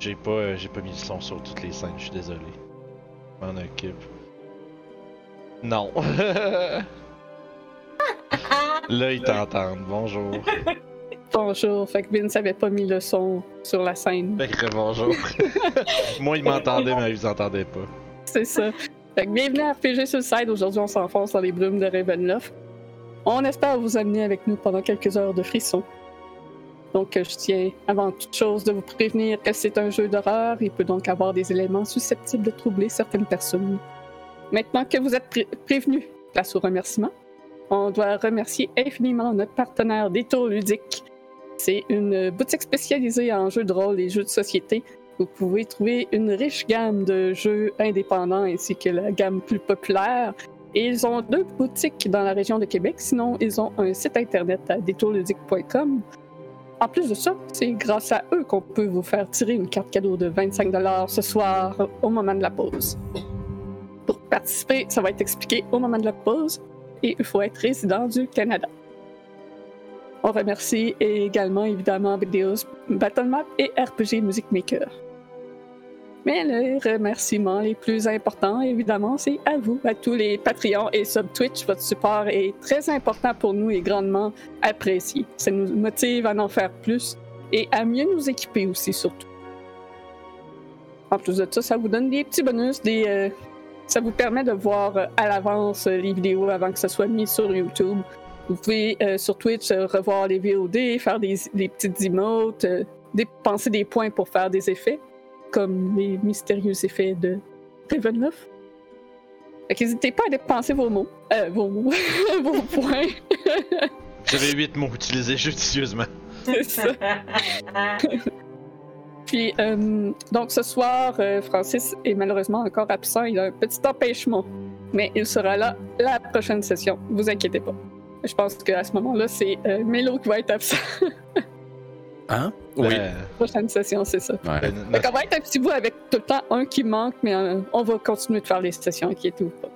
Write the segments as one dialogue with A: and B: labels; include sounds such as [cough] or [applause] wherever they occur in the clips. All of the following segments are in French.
A: J'ai pas, euh, j'ai pas mis le son sur toutes les scènes, je suis désolé. Je M'en occupe. Non. Là, ils t'entendent. Bonjour.
B: Bonjour. Fait que Vince avait pas mis le son sur la scène. [laughs]
A: Fait que bonjour. Moi, ils m'entendaient, mais ils entendaient pas.
B: C'est ça. Fait que bienvenue à RPG Suicide. Aujourd'hui, on s'enfonce dans les brumes de Ravenloft. On espère vous amener avec nous pendant quelques heures de frissons. Donc, euh, je tiens avant toute chose de vous prévenir que c'est un jeu d'horreur. Il peut donc avoir des éléments susceptibles de troubler certaines personnes. Maintenant que vous êtes pré- prévenus, place aux remerciements. On doit remercier infiniment notre partenaire Détour Ludique. C'est une boutique spécialisée en jeux de rôle et jeux de société. Vous pouvez trouver une riche gamme de jeux indépendants ainsi que la gamme plus populaire. Et ils ont deux boutiques dans la région de Québec, sinon ils ont un site internet à détourludique.com. En plus de ça, c'est grâce à eux qu'on peut vous faire tirer une carte cadeau de 25 ce soir au moment de la pause. Pour participer, ça va être expliqué au moment de la pause et il faut être résident du Canada. On remercie également évidemment BDOS Battle Map et RPG Music Maker. Mais les remerciements les plus importants, évidemment, c'est à vous, à tous les Patreons et sub-Twitch. Votre support est très important pour nous et grandement apprécié. Ça nous motive à en faire plus et à mieux nous équiper aussi, surtout. En plus de ça, ça vous donne des petits bonus, des, euh, ça vous permet de voir euh, à l'avance euh, les vidéos avant que ce soit mis sur YouTube. Vous pouvez euh, sur Twitch euh, revoir les VOD, faire des, des petites emotes, euh, dépenser des points pour faire des effets, comme les mystérieux effets de Ravenloft. Fait que N'hésitez pas à dépenser vos mots, euh, vos, mots, [laughs] vos points.
A: J'avais 8 mots utilisés judicieusement.
B: C'est ça. Puis, euh, donc ce soir, euh, Francis est malheureusement encore absent. Il a un petit empêchement, mais il sera là la prochaine session. Vous inquiétez pas. Je pense qu'à ce moment-là, c'est euh, Melo qui va être absent. [laughs]
C: Hein?
A: Ben,
B: la prochaine session, c'est ça.
C: Ouais.
A: ben,
B: Fait qu'on va être un petit bout avec tout le temps un qui manque, mais euh, on va continuer de faire les sessions, inquiétez-vous pas.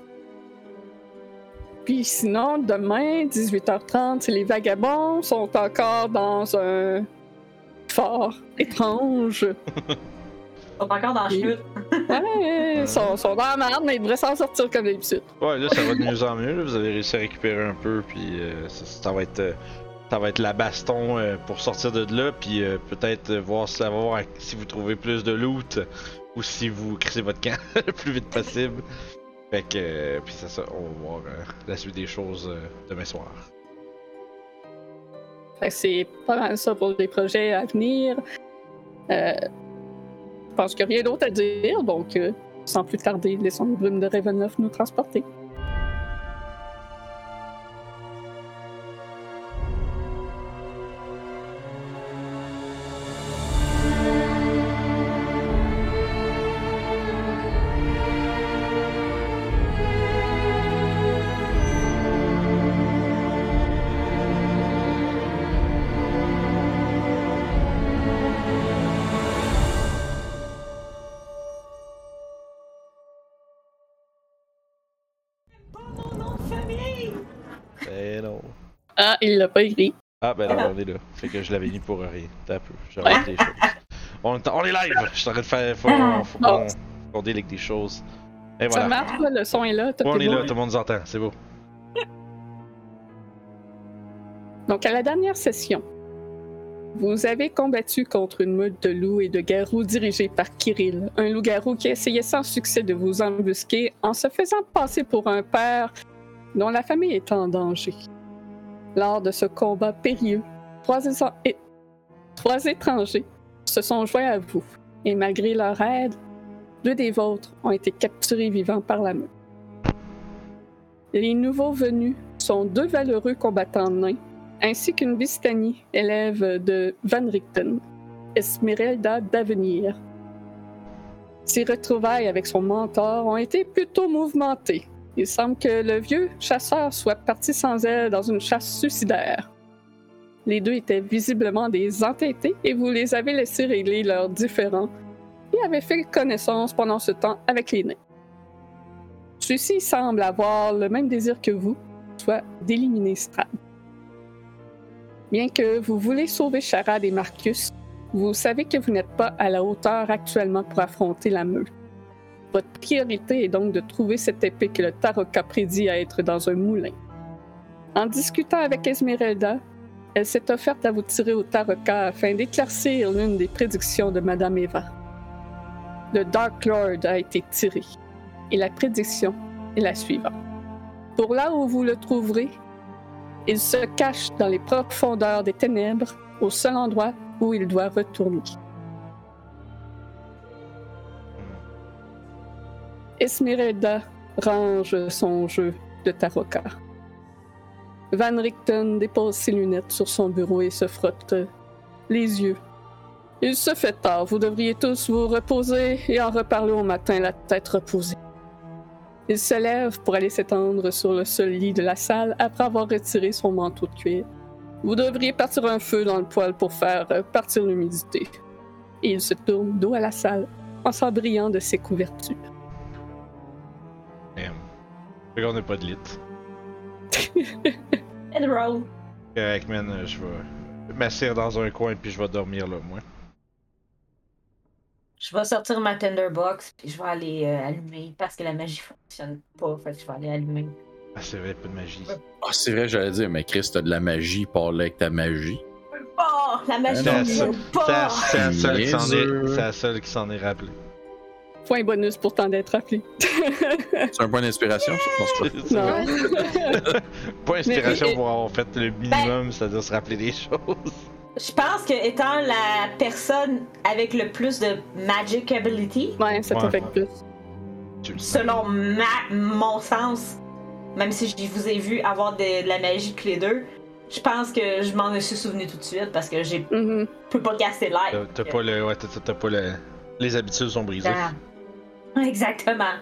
B: Puis sinon, demain, 18h30, c'est les vagabonds sont encore dans un fort étrange.
D: On est encore dans la
B: Oui.
D: chute.
B: Ouais, ils sont, sont dans la merde, mais ils devraient s'en sortir comme d'habitude.
A: Ouais, là, ça va de mieux en mieux. là. Vous avez réussi à récupérer un peu, puis euh, ça, ça va être. euh, ça va être la baston euh, pour sortir de là, puis euh, peut-être euh, voir si, savoir si vous trouvez plus de loot euh, ou si vous crissez votre camp [laughs] le plus vite possible. Fait que, euh, puis c'est ça, on va voir euh, la suite des choses euh, demain soir.
B: Fait que c'est pas mal ça pour les projets à venir. Euh, je pense qu'il n'y a rien d'autre à dire, donc euh, sans plus tarder, laissons les brumes de Ravenloft nous transporter.
D: Mon nom de famille!
A: Eh non.
B: Ah, il l'a pas écrit.
A: Ah, ben non, on est là. Fait que je l'avais mis pour rien. T'as un peu, j'arrête les
B: [laughs]
A: choses. On est, on est live! Je t'arrête de faire. Faut, qu'on- faut qu'on qu'on déligue des choses. Et
B: Ah. Ça
A: voilà.
B: marche, là, le son est là. tout
A: Ouais, on
B: est
A: est
B: beau.
A: là, tout le monde nous entend, c'est beau.
B: Donc, à la dernière session, vous avez combattu contre une meute de loups et de garous dirigée par Kirill, un loup-garou qui essayait sans succès de vous embusquer en se faisant passer pour un père dont la famille est en danger. Lors de ce combat périlleux, trois, ésa- é- trois étrangers se sont joints à vous, et malgré leur aide, deux des vôtres ont été capturés vivants par la meute. Les nouveaux venus sont deux valeureux combattants nains ainsi qu'une Vistani, élève de Van Richten, Esmeralda d'Avenir. Ses retrouvailles avec son mentor ont été plutôt mouvementées. Il semble que le vieux chasseur soit parti sans elle dans une chasse suicidaire. Les deux étaient visiblement des entêtés et vous les avez laissés régler leurs différends et avaient fait connaissance pendant ce temps avec les nains. Ceux-ci semblent avoir le même désir que vous, soit d'éliminer Strad. Bien que vous voulez sauver Charade et Marcus, Vous savez que vous n'êtes pas à la hauteur actuellement pour affronter la meute. Votre priorité est donc de trouver cette épée que le Taroka prédit à être dans un moulin. En discutant avec Esmeralda, elle s'est offerte à vous tirer au Taroka afin d'éclaircir l'une des prédictions de Madame Eva. Le Dark Lord a été tiré, et la prédiction est la suivante. Pour là où vous le trouverez, il se cache dans les profondeurs des ténèbres, au seul endroit où il doit retourner. Esmeralda range son jeu de taroka. Van Richten dépose ses lunettes sur son bureau et se frotte les yeux. Il se fait tard, vous devriez tous vous reposer et en reparler au matin, la tête reposée. Il se lève pour aller s'étendre sur le seul lit de la salle après avoir retiré son manteau de cuir. Vous devriez partir un feu dans le poêle pour faire euh, partir l'humidité. Et il se tourne dos à la salle en s'abrillant de ses couvertures.
A: Damn. euh, Fait qu'on n'a pas de lit.
D: And roll.
A: Correct, man, euh, je vais m'asseoir dans un coin puis je vais dormir là, moi.
D: Je vais sortir ma Tinderbox, puis je vais aller euh, allumer, parce que la magie fonctionne pas, fait que je vais aller allumer.
A: Ah, c'est vrai, pas de magie.
C: Ah, c'est vrai, j'allais dire, mais Chris, t'as de la magie, parle avec ta magie.
D: Oh, la magie
A: Ah non,
D: fonctionne
A: C'est
D: pas!
A: la- C'est la seule qui s'en est-
C: Niaiseux.
A: c'est la seule qui s'en est rappelée.
D: [laughs]
B: Point bonus pour tant d'être appelé.
C: C'est un point d'inspiration, ça? Non, c'est pas-
B: Non.
A: Pas inspiration
B: Mais-
A: pour avoir fait
D: Ben-
A: le minimum, c'est-à-dire se rappeler des
D: [laughs]
A: choses.
D: Je pense que étant la personne avec le plus de magic ability,
B: Ouais, ça te
A: Ouais.
B: fait plus.
A: Tu le sais.
D: selon ma- mon sens, même si je vous ai vu avoir de, de la magie tous les deux, je pense que je m'en suis souvenu tout de suite parce que j'ai-
B: Mhm.
D: je peux pas casser
A: T'as
D: l'air.
A: t'as pas le. Ouais, t'as- t'as t'as pas le. Les habitudes sont brisées.
D: Ah. Exactement.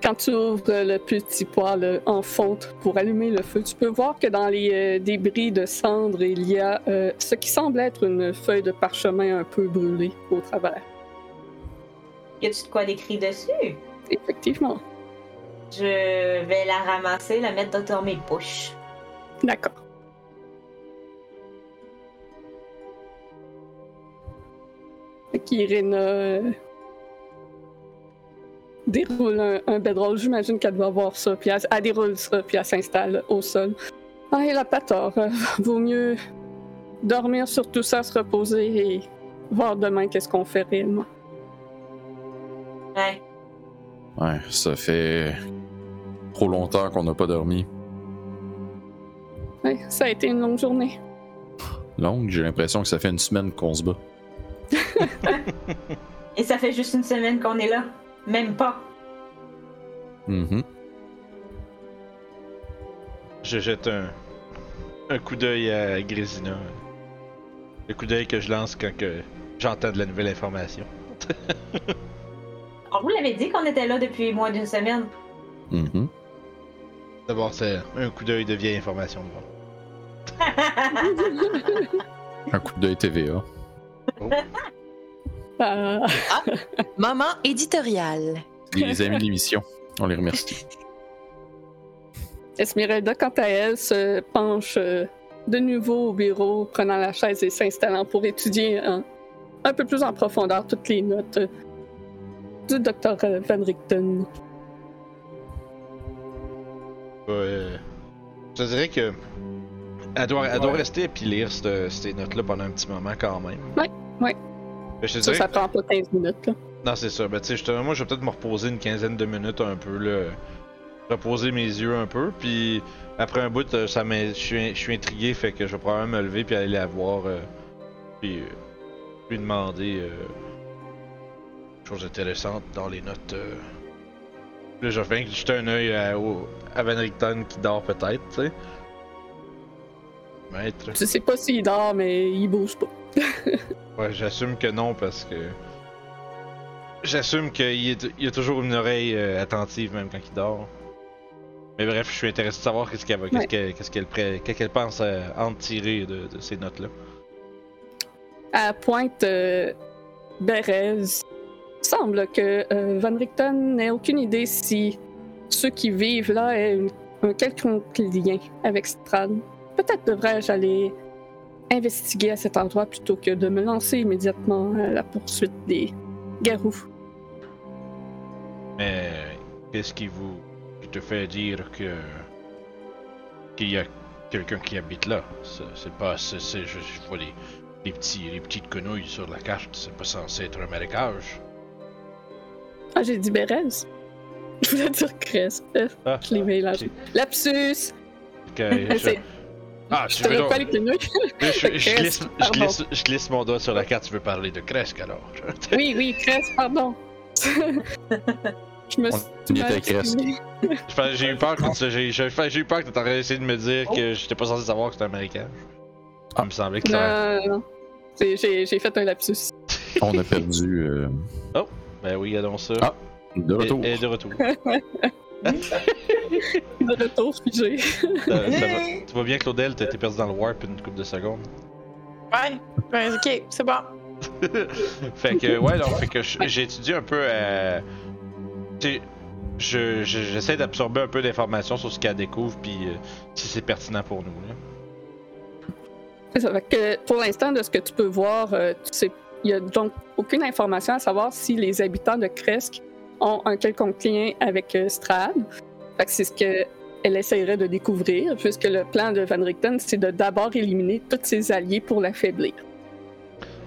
B: Quand tu ouvres le petit poêle en fonte pour allumer le feu, tu peux voir que dans les euh, débris de cendres, il y a euh, ce qui semble être une feuille de parchemin un peu brûlée au travers.
D: Y a-tu de quoi d'écrit dessus?
B: Effectivement.
D: Je vais la ramasser, la mettre dans mes poches.
B: D'accord. Fait qu'Irina euh, déroule un, un bedroll. J'imagine qu'elle doit voir ça, puis elle, elle déroule ça, puis elle s'installe au sol. Ah, elle a pas tort. Euh, [laughs] Vaut mieux dormir sur tout ça, se reposer et voir demain qu'est-ce qu'on fait réellement.
D: Ouais.
C: Ouais, ça fait trop longtemps qu'on n'a pas dormi.
B: Ouais, ça a été une longue journée.
C: Longue, j'ai l'impression que ça fait une semaine qu'on se bat.
D: Et ça fait juste une semaine qu'on est là. Même pas.
C: Mhm.
A: Je jette un. Un coup d'œil à Grésina. Le coup d'œil que je lance quand que j'entends de la nouvelle information.
D: On vous l'avait dit qu'on était là depuis moins d'une semaine.
C: Mhm.
A: D'abord, c'est un coup d'œil de vieille information. bon.
C: Un coup d'œil TVA.
B: Ah,
E: Moment éditorial.
C: Les amis de l'émission, on les remercie.
B: Esmeralda, quant à elle, se penche euh, de nouveau au bureau, prenant la chaise et s'installant pour étudier en- un peu plus en profondeur toutes les notes euh, du docteur Van Richten.
A: Euh, je te dirais que. Elle doit, elle doit rester et puis lire cette- ces notes-là pendant un petit moment quand même.
B: Ouais, ouais.
A: Mais je te
B: Ça,
A: dirais
B: ça prend pas 15 minutes. Là.
A: Non, c'est ça. Ben, tu sais, justement, moi, je vais peut-être me reposer une quinzaine de minutes un peu, là. Reposer mes yeux un peu, puis après un bout, euh, ça m'in- je suis- je suis intrigué, fait que je vais probablement me lever puis aller la voir, euh, puis euh, lui demander euh, des choses intéressantes dans les notes. euh. Là, je vais jeter un œil à, au- à Van Richten qui dort peut-être, tu sais. Maître.
B: Tu sais pas s'il dort, mais il bouge pas.
A: Ouais, j'assume que non parce que. J'assume qu'il est- il y a toujours une oreille euh, attentive même quand il dort. Mais bref, je suis intéressé de savoir qu'est-ce qu'elle va- qu'est-ce
B: Ouais.
A: qu'elle- qu'est-ce qu'elle pré- qu'est-ce qu'elle pense euh, en tirer de, de ces notes-là.
B: À pointe euh, Bérez, il semble que euh, Van Richten n'ait aucune idée si ceux qui vivent là aient une- un quelconque lien avec Strad. Peut-être devrais-je aller investiguer à cet endroit plutôt que de me lancer immédiatement à la poursuite des garous.
A: Mais qu'est-ce qui vous qui te fait dire que qu'il y a quelqu'un qui habite là C'est c'est pas c'est c'est- je, je vois les, les petits les petites quenouilles sur la carte, c'est pas censé être un marécage.
B: Ah, j'ai dit Bérez. Je voulais dire Crest. Euh,
A: Ah,
B: Je l'ai mélangé.
A: ok.
B: Lapsus! [laughs]
A: Que- je-
B: C'est-
A: Ah,
B: Je
A: tu
B: te
A: veux donc-
B: pas les quenouilles.
A: Mais je, je
B: Crest,
A: glisse, je,
B: pardon.
A: glisse, je glisse mon doigt sur la carte, tu veux parler de Kresk alors
B: Oui, oui, Crest,
A: [laughs]
B: pardon. je me suis.
C: On y était avec Crest.
A: Je pense- J'ai eu peur que tu- j'ai j'ai- j'ai- j'ai eu peur que t'aurais essayé de me dire
F: Oh.
A: que j'étais pas censé savoir que c'était un marécage.
C: Ah.
A: Il me semblait que ça.
B: Non, non. Euh, C'est- J'ai j'ai fait un lapsus. [laughs]
C: On a perdu euh,
A: Ben oui, allons ça.
C: Ah, de
A: Et-
C: retour.
A: Et, de retour.
B: De retour figé. [laughs]
A: Ça- Euh, ça
F: [laughs]
A: va. Tu vois bien, Claudel, t'as été perdu dans le warp une couple de secondes.
F: Ouais, ouais, ok, c'est bon.
A: [laughs] fait que, ouais, donc, fait que je- j'ai étudié un peu. Euh, tu sais, je- je- J'essaie d'absorber un peu d'informations sur ce qu'elle découvre, puis euh, si c'est pertinent pour nous. là.
B: C'est ça. Fait que pour l'instant, de ce que tu peux voir, euh, tu sais- il n'y a donc aucune information à savoir si les habitants de Kresk ont un quelconque lien avec euh, Strad. Fait que c'est ce qu'elle essaierait de découvrir, puisque le plan de Van Richten, c'est de d'abord éliminer tous ses alliés pour l'affaiblir.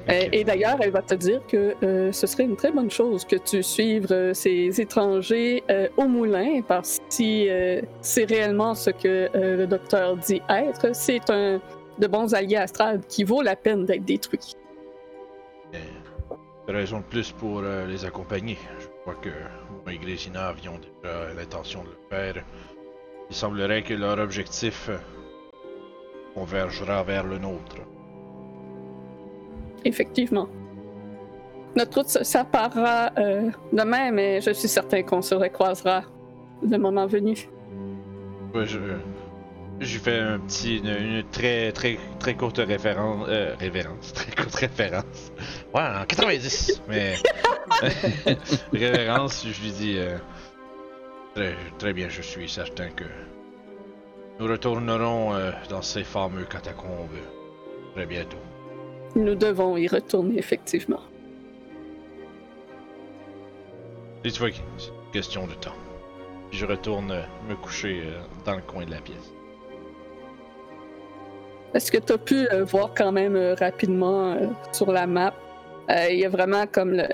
B: Euh,
A: Ok.
B: et d'ailleurs, elle va te dire que euh, ce serait une très bonne chose que tu suives euh, ces étrangers euh, au moulin, parce que si euh, c'est réellement ce que euh, le docteur dit être, c'est un de bons alliés astrales qui vaut la peine d'être détruits.
A: Une raison de plus pour euh, les accompagner. Je crois que moi et Grésina avions déjà l'intention de le faire. Il semblerait que leur objectif euh, convergera vers le nôtre.
B: Effectivement. Notre route se- séparera euh, demain, mais je suis certain qu'on se recroisera le moment venu.
A: Ouais, je, j'ai fait un petit, une, une très très très courte référence, euh, révérence, [laughs] très courte référence. Ouais, en 90, mais révérence, je lui dis euh, très, très bien, je suis certain que nous retournerons euh, dans ces fameux catacombes très bientôt.
B: Nous devons y retourner, effectivement.
A: Et tu vois, que c'est une question de temps. Puis je retourne euh, me coucher euh, dans le coin de la pièce.
B: Est-ce que tu as pu euh, voir quand même euh, rapidement euh, sur la map? Euh, Il y a vraiment comme le,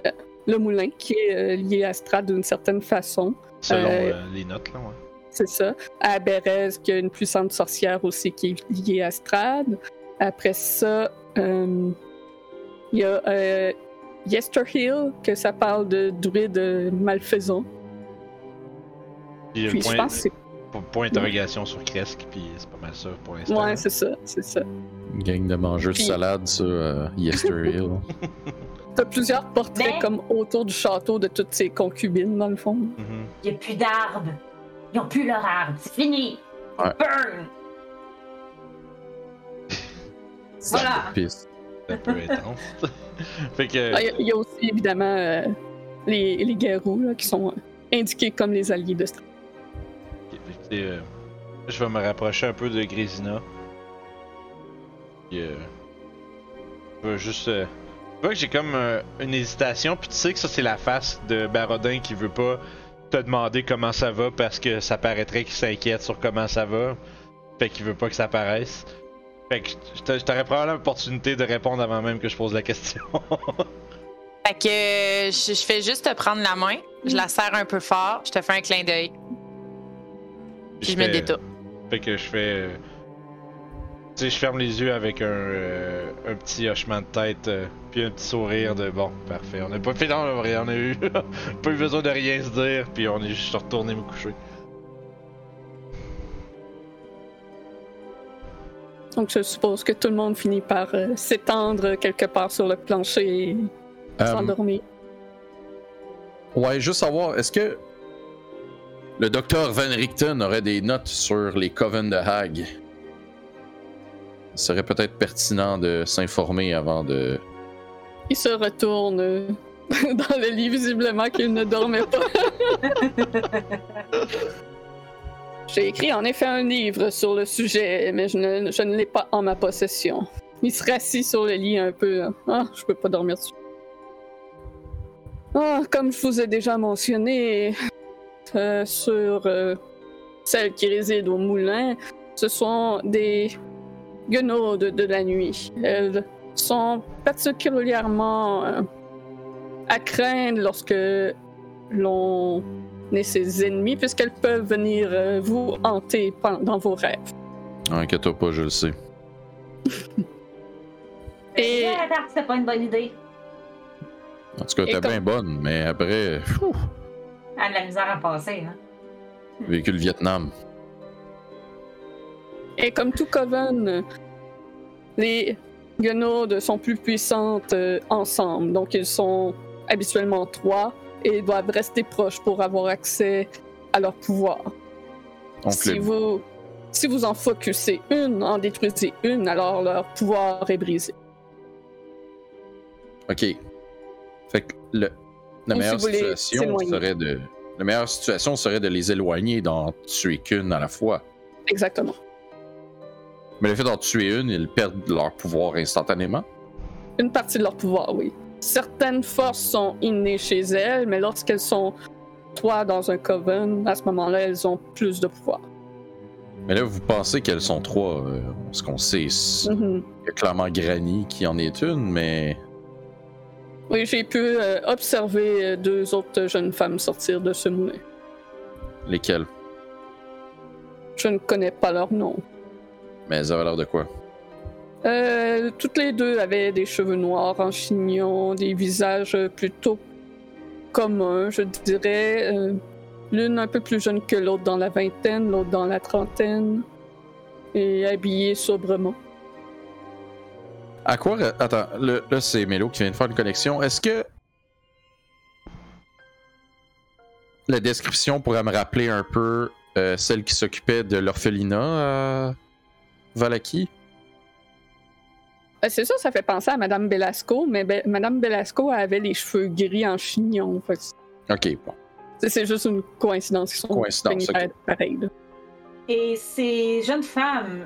B: le moulin qui est euh, lié à Strad d'une certaine façon.
A: Selon
B: Euh,
A: euh, les notes là, ouais.
B: C'est ça. À Bérez, qu'il y a une puissante sorcière aussi qui est liée à Strad. Après ça, euh, il y a euh, Yesterhill, que ça parle de druide euh, malfaisant.
A: Puis, le
B: Puis je
A: point-
B: pense que c'est.
A: Po- Point d'interrogation sur Kresk, puis c'est pas mal ça pour l'instant.
B: Ouais, c'est ça, c'est ça.
C: Une gang de mangeurs de
B: Puis-
C: salade, ça, euh, Yester Hill.
B: T'as plusieurs portraits
D: Mais-
B: comme autour du château de toutes ses concubines, dans le fond.
A: Mhm.
D: Il n'y a plus d'arbres. Ils ont plus leur arbre. C'est fini.
C: Ouais.
D: Burn. Voilà.
C: Pisse.
A: C'est
B: [laughs]
A: un peu intense. [laughs] fait que.
B: Ah, Il y a- il y, a aussi évidemment euh, les, les garous là, qui sont euh, indiqués comme les alliés de Strad.
A: écoutez, euh, je vais me rapprocher un peu de Grésina. Puis, euh, je vais juste. euh, tu vois que j'ai comme euh, une hésitation, puis tu sais que ça, c'est la face de Barodin qui veut pas te demander comment ça va parce que ça paraîtrait qu'il s'inquiète sur comment ça va. Fait qu'il veut pas que ça paraisse. Fait que je t'a- je t'aurais probablement l'opportunité de répondre avant même que je pose la question. [laughs]
F: Fait que euh, je, je fais juste te prendre la main, je la serre un peu fort, je te fais un clin d'œil, puis je me
A: fais-
F: détends.
A: Fait que je fais. euh, Tu sais, je ferme les yeux avec un, euh, un petit hochement de tête, euh, puis un petit sourire de bon, parfait. On n'a pas fait non, on a eu [laughs] pas eu besoin de rien se dire, puis on est juste retourné me coucher.
B: Donc je suppose que tout le monde finit par euh, s'étendre quelque part sur le plancher et
C: Euh,
B: s'endormir.
C: ouais, juste savoir, est-ce que le docteur Van Richten aurait des notes sur les Coven de Hague Il serait peut-être pertinent de s'informer avant de.
B: Il se retourne euh, [laughs] dans le lit, visiblement qu'il ne dormait pas. J'ai écrit en effet un livre sur le sujet, mais je ne, je ne l'ai pas en ma possession. Il se rassit sur le lit un peu. là. Ah, je peux pas dormir dessus. Ah, comme je vous ai déjà mentionné euh, sur euh, celles qui résident au moulin, ce sont des guenaudes de la nuit. Elles sont particulièrement euh, à craindre lorsque l'on est ses ennemis, puisqu'elles peuvent venir euh, vous hanter pen- dans vos rêves.
C: Inquiète-toi pas, je le sais.
B: Et-
D: Et... C'était pas une bonne idée.
C: En tout cas,
B: Et
C: t'es
B: comme-
C: bien bonne, mais après, pff,
D: Elle a de la misère à passer, hein.
C: vécu le Vietnam.
B: Et comme tout coven, les guenaudes sont plus puissantes euh, ensemble. Donc, ils sont habituellement trois et ils doivent rester proches pour avoir accès à leur pouvoir.
C: Donc,
B: si,
C: le-
B: vous, si vous en focussez une, en détruisez une, alors leur pouvoir est brisé.
C: OK. Fait que le- la
B: Ou
C: meilleure
B: si vous voulez
C: situation
B: s'éloigner.
C: serait de. La meilleure situation serait de les éloigner d'en tuer qu'une à la fois.
B: Exactement.
C: Mais le fait d'en tuer une, ils perdent leur pouvoir instantanément.
B: Une partie de leur pouvoir, oui. Certaines forces sont innées chez elles, mais lorsqu'elles sont trois dans un coven, à ce moment-là, elles ont plus de pouvoir.
C: Mais là, vous pensez qu'elles sont trois. euh, ce qu'on sait, c'est-
B: Mhm.
C: il y a clairement Granny qui en est une, mais.
B: Oui, j'ai pu euh, observer euh, deux autres jeunes femmes sortir de ce moulin.
C: Lesquelles
B: Je ne connais pas leur nom.
C: Mais elles avaient l'air de quoi
B: Euh, toutes les deux avaient des cheveux noirs en chignon, des visages euh, plutôt communs, je dirais. Euh, L'une un peu plus jeune que l'autre dans la vingtaine, l'autre dans la trentaine, et habillée sobrement.
C: À quoi. re- Attends, le- là, c'est Mélo qui vient de faire une connexion. Est-ce que. La description pourrait me rappeler un peu euh, celle qui s'occupait de l'orphelinat à Valaki
B: Euh, C'est ça, ça fait penser à Madame Belasco, mais Be- Madame Belasco elle avait les cheveux gris en chignon. Fait que
C: Ok, bon.
B: c'est- C'est juste une coïncidence. Ils sont
C: Coïncidence,
B: finis par
C: ok.
B: être pareils, là.
D: Et ces jeunes femmes,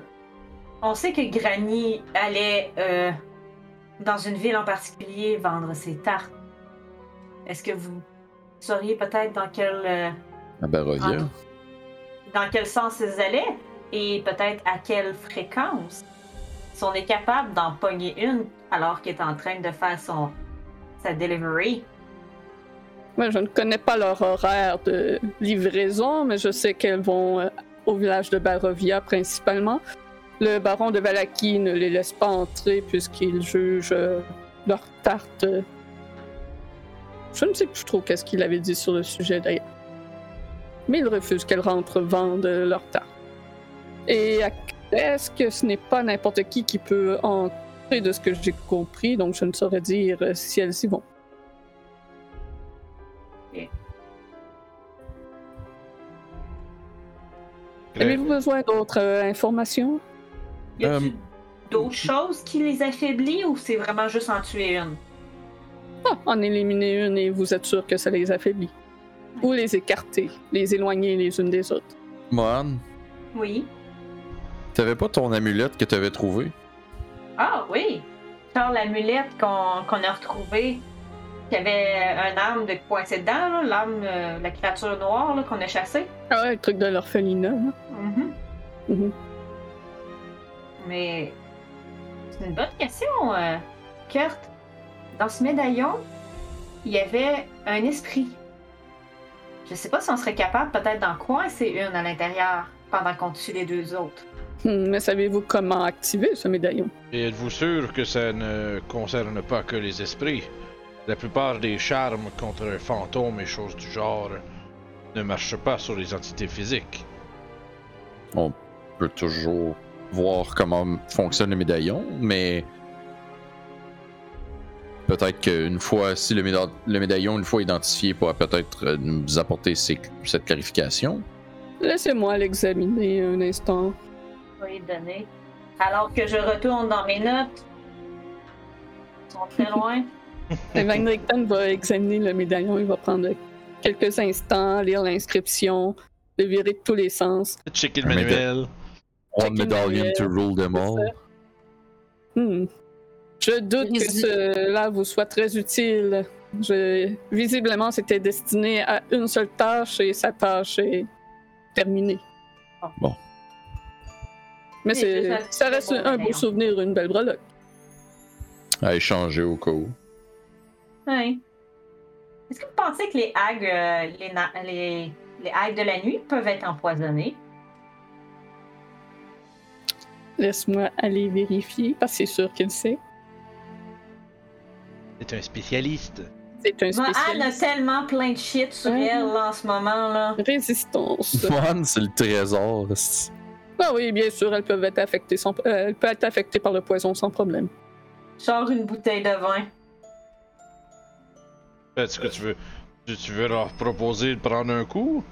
D: on sait que Granny allait euh, dans une ville en particulier vendre ses tartes. Est-ce que vous sauriez peut-être dans quel euh,
C: À Barovia.
D: Ah. dans quel sens elles allaient et peut-être à quelle fréquence. Si on est capable d'en pogner une alors qu'elle est en train de faire son sa delivery,
B: Moi, je ne connais pas leur horaire de livraison, mais je sais qu'elles vont euh, au village de Barovia principalement. Le baron de Valaki ne les laisse pas entrer puisqu'il juge euh, leur tarte. euh, Je ne sais plus trop qu'est-ce qu'il avait dit sur le sujet d'ailleurs. Mais il refuse qu'elles rentrent vendre euh, leur tarte. Et à- est-ce que ce n'est pas n'importe qui qui peut entrer de ce que j'ai compris, donc je ne saurais dire euh, si elles y vont. Avez-vous besoin d'autres euh, informations?
D: y a-t-il
C: Euh,
D: d'autres choses qui les affaiblit ou c'est vraiment juste en tuer une?
B: Ah, en éliminer une et vous êtes sûr que ça les affaiblit. Ou les écarter, les éloigner les unes des autres.
C: Mohan,
D: Oui.
C: t'avais pas ton amulette que t'avais trouvée
D: Ah oui! Genre l'amulette qu'on qu'on a retrouvée, qui avait un arme de coincée dedans, là, l'arme, euh, la créature noire là, qu'on a chassée.
B: Ah ouais, le truc de l'orphelinat. là.
D: Mhm.
B: Mhm.
D: Mais c'est une bonne question, euh, Kurt. Dans ce médaillon, il y avait un esprit. Je sais pas si on serait capable peut-être d'en coincer une à l'intérieur pendant qu'on tue les deux autres.
B: Hum, Mais savez-vous comment activer ce médaillon?
A: Et êtes-vous sûr que ça ne concerne pas que les esprits La plupart des charmes contre fantômes et choses du genre ne marchent pas sur les entités physiques.
C: On peut toujours voir comment fonctionne le médaillon, mais. Peut-être qu'une fois, si le, méda- le médaillon, une fois identifié, pourra peut-être euh, nous apporter ces- cette clarification.
B: Laissez-moi l'examiner un instant.
D: Je vais lui donner. Alors que je retourne dans mes notes. Ils sont [laughs] très loin.
B: Et Van Richten va examiner le médaillon. Il va prendre quelques instants, lire l'inscription, le virer de tous les sens.
A: Checker
C: Un
A: le manuel.
C: One
B: Chacune
C: medallion
B: avait-
C: to rule them all.
B: Hmm. Je doute que
E: Visi-
B: cela vous soit très utile. Je- Visiblement, c'était destiné à une seule tâche et sa tâche est terminée.
C: Bon.
B: Mais
D: Ah. Oui,
B: c'est-
D: c'est ça.
B: ça reste un beau souvenir, une belle breloque.
C: à échanger au cas où.
D: Ouais. Hein? Est-ce que vous pensez que les hags, euh, les, na- les, les hags de la nuit peuvent être empoisonnés?
B: Laisse-moi aller vérifier, parce que c'est sûr qu'il sait.
A: C'est un spécialiste.
B: C'est un
D: Moi, Anne a
B: spécialiste.
D: tellement plein de shit sur
B: Ouais.
D: elle là, en ce moment là.
B: Résistance. [laughs]
C: Mohan, c'est le trésor. c'est-
B: Ah oui, bien sûr, elles peuvent être affectées sans... euh, elle peut être affectée par le poison sans problème.
D: Genre une bouteille de vin.
A: Ben, Est-ce que tu veux, tu, tu veux leur proposer de prendre un coup?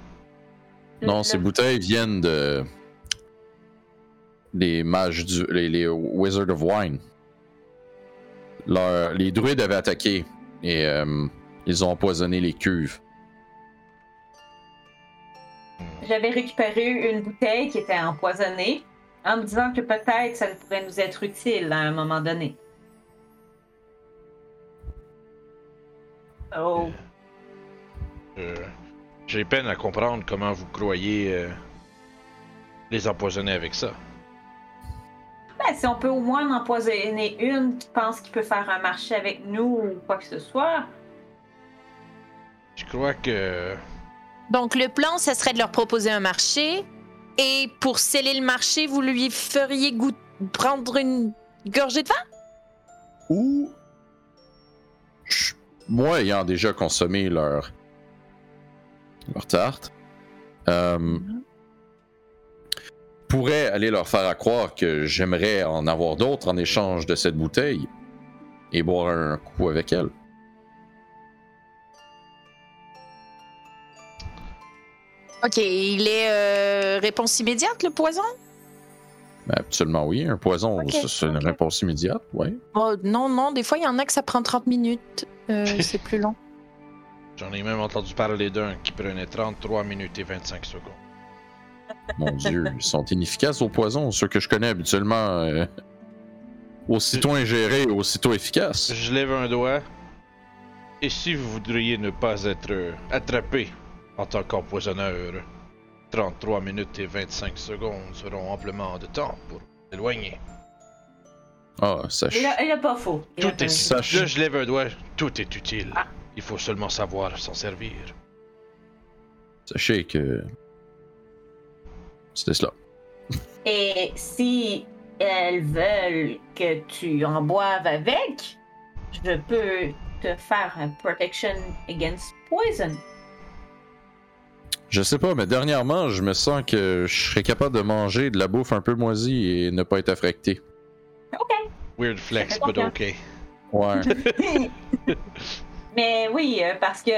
C: Non, ces bouteilles viennent de. Les mages du. Les, les Wizards of Wine. Leur- les druides avaient attaqué et euh, ils ont empoisonné les cuves.
D: J'avais récupéré une bouteille qui était empoisonnée en me disant que peut-être ça pourrait nous être utile à un moment donné. Oh,
A: Euh, J'ai peine à comprendre comment vous croyez euh, les empoisonner avec ça.
D: ben, si on peut au moins en empoisonner une qui pense qu'il peut faire un marché avec nous ou quoi que ce soit,
A: Je crois que.
E: Donc, le plan, ce serait de leur proposer un marché. Et pour sceller le marché, vous lui feriez goût prendre une gorgée de vin?
C: ou je- moi ayant déjà consommé leur leur tarte euh, pourrais aller leur faire à croire que j'aimerais en avoir d'autres en échange de cette bouteille et boire un coup avec elle.
E: OK, il est euh, réponse immédiate, le poison?
C: Ben, Absolument oui, un poison,
E: Ok,
C: c'est- c'est une
E: ok.
C: réponse immédiate, oui.
E: Oh, non, non, des fois, il y en a que ça prend 30 minutes. Euh, c'est plus long.
A: J'en ai même entendu parler d'un qui prenait 33 minutes et 25 secondes.
E: [laughs]
C: Mon Dieu, ils sont inefficaces aux poisons, ceux que je connais habituellement. euh, aussitôt ingérés, aussitôt efficaces.
A: Je lève un doigt. Et si vous voudriez ne pas être euh, attrapé en tant qu'empoisonneur, 33 minutes et 25 secondes seront amplement de temps pour s'éloigner.
C: Ah, ça
D: il a, il a pas faux. Il a
A: Tout
D: pas-
A: est
C: ça, je-
A: Là, je lève un doigt. Tout est utile. Il faut seulement savoir s'en servir.
C: Sachez que. C'était cela.
D: Et si elles veulent que tu en boives avec, je peux te faire un protection against poison.
C: Je sais pas, mais dernièrement, je me sens que je serais capable de manger de la bouffe un peu moisie et ne pas être affecté.
A: Weird flex,
D: Je
A: but
D: comprends.
A: okay. [laughs]
E: [laughs]
C: Ouais.
D: Mais oui, euh, parce que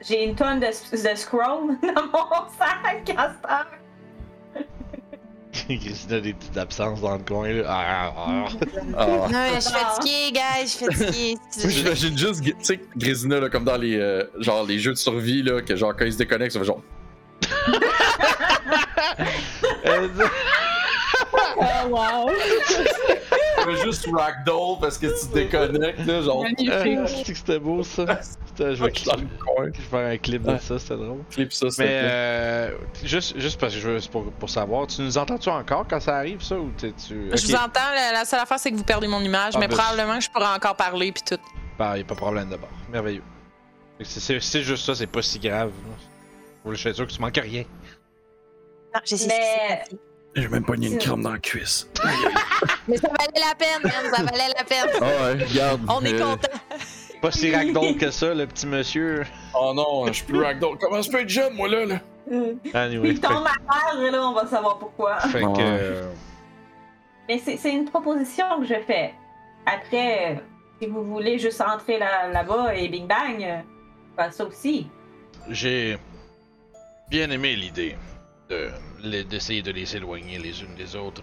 D: j'ai une tonne de, de scrolls [laughs] dans mon sac Castor.
A: Christina a des petites absences dans le coin. Là. Ah, ah, ah.
C: Ah.
E: Ouais, je suis fatiguée, gars, je suis
A: [laughs]
E: fatiguée.
C: J'imagine juste, tu sais, Grisina, là, comme dans les, euh, genre, les jeux de survie, là, que genre, quand ils se déconnectent, ça fait genre.
A: Euh,
B: Ah, wow!
C: Ça fait juste ragdoll parce que tu te déconnectes, là, genre.
A: euh,
B: Magnifique!
A: [laughs] c'est que c'était beau ça. C'était- Je vais
C: dans le coin.
A: je vais faire un clip de
C: Ouais.
A: ça, c'était drôle.
C: Clip ça, s'il te
A: Mais
C: plaît.
A: euh, juste, juste parce que je veux, c'est pour, pour savoir, tu nous entends-tu encore quand ça arrive ça ou t'es tu.
F: Je vous entends, la, la seule affaire, c'est que vous perdez mon image,
A: Ah,
F: mais
A: ben,
F: probablement que je pourrais encore parler puis tout.
A: Bah, y a pas de problème d'abord. Merveilleux. Fait que C'est, c'est- c'est juste ça, c'est pas si grave. Pour le être sûr que tu manques à rien.
E: Non, j'ai essayé
D: Mais-
E: de-
C: J'ai même pogné
D: une crème
C: dans la cuisse.
E: Mais ça valait la peine, man, ça valait la peine.
C: Ah ouais, regarde.
E: [laughs] On est
C: euh,
E: content.
A: Pas si ragdoll que ça, le petit monsieur.
C: Oh non, je suis plus ragdoll. Comment je peux être jeune, moi, là, là?
D: Hum.
A: Anyway,
D: Il
A: fait,
D: tombe à terre, et là, on va savoir pourquoi.
A: fait que.
C: Ouais.
A: euh,
D: Mais c'est c'est une proposition que je fais. Après, euh, si vous voulez juste entrer là- là-bas et bing bang, euh, ben, ça aussi.
A: J'ai bien aimé l'idée de les- d'essayer de les éloigner les unes des autres.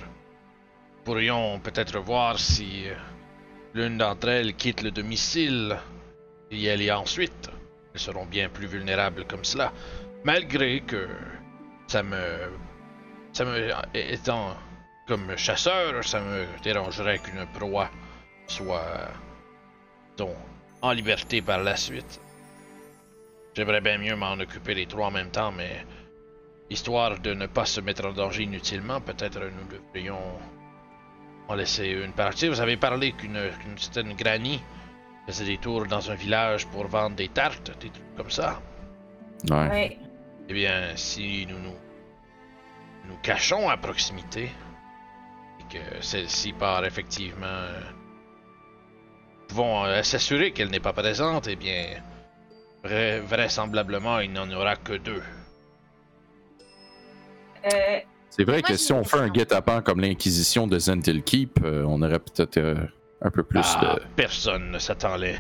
A: Pourrions peut-être voir si euh, l'une d'entre elles quitte le domicile et y aller ensuite. Elles seront bien plus vulnérables comme cela, malgré que ça me, ça me étant Comme chasseur, ça me dérangerait qu'une proie soit euh, disons, en liberté par la suite. J'aimerais bien mieux m'en occuper les trois en même temps, mais histoire de ne pas se mettre en danger inutilement, peut-être nous devrions en laisser une partie. Vous avez parlé qu'une qu'une certaine Granny faisait des tours dans un village pour vendre des tartes, des trucs comme ça.
C: Ouais.
D: Ouais.
A: Eh bien, si nous nous, nous cachons à proximité, et que celle-ci part effectivement, euh, pouvons euh, s'assurer qu'elle n'est pas présente, eh bien, vra- vraisemblablement, il n'en aura que deux.
D: Euh,
C: C'est vrai
E: Moi, j'ai
C: que si on fait un
E: l'impression-
C: guet-apens comme l'Inquisition de Zentil Keep, euh, on aurait peut-être euh, un peu plus
A: Ah,
C: de
A: Personne ne
C: [laughs]
A: s'attendait.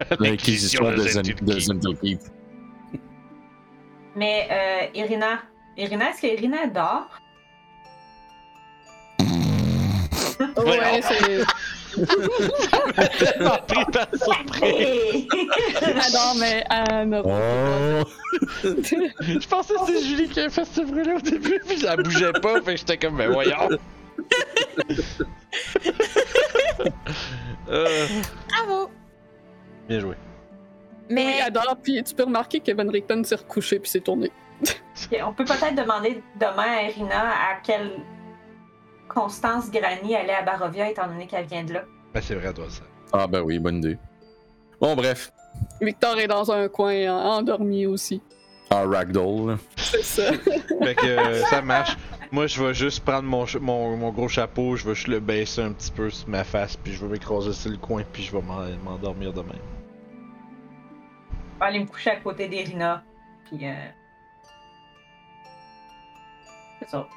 A: à
C: l'Inquisition de, Zen-
A: Zentilki.
C: de Zentil Keep.
D: mais euh, Irina, Irina, est-ce que Irina dort?
B: Ouais,
A: Voyons.
B: c'est.
A: Tellement pris par surprise.
D: Hey!
B: Elle dort, Ah mais euh, elle ne
C: Oh!
A: [laughs] Je pensais que c'était Julie qui avait fait ce bruit-là au début, puis elle bougeait pas, fait que j'étais comme, mais voyons! [laughs] Euh,
E: Bravo!
A: bien joué.
B: Oui,
E: Mais
B: elle dort, puis tu peux remarquer que Van Richten s'est recouché puis s'est tourné.
D: Et [laughs] On peut peut-être demander demain à Irina à quelle Constance Granny allait à Barovia, étant donné qu'elle vient de là.
A: Ben, c'est vrai, toi, ça.
C: Ah ben oui, bonne idée. Bon bref,
B: Victor est dans un coin en- endormi aussi.
C: en ragdoll. là.
B: C'est ça.
A: Fait que euh, ça marche. Moi, je vais juste prendre mon, ch- mon, mon gros chapeau, je vais juste le baisser un petit peu sur ma face, puis je vais m'écraser sur le coin, puis je vais m'en- m'endormir demain.
D: Je vais aller me coucher à côté d'Irina. Puis. euh, C'est ça.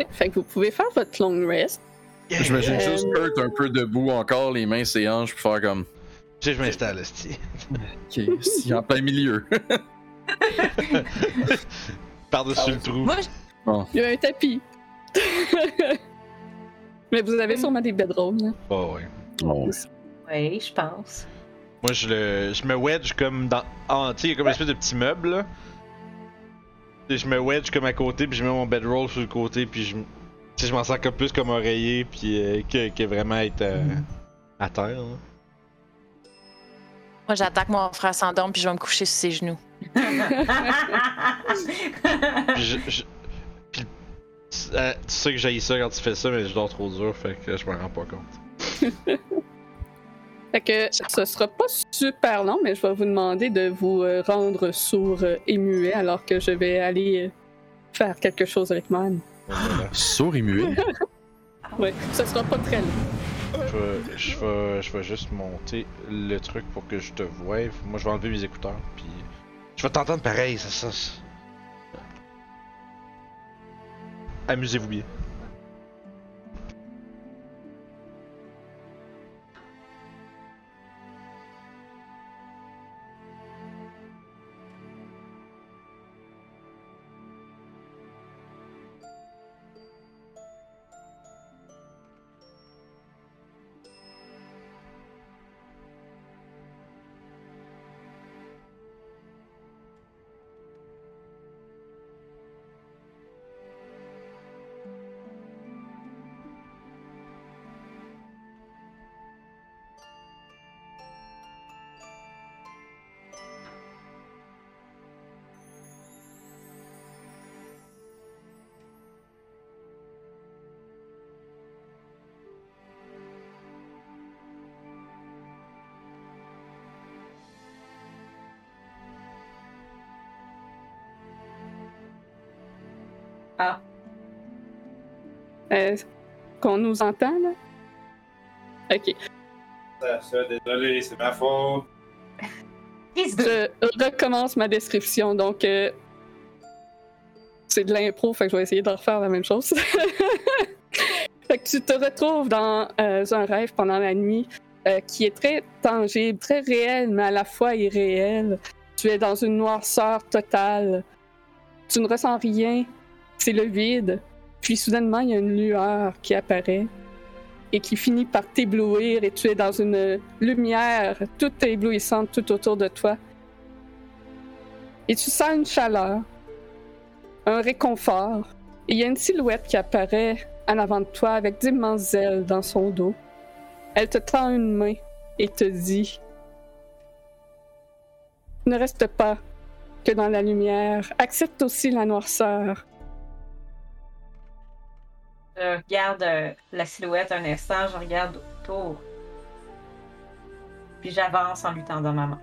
B: [laughs] fait que vous pouvez faire votre long rest.
C: J'imagine
B: Euh,
C: juste Kurt un peu debout encore, les mains ses hanches, puis faire comme...
A: Tu sais, je m'installe, esti.
C: Ok, si, en plein milieu.
A: Par-dessus le trou.
E: moi, je-
B: Il y a un [laughs] tapis. mais vous avez sûrement des bedrolls. hein. là.
A: Bah ouais.
C: Oh.
D: Oui, je [laughs] pense.
A: Moi, je, le, je me wedge comme dans. En, tu sais, il y a comme une espèce de petit meuble. là. Tu sais, je me wedge comme à côté, puis je mets mon bedroll sur le côté, puis je, m- tu sais, je m'en sers comme plus comme oreiller, puis euh, que, que vraiment être euh, à terre. là.
E: moi j'attends que mon frère s'endorme puis je vais me coucher sur ses genoux.
A: Puis je. je- puis, euh, tu sais que j'haïs ça quand tu fais ça, mais je dors trop dur, fait que je m'en rends pas [laughs] compte.
B: Fait que ce sera pas super long, mais je vais vous demander de vous euh, rendre sourd euh, et muet alors que je vais aller euh, faire quelque chose avec Man.
A: Voilà.
C: Sourd et muet.
B: Ouais, ce sera pas très long.
A: Je vais- je vais je vais juste monter le truc pour que je te voie. Moi, je vais enlever mes écouteurs, puis. Je vais t'entendre pareil, ça, ça. c'est- Amusez-vous bien.
D: Ah,
B: Euh, qu'on nous entend, là? Ok.
G: Ça, ça, désolé, c'est ma faute.
D: Fils de-
B: Je recommence ma description, donc euh, c'est de l'impro, fait que je vais essayer de refaire la même chose. [laughs] fait que tu te retrouves dans euh, un rêve pendant la nuit euh, qui est très tangible, très réel, mais à la fois irréel. Tu es dans une noirceur totale. Tu ne ressens rien. C'est le vide. Puis soudainement, il y a une lueur qui apparaît et qui finit par t'éblouir et tu es dans une lumière toute éblouissante tout autour de toi. Et tu sens une chaleur, un réconfort, Il y a une silhouette qui apparaît en avant de toi avec d'immenses ailes dans son dos. Elle te tend une main et te dit Ne reste pas que dans la lumière, accepte aussi la noirceur.
D: Je regarde euh, la silhouette un instant, je regarde autour. Puis j'avance en lui tendant ma main.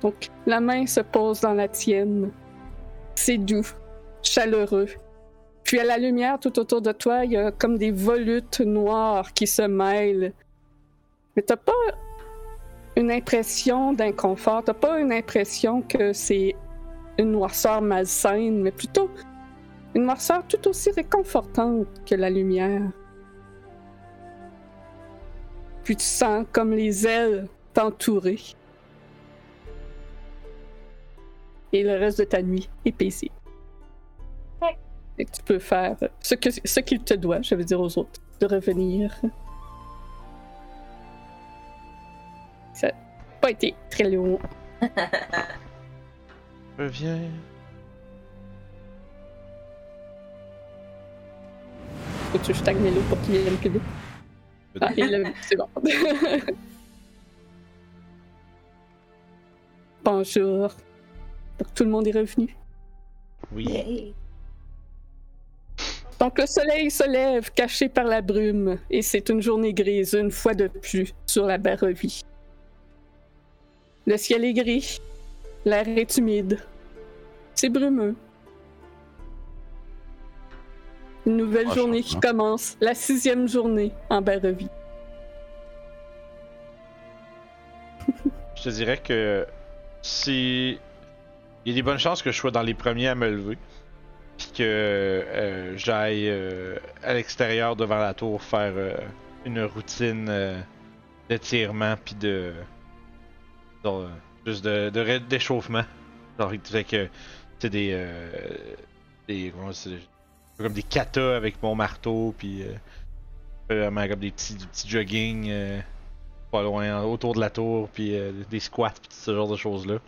B: Donc, la main se pose dans la tienne. C'est doux, chaleureux. Puis à la lumière tout autour de toi, il y a comme des volutes noires qui se mêlent. Mais t'as pas une impression d'inconfort, t'as pas une impression que c'est une noirceur malsaine, mais plutôt une noirceur tout aussi réconfortante que la lumière. Puis tu sens comme les ailes t'entourer. Et le reste de ta nuit est paisible. Et tu peux faire ce que ce qu'il te doit, je veux dire aux autres, de revenir. Ça n'a pas été très long.
A: Reviens.
B: Faut que je tag Melo pour qu'il vienne plus vite. Ah, il l'a vu, c'est bon. Bonjour. Donc tout le monde est revenu.
A: Oui.
B: Donc le soleil se lève, caché par la brume, et c'est une journée grise une fois de plus sur la Barovie. Le ciel est gris, l'air est humide, c'est brumeux. Une nouvelle
C: Ah,
B: journée qui
C: changement.
B: commence, la sixième journée en Barovie.
A: Je te dirais que si. Il y a des bonnes chances que je sois dans les premiers à me lever. Puis que euh, j'aille euh, à l'extérieur devant la tour faire euh, une routine euh, d'étirement puis de. de- juste de, de ré- d'échauffement. Genre, il dirait que. C'est des. euh, des. comment c'est- Comme des katas avec mon marteau puis. euh, vraiment comme des petits, des petits jogging. euh, pas loin, hein, autour de la tour, puis euh, des squats, puis ce genre de choses-là.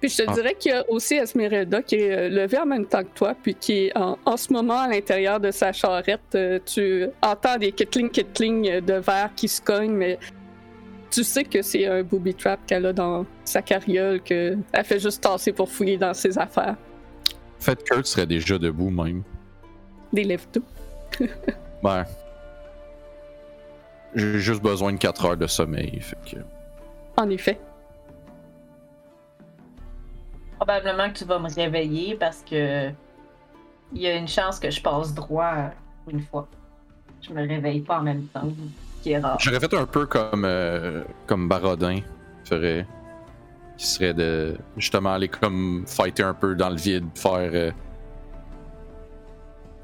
B: Puis je te
C: Ah.
B: dirais qu'il y a aussi Esmeralda qui est euh, levée en même temps que toi, puis qui est en, en ce moment à l'intérieur de sa charrette. euh, tu entends des kittling kittling euh, de verre qui se cognent, mais tu sais que c'est un booby trap qu'elle a dans sa carriole, qu'elle fait juste tasser pour fouiller dans ses affaires.
C: En fait, Kurt serait déjà debout même.
B: Des lève-tout.
C: Ben. J'ai juste besoin de 4 heures de sommeil. Fait que...
B: En effet.
D: Probablement que tu vas me réveiller parce que il y a une chance que je passe droit une fois. Je me réveille pas en même temps, ce qui est rare.
C: J'aurais fait un peu comme, euh, comme Barodin ferait. Qui serait de justement aller comme fighter un peu dans le vide, faire euh,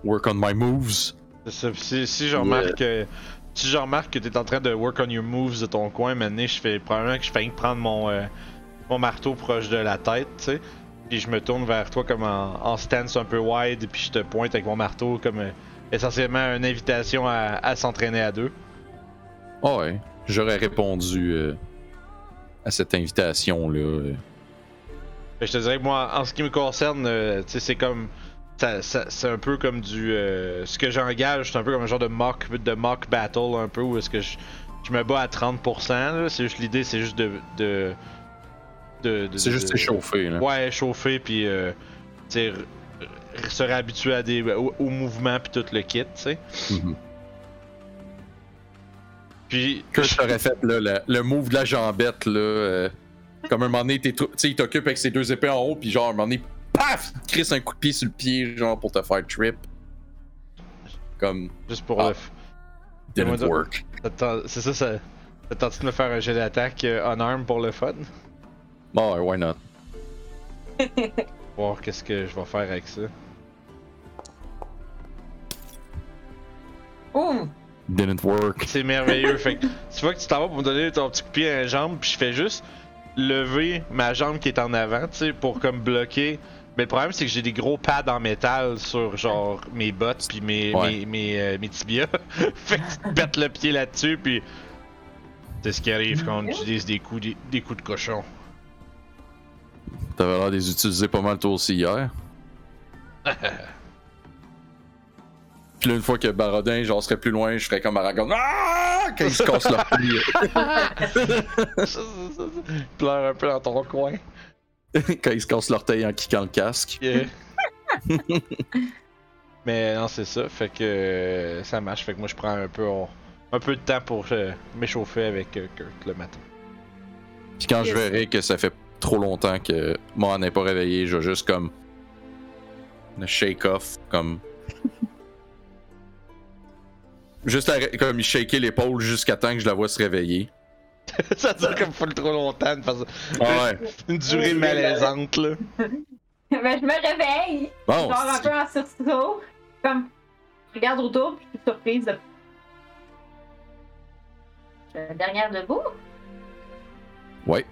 C: work on my moves.
A: C'est ça, pis Si, si je remarque euh, si je remarque que t'es en train de work on your moves de ton coin, maintenant je fais probablement que je fais prendre mon euh, mon marteau proche de la tête, tu sais. Puis je me tourne vers toi comme en, en stance un peu wide, puis je te pointe avec mon marteau comme euh, essentiellement une invitation à, à s'entraîner à deux.
C: Ah ouais, j'aurais répondu euh, à cette invitation là. euh.
A: Mais Ben, je te dirais que moi, en ce qui me concerne, euh, tu sais, c'est comme. ça- ça- c'est un peu comme du. euh, ce que j'engage, c'est un peu comme un genre de mock, de mock battle, un peu, où est-ce que je, je me bats à 30%. là. C'est juste l'idée, c'est juste de. de, de- de-
C: C'est juste hein.
A: de-
C: échauffé là.
A: Ouais, chauffer, puis. Euh, tu sais, r- r- se réhabituer à des, ben, au, au mouvement, puis tout le kit, tu sais.
C: Mhm.
A: Puis.
C: que je t'aurais fait là, le, le move de la jambette là. euh, comme un moment donné, t'es trop- tu sais, il t'occupe avec ses deux épées en haut, puis genre un moment donné, paf, il te crisse un coup de pied sur le pied, genre pour te faire trip. Comme
A: Juste pour
C: Ah.
A: le. f- Fais-moi
C: didn't
A: dire.
C: work.
A: Attends, C'est ça, ça. T'as tenté de me faire un jet d'attaque euh, en arme pour le fun?
C: Bon, ouais, why not?
A: voir qu'est-ce que je vais faire avec ça.
D: Ouh! [laughs]
C: Didn't work.
A: C'est merveilleux. fait [laughs] que tu vois que tu t'en vas pour me donner ton petit coup de pied à la jambe, puis je fais juste lever ma jambe qui est en avant, tu sais, pour comme bloquer. Mais le problème, c'est que j'ai des gros pads en métal sur genre mes bottes puis mes,
C: Ouais.
A: mes, mes, euh, mes tibias. [laughs] fait que tu te pètes le pied là-dessus, puis c'est ce qui arrive quand on utilise des coups, des, des coups de cochon.
C: T'avais l'air de les utiliser pas mal toi aussi hier. Puis là, une fois que Barodin, genre, serait plus loin, je ferais comme Aragorn. Ah! Quand il se casse la
A: [laughs] Ça, ça, ça, ça. Pleure un peu dans ton coin.
C: quand il se casse l'orteil en kickant le casque.
A: [laughs] Yeah. Mais non, c'est ça. Fait que euh, ça marche. Fait que moi, je prends un peu, on- un peu de temps pour euh, m'échauffer avec euh, Kurt le matin. [laughs]
C: Puis quand je
E: Yes.
C: verrai que ça fait trop longtemps que moi on n'est pas réveillé, je vais juste comme le shake off, comme [laughs] juste arrê- comme il shaker l'épaule jusqu'à temps que je la vois se réveiller.
A: ça dure comme full trop longtemps. de façon-
C: Ah ouais.
A: Une durée
G: Oui,
A: malaisante, là.
D: Ben, je me réveille,
C: Bon.
D: genre un
C: Oh, c'est-
D: peu en sursaut. Comme, je regarde autour, puis je suis surprise de. Je suis la dernière debout.
C: Ouais.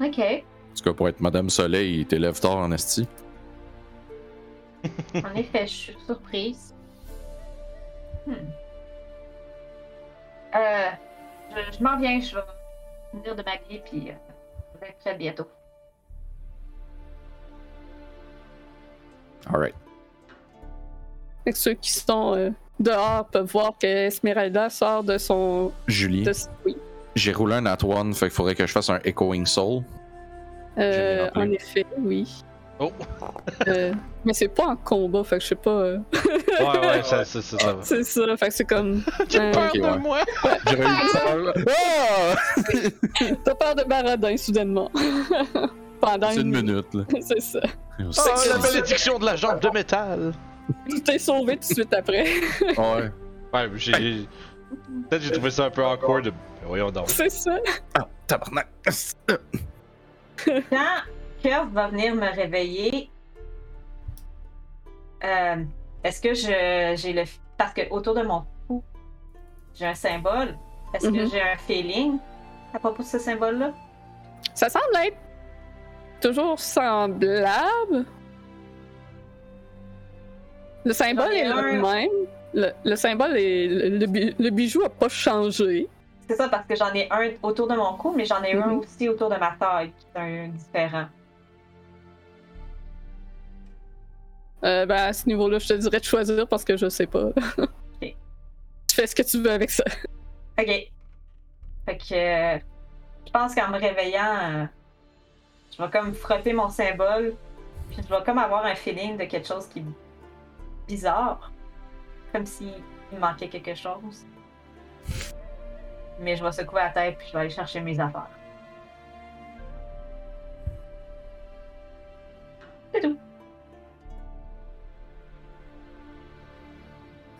D: Ok.
C: En tout cas, pour être Madame Soleil, il t'élève tard en esti.
D: En effet, je suis surprise. Hmm. Euh, je, je m'en viens, je vais venir de m'habiller, puis euh, je vais être prête bientôt.
C: Alright.
B: Fait que ceux qui sont euh, dehors peuvent voir que Esmeralda sort de son.
C: Julie,
B: de- oui.
C: j'ai roulé un at one, fait qu'il faudrait que je fasse un echoing soul.
B: Euh,
C: J'ai bien
B: en
C: appelé.
B: effet, oui.
A: Oh!
B: Euh, mais c'est pas en combat, fait que je sais pas. euh,
A: Ouais, ouais, ça, ça, ça, ça va.
B: c'est ça, fait que c'est comme. euh,
A: Peur
C: Ok,
A: de
C: ouais.
A: moi!
C: J'aurais eu peur. Ah!
B: [laughs] T'as peur de Baradin soudainement. Pendant
C: C'est une minute là.
B: [laughs] C'est ça.
A: Oh, la malédiction de la jambe de métal!
B: Tu t'es sauvé tout de suite après. [laughs]
C: Ouais.
A: Ouais, mais j'ai. Peut-être j'ai trouvé ça un peu awkward. de- Voyons donc.
B: C'est ça.
C: Ah, tabarnak.
D: Quand Curve va venir me réveiller, euh, est-ce que je j'ai le parce que autour de mon cou j'ai un symbole. Est-ce que
B: Mhm.
D: j'ai un feeling à propos de ce symbole-là
B: Ça semble être toujours semblable. Le symbole est le même. Le, le symbole est. Le, le bi- le bijou a pas changé.
D: C'est ça parce que j'en ai un autour de mon cou, mais j'en ai un
B: Mhm.
D: aussi autour de ma taille qui est un différent.
B: Euh, ben, à ce niveau-là, je te dirais de choisir parce que je sais pas. Tu fais ce que tu veux avec ça.
D: Ok. Fait que euh, je pense qu'en me réveillant, euh, je vais comme frotter mon symbole, puis je vais comme avoir un feeling de quelque chose qui est bizarre, comme s'il me manquait quelque chose. Mais je vais secouer la tête puis je vais aller chercher mes affaires. C'est tout.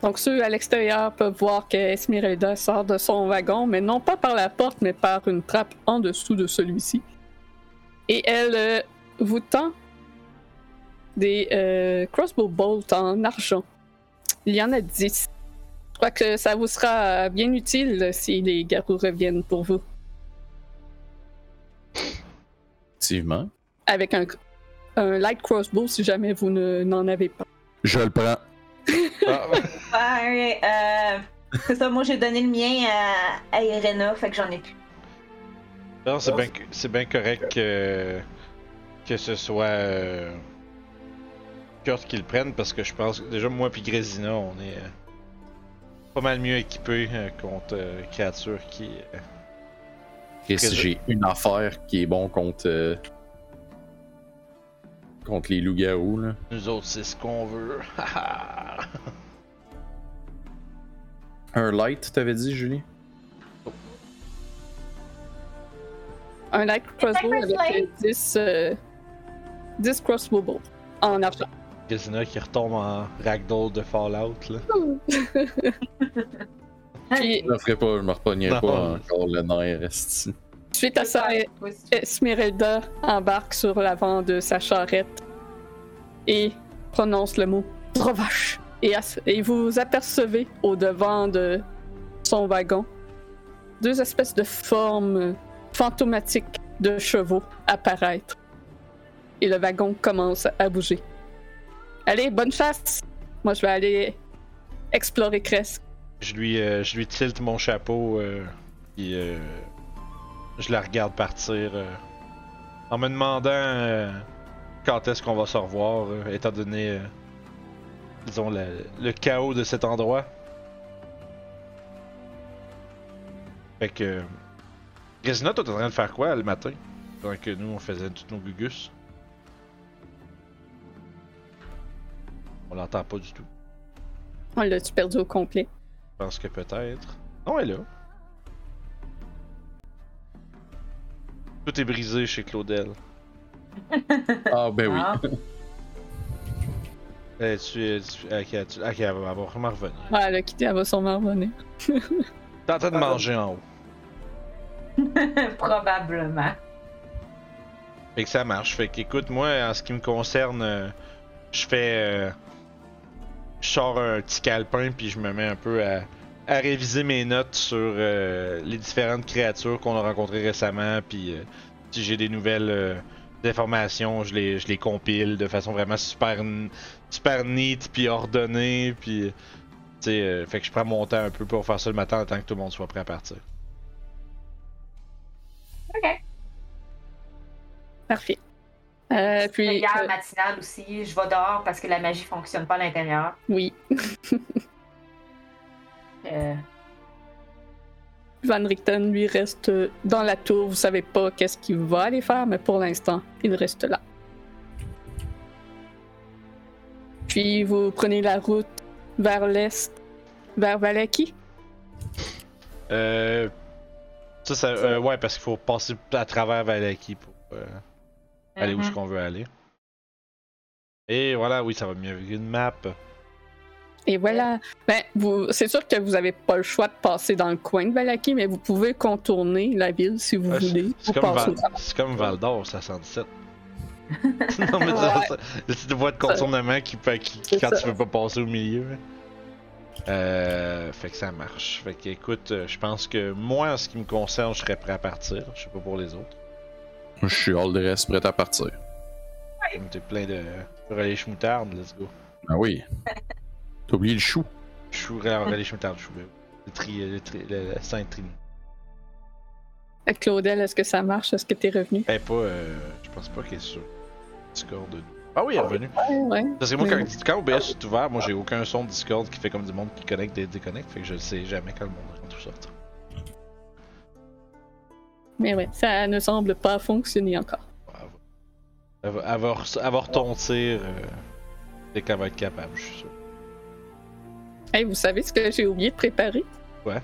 B: Donc ceux à l'extérieur peuvent voir que Esmeralda sort de son wagon, mais non pas par la porte, mais par une trappe en dessous de celui-ci. Et elle euh, vous tend des euh, crossbow bolts en argent. Il y en a 10. Je crois que ça vous sera bien utile si les garous reviennent pour vous.
C: Effectivement.
B: Avec un, un light crossbow si jamais vous ne- n'en avez pas.
C: Je le prends.
A: Ah,
D: Ouais, euh, c'est ça, moi j'ai donné le mien à, à Irena, fait que j'en ai plus.
A: Non, c'est bien c'est bien correct que, que ce soit euh, Kurt qui le prenne parce que je pense que déjà moi puis Grésina on est euh, pas mal mieux équipés euh, contre euh, créatures qui euh,
C: Et si j'ai une affaire qui est bon contre. euh, contre les loups-garous, là.
A: nous autres c'est ce qu'on veut. [laughs]
C: Un light, t'avais dit, Julie
B: Un light crossbow
D: Attack with
B: avec 10, euh, 10 crossbow bolts en argent.
A: Grésina qui retombe en ragdoll de Fallout là.
B: Puis,
C: Je le ferai pas, je me repognerai
A: Non.
C: pas encore le nerf, esti.
B: suite à ça,
D: Toi aussi.
B: Esmeralda embarque sur l'avant de sa charrette et prononce le mot Drovache. Et, as- et vous apercevez au devant de son wagon deux espèces de formes fantomatiques de chevaux apparaître. Et le wagon commence à bouger. Allez, bonne chasse! Moi, je vais aller explorer Cresque.
A: Je lui euh, je lui tilte mon chapeau euh, puis euh, je la regarde partir euh, en me demandant euh, quand est-ce qu'on va se revoir, euh, étant donné, euh, disons, la- le chaos de cet endroit. Fait que. Grisina, toi, t'es en train de faire quoi le matin? Pendant que nous, on faisait tous nos gugus. On l'entend pas du tout.
B: On l'a-tu perdu au complet?
A: Je pense que peut-être. Non, elle est là. Tout est brisé chez Claudel.
C: Ah,
B: Eh
C: ben oui.
D: Ah.
A: Elle, Euh, tu, elle, tu- elle- elle- tu- elle- elle va elle va vraiment revenir.
B: Ouais, Ah, elle a quitté, elle va sûrement revenir.
A: T'es en train de manger en haut.
D: hein? [laughs] Probablement.
A: Fait que ça marche. Fait qu'écoute, moi, en ce qui me concerne, euh, je fais. euh, je sors un petit calepin, puis je me mets un peu à, à réviser mes notes sur euh, les différentes créatures qu'on a rencontrées récemment, puis euh, si j'ai des nouvelles euh, informations, je les, je les compile de façon vraiment super, n- super neat, puis ordonnée, puis. Tu sais, euh, fait que je prends mon temps un peu pour faire ça le matin en tant que tout le monde soit prêt à partir.
B: Parfait. Euh, puis,
D: Hier,
B: euh,
D: matinale aussi, je vais dehors parce que la magie fonctionne pas à l'intérieur.
B: oui,
D: Euh,
B: Van Richten, lui, reste euh, dans la tour. Vous savez pas qu'est-ce qu'il va aller faire, mais pour l'instant, il reste là. Puis, vous prenez la route vers l'est, vers Valaki.
A: Euh, ça, ça- euh, ouais, parce qu'il faut passer à travers Valaki pour euh, aller où
D: mhm.
A: ce qu'on veut aller. Et voilà, oui, ça va mieux avec une map.
B: Et voilà. Ben, vous, c'est sûr que vous n'avez pas le choix de passer dans le coin de Valaki, mais vous pouvez contourner la ville si vous
A: Ouais,
B: voulez.
A: C'est
B: Vous
A: comme,
B: passez
A: Val,
B: au travers.
A: c'est comme Val d'Or 67. non, mais ça, ça- la petite voie de contournement qui, peut- qui- qui-
B: C'est
A: quand
B: ça.
A: tu peux pas passer au milieu. hein. Euh, fait que ça marche. Fait que écoute, euh, je pense que moi, en ce qui me concerne, je serais prêt à partir. Je sais pas pour les autres.
C: Je suis all dress, prêt à partir.
A: Comme t'es plein de relais moutarde, let's go.
C: Ah oui. T'as oublié le chou.
A: Chou, regardez, je me tarde, chou. ben, Le tri, le tri, le, le Saint Trini.
B: Euh, Claudel, est-ce que ça marche? Est-ce que tu es revenu?
A: Eh, pas, euh, je pense pas qu'elle est sur Discord. de- Ah oui, elle est revenue.
B: Ouais.
A: Parce que moi,
B: Oui.
A: quand, quand OBS est ouvert, moi, j'ai aucun son de Discord qui fait comme du monde qui connecte et déconnecte. Fait que je le sais jamais quand le monde rentre ou sort.
B: Mais ouais, ça ne semble pas fonctionner encore.
A: Elle va, elle va, re- elle va retentir euh, dès qu'elle va être capable, je suis sûr.
B: Hey, vous savez ce que j'ai oublié de préparer?
A: Ouais.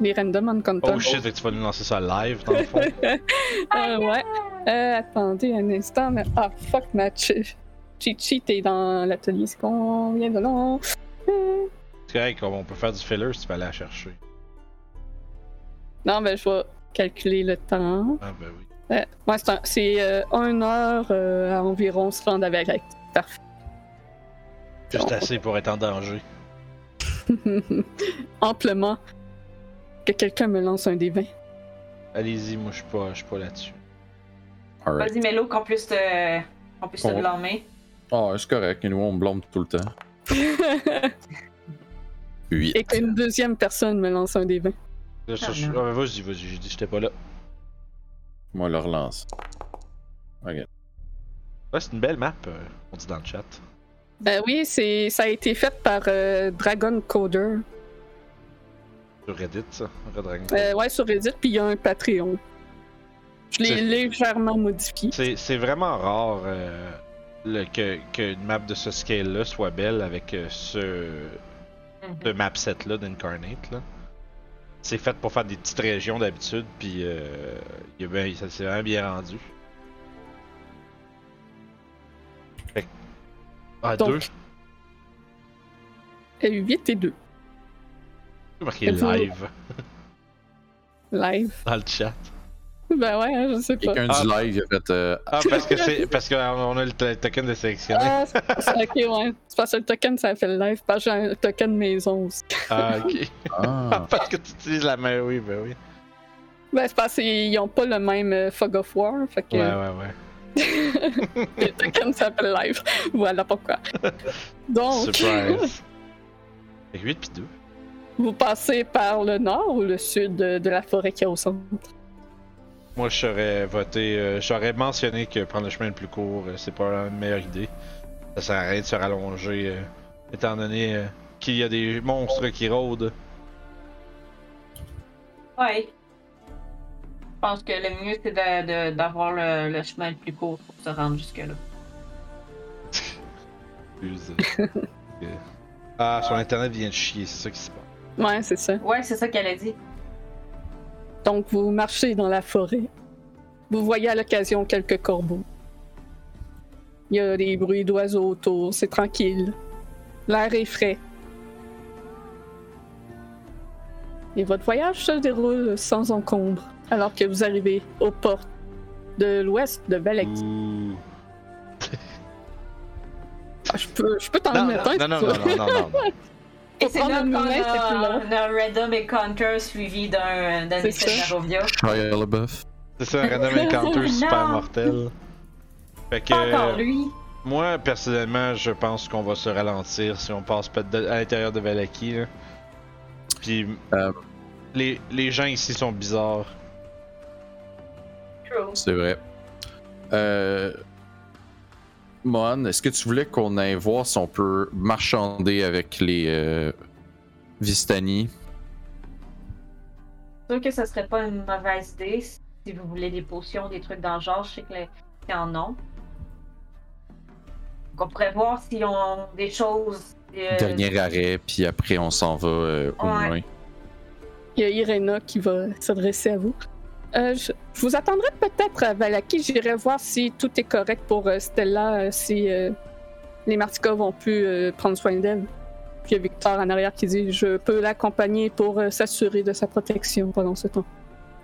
B: Les random
A: Oh
B: encounters.
A: shit, fait que tu vas nous lancer ça live, dans le fond.
B: Euh, ouais. Euh, attendez un instant. mais- Ah, fuck, ma chi- Chichi, t'es dans l'atelier. C'est combien de long? Euh,
A: C'est correct, on peut faire du filler si tu vas aller la chercher.
B: Non, ben, je vais calculer le temps.
A: Ah, ben oui.
B: Euh, ouais, c'est un- c'est euh, une heure euh, à environ se rendre avec [laughs] Valaki. Parfait.
A: Juste assez pour être en danger.
B: Amplement. Que quelqu'un me lance un des vins.
A: Allez-y, moi, je suis pas, je suis pas là-dessus.
C: Alright.
D: Vas-y, Mélo, qu'on puisse te, qu'on puisse te
C: Bon.
D: blâmer.
C: Ah, c'est correct. Nous, on me blâme tout le temps. Oui.
B: Et qu'une deuxième personne me lance un des vins.
A: Là, ça,
D: Ah,
A: je-
D: non.
A: ah, vas-y, vas-y, j'ai dit, j'étais pas là.
C: Moi, le relance.
A: Ouais, c'est une belle map, euh, on dit dans le chat.
B: Ben oui, c'est ça a été fait par euh, Dragon Coder.
A: Sur Reddit, ça. Redragon.
B: Euh, ouais, sur Reddit, puis il y a un Patreon. Je
A: C'est-
B: l'ai légèrement modifié.
A: C'est, c'est vraiment rare euh, le, que, qu'une map de ce scale-là soit belle avec euh, ce,
D: Mhm.
A: ce map set-là d'Incarnate. Là. C'est fait pour faire des petites régions d'habitude, puis euh, il y a bien- ça s'est vraiment bien rendu. Fait que- Ah,
B: Donc,
A: deux.
B: Euh, 8 et 2,
A: J'ai marqué
B: vous-
A: live
B: live. [laughs]
A: dans le chat.
B: Ben ouais, hein, je sais pas.
C: Quelqu'un
A: Ah.
C: du live il a fait. euh,
A: Ah, parce que c'est parce qu'on a le t- token de sélectionner.
B: Ah, c'est pour ça, ok, ouais. C'est parce que le token, ça fait le live, parce que j'ai un token maison aussi.
A: Ah, ok.
C: Ah.
A: Parce que tu utilises la main, oui, ben oui.
B: Ben, c'est parce qu'ils ont pas le même euh, Fog of War, fait que
A: Ouais, ouais, ouais.
B: le token s'appelle live. [laughs]
A: [laughs]
B: voilà pourquoi. Donc,
A: Surprise. Fait que 8 puis 2.
B: vous passez par le nord ou le sud de, de la forêt qui est au centre?
A: Moi, je serais voté. euh, J'aurais mentionné que prendre le chemin le plus court, euh, c'est pas la meilleure idée. Ça sert à rien de se rallonger, euh, étant donné euh, qu'il y a des monstres qui rôdent.
D: Ouais. Je pense que le mieux, c'est de- de- d'avoir le, le chemin le plus court pour se rendre jusque-là.
A: [laughs] Excuse. Euh, ah, sur internet vient de chier, c'est ça qui se passe.
B: Ouais, c'est ça.
D: Ouais, c'est ça qu'elle a dit.
B: Donc, vous marchez dans la forêt. Vous voyez à l'occasion quelques corbeaux. Il y a des bruits d'oiseaux autour, c'est tranquille. L'air est frais. Et votre voyage se déroule sans encombre, alors que vous arrivez aux portes de l'ouest de Valec.
A: Ouh.
B: Ah, je peux, je peux t'en
A: Non,
B: mettre un.
A: non, non, non,
B: si tu veux.
A: non, non, non, non.
D: Et
B: Pour
D: c'est
B: prendre
D: là
B: une
D: qu'on
B: main, c'est plus
D: a,
B: long.
D: on a Random Encounter suivi d'un d'un
B: C'est
D: essai
B: ça.
D: de Barovia.
C: Shia LaBeouf.
A: C'est ça, un random encounter super mortel. Fait que.
D: Pas Encore lui.
A: Moi, personnellement, je pense qu'on va se ralentir si on passe peut à l'intérieur de Valaki. là. Puis.
C: Euh.
A: Les, les gens ici sont bizarres.
D: True.
C: C'est vrai. Euh... Mohan, est-ce que tu voulais qu'on aille voir si on peut marchander avec les euh, Vistani?
D: sûr que ce serait pas une mauvaise idée si vous voulez des potions, des trucs dans le genre. Je sais que les- qu'ils en ont. Donc on pourrait voir s'ils ont des choses. euh,
C: Dernier arrêt, puis après on s'en va euh, au
D: Ouais.
C: moins.
B: Il y a Irena qui va s'adresser à vous. Euh, je, je vous attendrai peut-être à Valaki. J'irai voir si tout est correct pour euh, Stella, euh, si euh, les Martikov ont pu euh, prendre soin d'elle. Puis il y a Victor en arrière qui dit Je peux l'accompagner pour euh, s'assurer de sa protection pendant ce temps.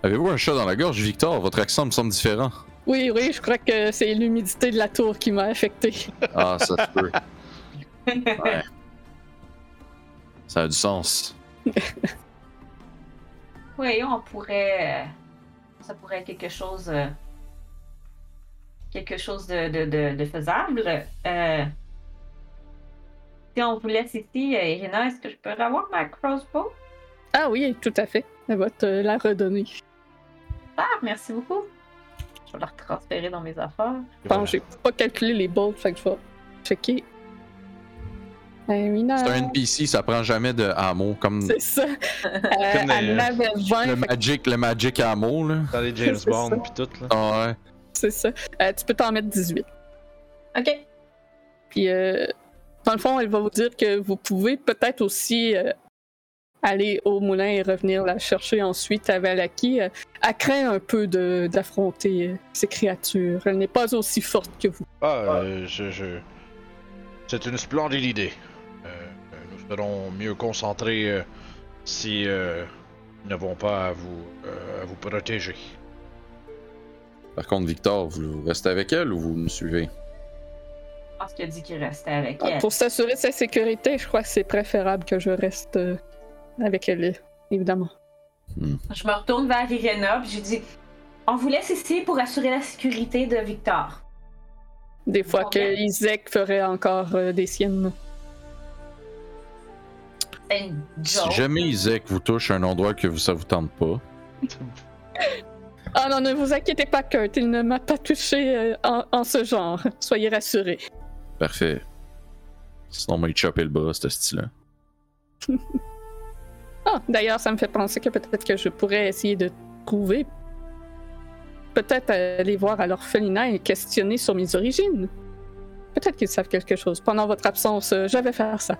C: Avez-vous un chat dans la gorge, Victor? Votre accent me semble différent.
B: Oui, oui, je crois que c'est l'humidité de la tour qui m'a affectée.
C: Ah, ça se
D: [laughs]
C: peut. Ouais. Ça a du sens.
D: Oui, on pourrait. euh, Ça pourrait être quelque chose. euh, Quelque chose de, de- de- de faisable. Euh, si on vous laisse ici, euh, Irina, est-ce que je peux avoir ma crossbow?
B: Ah oui, tout à fait. Elle va te la redonner.
D: Ah, merci beaucoup. Je vais la retransférer dans mes affaires.
B: Je pense que j'ai pas calculé les bolts, fait que je vais checker. Euh, Irena.
D: Euh.
C: C'est un NPC, ça prend jamais de hameau comme
B: C'est ça. Euh,
A: Comme
B: elle
A: dans-
B: avait 20,
C: le
B: fait que
C: magic, le magic hameau là.
A: Dans les James
B: C'est ça.
A: Bond pis tout, là.
C: Ah ouais.
B: c'est ça. Euh, tu peux t'en mettre 18.
D: OK.
B: Puis, euh, dans le fond, elle va vous dire que vous pouvez peut-être aussi euh, aller au moulin et revenir la chercher ensuite à Valaki. Euh, elle craint un peu de- d'affronter euh, ces créatures. Elle n'est pas aussi forte que vous.
A: Ah, euh, je. je- C'est une splendide idée. Euh, euh, nous serons mieux concentrés euh, si euh, nous n'avons pas à vous, euh, à vous protéger.
B: [laughs]
C: Par contre, Victor, vous restez avec elle ou vous me suivez?
D: Je pense qu'il a dit qu'il restait avec
B: Ah,
D: elle.
B: Pour s'assurer de sa sécurité, je crois que c'est préférable que je reste euh, avec elle, évidemment.
D: Je me retourne vers Irina puis je dis On vous laisse ici pour assurer la sécurité de Victor.
B: Des fois
D: Bon,
B: que
D: bien.
B: Isaac ferait encore euh, des siennes.
D: C'est une
C: Si
D: joke.
C: jamais Isaac vous touche à un endroit que vous- ça vous tente pas,
B: Ah non, ne vous inquiétez pas, Kurt, il ne m'a pas touché euh, en, en ce genre. [laughs] Soyez rassurés.
C: parfait. Sinon, on m'a chopé le bras, ce style-là.
B: Ah, d'ailleurs, ça me fait penser que peut-être que je pourrais essayer de trouver. Peut-être aller voir à l'orphelinat et questionner sur mes origines. Peut-être qu'ils savent quelque chose. Pendant votre absence, euh, je vais faire ça.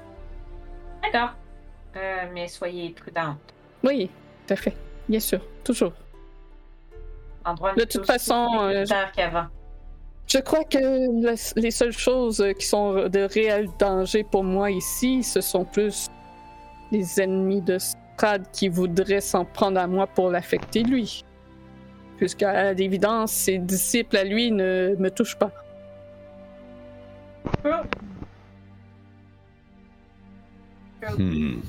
D: D'accord. Euh, mais soyez prudente.
B: Oui, tout à fait. Bien sûr, toujours.
D: Endroit
B: De toute façon, euh,
D: plus tard qu'avant.
B: Je crois que le- les seules choses euh, qui sont de réel danger pour moi ici, ce sont plus les ennemis de Strad qui voudraient s'en prendre à moi pour l'affecter lui. Puisqu'à l'évidence, ses disciples à lui ne me touchent pas.
C: Hmm.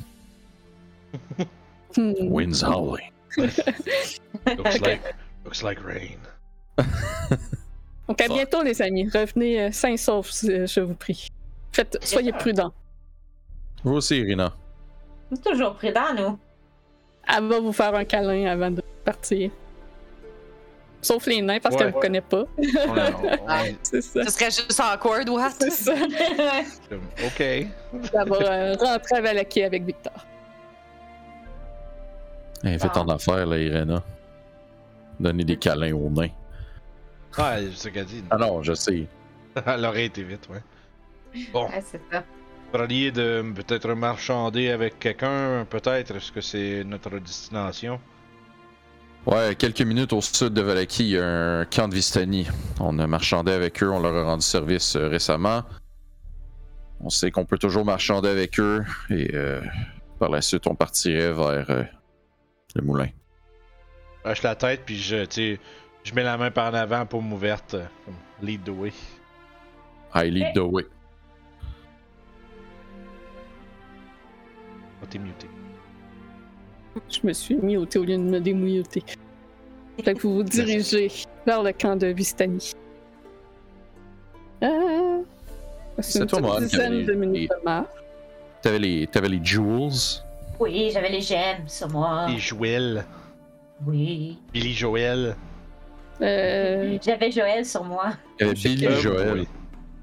B: Hmm.
C: Winds howling.
A: Looks like, looks like rain.
B: Donc à
C: Fuck.
B: bientôt, les amis. Revenez euh, sains et saufs, euh, je vous prie. Faites, soyez prudents.
C: Vous aussi, Irina.
D: On est toujours prudents, nous.
B: Elle va vous faire un câlin avant de partir. Sauf les nains parce
A: Ouais.
B: qu'elle ne vous connaît pas. [laughs]
A: On- on- on-
B: C'est ça.
F: Ce serait juste awkward, what?
B: C'est ça.
A: comme, ok.
B: Ça va euh, rentrer à Valaki avec Victor.
C: Elle fait
D: Ah.
C: tant d'affaires, là, Irena. Donner des câlins aux nains.
A: Ah, c'est ce qu'elle dit.
C: Ah non, je sais.
A: [laughs] Elle aurait été vite, ouais. Bon,
D: Ouais, c'est ça.
A: parliez de peut-être marchander avec quelqu'un, peut-être, est-ce que c'est notre destination?
C: Ouais, quelques minutes au sud de Valaki, il y a un camp de Vistani. On a marchandé avec eux, on leur a rendu service euh, récemment. On sait qu'on peut toujours marchander avec eux et euh, par la suite, on partirait vers euh, le moulin.
A: Je lâche la tête, puis je, tu sais, je mets la main par en avant, paume ouverte, euh, comme lead the way.
C: I lead the way.
A: Oh, t'es muté.
B: Je me suis mis au thé au lieu de me démouilloter. Fait que vous vous dirigez vers le camp de Vistani. Ah,
C: C'est
B: c'est une
C: toi,
B: petite
C: Mohan, qui avait
B: dizaine de
C: les-
B: minutes de marche.
C: T'avais les, t'avais les jewels.
D: [laughs] Oui, j'avais les gemmes sur moi.
A: Et Joël,
D: Oui.
A: Billy Joël.
B: Euh,
D: J'avais Joël sur moi.
C: T'avais Billy
A: Euh,
C: Joel.
A: oui.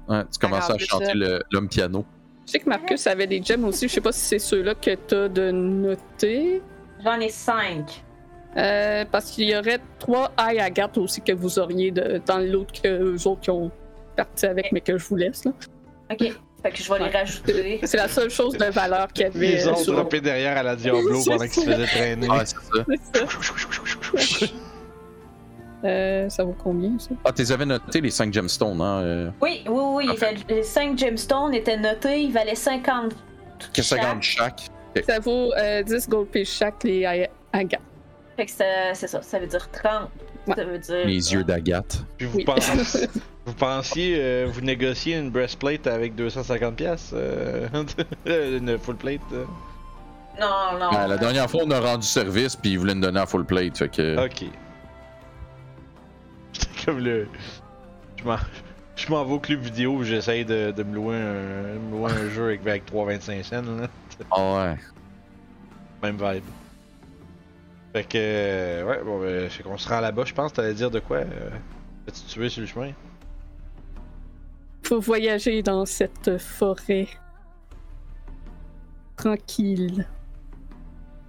C: Ouais, tu commençais à
F: Regarde,
C: chanter
F: ça.
C: le- l'homme piano.
B: je sais que Marcus avait des gems aussi. Je sais pas si c'est ceux-là que t'as de noter.
D: J'en ai cinq.
B: Euh, parce qu'il y aurait trois ailes à garde aussi que vous auriez de- dans l'autre que eux autres qui ont parti avec, mais que je vous laisse. là.
D: Ok. Fait que je vais les rajouter.
B: C'est la seule chose de valeur qu'il y avait. euh,
A: Ils ont
B: sur-
A: droppé derrière à la Diablo
B: C'est
A: pendant qu'ils se
B: ça.
A: faisaient traîner.
C: Ouais, Ah, c'est ça.
B: C'est ça. Euh, ça vaut combien, ça?
C: Ah, t'es avais noté les 5 gemstones, hein? euh,
D: Oui, oui, oui.
C: Parfait.
D: les- Les cinq gemstones étaient notés. Ils valaient 50.
C: que
D: chaque.
C: 50 chaque.
B: Ça vaut euh, 10 gold piece chaque, les ailes à garde.
D: Fait que ça- c'est ça. Ça veut dire 30.
B: Ouais.
D: Ça veut dire.
C: Les yeux d'Agathe.
A: Puis vous,
B: Oui.
A: pensez, vous pensiez, euh, vous négociez une breastplate avec 250$? piastres, Euh, [laughs] une full plate? euh.
D: Non, non.
C: Ouais, la dernière fois, on a rendu service, puis ils voulaient nous donner en full plate. Fait que.
A: Ok. [laughs] J'étais comme le. Je m'en. Je m'en vais au club vidéo, j'essaye de, de me louer un, me louer un jeu avec, avec 3,25 cents, là.
C: Ah ouais.
A: Même vibe. Fait que. euh, Ouais, bon, ben, c'est qu'on se rend là-bas, je pense. T'allais dire de quoi euh, T'as-tu tué sur le chemin
B: [laughs] Faut voyager dans cette forêt tranquille.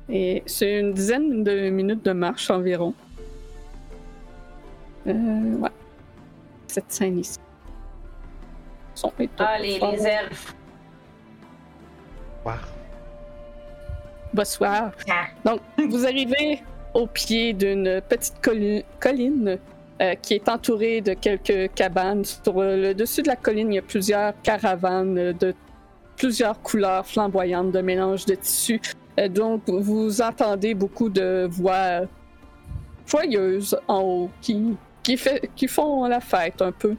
B: Et c'est une dizaine de minutes de marche environ. Euh, ouais. Cette scène ici. Ils sont étonnants.
D: Ah, les, les elfes.
A: Wow.
B: Bonsoir.
D: Ah.
B: Donc, vous arrivez au pied d'une petite colli- colline euh, qui est entourée de quelques cabanes. Sur euh, le dessus de la colline, il y a plusieurs caravanes euh, de plusieurs couleurs flamboyantes de mélange de tissus. Euh, donc, vous entendez beaucoup de voix joyeuses en haut qui, qui, fait- qui font la fête un peu.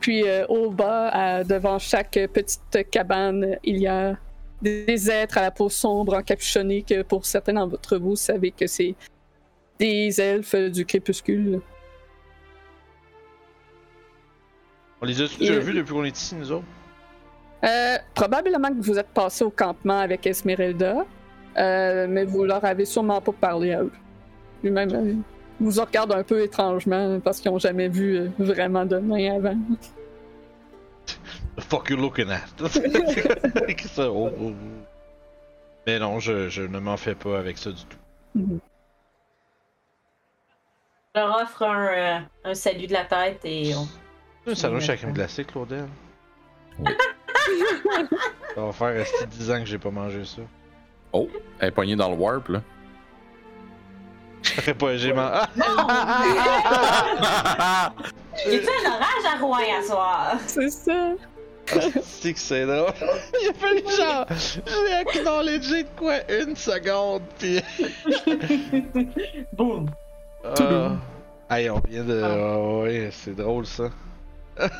B: Puis euh, au bas, à- devant chaque petite cabane, il y a des êtres à la peau sombre, encapuchonnés, que pour certains d'entre vous savez que c'est des elfes du crépuscule.
A: On les a déjà
B: Et-
A: vus depuis qu'on est ici, nous autres
B: Euh, probablement que vous êtes passé au campement avec Esmeralda, euh, mais vous leur avez sûrement pas parlé à eux. Lui-même, euh, vous en regarde un peu étrangement parce qu'ils n'ont jamais vu euh, vraiment de main avant.
A: The fuck you looking at [laughs] Qu'est-ce que ça oh, oh, oh. Mais non, je, je ne m'en fais pas avec ça du tout.
D: Je leur offre un, euh, un salut de la tête et on.
A: Un salaud
D: Ouais,
A: chacun
D: ouais.
A: glacé, Claudel.
C: Oui.
A: [laughs] ça va faire rester 10 ans que j'ai pas mangé ça.
C: Elle est poignée dans le warp, là.
A: J'aurais pas, j'ai man-
D: [laughs]
A: Ah!
B: [laughs]
D: Il fait un orage à Rouen à soir.
B: C'est ça!
A: [laughs] C'est que c'est drôle. Il a fallu genre. J'ai acknowledgé de quoi une seconde,
C: [laughs]
A: pis.
D: Boum.
A: Ah. Hey, on vient de. Ah ouais, c'est drôle ça.
B: Ouais,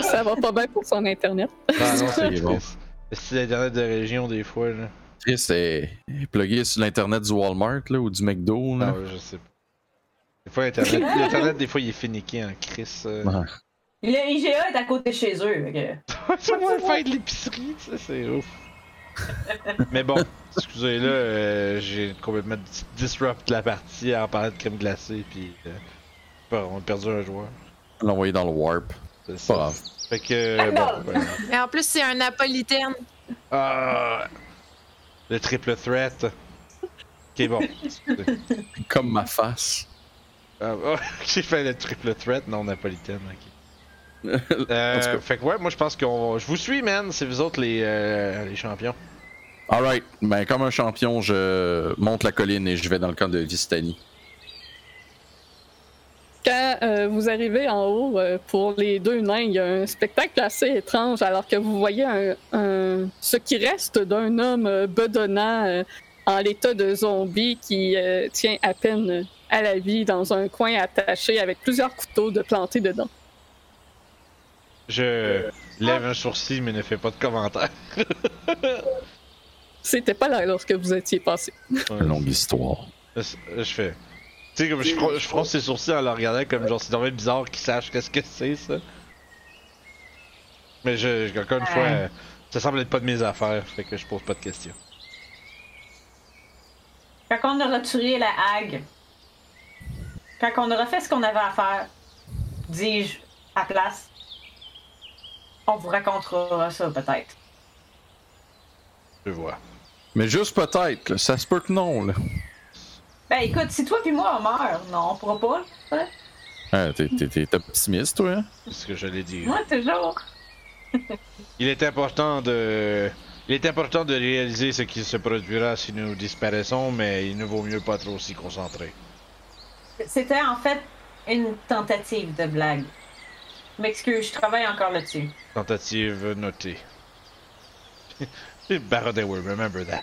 B: ça va pas bien pour son internet.
A: Ah non,
C: C'est
A: c'est
C: bon.
A: triste. C'est l'internet de région des fois, là.
C: Chris est est plugué sur l'internet du Walmart, là, ou du McDo,
A: Ah
C: là.
A: ouais, je sais pas. Des fois,
D: [laughs]
A: internet, l'internet, des fois, il est finiqué en crise. euh.
C: Ouais.
D: Le IGA est à côté de chez eux. fait que-
A: [laughs] C'est moi le faire de l'épicerie, tu sais, c'est ouf. Mais bon, excusez là, j'ai complètement dis- disrupt la partie en parlant de crème glacée, puis euh, on a perdu un joueur.
C: L'envoyer dans le warp.
A: C'est ça.
C: Pas grave.
A: Fait que. Bon, ben,
E: Mais en plus, c'est un napolitaine.
A: ah, le triple threat. Ok, bon. Excusez.
C: Comme ma face. [laughs]
A: Ah, ah, [laughs] J'ai fait le triple threat non napolitaine. Ok. Euh,
C: En tout cas.
A: fait que ouais, moi je pense qu'on. va- Je vous suis, man. C'est vous autres les, euh, les champions.
C: Alright, ben comme un champion, je monte la colline et je vais dans le camp de Vistani.
B: Quand euh, vous arrivez en haut, euh, pour les deux nains, il y a un spectacle assez étrange, alors que vous voyez un, un- ce qui reste d'un homme euh, bedonnant euh, en l'état de zombie qui euh, tient à peine à la vie dans un coin attaché avec plusieurs couteaux de plantés dedans.
A: Je lève un sourcil mais ne fais pas de commentaire.
B: C'était pas là lorsque vous étiez passé.
A: Ouais.
C: Longue histoire.
A: euh, Je je fais. Tu sais, comme je, fron- je fronce ses sourcils en le regardant, comme genre, c'est dommage bizarre qu'ils sachent qu'est-ce que c'est, ça. Mais je, je- encore une fois, euh, ça semble être pas de mes affaires, fait que je pose pas de questions.
D: Quand on aura tué la hague, quand on aura fait ce qu'on avait à faire, dis-je à place, on vous racontera ça peut-être.
A: Je vois.
C: Mais juste peut-être, là, ça se peut que non. Là.
D: Ben écoute, si toi puis moi on meurt, non, on pourra pas. hein?
C: Ah, t'es, t'es- t'es optimiste, toi, hein?
A: C'est ce que j'allais dire.
D: Moi toujours.
A: Il est important de. Il est important de réaliser ce qui se produira si nous disparaissons, mais il ne vaut mieux pas trop s'y concentrer.
D: C'était en fait une tentative de blague. Je M'excuse, je travaille encore là-dessus.
A: Tentative notée. [laughs] Barra de Will, remember that.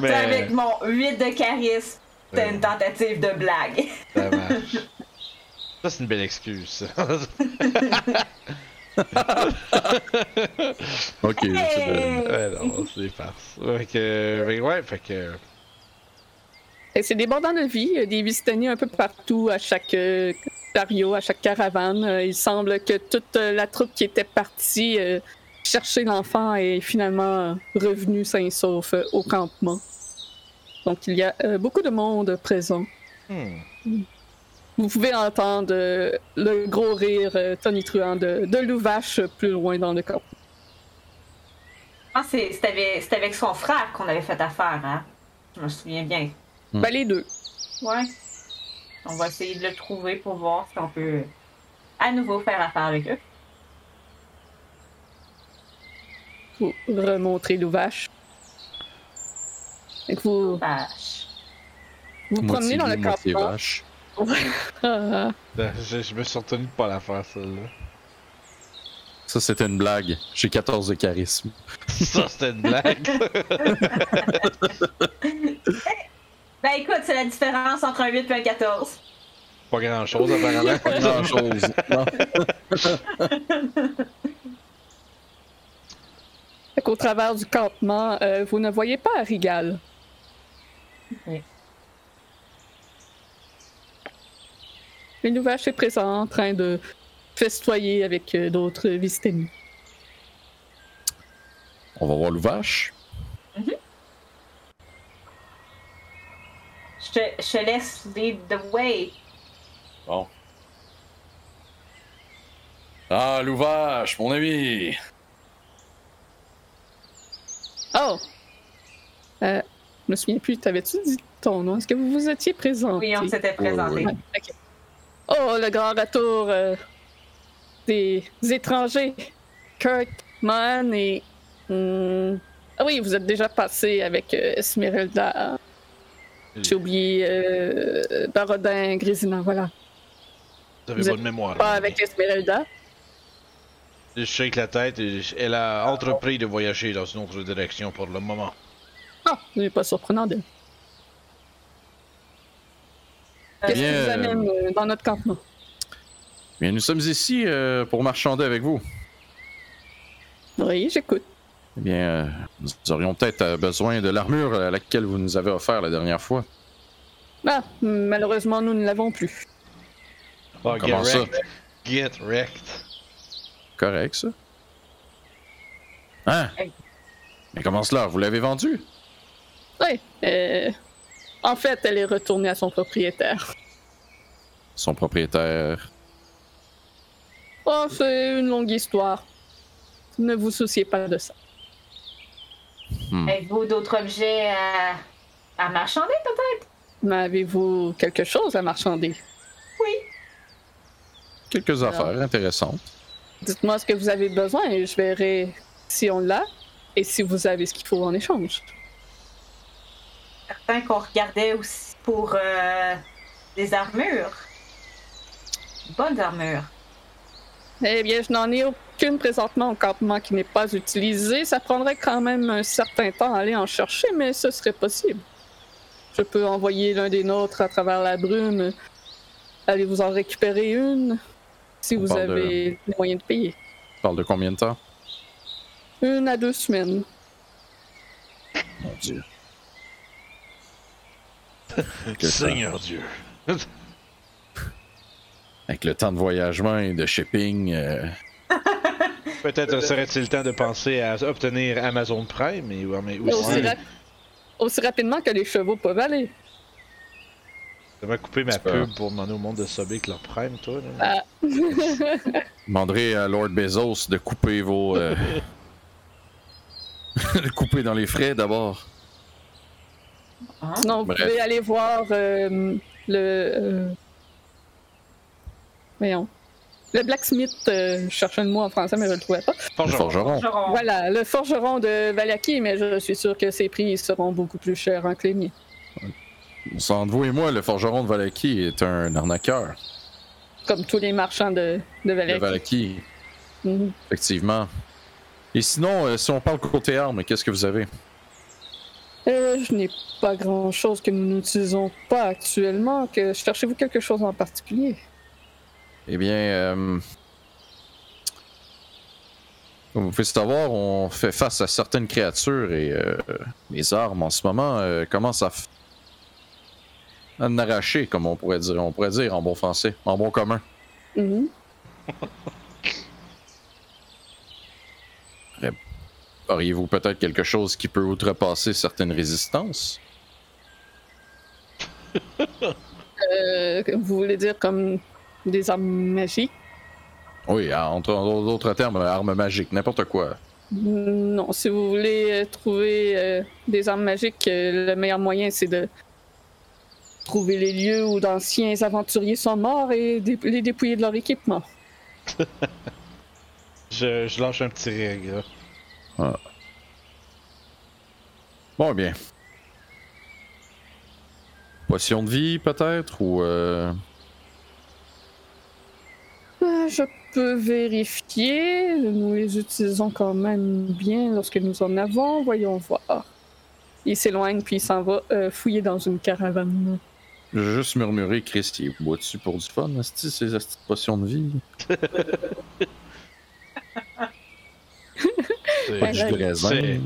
D: C'est Avec mon 8 de charisme, c'était une tentative de blague.
A: Ça marche. Ça, c'est une belle excuse. [laughs] ça.
C: Ok, c'est de-
A: ouais,
B: [laughs]
A: non, c'est farce. Fait que, fait que ouais, fait que.
B: Et c'est des bandans de vie, euh, des visitaniers un peu partout, à chaque euh, chariot, à chaque caravane. Euh, Il semble que toute euh, la troupe qui était partie euh, chercher l'enfant est finalement euh, revenue sain et sauf euh, au campement. Donc il y a euh, beaucoup de monde présent.
A: Hmm.
B: Vous pouvez entendre euh, le gros rire euh, tonitruant de, de Louvache euh, plus loin dans le camp.
D: Ah, c'est c'est avec, c'est avec son frère qu'on avait fait affaire, hein? Je me souviens bien.
C: Mm.
B: Ben, les deux.
D: Ouais. On va essayer de le trouver pour voir si on peut à nouveau faire affaire avec eux.
B: Vous remontrez Louvache. Et que vous
D: Vache.
B: vous promenez
C: moitié
B: dans le
C: loup, moitié
B: campement.
C: vache.
B: Ah, ah.
A: Je, je me suis retenu de pas la faire, celle-là. [laughs]
C: Ça, c'était une blague. J'ai 14 de [laughs] charisme.
A: Ça, c'était une blague.
D: Ben écoute, c'est la différence entre un 8 et un 14.
A: pas grand-chose, apparemment.
C: Pas grand chose. Non.
B: Fait qu'au travers du campement, euh, vous ne voyez pas Rigal.
D: Oui.
B: Mais Louvache est présent en train de festoyer avec euh, d'autres visiteurs.
C: On va voir l'ouvache.
D: Je te, je te laisse lead the way.
C: Bon. Ah, l'ouvache, mon ami!
B: Oh! Euh, je me souviens plus, t'avais-tu dit ton nom? Est-ce que vous vous étiez présent?
D: Oui, on s'était présenté.
C: oui.
B: Ok. Oh, le grand retour euh, des, des étrangers. Kurt, Mann et. hmm, ah oui, vous êtes déjà passé avec euh, Esmeralda. J'ai oublié euh, Barodin, Grésina, voilà.
A: Vous avez
B: Vous
A: bonne mémoire.
B: Pas avec Esmeralda.
A: Je shake la tête et je- elle a entrepris de voyager dans une autre direction pour le moment.
B: Ah, c'est pas surprenant d'elle. Qu'est-ce qui
C: Bien,
B: vous amène euh, dans notre campement?
C: Bien, nous sommes ici euh, pour marchander avec vous.
B: Oui, j'écoute.
C: Eh bien, euh, nous aurions peut-être euh, besoin de l'armure à laquelle vous nous avez offert la dernière fois.
B: Ah, malheureusement, nous ne l'avons plus.
A: Oh, get
C: Ah, Comment ça?
A: wrecked. Get wrecked.
C: Correct, ça? Hein?
D: Hey.
C: Mais comment cela? Vous l'avez vendue?
B: Oui. euh, en fait, elle est retournée à son propriétaire.
C: son propriétaire.
B: Oh, c'est une longue histoire. Ne vous souciez pas de ça.
C: Hmm.
D: Avez-vous d'autres objets à, à marchander, peut-être?
B: Mais avez-vous quelque chose à marchander?
C: Quelques affaires intéressantes.
B: Dites-moi ce que vous avez besoin et je verrai si on l'a et si vous avez ce qu'il faut en échange.
D: Certains qu'on regardait aussi pour euh, des armures. Bonnes armures.
B: Eh bien, je n'en ai aucune présentement au campement qui n'est pas utilisée. Ça prendrait quand même un certain temps à aller en chercher, mais ce serait possible. Je peux envoyer l'un des nôtres à travers la brume. Allez vous en récupérer une si
C: On
B: vous
C: parle de-
B: avez les moyens de payer.
C: On parle de combien de temps?
B: Une à deux semaines.
C: Mon Dieu. Avec le, temps,
A: Seigneur Dieu.
C: avec le temps de voyagement et de shipping, euh,
A: Peut-être serait-il le temps de penser à obtenir Amazon Prime et, ou- mais
B: Mais Aussi,
A: aussi
B: rap- aussi rapidement que les chevaux peuvent aller.
A: ça m'a coupé ma
C: C'est pas-
A: pub pour demander au monde de subber avec leur Prime, toi. là.
B: Ah.
C: demanderez à Lord Bezos de couper vos. euh, [laughs] de couper dans les frais d'abord.
B: Sinon, vous
C: Bref.
B: pouvez aller voir euh, le. euh, voyons. Le blacksmith, euh, je cherchais le mot en français, mais je le trouvais pas.
C: Le
A: Forgeron.
C: forgeron.
D: Forgeron.
B: Voilà, le forgeron de Valaki, mais je suis sûr que ses prix seront beaucoup plus chers en clémier.
C: Entre vous et moi, le forgeron de Valaki est un arnaqueur.
B: Comme tous les marchands de, de
C: Le
B: Valaki.
C: Valaki,
B: Mhm.
C: effectivement. Et sinon, euh, si on parle côté armes, qu'est-ce que vous avez?
B: Euh, je n'ai pas grand-chose que nous n'utilisons pas actuellement. Que... Cherchez-vous quelque chose en particulier?
C: Eh bien, euh, comme vous pouvez le savoir, on fait face à certaines créatures et euh, les armes en ce moment euh, commencent à, f- à en arracher, comme on pourrait dire, on pourrait dire en bon français, en bon commun.
B: Mhm.
C: Auriez-vous peut-être quelque chose qui peut outrepasser certaines résistances
B: Euh, vous voulez dire comme des armes magiques?
C: Oui, en- entre en d'autres termes, armes magiques, n'importe quoi.
B: Non, si vous voulez euh, trouver euh, des armes magiques, euh, le meilleur moyen, c'est de trouver les lieux où d'anciens aventuriers sont morts et dé- les dépouiller de leur équipement.
A: Je, je lâche un petit rire, gars.
C: Bon, eh bien. Potion de vie, peut-être, ou... euh,
B: Euh, je peux vérifier. Nous les utilisons quand même bien lorsque nous en avons. Voyons voir. Il s'éloigne puis il s'en va euh, fouiller dans une caravane.
C: J'ai juste murmuré, Chris, il boit-tu pour du fun, asti, ces asti de potions de vie?
A: C'est-
C: Pas du
B: ouais.
A: C'est-
C: raisin.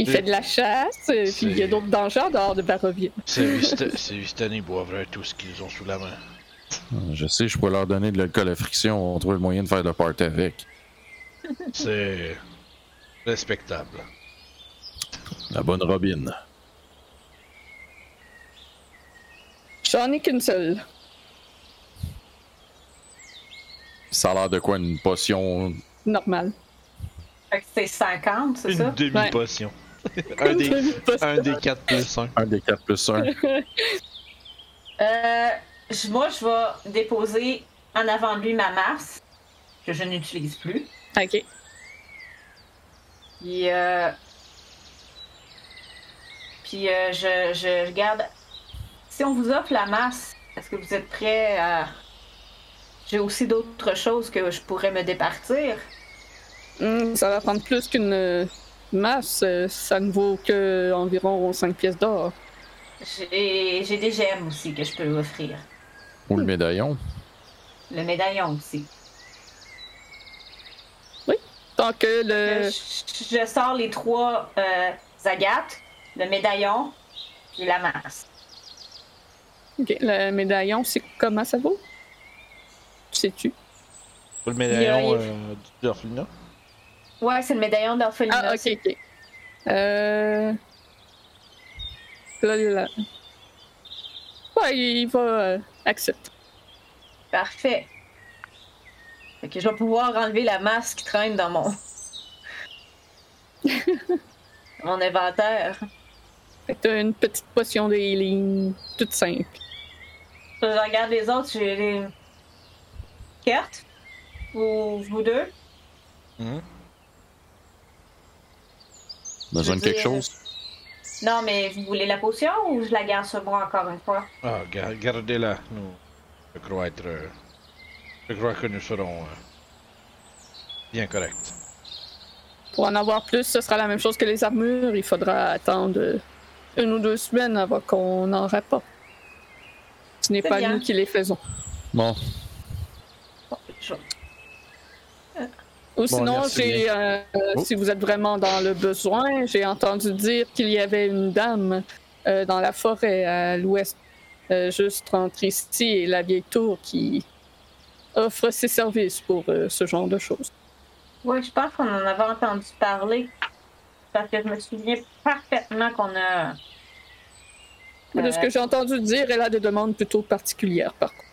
B: Il
A: Euh,
B: fait de la chasse, euh, puis il y
A: c'est-
B: a d'autres dangers en dehors de Barovia.
A: Ces Houston- ces Houstoniens, ils boivraient tout ce qu'ils ont sous la main.
C: Je sais, je pourrais leur donner de l'alcool à friction, on trouve le moyen de faire de party avec.
A: C'est respectable.
C: La bonne Robin.
B: J'en ai qu'une seule.
C: Ça a l'air de quoi, une potion...
B: Normale.
D: Fait que c'est 50, c'est
A: Une
D: ça?
A: demi-potion. un,
B: [laughs]
A: des, un des 4 plus 1.
C: Un des 4 plus
D: [laughs]
C: 1.
D: Euh, je- moi, je vais déposer en avant de lui ma masse, que je n'utilise plus.
B: Ok.
D: Puis, euh, puis euh, je, je regarde. Si on vous offre la masse, est-ce que vous êtes prêt à. J'ai aussi d'autres choses que je pourrais me départir.
B: Hmm, ça va prendre plus qu'une euh, masse. euh, Ça ne vaut que environ 5 pièces d'or.
D: J'ai j'ai des gemmes aussi que je peux offrir.
C: Ou le médaillon.
D: Le médaillon aussi.
B: Tant que
D: Je,
B: le.
D: je- je sors les trois euh, agates, le médaillon et la masse.
B: Ok, le médaillon, c'est comment ça vaut? Sais-tu?
A: Pour le
D: Il y
A: médaillon
D: a-
A: euh, d'Orphina.
D: Ouais, c'est le médaillon d'orphelinat.
B: Ah, ok, ok. Euh. Là, là. Ouais, il va euh, accepter.
D: Parfait. Fait que je vais pouvoir enlever la masse qui traîne dans
B: [laughs]
D: mon. mon inventaire.
B: Fait que t'as une petite potion de healing, toute simple.
D: Je regarde les autres, j'ai les. Kurt Ou vous deux
C: Besoin de
D: Je veux
C: quelque
D: dire-
C: chose?
D: Non, mais vous voulez la potion ou je la garde sur moi encore une fois
A: Ah, ga- gardez-la. Nous, je crois être. euh, Je crois que nous serons. euh, bien corrects.
B: Pour en avoir plus, ce sera la même chose que les armures. Il faudra attendre euh, une ou deux semaines avant qu'on en rapporte. Ce n'est
D: C'est
B: pas
D: bien.
B: nous qui les faisons.
C: Bon,
D: Bon, je-
B: Ou
C: Bon,
B: sinon,
C: merci
B: j'ai, euh, euh,
C: Oh.
B: si vous êtes vraiment dans le besoin, j'ai entendu dire qu'il y avait une dame euh, dans la forêt à l'ouest, euh, juste entre ici et la vieille tour, qui offre ses services pour euh, ce genre de choses.
D: Oui, je pense qu'on en avait entendu parler. Parce que je me souviens parfaitement qu'on a.
B: Mais De ce
D: Euh.
B: que j'ai entendu dire, elle a des demandes plutôt particulières, par contre.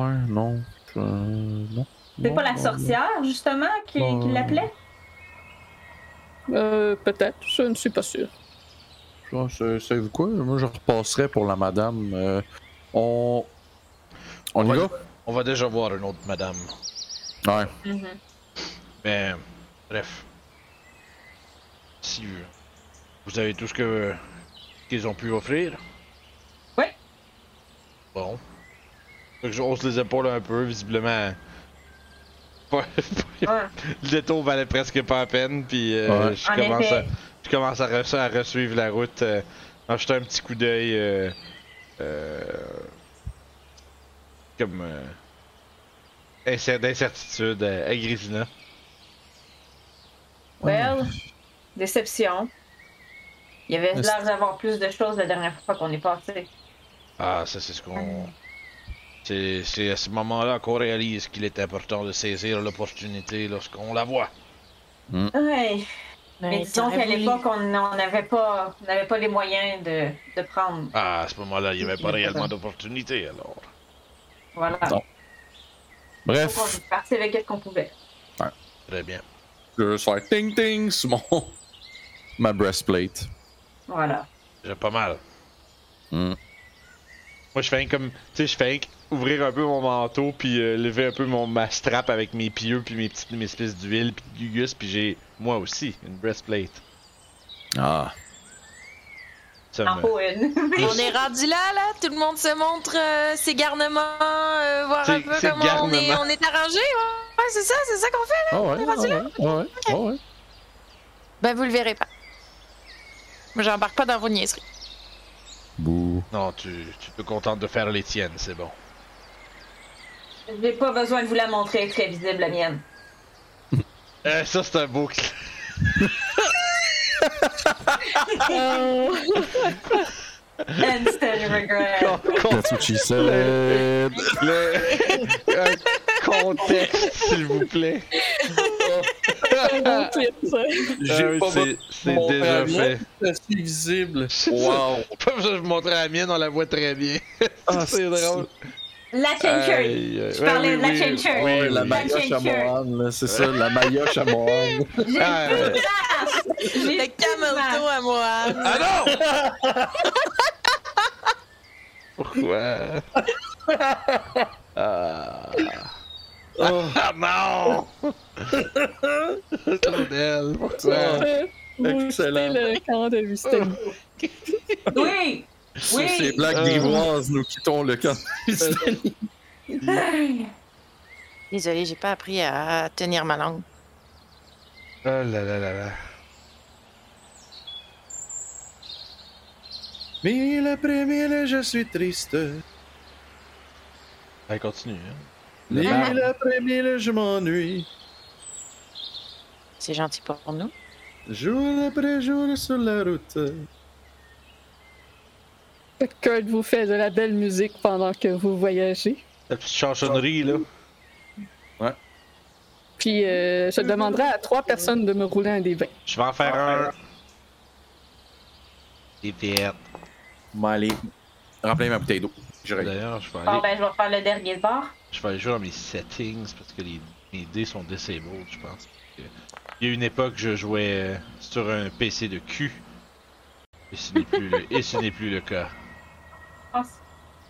C: ouais, non. euh, non.
D: C'est
C: non,
D: pas la
C: non,
D: sorcière, justement, qui,
C: Non.
D: qui l'appelait?
B: Euh, peut-être, je ne suis pas sûre.
C: non. Ah, c'est- C'est quoi? Moi, je repasserais pour la madame. euh, on. On y
A: Ouais.
C: va?
A: On va déjà voir une autre madame.
C: Ouais.
D: Mhm.
A: Mais, bref. Si euh, vous avez tout ce que qu'ils ont pu offrir.
D: Ouais.
A: Bon. Fait que je hausse les épaules un peu, visiblement. Pas-
D: Ouais.
A: [laughs] le tour valait presque pas la peine, puis euh,
C: Ouais.
A: je,
D: En
A: commence à,
D: effet.
A: je commence à, re- à re-suivre la route euh, en jetant un petit coup d'œil. euh, euh, comme. euh, incer- d'incertitude euh, à, à Grisina.
D: Well, déception. Il y avait
C: Est-ce-
D: l'air d'avoir plus de choses la dernière fois qu'on est passé.
A: Ah, ça c'est ce qu'on. C'est c'est à ce moment-là qu'on réalise qu'il est important de saisir l'opportunité lorsqu'on la voit.
D: Ouais. Mais
E: Mais
D: disons qu'à
E: t'aurais voulu-
D: l'époque, on on n'avait pas, on n'avait pas les moyens de, de prendre.
A: Ah, à ce moment-là, il n'y avait
D: Il
A: pas
D: est
A: réellement
D: pas
A: d'opportunité alors.
D: Voilà.
C: Non.
D: Donc, on
C: Bref,
D: est parti avec ce qu'on pouvait.
A: Très bien.
C: je vais faire ting ting sur mon. [laughs] Ma breastplate.
D: Voilà.
A: J'ai pas mal.
C: Hmm.
A: Moi, je fais un comme. Tu sais, je fais un que- ouvrir un peu mon manteau, puis euh, lever un peu mon, ma strap avec mes pieux, puis mes petites mes espèces d'huile, puis de gugus, puis j'ai moi aussi une breastplate.
C: Ah.
A: Ça
D: En
A: me-
D: faut une.
E: On est rendu là, là. Tout le monde se montre euh, ses garnements, euh, voir un
A: Ses- ses
E: peu comment on est,
A: garnements.
E: on est arrangé. Ouais, Ouais, c'est ça, c'est ça qu'on fait.
C: Ah ouais, ah ouais, ouais, ah ouais.
E: Ben, vous le verrez pas. Moi, j'embarque pas dans vos niaiseries.
C: Bouh.
A: Non, tu, tu te contentes de faire les tiennes, c'est bon.
D: [laughs] J'ai pas besoin de vous la montrer, elle est très visible la mienne.
A: Euh, ça, c'est un beau. cl-
D: Instant regret.
A: con- con-
C: what she said.
A: le- un contexte, [laughs] s'il vous plaît.
B: un bon clip, ça.
A: Euh,
C: pas
A: c'est- c'est déjà fait.
C: [laughs] C'est visible.
A: Wow. [laughs] Pas besoin de vous montrer la mienne, on la voit très bien. [laughs]
C: Ah,
A: c'est drôle.
D: La
A: Euh,
D: chain
A: Aïe, aïe.
D: Je
A: Ouais, oui,
D: parlais de la
A: oui,
D: chain shirt.
A: oui,
C: Ouais, la
A: oui.
D: ma-
C: maillotche à
D: Thank you.
C: Mohan, là, c'est ça, la maillotche à Mohan.
A: Ah, ouais.
E: Le camelto à moi.
A: [laughs] Ah non Pourquoi Ah Ah non Bordel, pourquoi
B: Vous
C: Excellent.
B: jetez le camp de Houston.
D: Oui!
C: Sur
D: Oui!
C: ces blagues
A: Euh.
C: grivoises, nous quittons le camp.
E: Désolée, j'ai pas appris à tenir ma langue.
A: Oh là là là là.
C: [laughs] Mille après mille, je suis triste.
A: Allez, continue. Hein.
C: Mille après mille, je m'ennuie.
E: C'est gentil pour nous.
C: Jour après jour sur la route.
B: Fait que Kurt vous fait de la belle musique pendant que vous voyagez.
A: La petite chansonnerie, là.
B: Puis euh, je demanderai à trois personnes de me rouler un des vins.
A: Je vais en faire un. Des vertes.
C: M'aller. Remplir ma bouteille d'eau. Je regarde.
A: D'ailleurs, je vais
D: Bon,
A: aller,
D: ben, je vais faire le dernier de bord.
A: je vais aller jouer dans mes settings parce que les, les dés sont disabled, je pense. Parce que Il y a une époque, je jouais euh, sur un PC de cul. Et ce n'est plus, le- et ce n'est plus le cas.
D: Oh,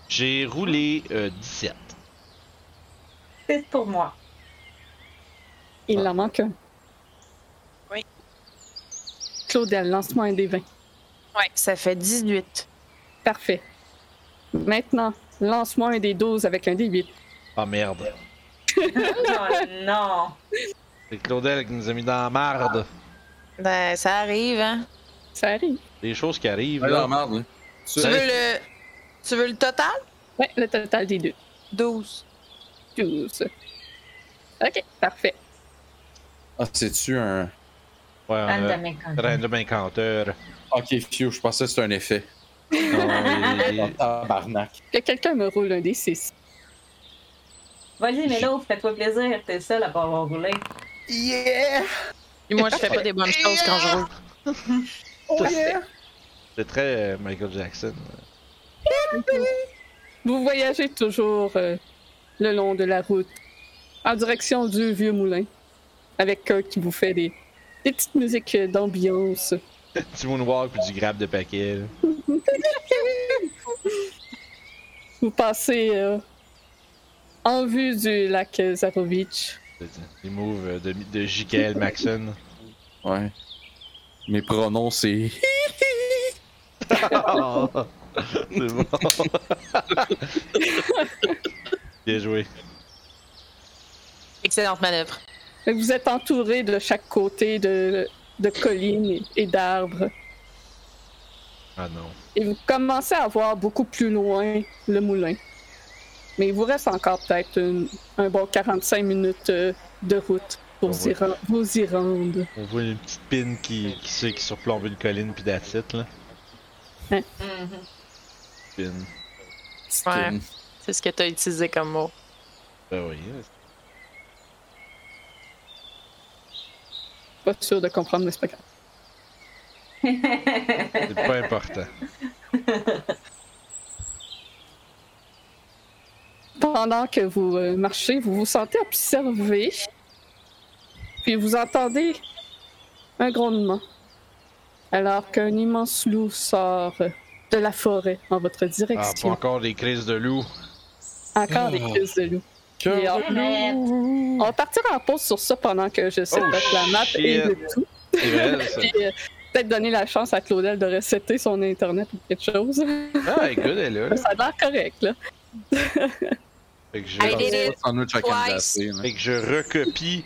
A: J'ai roulé euh, 17.
D: C'est pour moi.
B: Il en manque un.
E: Oui.
B: Claudel, lance-moi un des 20.
E: Ouais, ça fait 18.
B: Parfait. Maintenant, lance-moi un des 12 avec un des 8.
A: Ah merde.
D: Oh non!
A: C'est Claudel qui nous a mis dans la marde.
E: Ben, ça arrive, hein.
B: Ça arrive.
A: Des choses qui arrivent.
C: Ouais,
A: là.
C: non, merde, là.
E: Tu veux le, tu veux le total?
B: Ouais, le total des deux.
E: 12.
B: 12. OK, parfait.
C: Ah, c'est-tu un.
A: Ouais, euh, on
D: Anne
A: a-
D: de Mekong.
A: Random encounter.
C: Ok, Fio, je pensais que c'était un effet.
A: Non, il-
C: Oh,
A: il-
C: tabarnak.
B: Que quelqu'un me roule un des 6.
D: Vas-y, Mélo, fais-toi plaisir. T'es le seul à pas avoir roulé.
C: Yeah!
E: Et moi, je fais pas des bonnes choses quand je roule.
C: Oh yeah!
A: C'est très euh, Michael Jackson.
B: Vous voyagez toujours euh, le long de la route en direction du vieux moulin avec quelqu'un qui vous fait des, des petites musiques euh, d'ambiance.
A: Du moonwalk puis du grab de paquet. là.
B: Vous passez euh, en vue du lac Zarovitch.
A: C'est- Les moves euh, de, de J.K.L. Maxon.
C: Ouais. Mes pronoms, c'est.
A: C'est bon. Bien joué.
E: Excellente manœuvre.
B: Fait que Vous êtes entouré de chaque côté de, de collines et- et d'arbres.
A: Ah non.
B: Et vous commencez à voir beaucoup plus loin le moulin. Mais il vous reste encore peut-être une- un bon 45 minutes euh, de route pour
A: On
B: vous y ren- vous y rendre.
A: On voit une petite pin qui, qui, se- qui surplombe une colline puis that's it, là.
D: Mhm.
A: Pin.
E: Ouais,
C: Kim.
E: c'est ce que t'as utilisé comme mot.
A: Ben oui.
B: Pas sûr de comprendre, mais c'est pas grave.
A: C'est pas
E: [laughs]
A: important.
B: Pendant que vous euh, marchez, vous vous sentez observé, puis vous entendez un grondement, alors qu'un immense loup sort euh, de la forêt en votre
A: Ah, pas
B: direction.
A: encore des crises de loup.
B: Encore des crises de loup.
C: Que-
B: Et en- on va partir en pause sur ça pendant que je sais la map
A: shit.
B: et le tout.
A: C'est vrai,
E: [laughs]
A: ça.
B: Puis, euh, Peut-être donner la chance à Claudel de resetter son internet ou quelque chose.
A: Ah, écoute, elle est là.
B: ça a l'air correct, là.
A: Fait que
E: I did
A: j'ai.
C: Pas
E: it.
C: de sandwich à canne glacée, là.
A: Fait que je recopie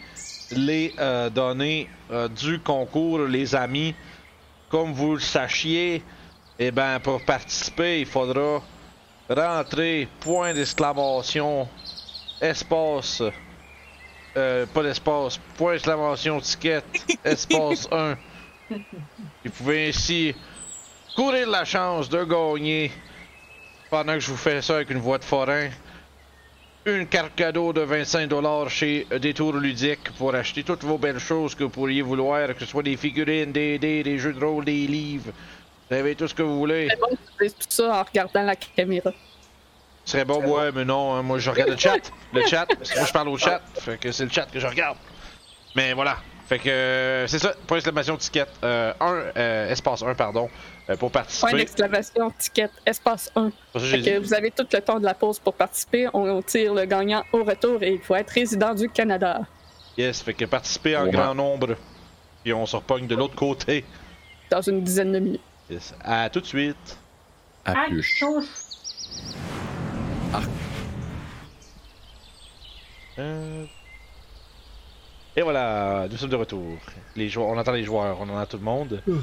A: les euh, données euh, du concours, les amis. Comme vous le sachiez, eh ben, pour participer, il faudra rentrer, point d'exclamation, espace, euh, pas d'espace, point d'exclamation, ticket, espace 1. Vous pouvez ainsi courir la chance de gagner, pendant que je vous fais ça avec une voix de forain, une carte cadeau de 25$ chez Détour Ludique pour acheter toutes vos belles choses que vous pourriez vouloir, que ce soit des figurines, des dés, des jeux de rôle, des livres. Vous avez tout ce que vous voulez.
B: C'est bon que tu dises tout ça en regardant la caméra.
A: Ce serait bon, ouais, mais non, hein, moi je regarde le chat. Le chat, parce que moi je parle au chat, fait que c'est le chat que je regarde. Mais voilà, fait que euh, c'est ça, point d'exclamation ticket. Euh, un, euh, espace 1, pardon, euh, pour
B: Point
A: participer.
B: d'exclamation, ticket, espace 1.
A: Pour ça, j'ai
B: Fait
A: dit-
B: que vous avez tout le temps de la pause pour participer. On, on tire le gagnant au retour et il faut être résident du Canada.
A: Yes, fait que participer en
C: Ouais.
A: grand nombre. Puis on se repogne de l'autre côté.
B: Dans une dizaine de minutes.
A: Yes. À tout de suite.
C: À
D: Ah,
C: puche.
D: chose.
A: Euh. Et voilà, nous sommes de retour. Les joueurs, on entend les joueurs, on en a tout le monde. Vous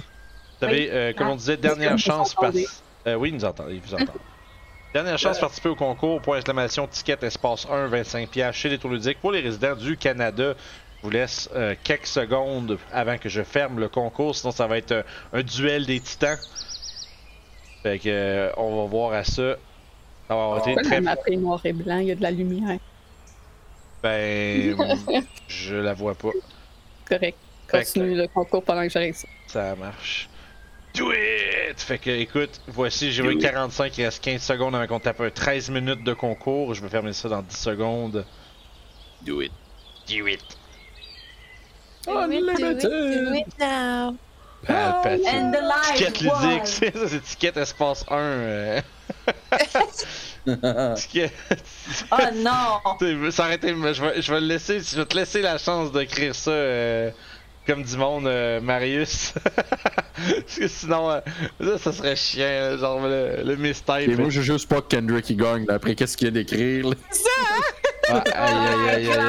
A: savez, euh, comme on disait, dernière
B: Ah, Est-ce que vous
A: chance.
B: entendez? Euh.
A: par- euh, oui, ils nous entendent, ils vous
B: [laughs]
A: entendent. Dernière chance de participer au concours, point exclamation, ticket, espace 1, 25 pièces chez les Tours Ludiques pour les résidents du Canada. Je vous laisse euh, quelques secondes avant que je ferme le concours, sinon ça va être euh, un duel des titans. Fait que, euh, on va voir à ça. Ça va avoir été
B: Pourquoi
A: très
B: Ah. la map est noir et blanc? Il y a de la lumière.
A: Ben, je la vois pas.
B: Correct.
A: Fait que-
B: Continue le concours pendant que j'arrive.
A: Ça marche. Do it! Fait que, écoute, voici, j'ai eu 45, il reste 15 secondes avant qu'on tape un 13 minutes de concours. Je vais fermer ça dans 10 secondes.
C: Do it.
A: Do it!
E: Do
C: Unlimited!
E: it now.
A: Palpatine.
D: And the
A: Ah, Ticket
D: light
A: ludique, [laughs]
D: was.
A: c'est ça, c'est ticket espace 1.
C: [laughs]
A: euh. Ticket-
D: Oh non!
A: T'sais, je- ça aurait été- je vais, je vais le laisser, je vais te laisser la chance d'écrire ça euh, comme du monde, euh, Marius. [laughs] Parce que sinon, euh, ça, ça serait chiant, là, genre le, le mystère.
C: Et moi, je veux juste pas que Kendrick il gagne. là. Après, qu'est-ce qu'il y a d'écrire? là?
A: Ah, [laughs] aïe, aïe, aïe, aïe, aïe.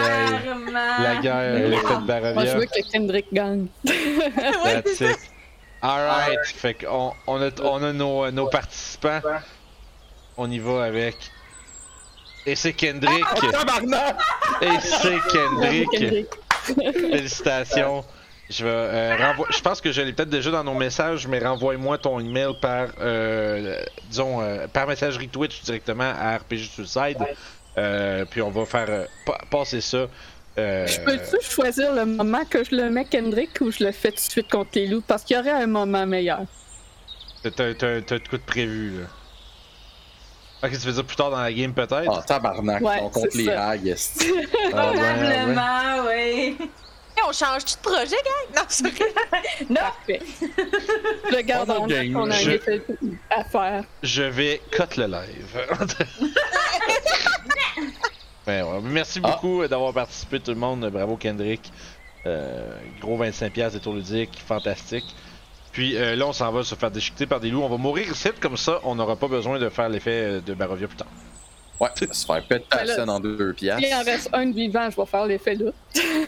A: La
D: Clairement.
A: guerre, l'effet de
B: Moi, je
A: Barovia.
B: veux que Kendrick
A: [laughs]
B: gagne.
A: That's it. Alright, fait qu'on on a, on a nos, euh, nos participants. On y va avec. Et c'est Kendrick!
C: Ah, Tabarnak!
A: Et c'est
B: Bravo,
A: Kendrick!
B: Ah, Kendrick.
A: Félicitations. Je, vais, euh, renvoi- je pense que je l'ai peut-être déjà dans nos messages, mais renvoie-moi ton email par, euh, le- disons, euh, par messagerie Twitch directement à RPG Suicide. Euh, puis on va faire euh, pa- passer ça. euh,
B: Je peux-tu choisir le moment que je le mets Kendrick ou je le fais tout de suite contre les loups? Parce qu'il y aurait un moment meilleur.
A: t'as- T'as t'as- t'as de coup de prévu, là. Ok, tu fais ça plus tard dans la game, peut-être?
C: Ah, tabarnak,
B: Ouais,
C: on compte
B: c'est
C: les
B: ça.
C: hags. esti.
A: Ah, ouais, ouais.
D: Probablement, oui.
E: Hey, on change-tu de projet, gang? Non, c'est vrai.
B: Parfait. Je le garde
C: On a
B: en
C: gagné.
B: tête qu'on a
A: Je-
B: un effet à faire.
A: Je vais cut le live. Ouais, ouais. Merci
C: Ah.
A: beaucoup euh, d'avoir participé tout le monde. Bravo Kendrick. Euh, gros 25$ de tour ludique, fantastique. Puis euh, là on s'en va se faire déchiqueter par des loups. On va mourir ici comme ça, on n'aura pas besoin de faire l'effet euh, de Barovia plus tard.
C: Ouais, ça va se faire péter
B: Ben là,
C: ça dans deux
A: Ah.
C: piastres.
B: S'il en reste un de vivant, je vais faire l'effet là.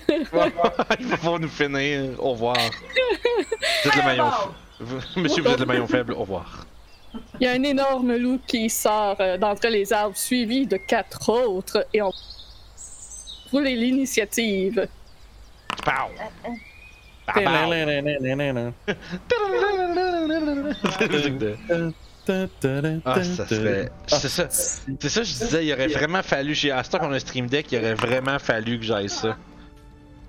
A: Il va pouvoir nous finir. Au revoir. Vous êtes le maillon fa- vous- [laughs] Monsieur, vous êtes le maillon faible. Au [laughs] revoir.
B: Il y a un énorme loup qui sort euh, d'entre les arbres, suivi de quatre autres, et on roule l'initiative.
A: Pow! Bah, Pow, pow. C'est la musique de- Ah, ça serait. C'est ça. C'est ça, je disais, il aurait vraiment fallu. J'ai à ce temps qu'on a Stream Deck, il aurait vraiment fallu que j'aille ça.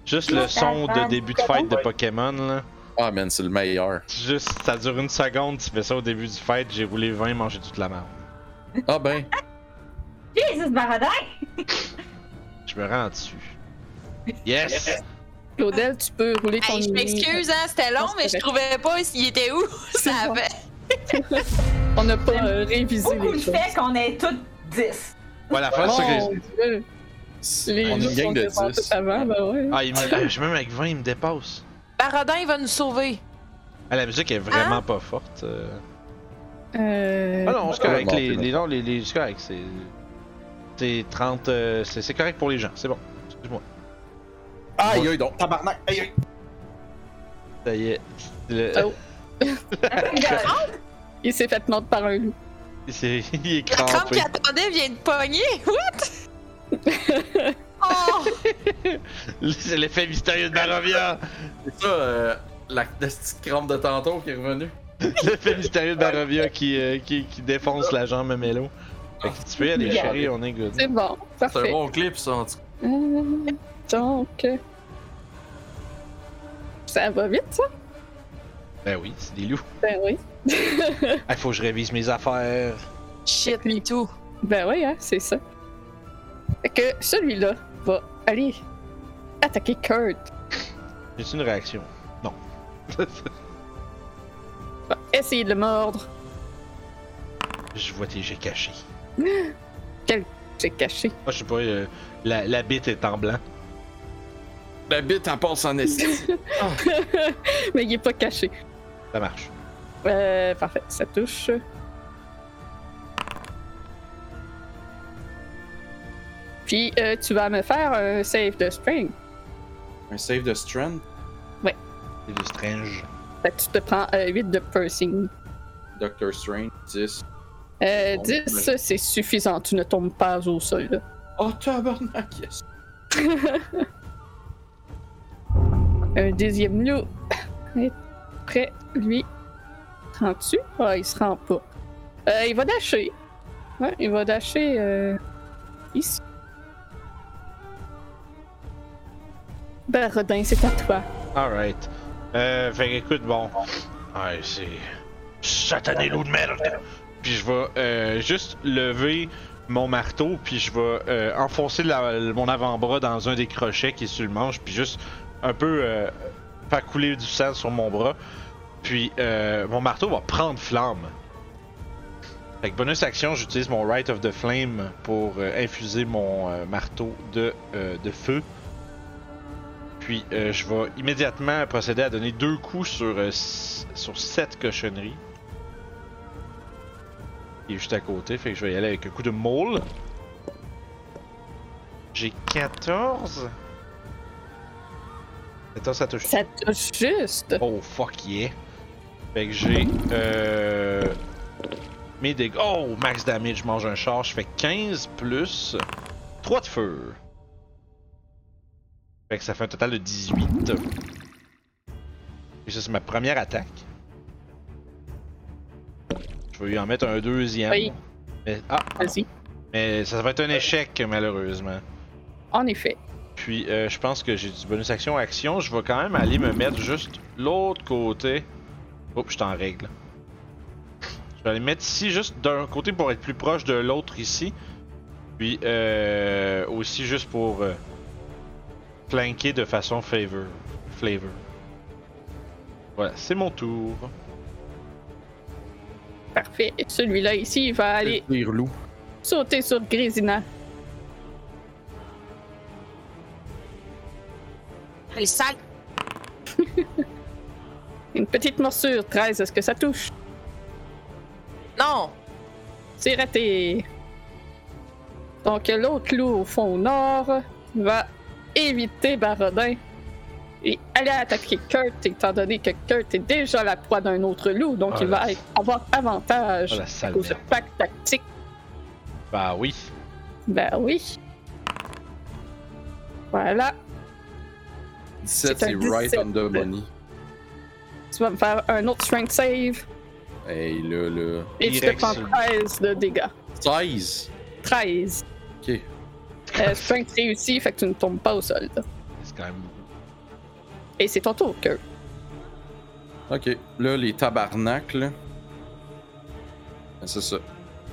A: Juste le son de début de fight de Pokémon, là.
C: Ah, man, c'est le meilleur.
A: Juste, ça dure une seconde, tu fais ça au début du fight, j'ai roulé 20, mangé toute la merde.
C: Ah, ben,
D: Jesus Baradin!
A: Je me rends dessus. Yes!
B: Claudel, tu peux rouler ton
E: Hey, je m'excuse, hein, c'était long, mais je trouvais pas s'il était où. [laughs] Ça avait...
B: On n'a pas euh, révisé
D: Beaucoup
B: les
D: le
B: choses.
D: fait qu'on ait toutes 10.
A: Voilà, la fois, c'est que-
B: Mon Dieu, les
C: on
B: loups
C: est une
B: sont
C: gang de
B: devant
C: 10.
B: tout avant, ben ouais.
A: Ah, il me... je- même avec 20, il me dépasse.
E: Barodin, il va nous sauver.
A: Ah, la musique est vraiment pas forte. euh.
B: Euh,
A: Ah non, c'est correct.
C: Ouais,
A: Les,
C: bon,
A: les, non, les, les, c'est correct. C'est, c'est 30. euh, c'est, c'est correct pour les gens. C'est bon. Excuse-moi.
C: aïe, aïe, donc.
G: Tabarnak! Aïe, aïe.
A: Ça y est. Le-
B: Oh. Il s'est fait mordre par un loup.
A: c'est, [laughs] il est
E: La crampe
A: crampé.
E: qui attendait vient de pogner. [laughs] What? [laughs] oh!
A: C'est l'effet mystérieux de Barovia.
C: C'est ça, euh, la la petite crampe de tantôt qui est revenue.
A: l'effet mystérieux de Barovia qui, euh, qui, qui défonce la jambe à Mello. Fait que tu peux y aller,
D: Yeah.
A: chérie, on est good.
B: C'est bon,
C: C'est un
B: parfait.
C: bon clip, ça, en tout cas.
B: Euh, donc... euh, Ça va vite, ça?
A: Ben oui, c'est des loups.
B: Ben oui.
A: Ah, faut que je révise mes affaires.
E: Shit, me too.
B: Ben oui, hein, c'est ça. Fait que celui-là va aller attaquer Kurt.
A: J'ai une réaction. Non.
B: Va essayer de le mordre.
A: je vois tes jets cachés.
B: C'est caché. [laughs]
A: Moi, je sais pas, euh, la, la bite est en blanc.
C: La bite, elle passe en esti.
B: Mais il est pas caché.
A: Ça marche.
B: Euh, parfait, ça touche. Puis euh, tu vas me faire un save de string.
C: [laughs] Un save de strength
A: C'est du strange.
B: Fait que tu te prends euh, 8 de piercing.
C: Doctor Strange, 10.
B: Euh,
C: Bon,
B: 10, c'est suffisant. Tu ne tombes pas au sol. là.
C: Oh, tabarnak, yes.
B: Un deuxième [coughs] loup est prêt, lui. Rends-tu? Ah, il se rend pas. Euh, il va dasher. Ouais, il va dasher euh, ici. Ben, Rodin, c'est à toi.
A: Alright. Euh, fait que, écoute, bon. Ouais, c'est. Satané loup de merde! Puis je vais euh, juste lever mon marteau, puis je vais euh, enfoncer la- mon avant-bras dans un des crochets qui est sur le manche, puis juste un peu euh, faire couler du sang sur mon bras. Puis euh, mon marteau va prendre flamme. Avec bonus action, j'utilise mon Rite of the Flame pour euh, infuser mon euh, marteau de, euh, de feu. Puis euh, je vais immédiatement procéder à donner deux coups sur, euh, s- sur cette cochonnerie. Il est juste à côté, fait que je vais y aller avec un coup de maul. J'ai 14. 14, ça touche.
B: Ça touche juste.
A: Oh fuck yeah! Fait que j'ai. Euh, mes dégâts. Oh! Max damage, je mange un char, je fais 15 plus 3 de feu. Fait que ça fait un total de 18. Et ça, c'est ma première attaque. Je vais lui en mettre un deuxième.
B: Oui.
A: Mais, ah,
B: Vas-y.
A: mais ça va être un échec, malheureusement.
B: En effet.
A: Puis euh, je pense que j'ai du bonus action action. Je vais quand même aller me mettre juste l'autre côté. Oups, je suis en règle. Je vais aller me mettre ici juste d'un côté pour être plus proche de l'autre ici. Puis euh, aussi juste pour euh, flanquer de façon favor. Flavor. Voilà, c'est mon tour.
B: Parfait. Celui-là ici, il va aller
C: Pire loup.
B: sauter sur Grésina.
E: Elle est sale.
B: Une petite morsure. 13, est-ce que ça touche?
E: Non.
B: C'est raté. Donc l'autre loup au fond nord va éviter Barodin et aller attaquer Kurt étant donné que Kurt est déjà la proie d'un autre loup, donc
A: Ah
B: il
A: là.
B: va être- avoir avantage
A: Oh la
B: à
A: sale
B: cause du
A: merde.
B: pack tactique.
A: Bah oui.
B: Ben oui. Voilà,
C: 17,
B: C'est un
C: c'est right
B: 17.
C: on the money.
B: tu vas me faire un autre strength save
C: Hey, là, là.
B: et tu te
A: Direct
B: prends
A: sur-
B: 13 de dégâts.
C: 16!
B: 13.
C: Ok.
B: Euh, strength réussi, fait que tu ne tombes pas au sol. là.
A: C'est quand même beaucoup.
B: Et c'est ton tour, Kurt.
C: Ok. Là, les tabarnaks, là. Ah, C'est ça.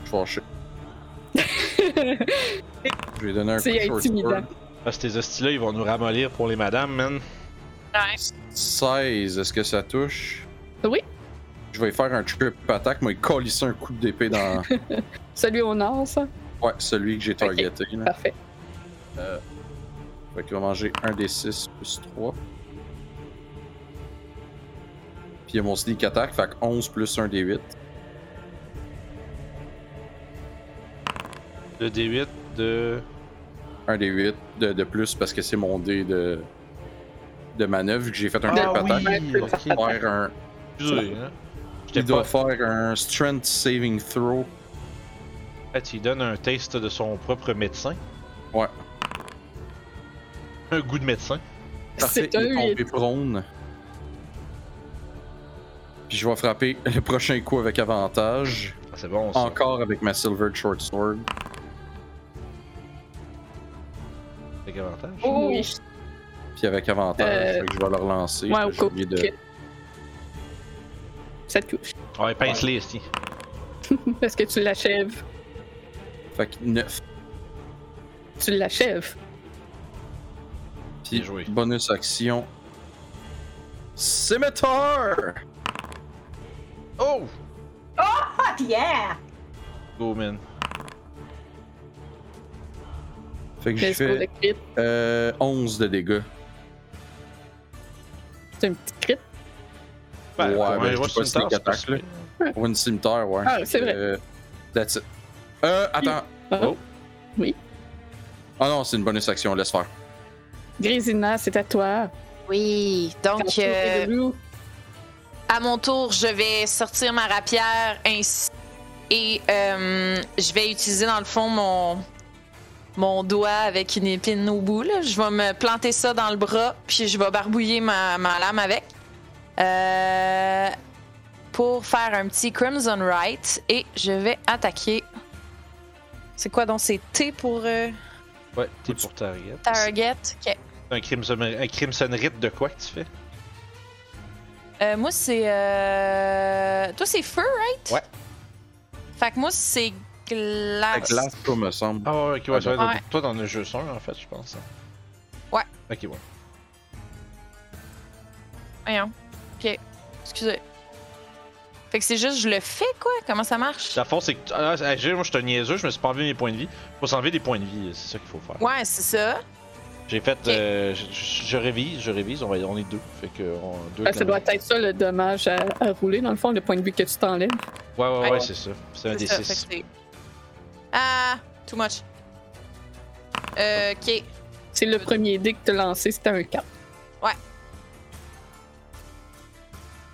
C: Je suis [laughs] fâché. Je vais donner un coup
B: C'est
C: de short
B: intimidant.
C: sword.
A: Ah, ces hosties-là, ils vont nous ramollir pour les madames, man.
C: 16, est-ce que ça touche?
B: Oui.
C: Je vais faire un trip attack, mais colisser un coup
B: [laughs]
C: d'épée dans
B: Celui au nord, ça?
C: ouais, celui que j'ai targeté.
A: Ah.
C: là.
B: Parfait.
C: Fait qu'il va manger 1 des 6 plus 3. Puis il y a mon sneak attack, fait que 11 plus 1 des 8.
A: Le D8 de.
C: 1 des 8 de, de plus parce que c'est mon dé de, de manœuvre, vu que j'ai fait un
A: Ah
C: trip attack.
A: oui! ok.
C: Il doit faire un,
A: Excusez, hein. J'étais
C: il doit
A: pas
C: faire un strength saving throw.
A: fait. Il donne un taste de son propre médecin.
C: Ouais.
A: Un goût de médecin.
C: Parfait,
B: C'est
C: il
B: un
C: est tombé
B: huit.
C: prone. Puis je vais frapper [laughs] le prochain coup avec avantage.
A: Ah, c'est bon, ça.
C: Encore avec ma Silver Short Sword.
A: Avec avantage.
D: Oh.
B: Oui.
C: Puis avec avantage,
B: Euh,
C: fait que je vais le relancer.
B: Ouais, au
C: J'ai
B: coup.
C: oublié de-
B: Ok. Ça touche. [laughs]
A: Ouais, pince-les, ici.
B: Est-ce que tu l'achèves?
C: Fait que 9.
B: Tu l'achèves.
C: Puis
A: Bien joué.
C: bonus action. Scimitar!
A: Oh!
D: Ah, yeah!
A: Go, man.
C: Fait que je
B: Let's go, le
C: fais
B: crit.
C: euh, 11
B: [laughs]
C: de dégâts.
B: C'est un petit crit.
C: Ouais,
A: pour un
C: ben,
A: joueur
C: je suis pas
A: sur une
C: sneak
A: tasse,
C: attack, là. Pour une cimetière, ouais.
B: Ah, c'est vrai.
C: Euh, that's it. Euh, attends.
B: Oh. Oui.
C: Ah non, c'est une bonus action, laisse faire.
B: Grésina, c'est à toi.
E: Oui. Donc,
B: T'as
E: euh,
B: entouré de loups.
E: à mon tour, je vais sortir ma rapière ainsi- et euh, je vais utiliser dans le fond mon mon doigt avec une épine au bout. là. Je vais me planter ça dans le bras puis je vais barbouiller ma, ma lame avec Euh, pour faire un petit Crimson Right et je vais attaquer. C'est quoi donc? C'est T pour euh,
A: Ouais, t'es pour target.
E: Target? Ok.
A: Un crimson, un crimson rite de quoi que tu fais?
E: Euh, moi, c'est. euh, Toi, c'est feu, right?
A: Ouais.
E: Fait que moi, c'est
C: La
B: Ah,
E: glace.
C: glace, toi, me semble.
A: Ah ouais, ok, ouais, ça va être-
E: Ouais.
A: Toi, t'en as juste un, en fait, je pense. hein.
E: Ouais.
A: Ok, ouais.
E: Voyons. Ok. Excusez. Fait que c'est juste, je le fais, quoi? Comment ça marche?
A: La force, c'est que. Ah, ah, j'ai- moi, je suis un niaiseux, je me suis pas enlevé mes points de vie. Faut s'enlever des points de vie, c'est ça qu'il faut faire.
E: Ouais, c'est ça.
A: J'ai fait. euh, je, je- je révise, je révise, on, va, on est deux. Fait que. On, deux
B: Ah, ça
A: clans.
B: doit être ça le dommage à, à rouler, dans le fond, le point de vue que tu t'enlèves.
A: Ouais, ouais, ouais,
E: Ouais.
A: c'est ça. C'est un
E: C'est
A: des
E: ça, fait
A: six.
E: que c'est- Ah, too much. Euh, ok.
B: C'est le premier dé que tu lancé, c'était un 4.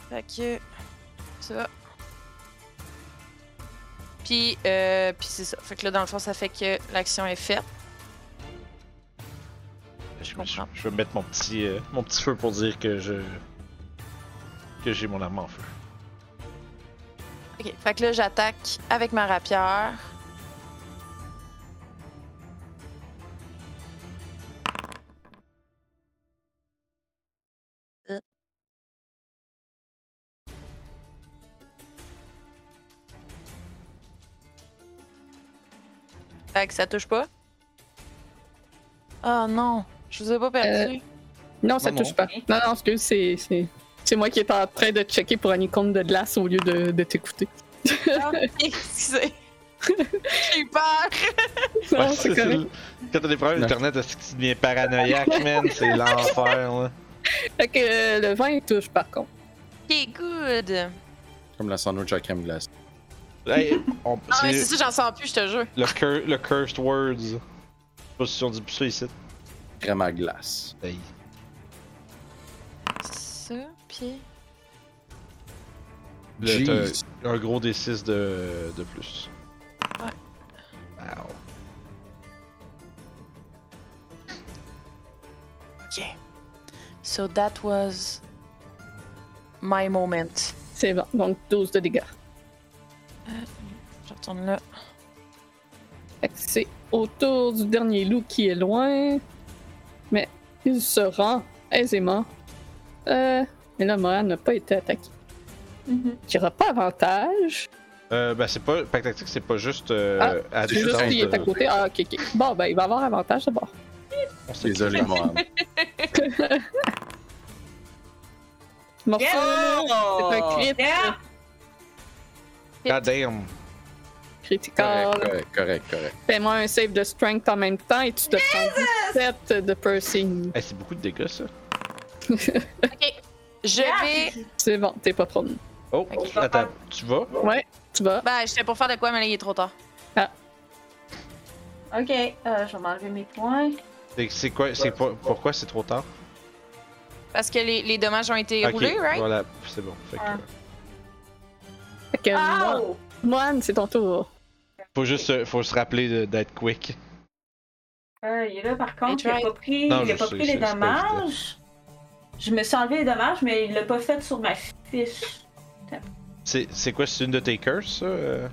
E: Fait que. Ça. Puis, euh, puis c'est ça. Fait que là, dans le fond, ça fait que l'action est faite.
A: Je, je,
E: comprends.
A: je vais mettre mon petit, euh, mon petit feu pour dire que je. que j'ai mon arme en feu.
E: Ok. Fait que là, j'attaque avec ma rapière. Fait que ça touche pas. Oh non, je vous ai pas perdu.
B: Non, ça
C: Non,
B: touche
C: non.
B: pas. Non, non, excuse, c'est, c'est, c'est moi qui est en train de checker pour un icône de glace au lieu de, de t'écouter. [laughs]
E: [laughs] Ah, [laughs] excusez. J'ai eu peur.
B: Non,
A: Ouais, c'est-
B: c'est correct.
A: c'est- Quand t'as des problèmes
C: Non.
A: d'internet, est-ce que tu deviens paranoïaque, man? C'est l'enfer, là.
B: Fait que euh, le vin il touche par contre.
E: Ok, good.
C: Comme la sandwich à crème glace.
A: Hey, on-
E: Ah, mais
A: c'est-
E: c'est ça, j'en sens plus, je te jure.
A: Le, cur- le cursed words. Je sais pas si on dit plus ça ici.
C: Crème à glace.
A: Hey.
E: Ça, puis.
A: Le-
C: Jeez.
A: t'as un gros D6 de, de plus.
E: Ouais.
A: Wow.
E: So that was my moment.
B: C'est bon, donc 12 de dégâts.
E: Je retourne [laughs] là.
B: Fait que c'est autour du dernier loup qui est loin, mais il se rend aisément. Euh, mais là, Mohan n'a pas été attaqué.
D: Mhm.
B: Il n'y aura pas avantage.
A: Euh, ben, c'est pas. Pack tactique, c'est pas juste. euh, à
C: Ah, c'est
B: C'est juste
A: distance,
B: qu'il est à
A: euh,
B: côté. Ah, ok, ok. Bon, ben, il va avoir avantage d'abord.
A: on sait
C: Désolé, [laughs] moi.
B: Morceau, c'est un crit,
D: Yeah!
A: que- God Ah, damn.
C: Correct,
B: critical.
C: correct, correct, correct.
B: Fais-moi un save de strength en même temps et tu te prends 17 de piercing. [laughs]
A: Hey, c'est beaucoup de dégâts, ça.
E: Je vais.
B: C'est bon, t'es pas promis.
A: Oh,
D: Ok.
A: attends, tu vas?
B: Tu vas.
E: Ben, j'étais pour faire de quoi, mais là, il est trop tard.
D: Ok, euh, je vais m'enlever mes points.
A: C'est- C'est quoi? C'est pas- pourquoi c'est trop tard?
E: Parce que les, les dommages ont été
A: Ok,
E: roulés, right?
A: Voilà, c'est bon. Fait que,
D: Ah.
B: Fait que, Mohan-
D: Oh!
B: Mohan, c'est ton tour.
A: Faut juste euh, faut se rappeler de- d'être quick.
D: Euh, il est là, par contre, il
E: Hey,
D: a pas pris,
A: Non,
D: il a
A: je
D: pas
A: sais,
D: pris
A: c'est-
D: les
A: c'est pas
D: dommages. Je me suis enlevé les dommages, mais il l'a pas fait sur ma fiche.
A: C'est c'est quoi? C'est une de tes curses, ça? euh?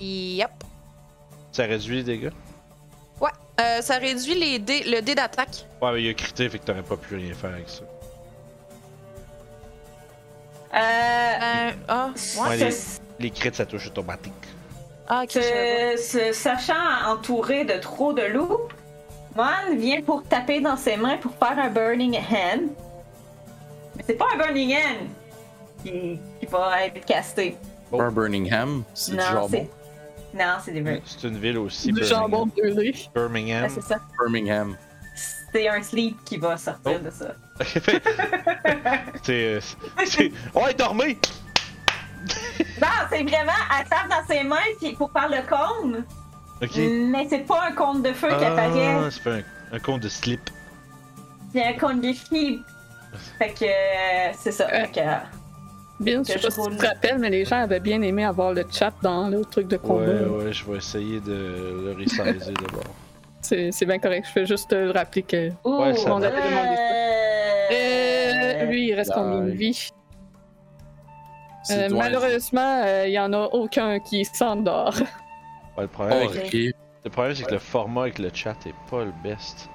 E: Yep.
A: Ça réduit les dégâts?
E: Euh, ça réduit les dés, le dé d'attaque.
A: Ouais, mais il a crité, fait que t'aurais pas pu rien faire avec ça.
D: Euh,
E: Euh, Ah, ouais.
A: Ouais,
D: ce-
A: les- Les crits, ça touche automatique.
E: Ah, ok. je savais
D: ce- ce- sachant entouré de trop de loups, Mohan vient pour taper dans ses mains pour faire un Burning Hand. Mais c'est pas un Burning Hand qui, qui va être casté.
A: Oh.
C: Un Birmingham, c'est du
D: Non,
C: jambon.
D: c'est. Non, c'est des burns.
A: C'est une ville aussi.
B: Du
A: Birmingham.
B: jambon brûlé.
A: Birmingham.
D: Ah, c'est ça.
C: Birmingham.
D: C'est un sleep qui va sortir
A: Oh.
D: de ça.
A: [laughs] c'est. euh, c'est- Ouais, dormez!
D: Non, c'est vraiment, elle tape dans ses mains puis pour faire le cône,
A: Ok.
D: mais c'est pas un cône de feu qui
A: Ah,
D: apparaît,
A: c'est pas un, un compte de slip.
D: c'est un cône de fille. Fait que euh, c'est ça. Fait que, euh,
B: Bien, je sais pas si tu te rappelles, mais les gens avaient bien aimé avoir le chat dans le truc de combat.
A: Ouais, ouais, je vais essayer de le
D: [laughs]
A: resizer d'abord.
B: C'est c'est bien correct. Je fais juste te le rappeler que.
D: ouh,
A: Ouais, ça
B: Oh, On a tellement vu ça. Euh,
D: euh,
B: lui, il reste
C: Bye.
B: combien de vie?
C: C'est
B: Euh,
C: douane.
B: malheureusement, euh, il y en a aucun qui s'endort. [laughs]
A: Ouais, le
C: Oh,
A: problème, avec-
C: Horrible.
A: le problème c'est que le format avec le chat est pas le best.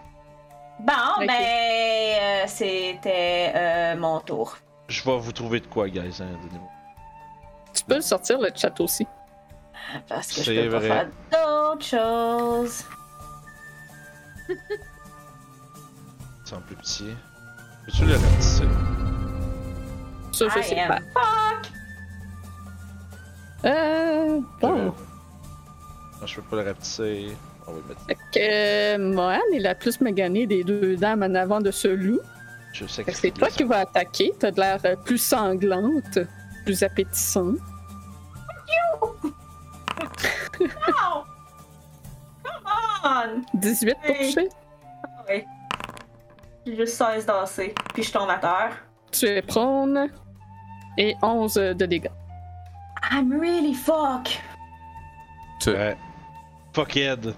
D: Bon,
B: Ok.
D: ben, euh, c'était euh, mon tour.
A: Je vais vous trouver de quoi, guys. hein, donnez-moi.
B: Tu peux le sortir, le chat aussi.
D: Parce que
A: C'est
D: je peux pas
A: vrai.
D: faire d'autres choses.
A: C'est un peu petit. Peux-tu le rapetisser?
B: Ça, je
D: I
B: sais
D: am
B: pas. Euh.
A: Euh,
B: Bon.
A: Non, je peux pas le rapetisser. On va le mettre.
B: Fait que euh, Mohan est la plus maganée des deux dames en avant de ce loup.
A: Je sais que
B: Fait que C'est toi qui vas attaquer. T'as de l'air euh, plus sanglante, plus appétissante.
D: Oh, on!
B: 18 pour
D: Hey.
B: toucher.
D: J'ai juste 16 danser, puis je tombe à terre.
B: Tu es prone. Et 11 de dégâts.
D: I'm really fuck!
A: Ouais. Fuckhead.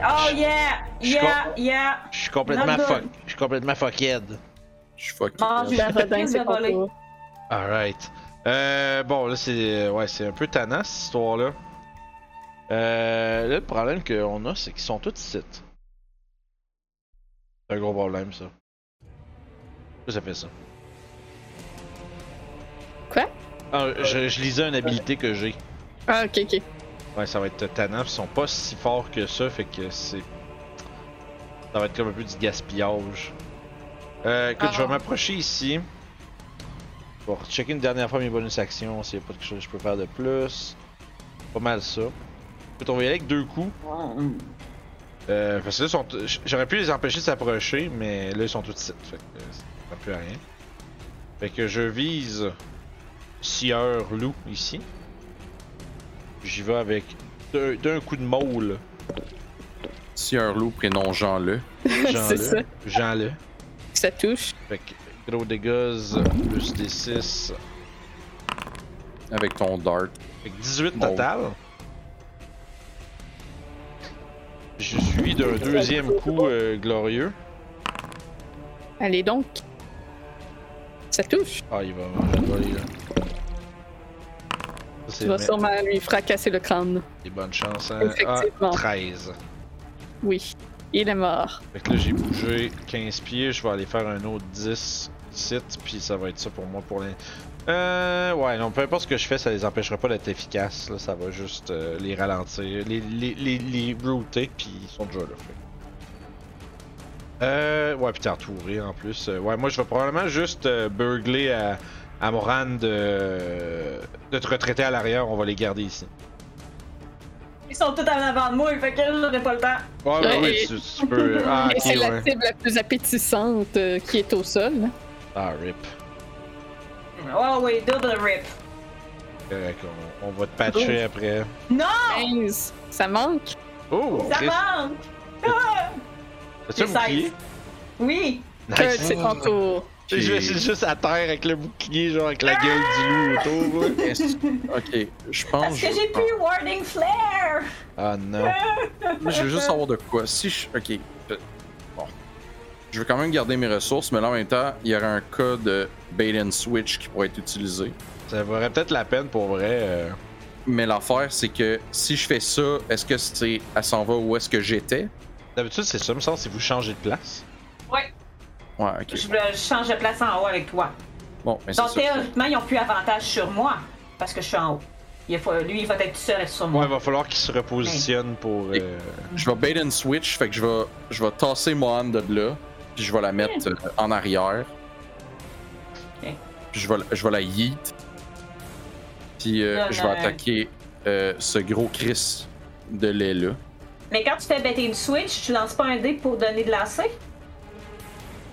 D: Oh yeah!
A: Je
D: Yeah!
A: crois-
D: Yeah!
A: Je suis complètement
D: Non,
A: fuck.
D: non.
A: Je suis complètement fuckhead.
C: Je suis fucké.
D: Mange
B: La
D: la
B: rodin,
D: reprise
B: Bah, c'est
D: de
B: pas
D: voler.
B: toi.
A: Alright. Euh, bon, là, c'est. Ouais, c'est un peu tannant, cette histoire-là. Euh, là, le problème qu'on a, c'est qu'ils sont tous ici. C'est un gros problème, ça. Pourquoi ça fait ça?
B: Quoi?
A: Ah, je, je lisais une habilité que j'ai.
B: Ah, ok, ok.
A: Ouais, ça va être tannant. Ils sont pas si forts que ça, fait que c'est. Ça va être comme un peu du gaspillage. Euh, écoute, je vais m'approcher ici. Pour checker une dernière fois mes bonus actions, s'il n'y a pas quelque chose que je peux faire de plus. Pas mal ça. Écoute, on va y aller avec deux coups. Euh, parce que là, ils sont... j- j'aurais pu les empêcher de s'approcher, mais là, ils sont tout de suite. Fait que euh, ça sert plus à rien. Fait que je vise Sieur Loup ici. J'y vais avec d'un d'un coup de môle.
B: [laughs]
C: Si un loup prénom Jean-Le.
A: Jean-le.
B: ça.
A: Jean-le.
B: Ça touche.
A: Fait que gros dégâts, plus des 6.
C: Avec ton dart.
A: Fait que 18
C: Bon.
A: total. Je suis d'un deuxième coup euh, glorieux.
B: Allez donc. Ça touche.
A: Ah, il va. il va aller, là. Ça,
B: Tu
A: C'est
B: vas
A: mais-
B: sûrement lui fracasser le crâne.
A: des bonnes chances. Hein? Ah,
B: Effectivement.
A: 13.
B: Oui. Il est mort.
A: Fait que là, j'ai bougé 15 pieds. Je vais aller faire un autre 10 sites. Puis ça va être ça pour moi pour les. Euh, ouais, non, peu importe ce que je fais, ça les empêchera pas d'être efficaces. Là, ça va juste euh, les ralentir, les, les, les, les router, puis ils sont déjà là. fait. Euh, ouais, puis t'es entouré en plus. Euh, ouais, moi je vais probablement juste euh, burgler à, à Moran de, de te retraiter à l'arrière. On va les garder ici.
D: Ils sont tous en avant de moi, fait que j'aurais pas le temps.
A: Ouais, ouais,
B: Ouais,
A: oui,
B: et-
A: tu, tu
B: [laughs]
A: peux. Ah,
B: Et
A: ok,
B: c'est la
A: ouais.
B: cible la plus appétissante euh, qui est au sol.
A: Ah, rip.
D: Oh oui, double rip.
A: Correct, on, on va te
B: Oh.
A: patcher après.
D: Non!
B: 15. Ça manque.
A: Oh,
D: Ça manque! Ah!
A: As-tu un
D: J'ai
A: bouclier?
D: 16. Oui!
B: Kurt, c'est ton tour.
A: Je vais essayer juste à terre avec le bouclier, genre avec la Ah! gueule du loup autour. là.
C: Ok, je pense.
D: Parce que j'ai plus Warning Flare!
A: Ah non.
C: Moi, je veux juste savoir de quoi. Si je. Ok. Bon. Je veux quand même garder mes ressources, mais là, en même temps, il y aura un cas de bait and switch qui pourrait être utilisé.
A: Ça vaudrait peut-être la peine pour vrai. euh.
C: Mais l'affaire, c'est que si je fais ça, est-ce que c'est. Elle s'en va où est-ce que j'étais
A: D'habitude, c'est ça, me semble, si vous changez de place.
C: Ouais, ok.
D: Je, voulais- je change de place en haut avec toi.
C: Bon, mais c'est
D: Donc
C: ça.
D: théoriquement, ils ont plus avantage sur moi parce que je suis en haut. Il faut- lui, il va être tout seul sur
A: Ouais,
D: moi.
A: il va falloir qu'il se repositionne pour.
C: Et-
A: euh,
C: Je vais bait and switch, fait que je vais, je vais tasser Mohan de là, puis je vais la mettre euh, en arrière.
D: Ok.
C: Puis je vais, la- je vais la yeet. Puis euh,
D: Non,
C: je vais
D: non, non.
C: attaquer euh, ce gros Chris de lait là.
D: Mais quand tu fais bêter une Switch, tu lances pas un dé pour donner de l'AC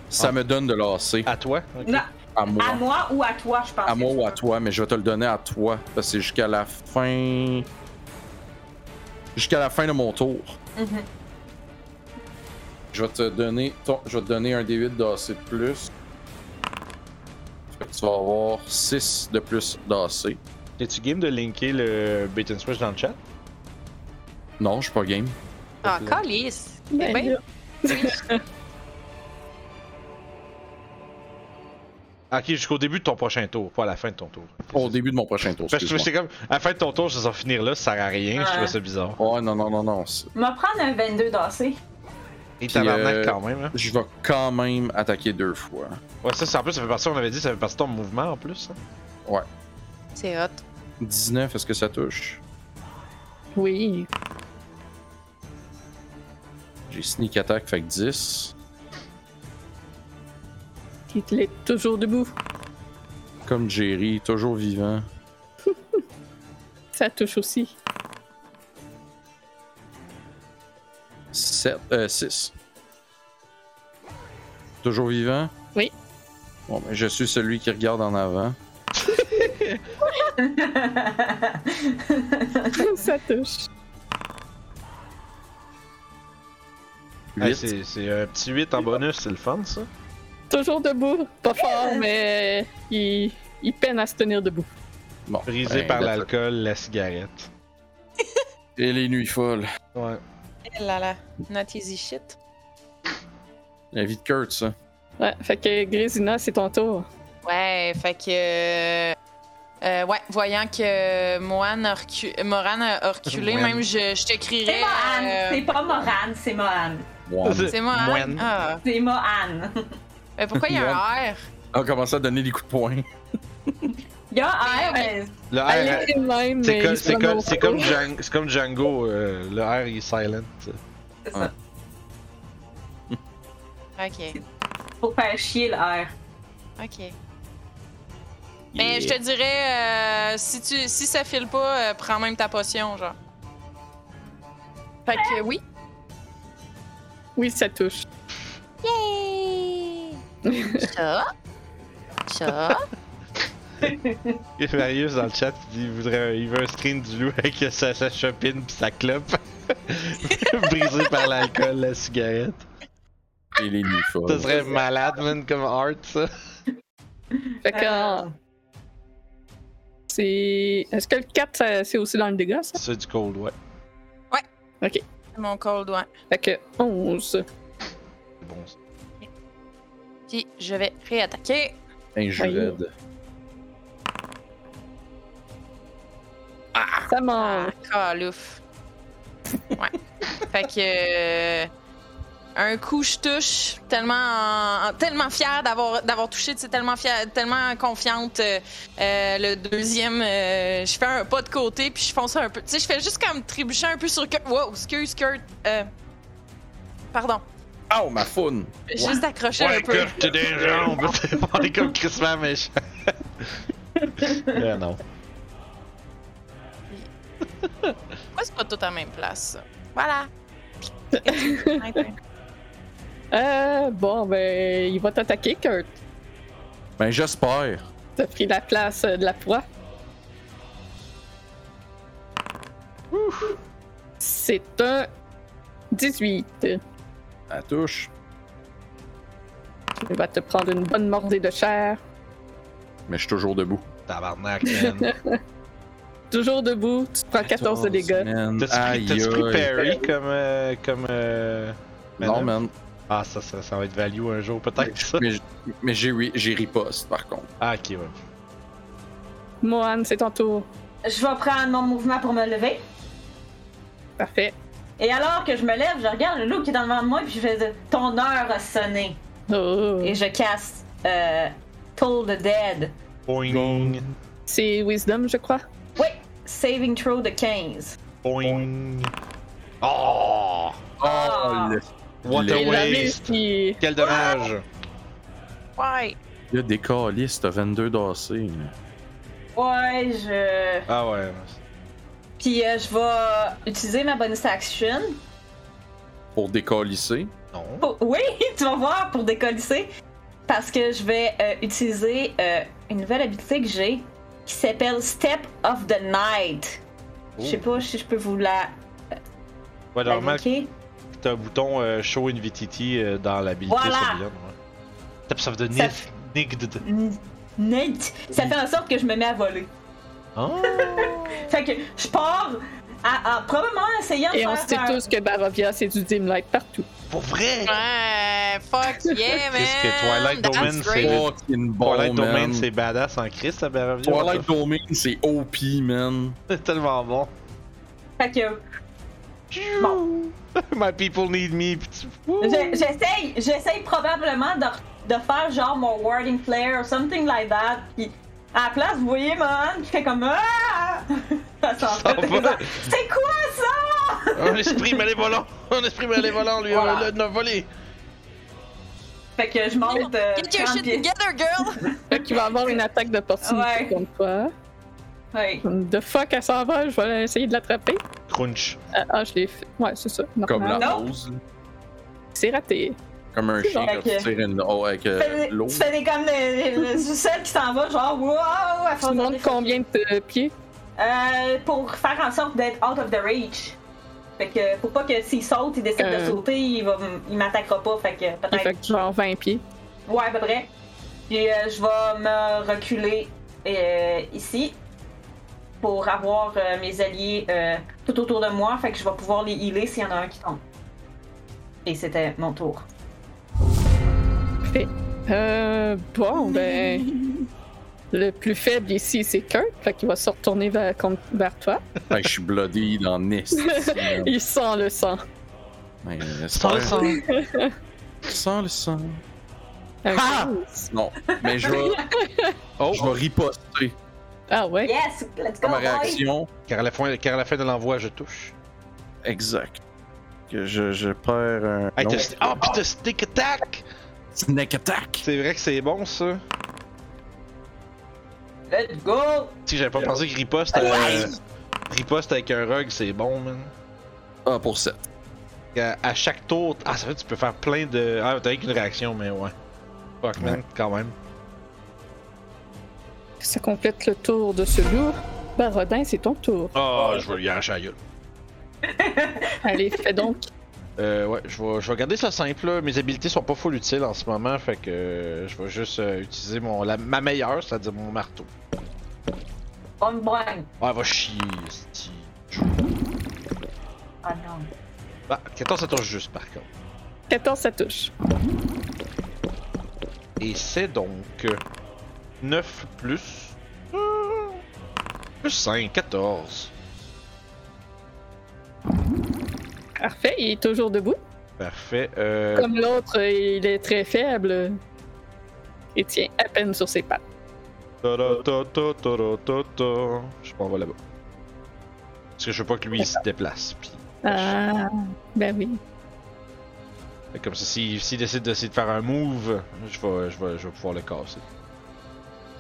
C: Ça
A: Ah.
C: me donne de l'AC
A: À toi. ok.
D: Non,
C: à moi.
D: à moi ou à toi, je pense.
C: À
D: que
C: moi
D: tu
C: ou à
D: peux.
C: toi, mais je vais te le donner à toi, parce que c'est jusqu'à la fin. Jusqu'à la fin de mon tour.
D: Mhm.
A: Mm-hmm.
C: Je vais te donner. ton- Je vais te donner un D8 d'AC de plus. Fait que Tu vas avoir 6 de plus d'AC.
A: Es-tu game de linker le bait and switch dans le chat?
C: Non, je suis pas game.
E: Ah, calice.
B: Ben,
E: Ben,
B: là,
A: Ah, Ok, jusqu'au début de ton prochain tour, pas à la fin de ton tour.
C: Au début de mon prochain tour.
A: Parce que je trouvais que
C: excuse-moi.
A: c'est comme. À la fin de ton tour, ça va finir là, ça sert à rien. Je
D: Ouais.
A: trouvais ça bizarre.
C: Ouais, non, non, non, non. c'est-
D: Je vais prendre un 22 d'AC.
A: Et
C: Puis,
A: tabarnak
C: euh,
A: quand même. Hein.
C: Je vais quand même attaquer deux fois.
A: Ouais, ça, c'est- en plus, ça fait partie, on avait dit, ça fait partie de ton mouvement en plus. hein.
E: C'est hot.
C: 19, est-ce que ça touche?
B: Oui.
C: J'ai sneak attack, fait que 10.
B: Il est toujours debout.
C: Comme Jerry, toujours vivant.
B: Ça touche aussi.
C: 7, euh, 6. Toujours vivant?
B: Oui.
C: Bon, ben, je suis celui qui regarde en avant.
B: [laughs] ça touche.
C: 8.
A: Hey, c'est c'est un petit 8 en bonus, c'est le fun ça.
B: Toujours debout. Pas [laughs] fort, mais il, il peine à se tenir debout.
C: bon,
A: Brisé
C: ben,
A: par
C: that's it.
A: l'alcool, la cigarette.
C: Et les nuits folles.
A: Ouais.
E: Eh là là, not easy shit.
C: La vie de Kurt, ça.
B: Ouais, fait que Grésina, c'est ton tour.
E: Ouais, fait que. euh, ouais, voyant que Mohan a recu- Moran a reculé,
C: Mohan.
E: même je, je te
D: C'est
E: crierais.
D: Mohan,
E: euh,
D: c'est pas Moran, c'est Mohan.
A: [laughs]
C: Wow.
E: c'est moi.
A: Moine.
E: Ah.
D: C'est Mohan. [laughs]
E: Mais pourquoi il y a un R?
C: On commence à Ah, donner des coups de poing.
D: Il y a un R, mais
A: Le R, euh,
B: Elle est même,
A: c'est
B: mais
A: comme,
B: il se
A: c'est
B: promet
A: comme,
B: au
A: c'est
B: retour.
A: comme Django, c'est comme Django, euh, le R il est silent.
D: c'est ça.
E: Ok,
D: Pour faire chier le R.
E: ok. Mais Ben, je te dirais, euh, si, tu, si ça file pas, euh, prends même ta potion, genre. Fait que oui.
B: Oui, ça touche.
E: Yay! Ça. Ça.
A: Et Marius dans le chat il dit il, voudrait, il veut un screen du loup avec sa, sa chopine pis sa clope. [laughs] Brisé par l'alcool, la cigarette.
C: Et les nuits folles.
A: Ça serait malade, man, comme art ça.
B: Fait que.
D: Ah.
B: C'est. Est-ce que le 4, ça- c'est aussi dans le dégât, ça?
A: C'est du cold, ouais.
E: Mon cold one.
B: Fait que 11.
A: C'est bon ça.
E: Puis je vais réattaquer.
C: Un jus
B: Aïe.
C: raide.
B: Ça
E: Ah,
B: manque.
E: calouf. Ouais. [laughs] fait que. euh, un coup, je touche, tellement, en- en- tellement fière d'avoir, d'avoir touché, tu sais, tellement, fière, tellement confiante. euh, euh, le deuxième, euh, je fais un pas de côté, puis je fonce un peu. Tu sais, je fais juste comme trébucher un peu sur Kurt. Wow, excuse Kurt. Euh, pardon.
C: Oh, ma faune!
E: Juste accrocher un peu.
A: Kurt, t'es des jambes! [laughs] T'es pas des comme Christmas méchant. Mais non.
E: Pourquoi c'est pas tout à la même place? ça? Voilà.
B: Euh, bon, ben, il va t'attaquer, Kurt.
C: Ben, j'espère.
B: T'as pris la place euh, de la proie. C'est un 18. Il
C: La touche.
B: va te prendre une bonne mordée de chair.
C: Mais je suis toujours debout.
A: Tabarnak,
E: [laughs]
A: man.
B: Toujours debout, tu prends 14 de dégâts.
C: Man,
A: T'as-tu pris,
C: aïe,
A: t'as-tu pris
C: aïe.
A: Perry comme. euh, comme euh,
C: Non,
A: manœuvre?
C: man.
A: Ah, ça, ça, ça va être value un jour, peut-être ça.
C: Mais, j- mais j'ai ri- j'ai riposte, par contre.
A: Ah, ok, ouais.
B: Mohan, c'est ton tour.
D: Je vais prendre mon mouvement pour me lever.
B: Parfait.
D: Et alors que je me lève, je regarde le loup qui est devant moi puis je fais de- ton heure a sonné.
B: Oh.
D: Et je casse euh, Toll the Dead.
A: Boing,
B: C'est Wisdom, je crois.
D: Oui, saving throw de 15.
A: boing. Oh!
D: Ah.
C: le-
A: What
C: Les
A: a
B: Il a
A: waste!
B: réussi.
A: Quel dommage!
E: Ouais.
C: Il y a des calices, t'as 22 d'AC. là.
D: Ouais, je.
A: Ah ouais.
D: Puis euh, je vais utiliser ma bonus action.
C: Pour décalisser.
A: Non.
D: Pour- Oui, [laughs] tu vas voir pour décollisser. Parce que je vais euh, utiliser euh, une nouvelle habilité que j'ai qui s'appelle Step of the Night. Je sais pas si je peux vous la
A: Ouais,
D: la
A: normalement,
D: linker.
A: t'as un bouton euh, Show Invitity euh, dans l'habilité
D: Voilà.
A: Sobilion, ouais. Taps of the
D: Ça-
A: Nif. Nigd.
D: N- Night. Ça fait en sorte que je me mets à voler.
A: Oh!
D: Fait que je pars à, à- probablement essayant de
B: Et on
D: faire
B: sait
D: un-
B: tous que Barovia, c'est du dim light partout.
A: Pour vrai!
E: Ouais, fuck yeah, man!
A: Qu'est-ce que Twilight
E: That's
A: Domain,
E: great.
A: c'est-
C: Fucking bon,
A: Twilight Domain,
C: man.
A: c'est badass en Christ, ça va revenir. [laughs]
C: Twilight Domain, c'est OP, man.
A: C'est tellement bon.
D: Fait que Bon.
A: [laughs] My people need me. Puis tu...
D: Je- J'essaye, j'essaye probablement de, de faire genre mon wording player ou something like that. Puis à la place, vous voyez Mohan qui fait comme ah. [laughs] Ça s'en
A: Ça va.
D: fait, c'est ça. C'est quoi ça
A: Un esprit malévolant! Un esprit malévolant lui
D: Voilà.
A: a, l'a volé!
D: Fait que je monte. euh,
E: Get your
D: 30
E: shit
D: pieds.
E: together, girl!
B: Fait qu'il va avoir une attaque d'opportunité
D: Ouais.
B: contre toi.
D: Ouais.
B: De fuck, elle s'en va, je vais essayer de l'attraper.
A: Crunch.
B: Ah, ah, je l'ai fait. Ouais, c'est ça.
C: Comme
B: normal.
C: la
D: Non.
C: rose. là.
B: C'est raté.
C: Comme un chien
D: bon.
C: qui tire une oh, avec
D: Tu
C: euh,
D: fais des-
C: l'eau.
D: tu fais des comme euh, le, le- le- celle qui s'en va genre wow à
B: Tu me demandes combien de pieds?
D: Euh, pour faire en sorte d'être out of the reach. Fait que faut pas que s'il saute, il décide
B: Euh.
D: de sauter, il, va, m- il m'attaquera pas. Fait que
B: Il
D: peut-être.
B: fait que genre 20 pieds.
D: Ouais, à peu près. Puis euh, je vais me reculer euh, ici pour avoir euh, mes alliés euh, tout autour de moi. Fait que je vais pouvoir les healer s'il y en a un qui tombe. Et c'était mon tour.
B: Euh, bon,
D: [laughs]
B: ben. Le plus faible ici, c'est Kurt. Fait qu'il va se retourner vers, contre- vers toi.
C: Fait que je suis bloody dans
D: [laughs]
C: Nice.
B: Il sent le sang.
C: euh,
A: Sans le sang.
C: Sans le sang.
B: Un
C: Ah!
B: douze.
C: Non, mais je vais,
A: [laughs] Oh!
C: je vais riposter
B: Ah ouais?
D: Yes! Let's go,
C: comme
D: boys!
C: réaction.
A: Car, à la fin, car à la fin de l'envoi, je touche.
C: Exact. Que je, je perds un.
A: Hey,
C: non.
A: t'as sti- oh, pis t'as stick attack!
C: Snake attack!
A: C'est vrai que c'est bon ça.
D: Let's go!
A: Si j'avais pas pensé que riposte, euh, riposte avec un rug, c'est bon, man.
C: Ah, pour 7.
A: À, à chaque tour, ah, ça fait que tu peux faire plein de. Ah, t'as rien qu'une réaction, mais ouais. Fuck, man, quand même.
B: Ça complète le tour de ce loup. Ben, Rodin, c'est ton tour.
A: Ah, je vais lui arracher la gueule.
B: Allez, fais donc.
A: Euh, ouais, je vais, je vais garder ça simple. Là. Mes habilités sont pas full utiles en ce moment, fait que euh, je vais juste euh, utiliser mon, la, ma meilleure, c'est-à-dire mon marteau.
D: On me bring!
A: Ah, va chier, esti.
D: Ah non.
A: Bah, 14 ça touche juste par contre.
B: 14, ça touche.
A: Et c'est donc 9 plus. euh, Plus 5, 14.
B: Parfait, il est toujours debout.
A: Parfait. Euh,
B: Comme l'autre, euh, il est très faible. Il tient à peine sur ses pattes.
A: ta-da, ta-ta, ta-da, ta-ta. Je sais pas, on va là-bas. Parce que je veux pas que lui il se déplace. Puis,
B: Ah, ben oui.
A: Fait comme ça, s'il s'il décide d'essayer de faire un move, je vais, je vais, je vais pouvoir le casser.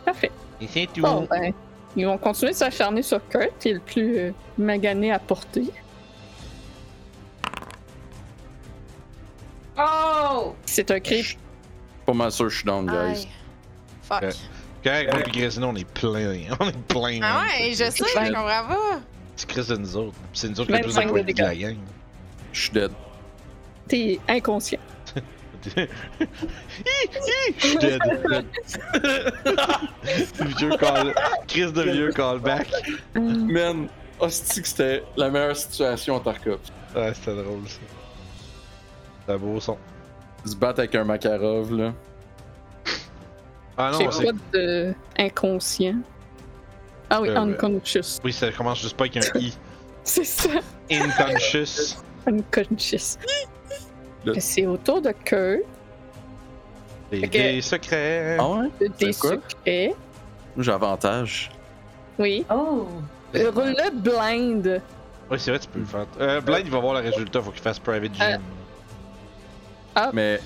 B: Parfait.
A: Et c'est tout.
B: Bon, ben, ils vont continuer de s'acharner sur Kurt, qui est le plus euh, magané à porter.
D: Oh!
B: C'est un
C: Je
B: cri.
C: suis pas mal sûr que je suis down, guys.
E: Aïe. Fuck.
A: Euh, Correct, moi pis Grésino, on est plein. [laughs] On est plein.
E: Ah
A: hein.
E: ouais, je sais,
B: Ouais.
E: je comprends pas.
A: C'est Chris de nous autres. C'est nous autres qui a plus de
B: 25
A: points de
B: de
A: vie de la gang.
C: Je suis dead.
B: T'es inconscient.
A: Hi, hi, Je suis dead. vieux call. Chris de vieux callback.
C: Man, hostie que c'était la meilleure situation en Tarkov.
A: Ouais, c'était drôle ça. C'est un beau son.
C: Se battre avec un Makarov, là.
A: Ah
B: J'ai
A: non, c'est.
B: pas de inconscient. Ah oui,
A: Euh,
B: unconscious. [laughs]
A: Oui, ça commence juste pas avec un i.
B: C'est ça,
A: Inconscious.
B: unconscious.
C: Le-
B: C'est autour de Kurt,
A: Des,
B: Ok.
A: des secrets.
C: Ah ouais?
B: des
C: C'est quoi?
B: secrets.
C: J'ai avantage.
B: Oui.
D: Oh!
B: Euh, Le blind.
A: Oui, c'est vrai, tu peux le faire. Euh, Blind, il va voir le résultat. Faut qu'il fasse private gym.
B: Euh,
C: Mais
B: Ben,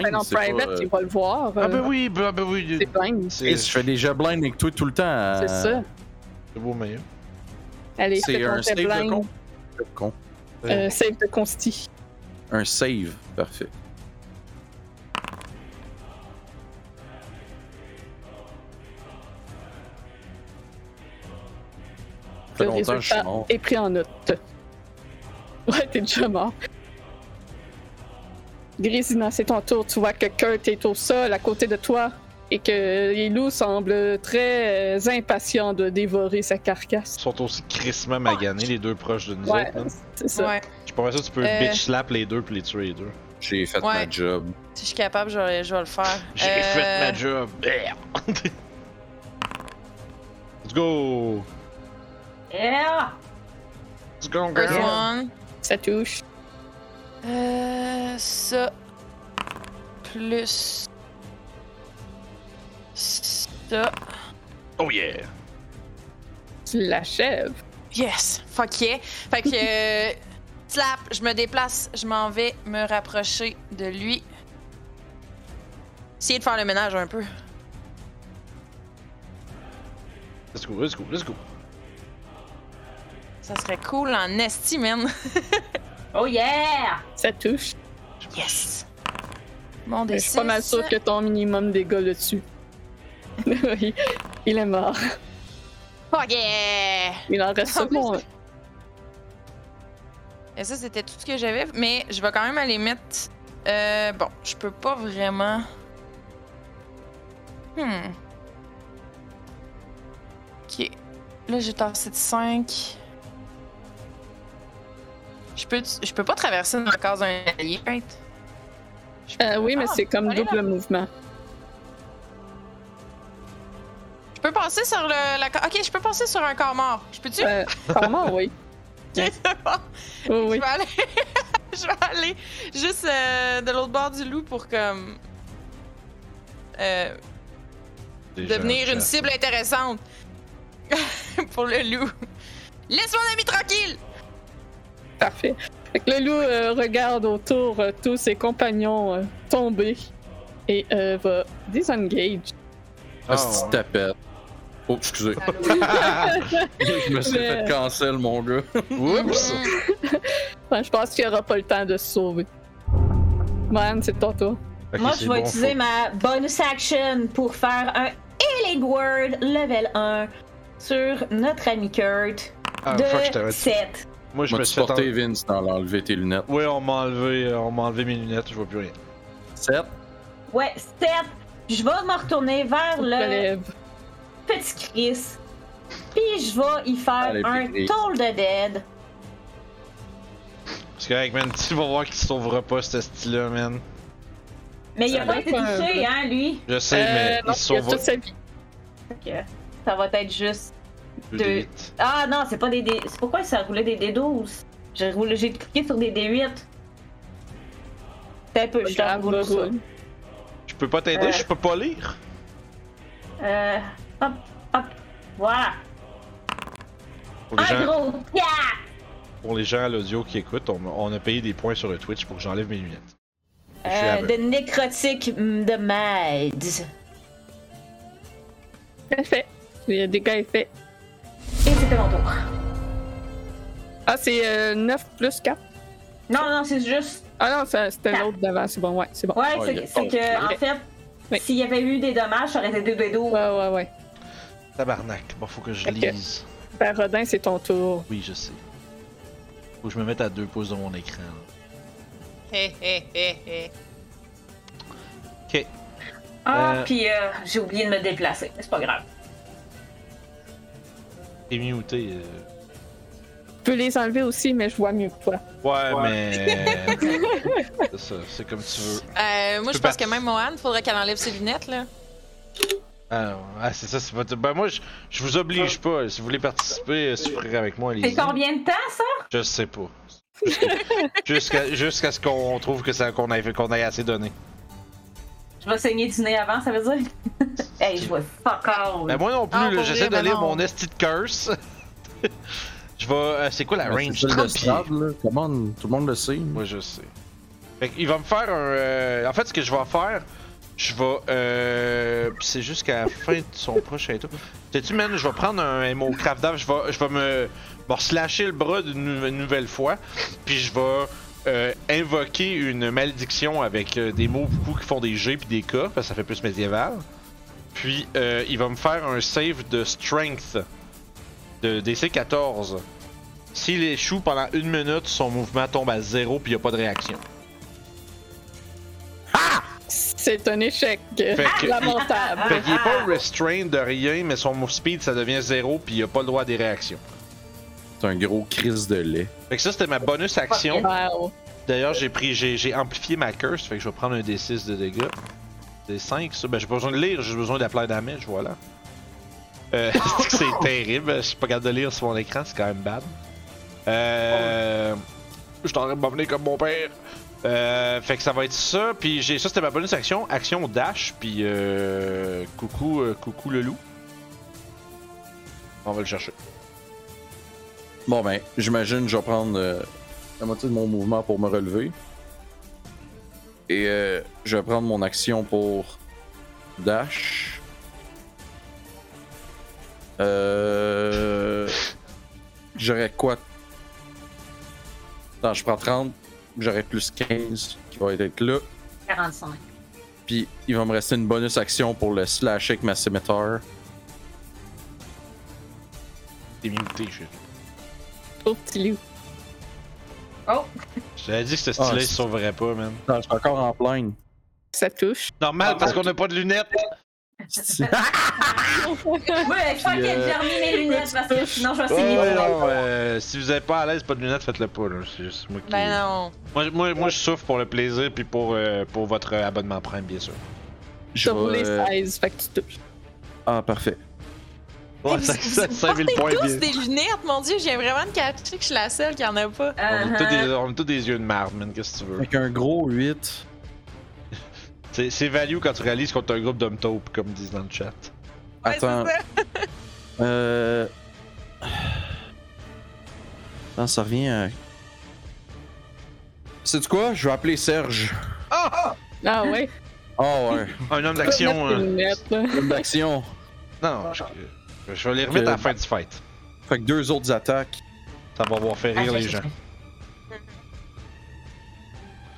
C: blind,
B: en
C: c'est pas...
B: private,
C: euh,
B: il va le voir.
A: ah,
B: euh,
A: ben oui, ben, ben oui.
B: C'est blind.
A: C'est
C: Chris, je fais déjà blind avec toi tout le temps. euh,
B: C'est ça.
A: c'est beau, mais.
B: Allez,
C: C'est
B: fais
C: un
B: ton jet
C: save de
B: blind.
C: con. De con.
B: Euh, save de consti.
C: Un save, parfait. Ça fait
B: Le
C: longtemps que je suis
B: résultat
C: mort.
B: est pris en note. Ouais, t'es déjà mort. Grésina, c'est ton tour. Tu vois que Kurt est au sol à côté de toi et que les loups semblent très euh, impatients de dévorer sa carcasse.
A: Ils sont aussi crissement maganés, les deux proches de nous
B: Ouais,
C: hein?
A: autres. là.
B: c'est ça.
E: Ouais.
A: Je suis pas sûr que tu peux
E: Euh.
A: bitch slap les deux puis les tuer les deux.
C: J'ai fait
E: Ouais.
C: ma job.
E: Si je suis capable, je vais, je vais le faire.
A: J'ai
E: Euh,
A: fait ma job. Merde. [laughs] Let's go.
D: Yeah!
A: Let's go,
E: First
A: girl.
E: one,
B: Ça touche.
E: Euh, ça. Plus. Ça.
A: Oh yeah!
B: Tu l'achèves.
E: Yes! Fuck yeah! Fait que. euh, slap, je me déplace, je m'en vais me rapprocher de lui. Essayer de faire le ménage un peu.
A: Let's go, let's go, let's go!
E: Ça serait cool en esti, man.
D: Oh yeah!
B: Ça touche.
E: Yes! Mon
B: Je
E: dessin.
B: suis pas mal sûre que ton minimum dégâts le tue. [laughs] Oui, il est mort.
E: Fuck yeah!
B: Il en reste
E: En
B: sûrement.
E: plus- Et ça, c'était tout ce que j'avais, mais je vais quand même aller mettre. Euh, bon, je peux pas vraiment. Hmm. Ok. Là, j'ai tassé de 5. Je peux, je peux pas traverser dans la case d'un allié, right? Je peux-
B: Euh, oui, mais
E: Ah,
B: c'est comme
E: allez là.
B: double mouvement.
E: Je peux passer sur le. La... ca- Ok, je peux passer sur un corps mort. Je peux-tu?
B: Euh, comment, oui.
E: [laughs]
B: [laughs]
E: Ok, c'est bon.
B: Oui, oui.
E: Je vais aller. [laughs] je vais aller juste euh, de l'autre bord du loup pour comme. euh,
A: Déjà
E: devenir
A: un
E: une
A: chat.
E: cible intéressante [laughs] pour le loup. Laisse mon ami tranquille!
B: Parfait. Fait que le loup euh, regarde autour euh, tous ses compagnons euh, tomber et euh, va disengage.
A: Ah,
C: Hostie
A: ouais.
C: tapette. Oh, excusez. [laughs] je me suis
B: Mais-
C: fait cancel, mon gars.
A: Oups!
E: Mm.
B: Enfin, je pense qu'il aura pas le temps de se sauver. Man, c'est ton tour.
A: Ok,
D: Moi,
A: c'est
D: je vais
A: bon,
D: utiliser ma bonus action pour faire un Healing Word level 1 sur notre ami Kurt
A: faut- Ah, fuck, je
D: de
A: t'avais-
D: 7.
A: Moi, je me
C: M'as-tu
A: suis fait.
C: porté, Vince, dans l'enlever tes lunettes?
A: en- Ouais, on m'a enlevé, euh, on m'a enlevé mes lunettes, je vois plus rien.
C: 7.
D: Ouais, 7. Je vais me retourner vers le
B: Relève.
D: petit Chris. Puis je vais y faire
C: Allez,
D: un
C: Chris.
D: Toll de Dead.
A: Parce que, hey, man, tu vas voir qu'il se sauvera pas, ce style-là, man.
D: Mais il
B: Ça
D: a pas
B: va
D: été
B: pas un
D: touché,
B: peu.
D: hein, lui.
A: Je sais, mais
B: Euh, non,
A: il se
B: il a
A: sauvera
B: toute sa vie.
D: Fait que Ça va être juste
A: plus
D: deux.
A: vite.
D: Ah non, c'est pas des D. C'est pourquoi ça roulait des D12? J'ai roulé, j'ai cliqué sur des D8. T'as un peu, je la
B: Grave,
D: roule ça.
B: roule.
A: Je peux pas t'aider,
D: Euh.
A: je peux pas lire.
D: Euh. Hop, hop. Voilà.
A: Pour les,
D: Un
A: gens,
D: Ah, gros gars!
A: pour les gens à l'audio qui écoutent, on, on a payé des points sur le Twitch pour que j'enlève mes lunettes. Je suis
D: Euh,
A: aveugle.
D: de nécrotique mm, de Mads.
B: Parfait. Il y a des gars effets.
D: Et c'était mon tour.
B: Ah, c'est euh, 9 plus 4.
D: Non, non, c'est juste.
B: Ah non, ça- c'était
D: Ah.
B: l'autre d'avant, c'est bon, ouais, c'est bon.
A: Ah,
D: Ouais,
C: Oh, il
D: c'est
C: est
D: c'est que, en
B: Ok.
D: fait,
B: Oui.
D: s'il y avait eu des dommages, ça aurait été deux D12.
B: Ouais, ouais, ouais.
A: Tabarnak, bon, faut que je
B: Ok.
A: lise.
B: Ben, Rodin, c'est ton tour.
A: Oui, je sais. Faut que je me mette à deux pouces de mon écran.
E: Hé, hé, hé, hé.
D: Ah,
A: Euh.
D: puis euh, j'ai oublié de me déplacer. mais C'est pas grave.
A: Et muté. euh.
B: Tu peux les enlever aussi, mais je vois mieux que toi.
A: Ouais,
G: Ouais.
A: mais. euh, c'est ça, c'est comme tu veux.
E: Euh, moi,
A: Tu
E: je
A: peux
E: pense
A: pas-
E: que même Mohan, faudrait qu'elle enlève ses lunettes, là.
A: Ah, ah, c'est ça, c'est pas. Ben, moi, je, je vous oblige pas. Si vous voulez participer, euh, souffrir avec moi,
D: C'est
A: allez-y.
D: combien de temps, ça?
A: Je sais pas. Jusqu'à jusqu'à ce qu'on trouve que ça qu'on ait, qu'on ait assez donné.
D: Je vais saigner du nez avant, ça veut dire? hey, je vois fuck all.
A: Ben moi non plus,
E: Ah,
A: là,
E: pour
A: j'essaie de
E: vrai, ben
A: lire
E: non.
A: mon esti de curse. [laughs] Je vais. euh, c'est quoi la
C: Mais
A: range
C: c'est celle de
A: 30 pieds.
C: Strad, là. Come on, tout le monde le sait.
A: Moi je sais. Fait qu'il va me faire un. euh, En fait, ce que je vais faire, je vais. Euh... pis C'est jusqu'à la fin de son prochain tour. Sais-tu, man, je vais prendre un MO Craft Dave, je vais, je vais me. me slasher le bras d'une nou- une nouvelle fois. Puis je vais. euh, invoquer une malédiction avec euh, des mots beaucoup qui font des G puis des K, parce que ça fait plus médiéval. Puis euh, il va me faire un save de strength de DC 14. S'il échoue pendant une minute, son mouvement tombe à zéro puis il a pas de réaction.
B: C'est un échec. euh,
A: Fait que,
B: Lamentable.
A: fait qu'il est pas restrained de rien, mais son move speed ça devient zéro puis il a pas le droit à des réactions.
C: C'est un gros crise de lait.
A: Fait que ça c'était ma bonus action.
B: Wow.
A: D'ailleurs j'ai pris j'ai, j'ai amplifié ma curse, fait que je vais prendre un D6 de dégâts. D5 ça, ben j'ai pas besoin de lire, j'ai besoin d'appeler damage, voilà. Euh, [laughs] c'est terrible, je suis pas capable de lire sur mon écran, c'est quand même bad. Euh, je t'aurais emmené comme mon père. Euh, fait que ça va être ça. Puis j'ai ça, c'était ma bonus action. Action dash. Puis euh, coucou, euh, coucou le loup. On va le chercher.
C: Bon, ben, j'imagine que je vais prendre euh, la moitié de mon mouvement pour me relever. Et euh, je vais prendre mon action pour dash. Euh... J'aurais quoi Attends, je prends 30. J'aurais plus 15 qui va être là.
D: 45.
A: [laughs]
C: Puis il va me rester une bonus action pour le slash avec ma scimitar.
A: T'es muté, je
B: Oh, petit loup.
D: Oh,
A: J'avais dit que ce
C: Ah,
A: stylet ne
C: c'est-
A: sauverait pas, man.
C: Attends, je suis encore en pleine.
B: Ça touche.
C: Ah,
A: Normal, parce qu'on n'a pas de lunettes.
D: ouais, je crois qu'elle
C: euh,
D: a germé mes lunettes parce que sinon je vais signer
A: Ouais,
D: pour
A: non, euh, si vous n'êtes pas à l'aise, pas de lunettes, faites-le pas. là. C'est juste moi qui.
E: Ben non.
A: Moi, moi, moi, je souffre pour le plaisir puis pour, euh, pour votre abonnement Prime, bien sûr.
C: Je
B: T'as roulé
C: vais, euh,
B: 16, fait que tu touches.
C: Ah, parfait.
A: Ouais,
E: Hey,
A: ça,
E: vous-
A: ça,
E: vous
A: 5000
E: portez
A: points,
E: tous
A: bien.
E: des lunettes, mon dieu, j'ai vraiment de catcher que je suis la seule qui en a pas.
A: On a tous
D: Uh-huh.
A: des, on a tous des yeux de marde, man, qu'est-ce que tu veux.
C: Avec un gros 8.
A: C'est, c'est value quand tu réalises qu'on est un groupe d'hommes taupes, comme disent dans le chat.
E: Ouais, c'est
C: Attends.
E: ça.
C: Euh... [sighs] Attends, ça revient à... Sais-tu quoi? Je vais appeler Serge.
B: Ah
A: [laughs]
B: ouais?
C: Oh
E: [laughs]
C: ouais,
A: Un homme d'action.
B: Mettre tes
A: hein.
B: lunettes, là.
C: une d'action.
A: Non, je, je vais les remettre à la fin du fight.
C: Fait que deux autres attaques.
A: Ça va avoir fait rire
D: Ah,
A: les
D: je-
A: gens.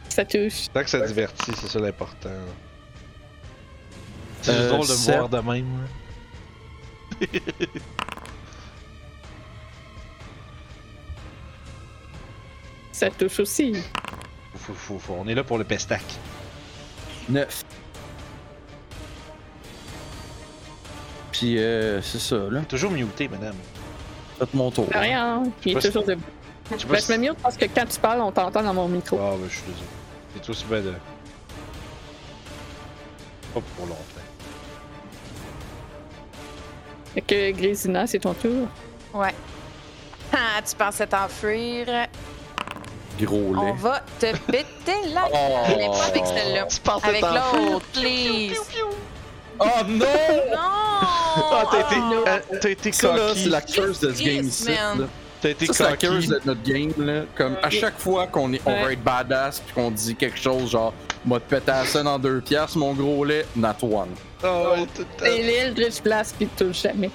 B: Ça touche.
A: Tant que ça divertit, c'est ça l'important. C'est
C: Euh,
A: juste drôle de me
C: sept.
A: voir de même. hein.
B: Ça touche aussi.
A: Faut, faut, faut- On est là pour le pestac.
C: Neuf. Puis euh, c'est ça, là.
A: Toujours muté, madame.
C: Faites mon tour.
B: Ah, Rien, hein. Il
A: Je
B: est
A: sais
B: toujours debout.
A: Je sais
B: Ben,
A: pas si-
B: je me mute parce que quand tu parles, on t'entend dans mon micro.
A: Ah, ben, je suis désolé. C'est aussi bien de. Pas pour longtemps.
B: Fait que Grésina, c'est ton
A: Euh.
B: tour.
E: Ah, tu pensais t'enfuir.
C: Gros
E: On
C: lait.
E: va te péter
A: [laughs]
E: la
C: Oh.
E: gueule. Pas avec celle-là.
A: Tu pensais
E: Avec l'autre, please.
C: Oh non!
E: [laughs] Non!
A: Ah, t'as été,
E: Oh.
A: euh, t'as été
C: Ça là, c'est
A: cocky.
C: la curse de ce game ici.
E: man.
C: là.
A: T'as été
C: Ça, c'est la curse
A: cocky.
C: de notre game, là. Comme à chaque fois qu'on est, on va être badass puis qu'on dit quelque chose, genre, m'a te péter la scène en deux piastres, mon gros lait, not one.
A: Ah
E: Oh,
A: ouais, tout à
B: Et l'île, Rich Blast, qui te touche jamais.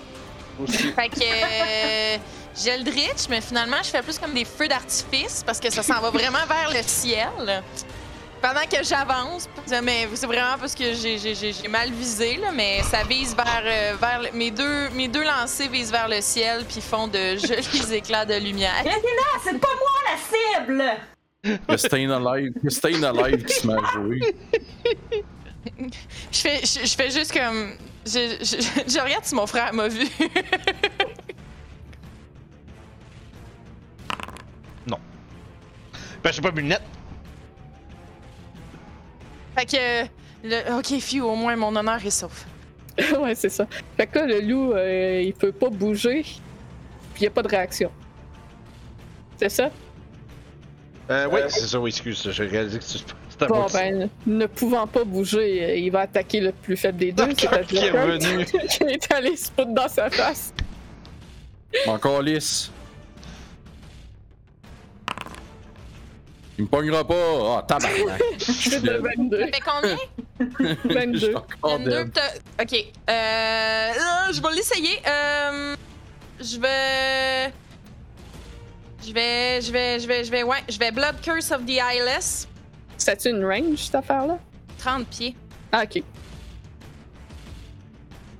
E: Fait que euh, j'ai le dritch, mais finalement, je fais plus comme des feux d'artifice parce que ça s'en va vraiment vers le ciel. Pendant que j'avance, mais c'est vraiment parce que j'ai- j'ai j'ai- j'ai mal visé, là, mais ça vise vers, euh, vers le- mes, deux, mes deux lancers visent vers le ciel puis font de jolis [laughs] éclats de lumière.
D: Ah, c'est pas moi la cible!
C: Le Stain Alive, le Stain Alive qui se met à jouer.
E: Je fais, je, je fais juste comme. Je, je- je regarde si mon frère m'a vu. [laughs]
A: Ben, j'ai pas mes lunettes.
E: fait que. le- ok, Fiu, au moins mon honneur est sauf.
B: [laughs] ouais, c'est ça. Fait que là, le loup, euh, il peut pas bouger, puis il y a pas de réaction. C'est ça?
A: Euh, oui, c'est ça, oui, excuse. J'ai réalisé que c'était c'était à
B: Bon,
A: moi [laughs] qui-
B: ben, ne pouvant pas bouger, euh, il va attaquer le plus faible des
C: [laughs]
B: deux,
A: qui est
B: c'est-à-dire un
A: revenu.
B: qui est allé se foutre dans sa face.
C: Encore lisse. Il me pognera pas. Ah,
E: [laughs]
C: tabarnak. [laughs] Je suis
B: C'est de
C: dead.
B: 22.
E: Fait combien?
B: [laughs]
E: Ben,
C: Je
B: 22.
C: suis encore
E: 22
C: dead.
E: pis t'as- Ok. Euh... euh, je vais l'essayer. Euh... Je vais... Je vais... Je vais... Je vais... Je vais... Ouais. Je vais Blood Curse of the Eyeless.
B: Ça tu une range, cette affaire-là?
E: 30 pieds.
B: Ah, ok.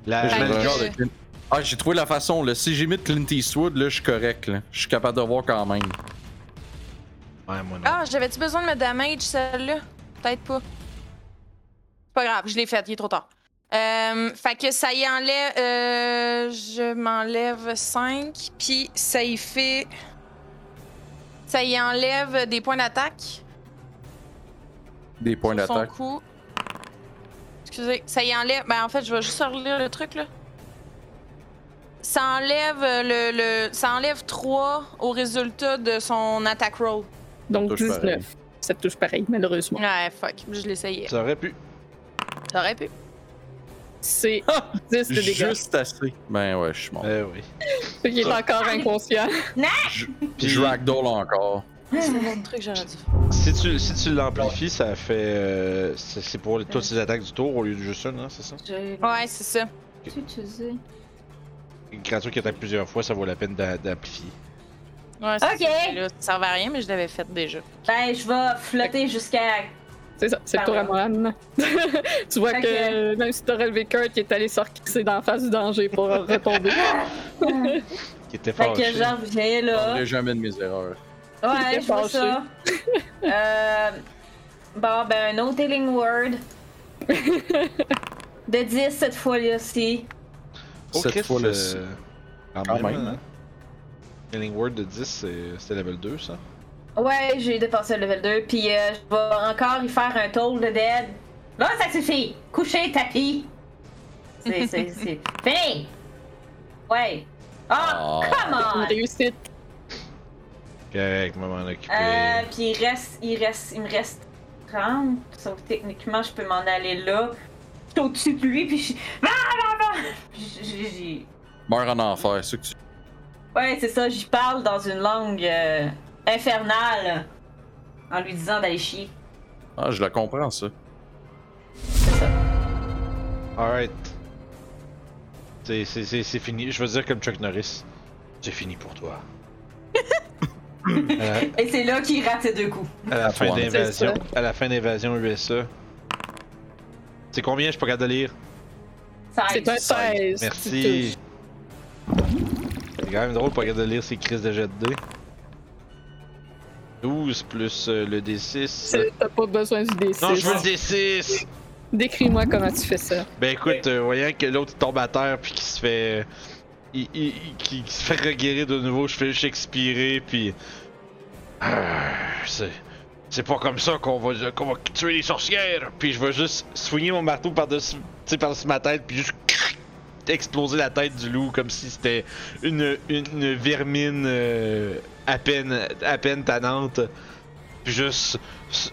A: La,
C: Je
A: la-
C: me
E: Fait que-
C: regarde avec une- Ah, j'ai trouvé la façon. Là. Si j'ai mis de Clint Eastwood, là, je suis correct. Là. Je suis capable de voir quand même.
A: Ouais, moi non.
E: Ah, j'avais-tu besoin de me damage, celle-là? Peut-être pas. C'est pas grave. Je l'ai faite. Il est trop tard. Euh, fait que ça y enlève... Euh, je m'enlève 5. Puis ça y fait... Ça y enlève des points d'attaque.
C: Des points
E: sur son
C: d'attaque.
E: cou. Excusez, ça y enlève. Ben en fait, je vais juste relire le truc là. Ça enlève euh, le, le- ça enlève 3 au résultat de son attack roll.
B: Donc
C: touche
B: 19.
C: pareil.
B: Ça touche pareil, malheureusement.
E: Ouais, fuck. Je l'essayais.
A: Ça aurait pu.
E: T'aurais pu.
B: C'est
C: Ah!
B: 10 de dégâts.
C: Juste assez. Ben ouais, je suis mort.
A: Eh oui.
B: Ce qui est encore inconscient.
A: Puis-
C: Je ragdoll encore.
E: C'est le truc que j'aurais dû faire.
A: Si tu, si tu l'amplifies, ça fait. euh, c'est c'est pour les- toutes ses attaques du tour au lieu de juste une, hein, c'est ça?
D: Je
E: Ouais, c'est ça.
D: l'ai-tu utilisé?
A: Une créature qui attaque plusieurs fois, ça vaut la peine d'a- d'amplifier.
E: Ouais, c'est
D: Ok.
E: ça. Là, ça servait à rien, mais je l'avais fait déjà.
D: Ben, je vais flotter jusqu'à.
B: C'est ça, c'est le tour à Mohan. [laughs] tu vois
D: Fait
B: que euh, même si t'as relevé Kurt, il est allé sortir d'en face du danger pour retomber.
A: Qui était
D: Fait
A: fort.
D: que j'en reviens
C: Je
D: là.
C: ne jamais de mes erreurs.
D: Ouais,
B: J'étais
D: je vois
B: fâchée.
D: ça. Euh, bon, ben, un autre healing word. De 10 cette fois-là aussi.
C: Cette fois-là, c'est-
A: Oh, euh, Quand
C: Quand
A: même.
C: même,
A: hein. Healing Word de 10, c'est- c'était level 2, ça.
D: Ouais, j'ai dépassé le level 2, puis euh, je vais encore y faire un toll de dead. Là, ça suffit! Coucher, tapis! C'est, c'est, c'est. Fini! Ouais! Oh,
C: Ah.
D: come
B: Une
D: on!
B: réussite.
A: Correct, maman occupé.
D: Euh, puis il reste, il reste, il me reste 30. Sauf que techniquement, je peux m'en aller là. Je suis au-dessus de lui, puis je. Ah, ah, ah! Puis j'ai- j'ai-
C: Meurs en enfer, c'est ce que tu.
D: Ouais, c'est ça, j'y parle dans une langue euh, infernale. En lui disant d'aller chier.
C: Ah, je la comprends, ça.
A: Alright. C'est- C'est c'est- c'est fini. Je veux dire, comme Chuck Norris, c'est fini pour toi. [laughs] à, la,
D: Et c'est là qu'il rate ses deux coups.
A: à la fin
C: toi, hein.
A: d'invasion, à la fin d'invasion USA. C'est combien je peux capable de lire?
D: Ça
B: C'est un 16.
A: Merci. C'est quand même drôle pas capable de lire ces crises de jet de dés. 12 plus euh, le D6.
B: Tu- T'as pas besoin du D6.
A: Non, je veux le D6!
B: Décris-moi comment tu fais ça.
A: Ben écoute, euh, voyant que l'autre il tombe à terre puis qu'il se fait. euh, il, il- il- qu'il- qu'il se fait reguérir de nouveau, je fais juste expirer puis. Ah, c'est. C'est pas comme ça qu'on va, qu'on va tuer les sorcières! Puis je vais juste soigner mon marteau par-dessus par ma tête, puis juste cric, exploser la tête du loup comme si c'était une, une, une vermine euh, à peine à peine tannante. Puis juste s-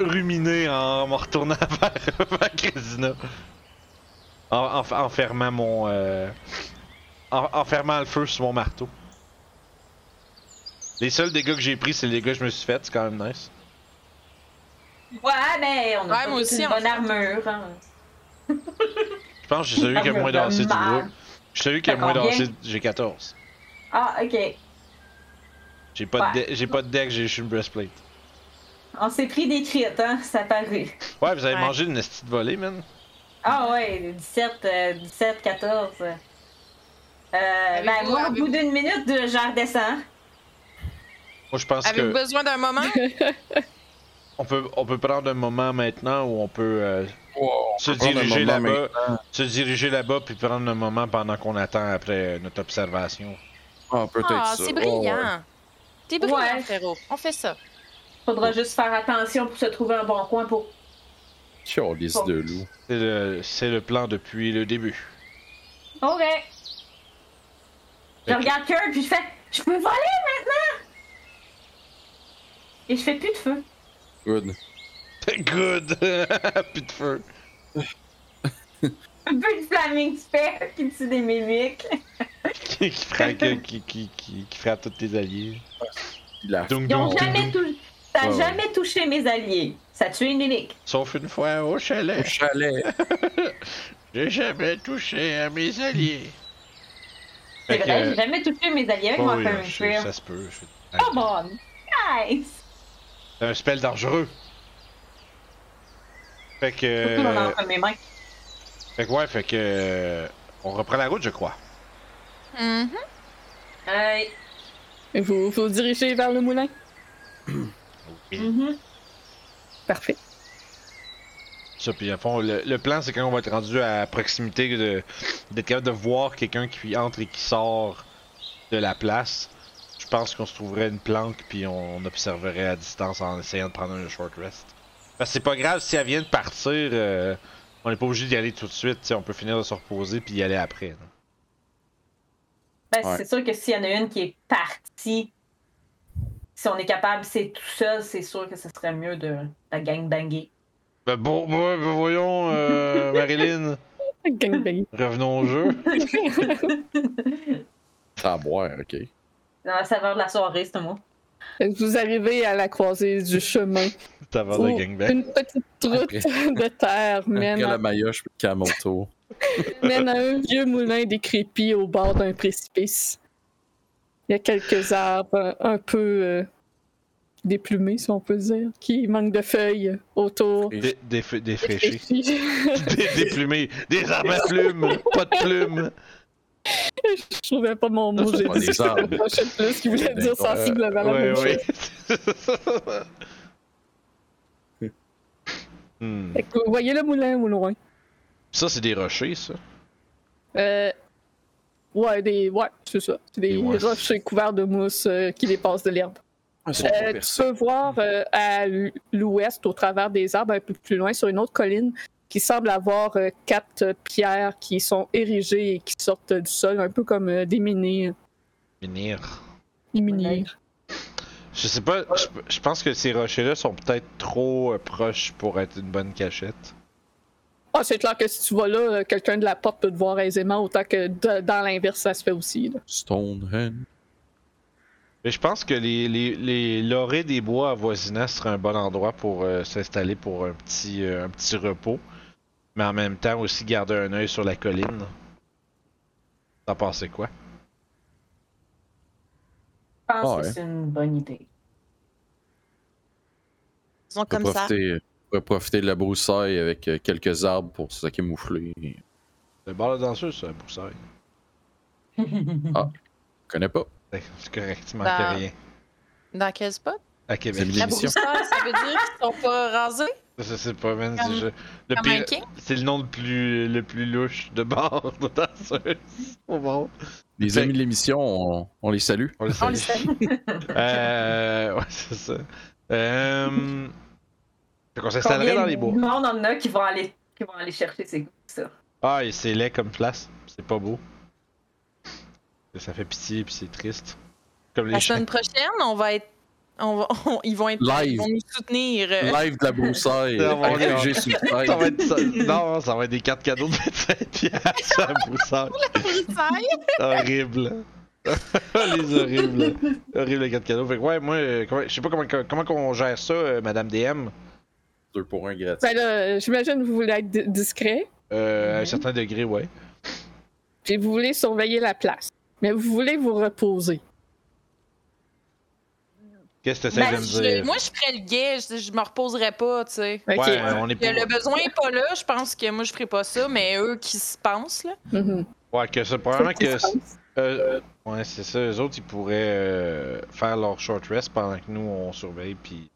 A: ruminer en me retournant [laughs] vers, vers Christina. En, en- en fermant mon. euh, en, en fermant le feu sur mon marteau. Les seuls dégâts que j'ai pris, c'est les dégâts que je me suis fait, c'est quand même nice.
D: Ouais, mais ben, on a
E: Ouais,
D: pas
E: moi
D: tous
E: aussi,
D: une
E: on
D: bonne armure. hein.
A: Je pense que j'ai celui
E: [laughs]
A: qui a le moins dansé du groupe. Je suis celui qui a le moins
D: T'as combien?
A: dansé, j'ai 14.
D: Ah, ok.
A: J'ai pas, de de, j'ai pas de deck, j'ai juste une breastplate.
D: On s'est pris des crites, hein, ça paraît.
A: Ouais, vous avez
E: Ouais.
A: mangé une esti de volée, man.
D: Ah ouais, 17, euh, 17, 14. Euh, ben,
E: Avez-vous-
D: moi, au
E: avez-vous-
D: bout d'une minute, euh, de- je redescends.
A: Moi, je pense
E: Avez-vous
A: que
E: besoin d'un
C: [laughs]
E: moment?
A: on peut, on peut prendre un moment maintenant où on peut euh, se,
C: prendre un
A: diriger
C: moment
A: là-bas, se diriger là-bas, puis prendre un moment pendant qu'on attend après euh, notre observation.
C: Ah, peut-être
E: Ah,
C: ça.
E: c'est
C: Oh, ouais.
E: brillant. T'es brillant,
D: Ouais.
E: frérot. On fait ça.
D: Faudra juste faire attention pour se trouver un bon coin pour.
C: Calisse de loup.
A: C'est le, c'est le plan depuis le début.
D: Ok. Je
A: Ok.
D: regarde Kurt puis je fais Je peux voler maintenant! Et je fais plus de feu. [laughs]
C: Good.
A: [laughs] Good! Plus de feu.
D: Un peu de flaming spear qui tue des mimiques.
A: qui, frappe, qui, qui, qui, qui frappe tous tes alliés.
C: Il a
A: Donc,
D: Ils ont jamais touché. Ça a
C: Ouais, ouais.
D: jamais touché mes alliés. Ça a tué une mimique.
A: Sauf une fois au
C: au
A: chalet.
C: chalet.
A: J'ai jamais touché à mes alliés.
D: C'est
A: Fait que,
D: vrai, j'ai jamais touché mes alliés avec
A: oh
D: mon
A: oui,
D: flaming
A: je-
D: spear.
A: ça se peut. je- Ah
D: Come on! Nice!
A: C'est un spell dangereux. Fait que.
D: Surtout dans
A: Euh,
D: l'entre mes mains.
A: Fait que ouais, fait que. euh, On reprend la route, je crois.
E: Mhm.
D: Euh,
B: Et Vous vous dirigez vers le moulin?
D: mhm.
B: Parfait.
A: Ça, puis à fond, le, le plan, c'est quand on va être rendu à proximité de, d'être capable de voir quelqu'un qui entre et qui sort de la place. Je pense qu'on se trouverait une planque, puis on observerait à distance en essayant de prendre un short rest. Parce que c'est pas grave si elle vient de partir, euh, on n'est pas obligé d'y aller tout de suite. tu sais, On peut finir de se reposer puis y aller après. là.
D: Ben,
C: Ouais.
D: c'est sûr que s'il y en a une qui est partie, si on est capable, c'est tout seul, c'est sûr que ce serait mieux de la gang banger.
A: Ben bon, ben, ben voyons, [laughs] euh, Marilyn,
B: Gangbang.
A: revenons au jeu.
C: À boire, ok.
D: Dans la saveur de la soirée, c'est moi.
B: Fait que Vous arrivez à la croisée du chemin.
A: T'as
B: où
A: de gangbang.
B: Une petite route [laughs] de terre
C: Après
B: mène
C: la
B: à,
C: maillot, je pique à mon tour.
B: mène à un vieux moulin décrépit au bord d'un précipice. Il y a quelques arbres euh, un peu euh, déplumés, si on peut dire, qui manquent de feuilles autour.
A: Dé- déf- Défraîché.
B: Je
A: Dé- Déplumé. Des armes à plumes. Pas de plumes.
B: trouvais pas mon mot, j'ai
C: Ouais,
B: dit
C: Ah, des arbres.
B: je sais plus ce qu'il voulait
C: Des-
B: dire sensiblement la
A: Ouais,
B: même chose.
A: ouais. [laughs] Hmm.
B: Fait que vous voyez le moulin au loin.
A: Ça, c'est des rochers, ça.
B: Euh, ouais, des, ouais, c'est ça. C'est des
A: Des mousses.
B: rochers couverts de mousse euh, qui dépassent de l'herbe.
A: Ah,
C: C'est
B: Euh, tu peux voir euh, à l- l'ouest, au travers des arbres, un peu plus loin, sur une autre colline, qui semble avoir euh, quatre euh, pierres qui sont érigées et qui sortent euh, du sol, un peu comme euh, des menhirs.
A: Venir.
B: des menhirs.
A: Je sais pas, je, je pense que ces rochers-là sont peut-être trop euh, proches pour être une bonne cachette.
B: Ah, c'est clair que si tu vas là, euh, quelqu'un de la porte peut te voir aisément, autant que de- dans l'inverse, ça se fait aussi. là.
C: Stonehenge.
A: Mais je pense que les, les, les lauriers des bois avoisinants serait un bon endroit pour euh, s'installer pour un petit, euh, un petit repos. Mais en même temps, aussi garder un œil sur la colline. T'en pensais quoi?
D: Je pense
C: Ah ouais.
D: que c'est une bonne idée.
E: Disons
C: On
E: comme
C: va
E: ça.
C: profiter, on va profiter de la broussaille avec euh, quelques arbres pour se camoufler. Je
A: Le bar de danseuse, ça, pour ça.
C: connais pas.
A: C'est correct, il
E: Bah.
A: manquait rien.
E: Dans quel spot?
A: À Québec.
C: C'est
E: La
C: Émission.
E: broussaille, ça veut dire qu'ils sont pas rasés?
A: Ça, c'est pas, man, c'est
E: Comme-
A: juste- Le
E: Comme
A: pire,
E: un king?
A: c'est le nom le plus, le plus louche de bar de danseuse au monde.
C: Les
A: Fait-
C: amis de l'émission, on, on les salue.
A: On le
E: On le
A: salue. [laughs] Euh, ouais, c'est ça. Euh... Fait qu'on s'installerait dans les bois.
D: Combien de monde en a qui vont aller, qui vont aller chercher ces goûts, ça.
A: Ah, et c'est laid comme place. C'est pas beau. Ça fait pitié puis c'est triste. Comme les
E: La
A: chiens.
E: semaine prochaine, on va être. on va- [laughs] on- ils vont être.
C: Live.
E: Ils vont nous soutenir. [laughs] euh,
C: Live de
A: [laughs]
C: la broussaille.
A: Ah, mon gars.
C: RPG sur le
A: Ça va
C: site.
E: [laughs]
A: être ça- Non, ça va être des cartes cadeaux de [laughs] 25 piastres à Broussard.
E: broussaille.
A: Horrible. [laughs] les horribles. Horrible les cartes cadeaux. Fait que ouais, moi, euh, comment- je sais pas comment, comment qu'on gère ça, euh, Madame DM.
C: Deux pour un gratis.
B: Ben là, J'imagine que vous voulez être di- discret.
A: Euh, À un
D: Mhm.
A: certain degré, ouais.
B: puis vous voulez surveiller la place. Mais vous voulez vous reposer.
A: Qu'est-ce que t'essayes
E: Ben,
A: de
E: je-
A: me dire?
E: moi, je ferais le guet. Je, je me reposerais pas, tu sais.
B: Ok.
A: Ouais, euh, on est pas...
E: Le, le besoin est pas là. Je pense que moi, je ferais pas ça, mais eux qui se pensent, là.
B: Mhm.
A: Ouais, que c'est probablement
B: Faut que
A: que.
B: tu te penses.
A: euh, ouais, c'est ça. Eux autres, ils pourraient euh, faire leur short rest pendant que nous, on surveille. Puis.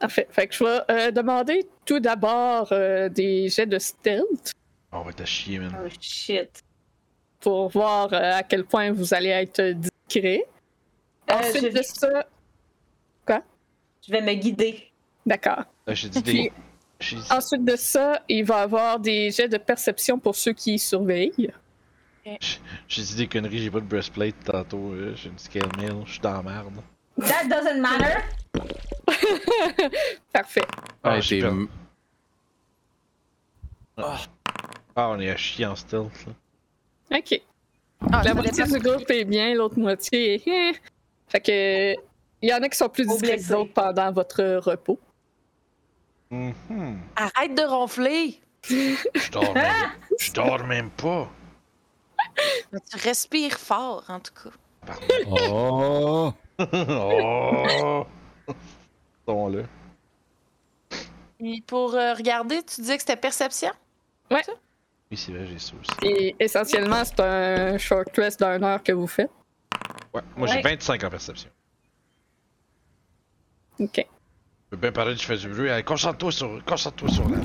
B: Parfait. Fait que je vais euh, demander tout d'abord euh, des jets de stealth
A: On va te chier, man.
D: Oh shit.
B: pour voir euh, à quel point vous allez être discret.
D: Euh,
B: Ensuite
D: je,
B: de ça,
D: je vais me guider.
B: d'accord.
A: Là, j'ai dit
B: Puis-
A: des. J'ai dit-
B: Ensuite de ça, il va y avoir des jets de perception pour ceux qui surveillent.
A: j'ai dit des conneries, j'ai pas de breastplate tantôt. euh, J'ai une scale mill, je suis dans la merde.
D: That doesn't matter.
B: Parfait.
A: Ah,
C: Ouais,
A: j'ai
C: t'es-
A: perdu. Ah, on est à chier en stealth, là.
B: OK.
E: Ah,
B: La
E: ça
B: moitié
E: dépend-
B: du groupe est bien, l'autre moitié est. hein. Fait que. Il y en a qui sont plus
D: Au
B: discrets que
D: blessé.
B: d'autres pendant votre repos.
A: Mhm.
E: Arrête de ronfler.
A: Je dors même... je dors même pas.
E: Tu respires fort, en tout cas.
A: Pardon. [laughs]
C: Oh!
A: oh! Sont là.
E: Et pour euh, regarder, tu disais que c'était perception?
A: Oui, c'est vrai, j'ai ça aussi.
B: Et essentiellement, c'est un short rest d'une heure que vous faites.
A: Ouais, moi j'ai
D: Ouais.
A: 25 en perception.
B: OK.
A: Je peux bien parler du fais du bruit. Allez, concentre-toi sur, concentre-toi sur la.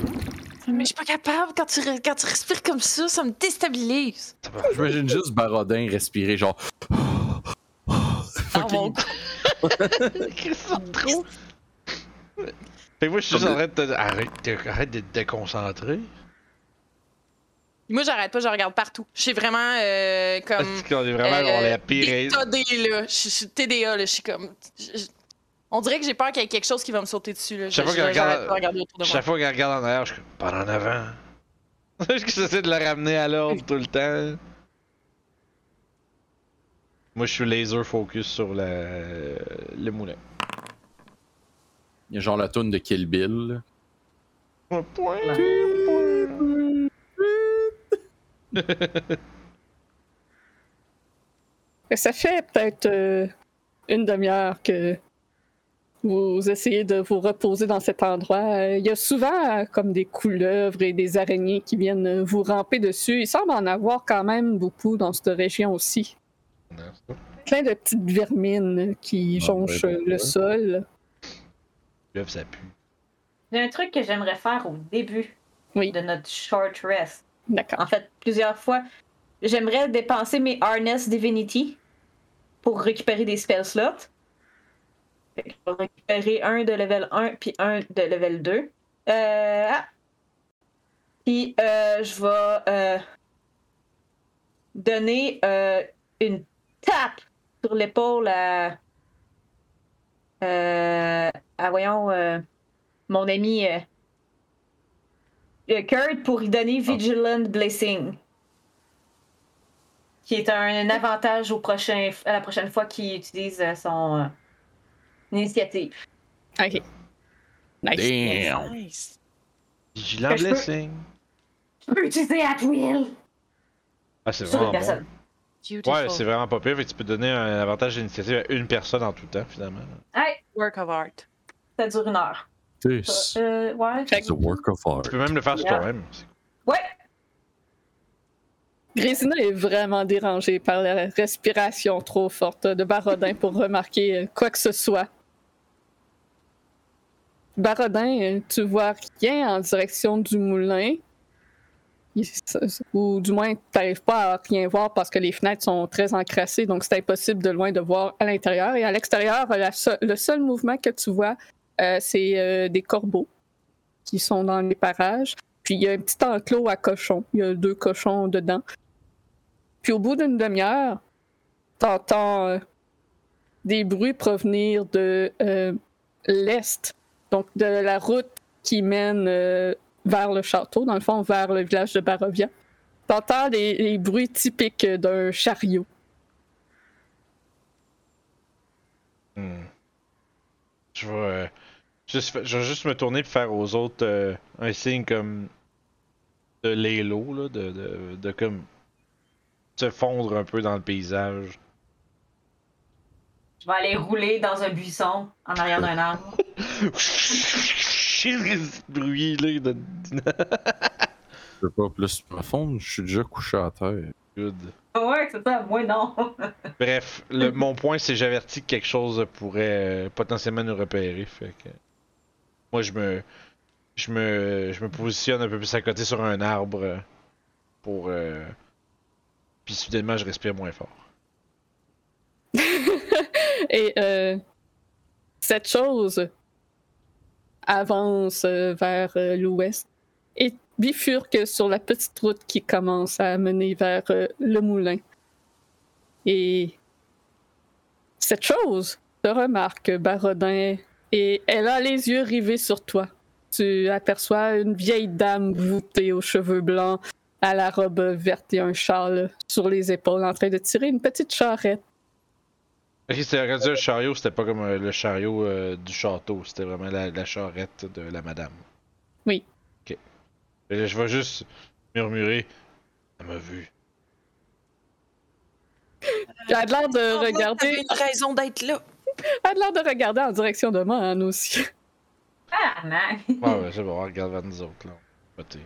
E: Mais je suis pas capable. Quand tu, re- quand tu respires comme ça, ça me déstabilise.
A: Tabarnak.
C: J'imagine juste Barodin respirer, genre.
E: Ah, mon cou-
A: Fait que moi, je suis juste en train de te dire, arrête, de- arrête de te déconcentrer.
E: Moi, j'arrête pas, je regarde partout. Je suis vraiment euh, comme.
A: Est-ce qu'on est vraiment
E: euh,
A: on est la pire
E: TDA, là. Je suis- je suis TDA, là. Je suis comme. je- je- On dirait que j'ai peur qu'il y ait quelque chose qui va me sauter dessus, là.
A: Chaque fois que je
E: j'arrête
A: regarde-
E: pas de regarder autour de moi.
A: Chaque fois qu'elle regarde en arrière, je suis comme, pas en avant. [laughs] Parce que j'essaie de la ramener à l'ordre tout le temps. Moi, je suis laser focus sur la... le moulin.
C: Il y a genre la toune de Kill Bill. là.
A: Un point.
B: Fait que Ben, Ça fait peut-être euh, une demi-heure que vous essayez de vous reposer dans cet endroit. Euh, Il y a souvent euh, comme des couleuvres et des araignées qui viennent euh, vous ramper dessus. Il semble en avoir quand même beaucoup dans cette région aussi. Plein de petites vermines qui
C: Ah,
B: jonchent
C: ouais,
B: euh, le
C: ouais.
B: sol.
A: L'œuf, ça pue.
D: Il y a un truc que j'aimerais faire au début
B: Oui.
D: de notre short rest.
B: D'accord.
D: En fait, plusieurs fois, j'aimerais dépenser mes Harness Divinity pour récupérer des spell slots. Fait que Je vais récupérer un de level 1 puis un de level 2. Euh, ah. Puis euh, je vais euh, donner euh, une tape sur l'épaule à. euh, à, voyons, euh, mon ami euh, euh, Kurt pour lui donner Vigilant Blessing. Qui est un avantage au prochain, à la prochaine fois qu'il utilise euh, son euh, initiative.
B: OK. Nice.
C: Damn!
E: Nice.
A: Vigilant
D: Je peux-
A: blessing.
D: Tu peux utiliser at will
A: Ah, c'est
D: sur une
A: vraiment bon.
D: personne.
E: Beautiful.
A: Ouais, c'est vraiment pas pire. Fait que tu peux donner un avantage d'initiative à une personne en tout temps, finalement.
D: Hey,
E: Work of art.
D: ça dure une heure.
C: This
D: Euh, ouais.
B: Fait
C: is a work of
A: Tu
C: art.
A: peux même le faire sur
D: Yeah.
A: toi-même. C'est cool.
D: Ouais,
B: Grésina est vraiment dérangée par la respiration trop forte de Barodin pour remarquer euh, quoi que ce soit. Barodin, euh, tu vois rien en direction du moulin. Il- ça- ça- Ou du moins, tu n'arrives pas à rien voir parce que les fenêtres sont très encrassées, donc c'est impossible de loin de voir à l'intérieur. Et à l'extérieur, la se- le seul mouvement que tu vois, euh, c'est euh, des corbeaux qui sont dans les parages. Puis il y a un petit enclos à cochons. Il y a deux cochons dedans. Puis au bout d'une demi-heure, t'entends euh, des bruits provenir de euh, l'est, donc de la route qui mène euh, vers le château, dans le fond, vers le village de Barovia. T'entends les, les bruits typiques d'un chariot.
A: Hmm. Je vais, euh, juste, fa- je vais juste me tourner pour faire aux autres euh, un signe comme de l'élo, là, de, de, de comme se fondre un peu dans le paysage. [laughs]
D: je vais aller rouler dans un buisson en arrière d'un arbre.
A: Bruit là, de...
C: Je peux pas plus profond, je suis déjà couché à terre.
A: Good.
D: Ah ouais, c'est ça, moi non.
A: Bref,
E: Mm.
A: le, mon point c'est j'avertis que quelque chose pourrait euh, potentiellement nous repérer. Fait que moi je me je me je me positionne un peu plus à côté sur un arbre euh, pour euh, puis soudainement je respire moins fort.
B: Et euh, cette chose avance euh, vers euh, l'ouest et bifurque sur la petite route qui commence à mener vers euh, le moulin. Et cette chose te remarque, Barodin, et elle a les yeux rivés sur toi. Tu aperçois une vieille dame voûtée aux cheveux blancs, à la robe verte et un châle sur les épaules, en train de tirer une petite charrette.
A: Ok, c'était rendu un chariot, c'était pas comme euh, le chariot euh, du château, c'était vraiment la, la charrette de la madame.
B: Oui.
A: Ok. Euh, Je vais juste murmurer. Elle m'a vu.
B: Elle a l'air de regarder,
E: T'avais une raison d'être là.
B: elle a l'air de regarder en direction de moi hein, aussi.
D: [laughs]
B: [laughs]
D: Ah, man.
A: Ouais,
E: [laughs]
A: ouais, c'est bon, on regarde vers nous autres, là. On va voter.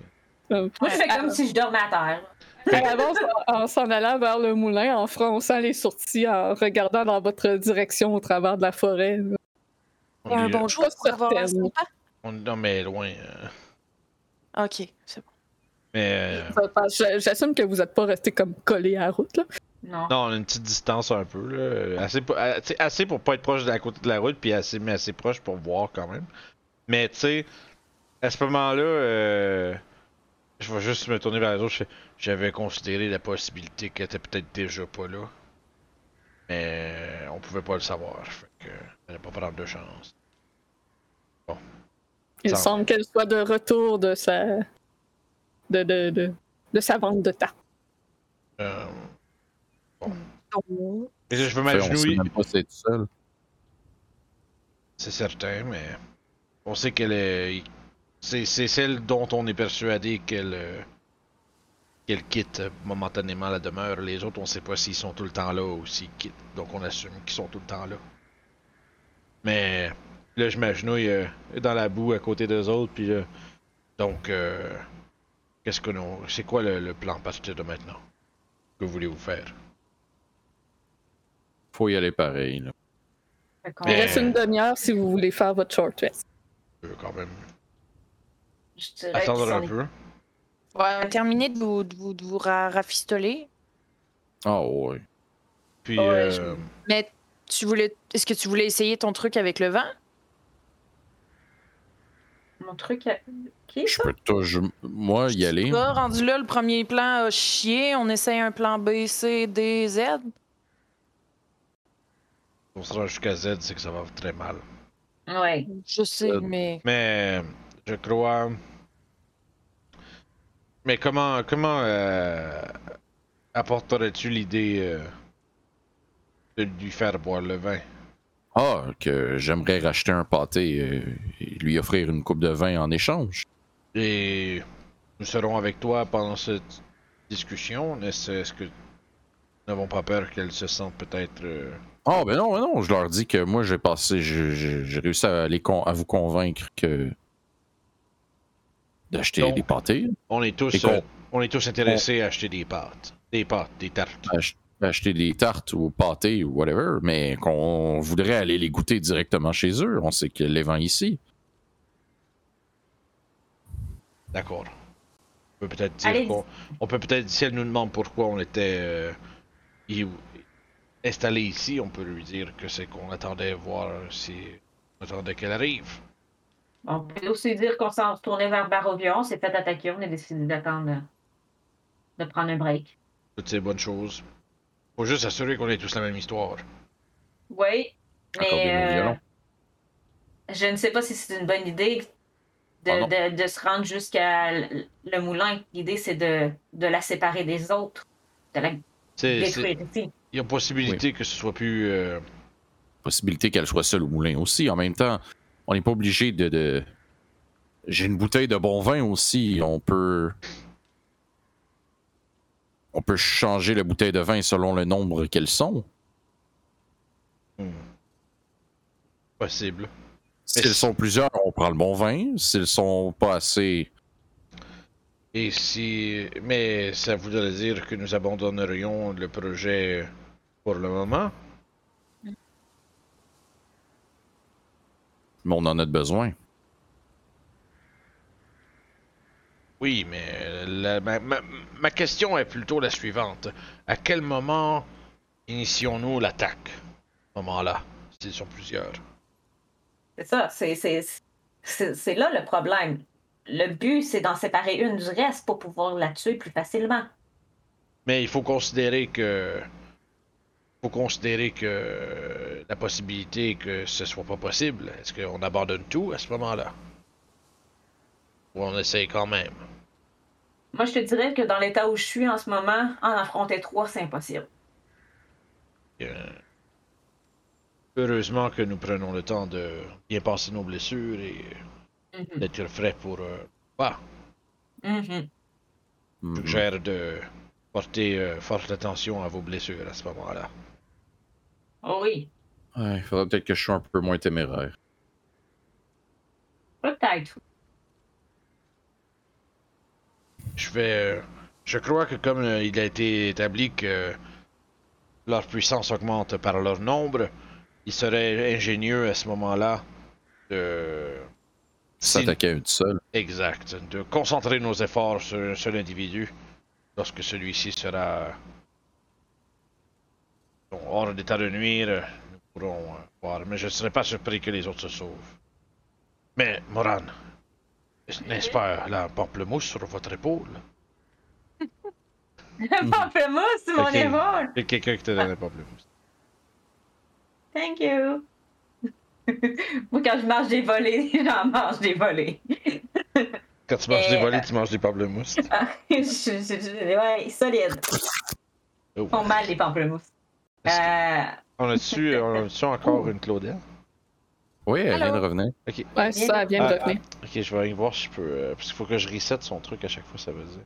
B: Comme-
D: Moi, je fais
B: [laughs]
D: comme si je dormais à terre.
B: Elle avance en, en s'en allant vers le moulin, en fronçant les sourcils, en regardant dans votre direction au travers de la forêt.
A: On
E: Un
A: est-
E: bonjour pour avoir l'air
B: certaine.
E: sympa.
A: on- Non, mais loin. euh,
E: Ok, c'est bon.
A: Mais. euh,
B: Ça passe. J'a- J'assume que vous n'êtes pas resté comme collé à la route. Là.
D: Non.
A: Non, on a une petite distance un peu, là. euh, Assez pour, euh, t'sais, assez pour pas être proche de la côté de la route, puis assez, mais assez proche pour voir quand même. Mais tu sais, à ce moment-là, euh, Je vais juste me tourner vers les autres. je fais, J'avais considéré la possibilité qu'elle était peut-être déjà pas là. Mais on pouvait pas le savoir. Fait que fallait pas prendre de chance.
B: Il
A: Ça va.
B: semble qu'elle soit de retour de sa. de, de, de, de sa vente de tas.
A: Euh,
E: Non.
A: et je veux
C: Fait, on sait
A: m'agenouiller.
C: même pas si c'est tout seul.
A: C'est certain, mais on sait qu'elle est. C'est, c'est celle dont on est persuadé qu'elle. euh, qu'elle quitte momentanément la demeure. Les autres, on sait pas s'ils sont tout le temps là ou s'ils quittent. Donc on assume qu'ils sont tout le temps là. Mais là, je m'agenouille euh, dans la boue à côté des autres, puis là, Donc, euh, qu'est-ce que nous. C'est quoi le, le plan à partir de maintenant Que voulez-vous faire
C: Faut y aller pareil. Là.
D: Fait qu'on-
B: Il
A: Mais-
B: reste une demi-heure si vous voulez faire votre short rest.
A: Je veux quand même
D: Je dirais
A: attendre
D: qu'ils
A: un
D: sont-
A: peu.
E: Ouais, terminez de vous, de vous, de vous ra- rafistoler.
C: Ah ouais.
A: Puis.
D: Ouais, je-
A: euh,
E: Mais tu voulais, est-ce que tu voulais essayer ton truc avec le vent?
D: Mon truc. euh, à- Qui
C: Je peux toujours. Moi, y aller.
E: Là, rendu là, le premier plan a chié. On essaye un plan B, C, D, Z.
A: on se rend jusqu'à Z, c'est que ça va très mal.
D: Ouais.
E: Je sais,
C: Euh,
E: mais.
A: Mais je crois. Mais comment comment euh, apporterais-tu l'idée euh, de lui faire boire le vin
C: Ah, que j'aimerais racheter un pâté euh, et lui offrir une coupe de vin en échange.
A: Et nous serons avec toi pendant cette discussion. N'est-ce est-ce que nous n'avons pas peur qu'elle se sente peut-être euh,
C: Ah, ben non, ben non, je leur dis que moi, j'ai passé, j'ai- j'ai j'ai réussi à, les con- à vous convaincre que. d'acheter
A: Donc,
C: des pâtés,
A: On est tous
C: Et qu'on-
A: euh, on est tous intéressés à acheter des pâtes, des pâtes, des tartes.
C: ach- acheter des tartes ou pâtés ou whatever, mais qu'on voudrait aller les goûter directement chez eux. On sait que les vend ici.
A: D'accord. On peut peut-être dire
D: Allez.
A: qu'on- on peut peut-être si elle nous demande pourquoi on était euh, i- installé ici, on peut lui dire que c'est qu'on attendait voir si on attendait qu'elle arrive.
D: On peut aussi dire qu'on s'en retournait vers Barovia, on s'est fait attaquer, on a décidé d'attendre, euh, de prendre un break.
A: Toutes ces bonnes choses. Faut juste s'assurer qu'on ait tous la même histoire.
D: Oui,
C: Accordez-nous le
D: mais euh,
C: violon.
D: je ne sais pas si c'est une bonne idée de,
C: Ah non.
D: de- de se rendre jusqu'à l- le moulin. L'idée, c'est de, de la séparer des autres, de la
A: C'est, c'est-
D: détruire ici.
A: il y a possibilité que ce soit plus. euh,
C: possibilité qu'elle soit seule au moulin aussi. En même temps, on n'est pas obligé de. de- J'ai une bouteille de bon vin aussi. On peut. On peut changer la bouteille de vin selon le nombre qu'elles sont.
A: hmm, possible.
C: S'ils sont plusieurs, on prend le bon vin. S'ils sont pas assez.
A: Et si. Mais ça voudrait dire que nous abandonnerions le projet pour le moment.
C: Mais on en a de besoin.
A: Oui, mais euh, la- ma, ma- ma question est plutôt la suivante. À quel moment initions-nous l'attaque À ce moment-là, s'ils sont plusieurs.
D: C'est ça, c'est- c'est c'est- c'est là le problème. Le but, c'est d'en séparer une du reste pour pouvoir la tuer plus facilement.
A: Mais il faut considérer que. faut considérer que la possibilité que ce soit pas possible. Est-ce qu'on abandonne tout à ce moment-là Ou on essaye quand même
D: Moi, je te dirais que dans l'état où je suis en ce moment, en affronter trois, c'est impossible.
A: Euh, Heureusement que nous prenons le temps de bien passer nos blessures et
D: Mhm.
A: d'être frais pour. euh, bah,
D: Mhm.
A: Je
C: Mhm.
A: suggère de porter euh, forte attention à vos blessures à ce moment-là.
D: Oh oui,
C: Ouais, il faudrait peut-être que je sois un peu moins téméraire.
D: peut-être.
A: Je vais. euh, je crois que comme euh, il a été établi que leur puissance augmente par leur nombre, il serait ingénieux à ce moment-là de.
C: S'attaquer à une seule.
A: Exact. De concentrer nos efforts sur un seul individu lorsque celui-ci sera bon, hors d'état de nuire. Nous euh, pourrons euh, voir, mais je ne serais pas surpris que les autres se sauvent. Mais, Moran, N'est-ce pas la pamplemousse sur votre épaule?
D: Le pamplemousse, Oh, c'est mon
A: Mm-hmm. Ok.
D: épaule!
A: C'est quelqu'un qui te donne un pamplemousse.
D: Thank you! [laughs] Moi, quand je mange des volets, [laughs] j'en mange des volets.
A: Quand tu manges des
D: Euh,
A: volets, tu manges des pamplemousses.
D: [laughs] je, je- je- ouais, solide.
A: Oh.
D: Ils font mal, les pamplemousses.
A: Est-ce que-
D: Euh,
A: On a-tu on a-tu encore une Claudia?
C: Oui, elle vient
E: Allô?
C: de revenir.
B: Ouais, c'est ça, elle vient de revenir.
A: Ok, je vais aller voir si je peux. euh, parce qu'il faut que je reset son truc à chaque fois, ça veut dire.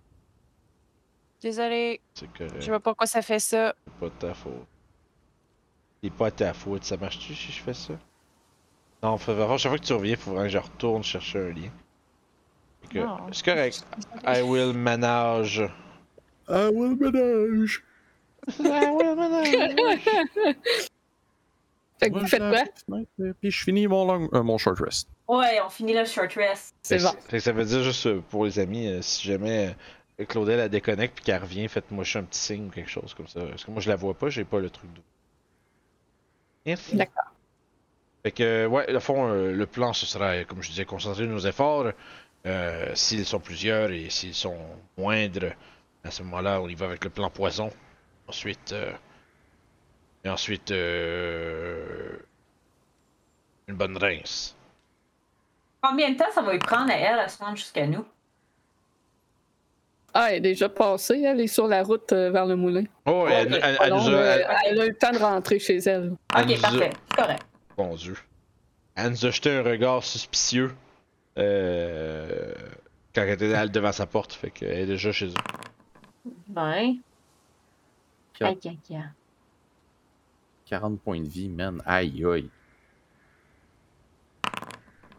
E: Désolée,
A: C'est que
E: je
A: c'est
E: sais pas pourquoi ça fait ça.
A: pas de ta faute. C'est pas de ta faute, ça marche-tu si je fais ça? Non, faut vraiment, chaque fois que tu reviens, faut vraiment que je retourne chercher un lien. Fait que,
E: Non.
A: C'est
E: [laughs]
A: correct. I will manage.
C: Ah ouais, ménage!
A: I will manage.
B: Fait que vous faites quoi?
C: Puis je finis mon, long, euh, mon short rest.
D: ouais, on finit le short rest.
B: C'est bon.
A: Fait que ça veut dire juste euh, pour les amis, euh, si jamais euh, Claudel la déconnecte puis qu'elle revient, faites-moi juste un petit signe ou quelque chose comme ça. Parce que moi je la vois pas, j'ai pas le truc d'eau. Merci.
B: D'accord.
A: Fait que euh, ouais, le fond, euh, le plan ce sera, euh, comme je disais, concentrer nos efforts. Euh, s'ils sont plusieurs et s'ils sont moindres, à ce moment-là, on y va avec le plan poison. Ensuite, euh, et ensuite euh, une bonne rince.
D: Combien de temps ça va lui prendre à elle à se rendre jusqu'à nous?
B: Ah, elle est déjà passée, elle est sur la route euh, vers le moulin.
A: Oh, elle, elle- elle
B: Non,
A: nous a-
B: euh,
A: elle-
B: elle, a eu le temps de rentrer chez elle.
A: Elle
D: Ok,
A: nous a-
D: parfait. C'est correct.
A: Mon Dieu. Elle nous a jeté un regard suspicieux euh, quand elle était là devant sa porte. Fait qu'elle est déjà chez eux.
D: Ben.
C: Quatre.
D: Aïe, aïe, aïe.
C: 40 points de vie, man. Aïe, aïe.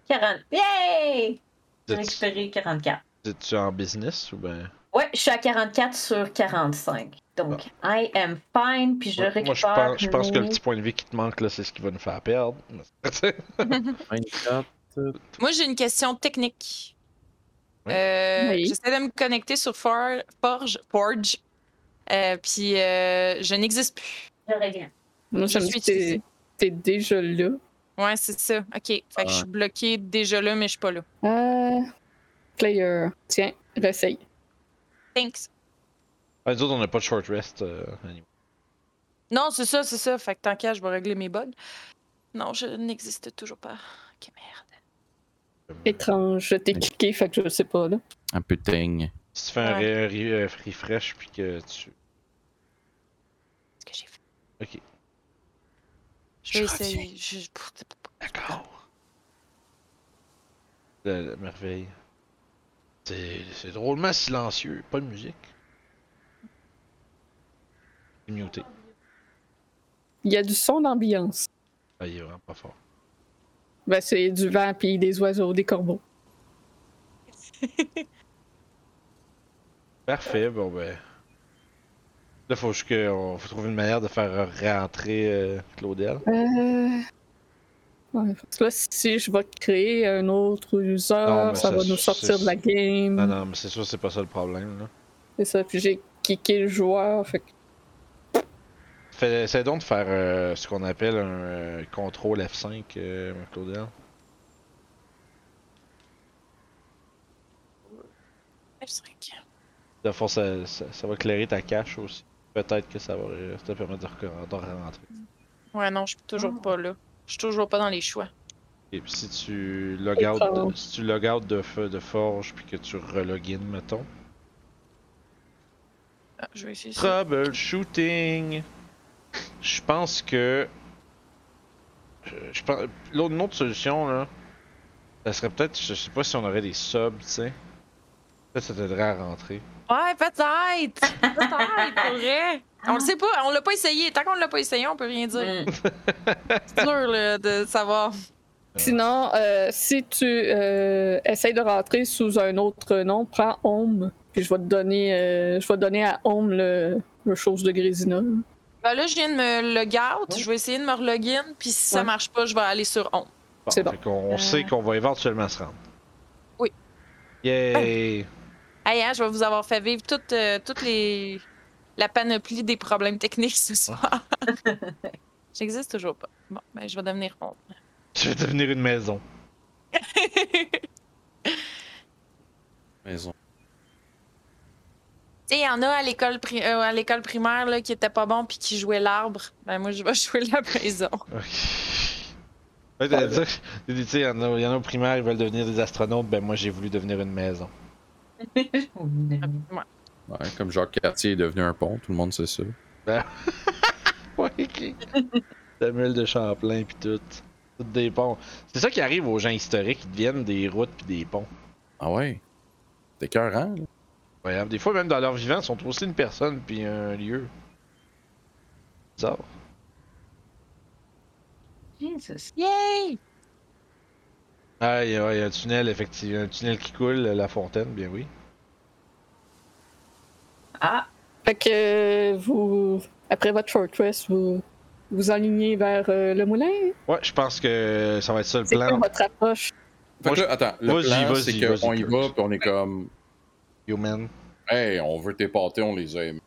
D: 40. Yay! J'ai
A: T'es-tu-
D: récupéré 44.
A: T'es-tu en business ou ben.
D: Ouais, je suis à 44 sur 45. Donc, I am fine, puis je
A: Moi,
D: récupère.
A: Ah. moi, je pense, je pense que le
D: mes-
A: petit point de vie qui te manque, là, c'est ce qui va nous faire perdre. [laughs]
C: 24.
E: Moi, j'ai une question technique.
A: Oui.
E: Euh,
B: Oui.
E: J'essaie de me connecter sur For- Forge, Forge euh, puis euh, je n'existe plus.
D: Je
E: [laughs]
D: reviens.
B: Moi, je
E: Je
B: me
E: suis
B: dis, t'es-
E: ici.
B: t'es déjà là.
E: Ouais, c'est ça. OK. Fait que je suis bloquée déjà là, mais je suis pas là.
B: Euh, player. Tiens, réessaye.
E: Thanks.
A: Ah, nous autres, on n'a pas de short rest. euh, anyway.
E: Non, c'est ça, c'est ça. Fait que tant qu'à, je vais régler mes bugs. Non, je n'existe toujours pas. OK, merde.
B: Étrange, je t'ai
C: Oui.
B: cliqué, fait que je sais pas, là.
C: Un peu de teigne.
A: Si tu fais un
E: Ouais.
A: re- re- euh, refresh puis que tu.
E: Qu'est-ce que j'ai fait?
A: Ok.
E: Je vais
C: Je
E: essayer. Je- pour-
A: D'accord. La, la merveille. C'est c'est drôlement silencieux, pas de musique. C'est muté.
B: Il y a du son d'ambiance.
A: Ah, il est vraiment pas fort.
B: Ben, c'est du vent, puis des oiseaux, des corbeaux.
A: Parfait, bon ben. Là, faut juste qu'on faut trouver une manière de faire rentrer euh, Claudel.
B: Euh... Ouais, parce que là, si je vais créer un autre user,
A: Non, mais Ah, ben,
B: ça
A: ça,
B: va
A: c'est-
B: nous sortir de la
A: Non,
B: game.
A: non, mais c'est sûr, c'est pas ça le problème. Là.
B: C'est ça, puis j'ai kické le joueur, fait que...
A: Fais, essaie donc de faire euh, ce qu'on appelle un euh, contrôle F5, euh, Claudel. De fond, ça, ça, ça va éclairer ta cache aussi. Peut-être que ça va euh, te permettre de, recor- de rentrer.
E: Ouais, non, je suis toujours pas là. Je suis toujours pas dans les choix.
A: Et puis si tu log out,
B: Étrange.
A: si tu log out de, feu- de Forge puis que tu relogin, mettons.
E: Ah, je vais essayer ça.
A: Troubleshooting. Je pense que. Je- Je pense... L'autre une autre solution, là. Ça serait peut-être. Je sais pas si on aurait des subs, tu sais. Peut-être ça t'aiderait à rentrer.
E: Ouais, peut-être. Peut-être, pour vrai. On le sait pas, on l'a pas essayé. Tant qu'on l'a pas essayé, on peut rien dire.
D: Mm.
E: C'est dur là, de savoir.
B: Sinon, euh, si tu euh, essayes de rentrer sous un autre nom, prends Home, puis je vais te donner, euh, je vais donner à Home le, le chose de Grésina.
E: Ben là, je viens de me log out. Je vais essayer de me relogin. Puis si ça
B: Ouais.
E: marche pas, je vais aller sur on.
A: Bon,
B: C'est bon.
A: fait qu'on on sait qu'on va éventuellement se rendre.
E: Euh. Oui.
A: Yay!
E: Hey, hein, je vais vous avoir fait vivre toute, euh, toutes les... la panoplie des problèmes techniques ce soir. J'existe toujours pas. Bon, ben, je vais devenir on.
A: Je vais devenir une maison.
C: Maison.
E: Tu sais, il y en a à l'école pri- euh, à l'école primaire là, qui était pas bon puis qui jouait l'arbre. Ben moi, je vais [laughs] jouer la prison.
A: Ok. Ouais, t'as dit- [laughs] t'as dit, tu sais, il y, en a- y en a au primaire, ils veulent devenir des astronautes, ben moi j'ai voulu devenir une maison.
E: Oh,
C: Ouais, comme Jacques Cartier est devenu un pont, tout le monde sait ça.
A: [laughs] Ouais, ok. Samuel de Champlain pis tout. Toutes des ponts. C'est ça qui arrive aux gens historiques, ils deviennent des routes pis des ponts.
C: Ah ouais? T'es cœur, hein?
A: Ouais, des fois, même dans leur vivant, ils sont aussi une personne puis un lieu. Bizarre.
D: Jesus.
E: Yay!
A: Ah, il y, a- il y a un tunnel, effectivement. Un tunnel qui coule, la fontaine, bien oui.
D: Ah,
B: Fait que euh, vous, après votre short rest, vous vous alignez vers euh, le moulin.
A: Ouais, je pense que ça va être ça le
B: C'est quoi
A: plan.
B: votre approche?
C: Fait
A: Moi,
C: que là, attends, le
A: vas-y,
C: plan,
A: vas-y,
C: c'est
A: vas-y,
C: qu'on y
A: Kurt.
C: va, puis on est comme,
A: Human.
C: hey, on veut tes pâtés, on les aime.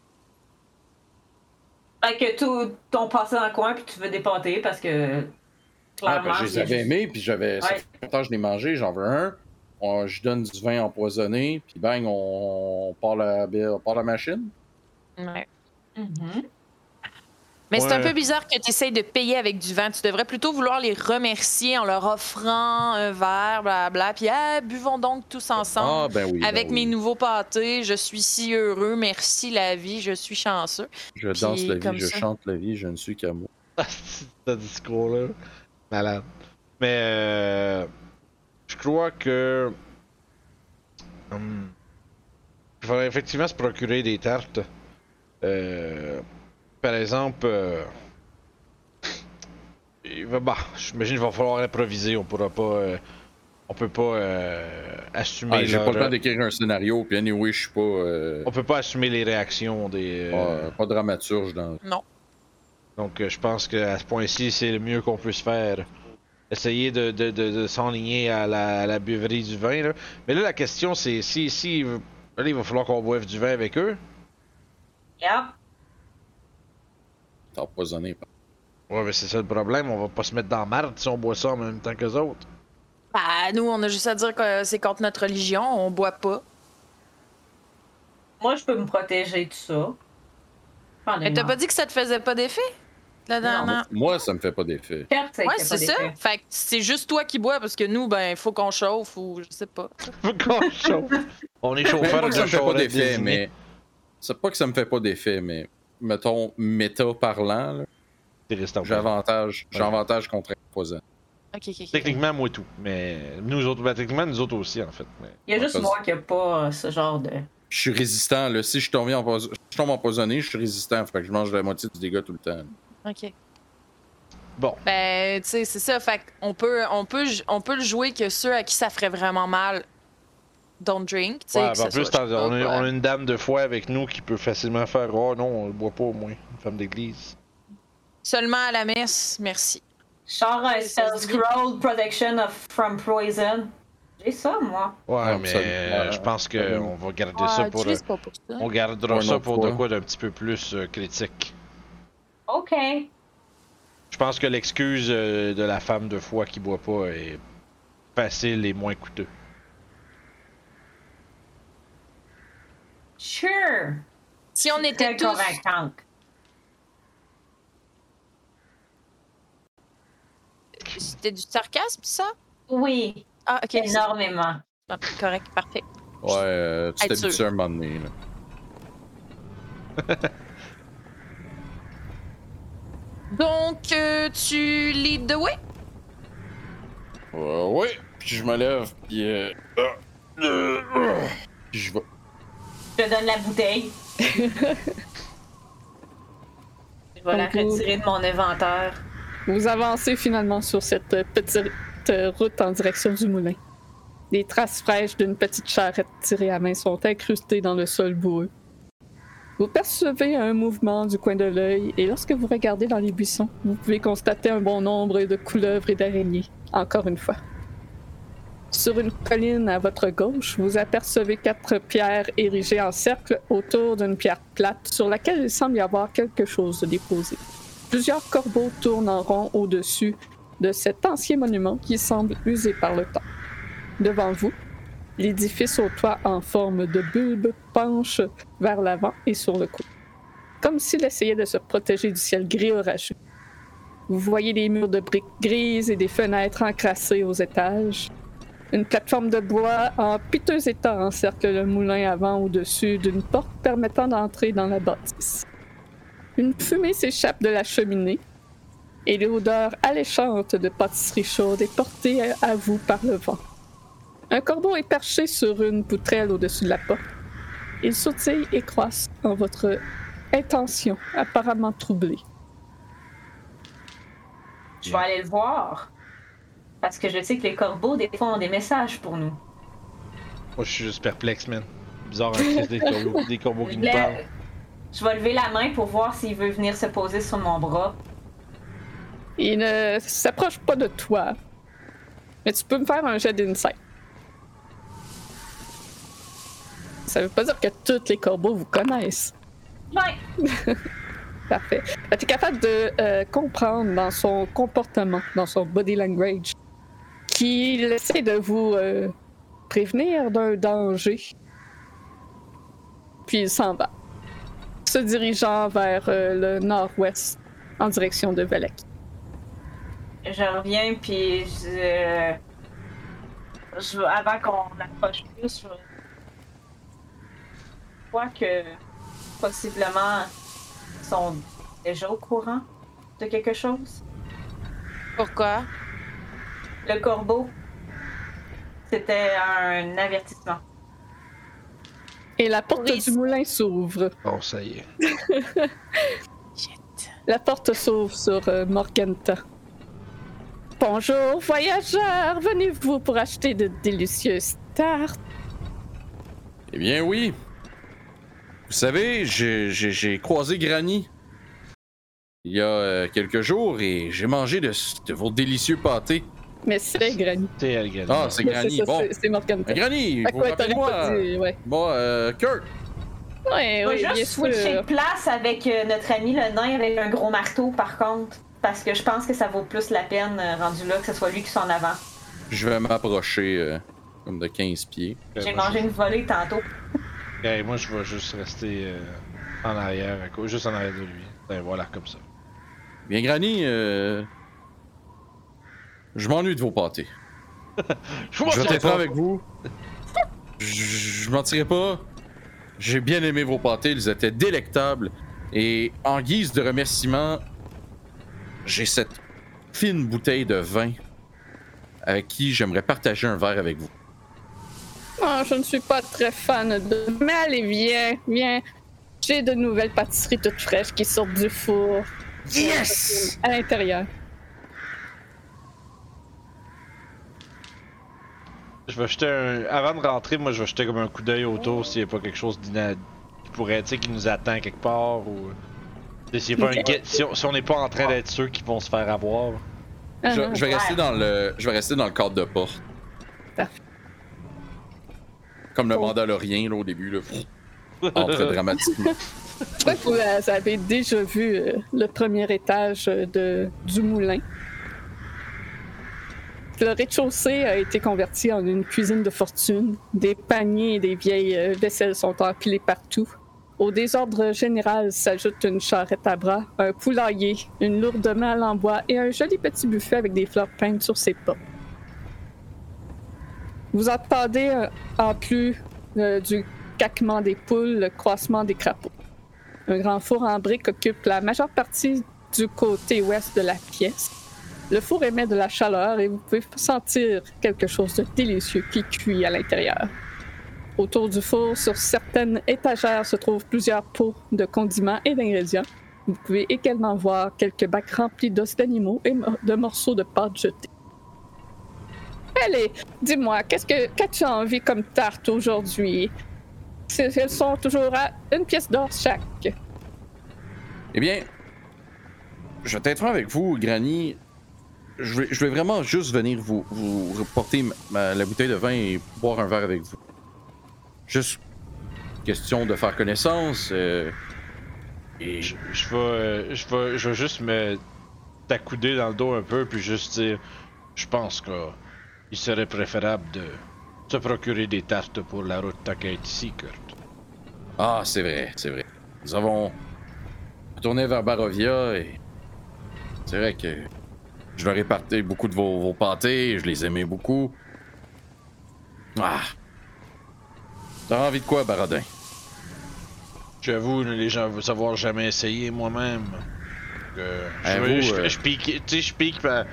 D: fait que tout ton passé dans le coin puis tu veux dépanter parce que.
C: Ah, ben, je
D: il
C: les
D: y a
C: avais
D: juste-
C: aimés, puis j'avais. Ça
D: Ouais.
C: fait longtemps que je les mangeais, j'en veux un. On- je donne du vin empoisonné, puis bang, on, on part la, on part la machine.
E: Ouais.
D: Mhm.
E: Mais c'est un
A: Ouais.
E: peu bizarre que tu essayes de payer avec du vin. Tu devrais plutôt vouloir les remercier en leur offrant un verre, blabla. Puis, ah, buvons donc tous
B: Ah.
E: ensemble.
C: ben oui. ben
E: Avec
C: oui.
E: mes nouveaux pâtés, je suis si heureux, merci la vie, je suis chanceux.
C: Je danse
E: pieds
C: la vie,
E: comme
C: je
E: ça.
C: chante la vie, je ne suis qu'amour.
A: [laughs] ce discours-là. Malade. Mais euh, je crois que. hum, il faudrait effectivement se procurer des tartes. Euh, par exemple. euh, il va- bah, j'imagine qu'il va falloir improviser. On pourra pas. euh, on peut pas euh, assumer.
C: Ah, j'ai
A: leur-
C: pas le temps d'écrire un scénario, puis anyway, je suis pas, euh,
A: on peut pas assumer les réactions des.
C: pas,
A: euh,
C: euh, pas dramaturge dans.
A: Donc, euh, je pense qu'à ce point-ci, c'est le mieux qu'on puisse faire. Essayer de, de, de, de s'enligner à la, à la buverie du vin. Là. Mais là, la question, c'est si. si là, il va falloir qu'on boive du vin avec eux.
D: Yep.
C: T'as empoisonné.
A: Ouais, mais c'est ça le problème. On va pas se mettre dans la marde si on boit ça en même temps que les autres. [laughs]
E: Bah, nous, on a juste à dire que c'est contre notre religion, on boit pas.
D: Moi, je peux me protéger de ça. J'en ai
E: Mais t'as
D: marre.
E: pas dit que ça te faisait pas d'effet? La dernière.
C: Moi, ça me fait pas d'effet.
D: Certes, ça
E: Ouais,
D: était pas
E: c'est ça.
D: d'effet.
E: Fait que c'est juste toi qui bois parce que nous, ben, faut qu'on chauffe ou je sais pas.
A: Faut qu'on
C: [laughs]
A: chauffe. on est
C: Mais
A: chauffeur de
C: pas que ça me fait pas
A: chaufferette
C: d'effet,
A: désignée.
C: mais. C'est pas que ça me fait pas d'effet, mais. Mettons, méta parlant, là,
A: C'est restant
C: j'ai avantage, j'ai
A: Ouais.
C: avantage contre empoisonné.
E: Ok, ok. ok.
A: Techniquement, moi tout. Mais nous autres, bah, techniquement, nous autres aussi, en fait. Mais...
D: Il y a
C: Ouais,
D: juste
C: parce-
D: moi qui a pas euh, ce genre de.
C: je suis résistant. Là. Si je tombe, empoisonné, je tombe empoisonné, je suis résistant. Fait que je mange la moitié du dégât tout le temps.
E: Ok.
A: Bon.
E: Ben, tu sais, c'est ça. Fait qu'on peut, on peut, j- on peut le jouer que ceux à qui ça ferait vraiment mal, don't drink. tu sais,
A: Ouais,
E: que
A: ben, en
E: ce
A: plus,
E: soit, je sais
A: t'as- on,
E: pas,
A: a,
E: quoi.
A: on a une dame de foi avec nous qui peut facilement faire Oh non, on le boit pas au moins. Une femme d'église.
E: Seulement à la messe, merci.
D: Genre un
E: Ça
D: spell
E: se dit.
D: scroll euh, protection of from poison. J'ai ça, moi.
A: Ouais,
C: Ouais,
A: mais
C: ça-
A: euh, je pense
C: ouais.
A: qu'on va garder ça pour. euh,
E: pas pour
D: hein?
E: ça.
A: On gardera
C: Un
A: ça
C: autre
A: pour de
C: fois.
A: quoi d'un petit peu plus euh, critique.
D: OK.
A: Je pense que l'excuse euh, de la femme de foi qui boit pas est facile et moins coûteux.
D: Sure.
E: Si on était
D: Très
E: tous,
D: convaincante.
E: c'était du sarcasme, ça?
D: Oui,
E: Ah, ok. c'est-
D: énormément.
E: Ah, Correct, parfait.
C: Ouais, euh, tu
E: Être
C: t'habitues
E: sûr.
C: à un moment donné. là.
E: Donc, euh, tu lead the way?
C: Ouais, Euh, ouais. Puis je me lève, puis. euh, ah, euh, ah. Puis je vais.
D: Je te donne la [laughs] bouteille. Je vais la
B: Bonjour.
D: retirer de mon inventaire.
B: Vous avancez finalement sur cette euh, petite euh, route en direction du moulin. Les traces fraîches d'une petite charrette tirée à main sont incrustées dans le sol boueux. Vous percevez un mouvement du coin de l'œil et lorsque vous regardez dans les buissons, vous pouvez constater un bon nombre de couleuvres et d'araignées, encore une fois. Sur une colline à votre gauche, vous apercevez quatre pierres érigées en cercle autour d'une pierre plate sur laquelle il semble y avoir quelque chose de déposé. Plusieurs corbeaux tournent en rond au-dessus de cet ancien monument qui semble usé par le temps. Devant vous, L'édifice au toit en forme de bulbe penche vers l'avant et sur le côté, comme s'il essayait de se protéger du ciel gris orageux. Vous voyez des murs de briques grises et des fenêtres encrassées aux étages. Une plateforme de bois en piteux état encercle le moulin avant au-dessus d'une porte permettant d'entrer dans la bâtisse. Une fumée s'échappe de la cheminée et l'odeur alléchante de pâtisserie chaude est portée à- à vous par le vent. Un corbeau est perché sur une poutrelle au-dessus de la porte. Il sautille et croisse en votre intention apparemment troublée.
D: Je vais aller le voir. Parce que je sais que les corbeaux, des fois, ont des messages pour nous.
A: Moi, je suis juste perplexe, man. Bizarre, hein, Chris, des,
D: [laughs]
A: corbeaux, des corbeaux qui nous
D: Le-
A: parlent.
D: Je vais lever la main pour voir s'il veut venir se poser sur mon bras.
B: Il ne s'approche pas de toi. Mais tu peux me faire un jet d'insight. Ça veut pas dire que tous les corbeaux vous connaissent.
D: Ouais.
B: Parfait. Tu es capable de euh, comprendre dans son comportement, dans son body language, qu'il essaie de vous euh, prévenir d'un danger. Puis il s'en va, se dirigeant vers euh, le nord-ouest en direction de Valaki.
D: Je reviens, puis je. je- avant qu'on approche plus, je. je crois que. Possiblement. ils sont déjà au courant de quelque chose.
E: Pourquoi?
D: Le corbeau. C'était un avertissement.
B: Et la porte
E: Oui.
B: du moulin s'ouvre.
A: Bon, ça y est.
B: La porte s'ouvre sur euh, Morganta. Bonjour, voyageurs! Venez-vous pour acheter de délicieuses tartes?
C: Eh bien oui. Vous savez, j'ai- j'ai j'ai croisé Granny il y a euh, quelques jours et j'ai mangé de, de vos délicieux pâtés.
B: Mais c'est Granny.
A: T'es elle, Granny.
C: Ah, c'est
B: Mais Bah, c'est
C: Granny.
B: ça,
C: bon,
B: c'est- c'est Morganta. [laughs]
C: Granny,
B: À
C: vous
B: quoi t'aurais
C: rappelez-moi.
B: pas dit, ouais.
C: Bon, euh, Kurt,
B: Ouais,
D: Je vais
B: ouais, bien
D: juste switcher de
B: sûr.
D: place avec euh, notre ami le nain avec un gros marteau, par contre. Parce que je pense que ça vaut plus la peine, euh, rendu là, que ce soit lui qui soit en avant.
C: je vais m'approcher euh, comme de 15 pieds.
A: Euh,
D: J'ai
A: moi,
D: mangé une volée tantôt.
A: je- Eh, moi, je vais juste rester euh, en arrière, à cou- juste en arrière de lui. Ben, voilà, comme ça.
C: Bien Granny, euh, je m'ennuie de vos pâtés.
A: Je
C: Je vais être franc avec vous. Je- Je je mentirai pas. J'ai bien aimé vos pâtés, ils étaient délectables. Et en guise de remerciement, j'ai cette fine bouteille de vin avec qui j'aimerais partager un verre avec vous.
B: Ah, je ne suis pas très fan de. Mais allez, viens, viens. J'ai de nouvelles pâtisseries toutes fraîches qui sortent du four
C: Yes!
B: à l'intérieur.
A: Je vais jeter un. Avant de rentrer, moi, je vais jeter comme un coup d'œil autour s'il n'y a pas quelque chose d'ina- qui pourrait, tu sais, qui nous attend quelque part ou. Tu sais, s'il y a pas un
B: Ok.
A: guet- Si on si on n'est pas en train d'être sûr qu'ils vont se faire avoir.
B: Ah,
C: Je,
B: ah.
C: je vais rester dans le, je vais rester dans le cadre de porte.
B: Parfait.
C: Comme le
B: Oh.
C: Mandalorien là, au début, là. Entre dramatiquement.
B: Je crois que vous la- vous avez déjà vu euh, le premier étage euh, de, du moulin. Le rez-de-chaussée a été converti en une cuisine de fortune. Des paniers et des vieilles euh, vaisselles sont empilés partout. Au désordre général s'ajoute une charrette à bras, un poulailler, une lourde malle en bois et un joli petit buffet avec des fleurs peintes sur ses pas. Vous entendez euh, en plus euh, du caquement des poules, le croissement des crapauds. Un grand four en briques occupe la majeure partie du côté ouest de la pièce. Le four émet de la chaleur et vous pouvez sentir quelque chose de délicieux qui cuit à l'intérieur. Autour du four, sur certaines étagères, se trouvent plusieurs pots de condiments et d'ingrédients. Vous pouvez également voir quelques bacs remplis d'os d'animaux et mo- de morceaux de pâte jetées. Allez, dis-moi, qu'est-ce que qu'as-tu envie comme tarte aujourd'hui? C'est- Elles sont toujours à une pièce d'or chaque.
C: Eh bien, je vais être franc avec vous, Granny. Je vais, je vais vraiment juste venir vous, vous reporter ma- ma- la bouteille de vin et boire un verre avec vous. Juste question de faire connaissance. euh, et
A: Je, je vais, euh, je vais, je vais juste me t'accouder dans le dos un peu puis juste dire, je pense que il serait préférable de te procurer des tartes pour la route t'inquiète ici, Kurt.
C: Ah, c'est vrai, c'est vrai. Nous avons retourné vers Barovia et c'est vrai que je leur ai parté beaucoup de vos, vos pâtés, je les aimais beaucoup. Ah! T'as envie de quoi, Baradin?
A: J'avoue, les gens veulent savoir jamais essayer moi-même. Donc, euh,
C: Eh,
A: je,
C: vous,
A: je-
C: euh,
A: je pique, tu sais, je pique ben,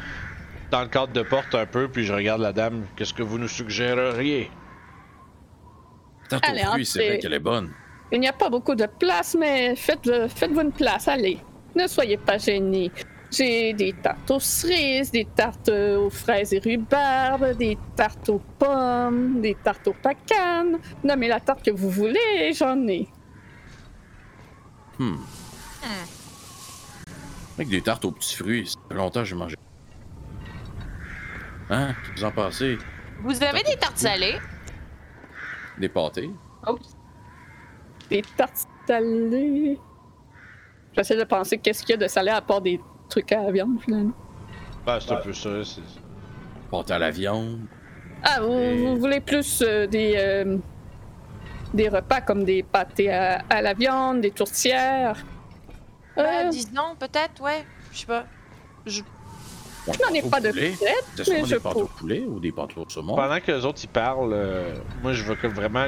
A: dans le cadre de porte un peu, puis je regarde la dame. Qu'est-ce que vous nous suggéreriez?
C: Tarte
B: Allez,
C: aux fruits, c'est vrai
B: entrez.
C: qu'elle est bonne.
B: Il n'y a pas beaucoup de place, mais faites, euh, faites-vous une place, allez. Ne soyez pas gênés. J'ai des tartes aux cerises, des tartes euh, aux fraises et rhubarbes, des tartes aux pommes, des tartes aux pacanes. Nommez la tarte que vous voulez, j'en ai.
C: Avec des tartes aux petits fruits, ça fait longtemps que j'ai mangé. Hein? Qu'est-ce que vous en pensez?
E: Vous avez des tartes salées?
C: Des pâtés?
B: Des tartes salées. J'essaie de penser qu'est-ce qu'il y a de salé à part des trucs à la viande, finalement.
A: Ben, c'est un peu ça. c'est-
C: Pâtes à la viande?
B: Ah, vous,
C: Et-
B: vous voulez plus euh, des, euh, des repas comme des pâtés à, à la viande, des tourtières?
E: Bah,
B: Euh,
E: disons, peut-être, ouais. Je sais pas.
C: Ouais,
B: je n'en ai
C: pâtes au
B: pas de
C: poulet.
B: recette.
C: C'est sûrement
B: mais
C: des
B: je
C: pâtes au
B: trouve.
C: poulet ou des pâtes au saumon?
A: Pendant que les autres ils parlent, euh, moi je veux que vraiment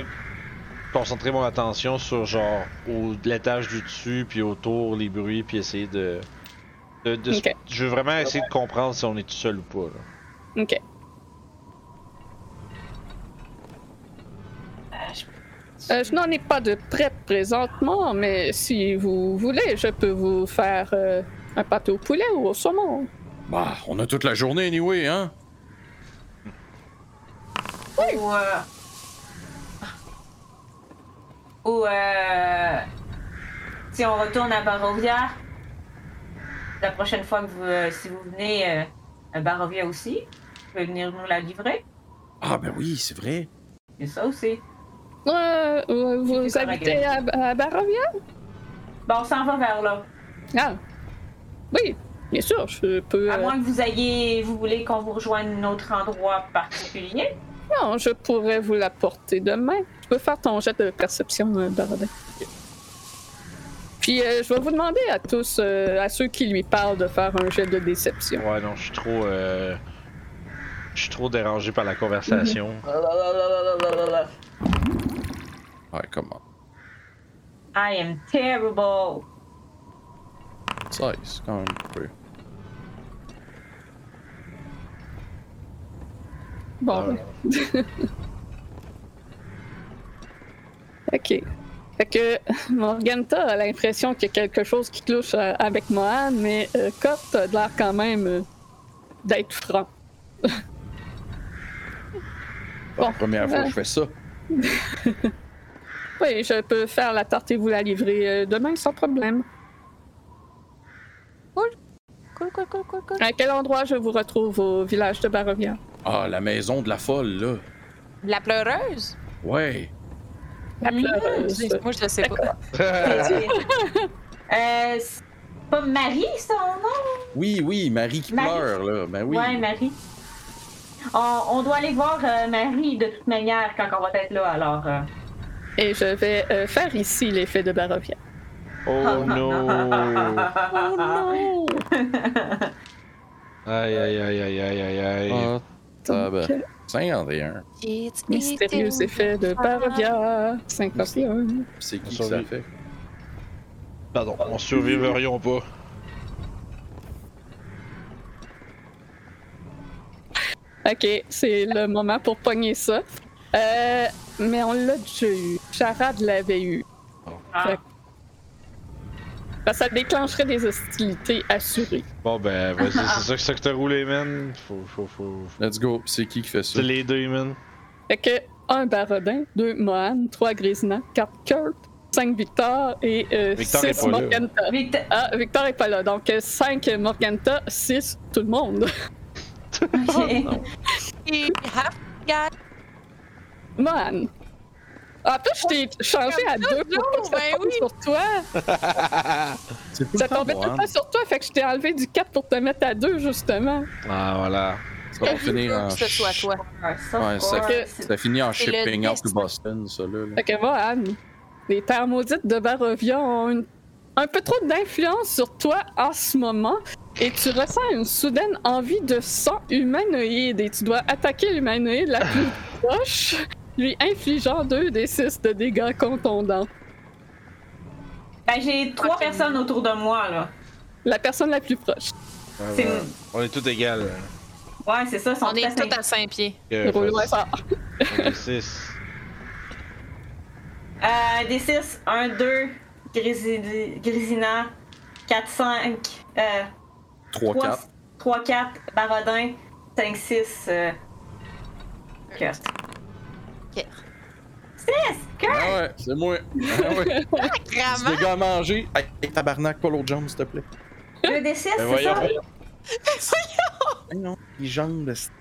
A: concentrer mon attention sur genre au l'étage du dessus puis autour les bruits puis essayer de, de, de-
B: Ok.
A: je veux vraiment essayer de comprendre si on est tout seul ou pas. là.
B: Ok. Euh, je n'en ai pas de prêt présentement, mais si vous voulez, je peux vous faire euh, un pâté au poulet ou au saumon.
C: Bah, on a toute la journée, anyway, hein?
D: Ou. euh, Ou. euh, Si on retourne à Barovia, la prochaine fois que vous. euh, si vous venez euh, à Barovia aussi, vous pouvez venir nous la livrer.
C: Ah, ben oui, c'est vrai.
D: Et ça aussi.
B: Euh, vous- vous
D: C'est correct.
B: habitez à, à Barovia?
D: Bon, on s'en va vers là.
B: Ah. Oui, bien sûr, je peux.
D: À
B: euh,
D: moins que vous ayez. Vous voulez qu'on vous rejoigne un autre endroit particulier.
B: Non, je pourrais vous l'apporter demain. Tu peux faire ton jet de perception, euh, Baradin. Puis euh, je vais vous demander à tous, euh, à ceux qui lui parlent, de faire un jet de déception.
A: Ouais non, je suis trop euh, je suis trop dérangé par la conversation.
C: Ouais, comment?
D: I am terrible.
C: 16, quand même, peu.
B: Bon. ben. [laughs] ok. Fait que [laughs] Morganta a l'impression qu'il y a quelque chose qui cloche euh, avec Mohan, mais euh, Cort a l'air quand même euh, d'être franc.
C: Pas
B: Bon.
C: la première fois que
B: Ouais.
C: je fais ça.
B: Oui, je peux faire la tarte et vous la livrer euh, demain sans problème.
E: Cool, cool, cool, cool, cool.
B: À quel endroit je vous retrouve au village de Barovia?
C: Ah, la maison de la folle, là.
E: La pleureuse?
C: Ouais.
B: La pleureuse.
E: Moi, je le sais pas.
A: Ah
D: Euh, c'est pas Marie, hein? son nom?
C: Oui, oui, Marie qui
D: Marie.
C: pleure, là. Ben oui.
D: Ouais, Marie. On, on doit aller voir euh, Marie de toute manière quand on va être là, alors. euh,
B: Et je vais euh, faire ici l'effet de Barovia.
A: [laughs] oh non.
B: non!
A: Aïe aïe aïe aïe aïe aïe aïe.
C: Ah, tabac.
B: Donc, euh,
C: 51.
E: It's Ah,
B: mystérieux effet de Barovia 51.
C: C'est qui que
A: Sorry.
C: ça fait?
A: Pardon, on survivrions pas.
B: Ok, c'est le moment pour pogner ça. Euh, mais on l'a déjà eu. Charade l'avait eu.
D: ah.
B: Parce que ça déclencherait des hostilités assurées.
A: Bon ben vas-y, c'est ça que ça que t'as roulé man. Faut faut faut. faut-
C: Let's go. C'est qui qui fait ça?
A: C'est les deux man.
B: Fait que, un Barodin, deux Mohan, trois Grisna, quatre Kurt, cinq Victor et euh,
A: Victor est
B: six
A: pas là.
B: Morganta.
D: Vite.
B: Ah, Victor est pas là. Donc, euh, cinq Morganta, six tout le monde. [laughs]
E: ah.
D: [laughs] Ok.
B: Mohan. Ah, puis je t'ai changé à deux pour pas que ça
E: ben
B: tombe
E: oui.
B: sur toi.
C: C'est tout
B: Ça
C: le temps
B: tombait tout
C: moi, hein.
B: le temps sur toi, fait que je t'ai enlevé du 4 pour te mettre à deux, justement.
A: Ah voilà.
C: hein. Ça va finir en.
E: que ce soit toi.
D: Un soft
C: Ouais, ça-
D: core, c'est-
C: Ça finit en
E: C'est le
C: shipping out to
E: test.
C: Boston, ça là. là.
B: Fait que va, Anne. Les terres maudites de Barovia ont une- un peu trop d'influence sur toi en ce moment et tu ressens une soudaine envie de sang humanoïde et tu dois attaquer l'humanoïde la plus proche, lui infligeant 2 des 6 de dégâts contondants.
D: Ben, j'ai trois personnes autour de moi, là.
B: La personne la plus proche.
D: C'est-
A: Euh, On est tous égales. hein.
D: Ouais, c'est ça, ils sont
E: On est
D: à
E: tous à 5 pieds.
A: Euh,
B: Roule moins
A: fait-
B: fort.
A: on est six.
D: Euh, des 6, 1, 2, Grisina, 4, 5, euh,
C: 3,
D: 3,
C: 4.
D: 3 4, Barodin, 5, 6, euh, Kurt.
E: Kurt.
D: 6! Kurt!
C: Ah ouais, c'est moi. Ah ouais. C'est
E: Vraiment?
C: des gars à manger. Hey, hey, tabarnak, pas l'autre jambe, s'il te plaît.
D: 2 des 6,
A: Ben
D: c'est ça?
A: voyons.
C: [laughs] Hey, non, les jambes de. espèce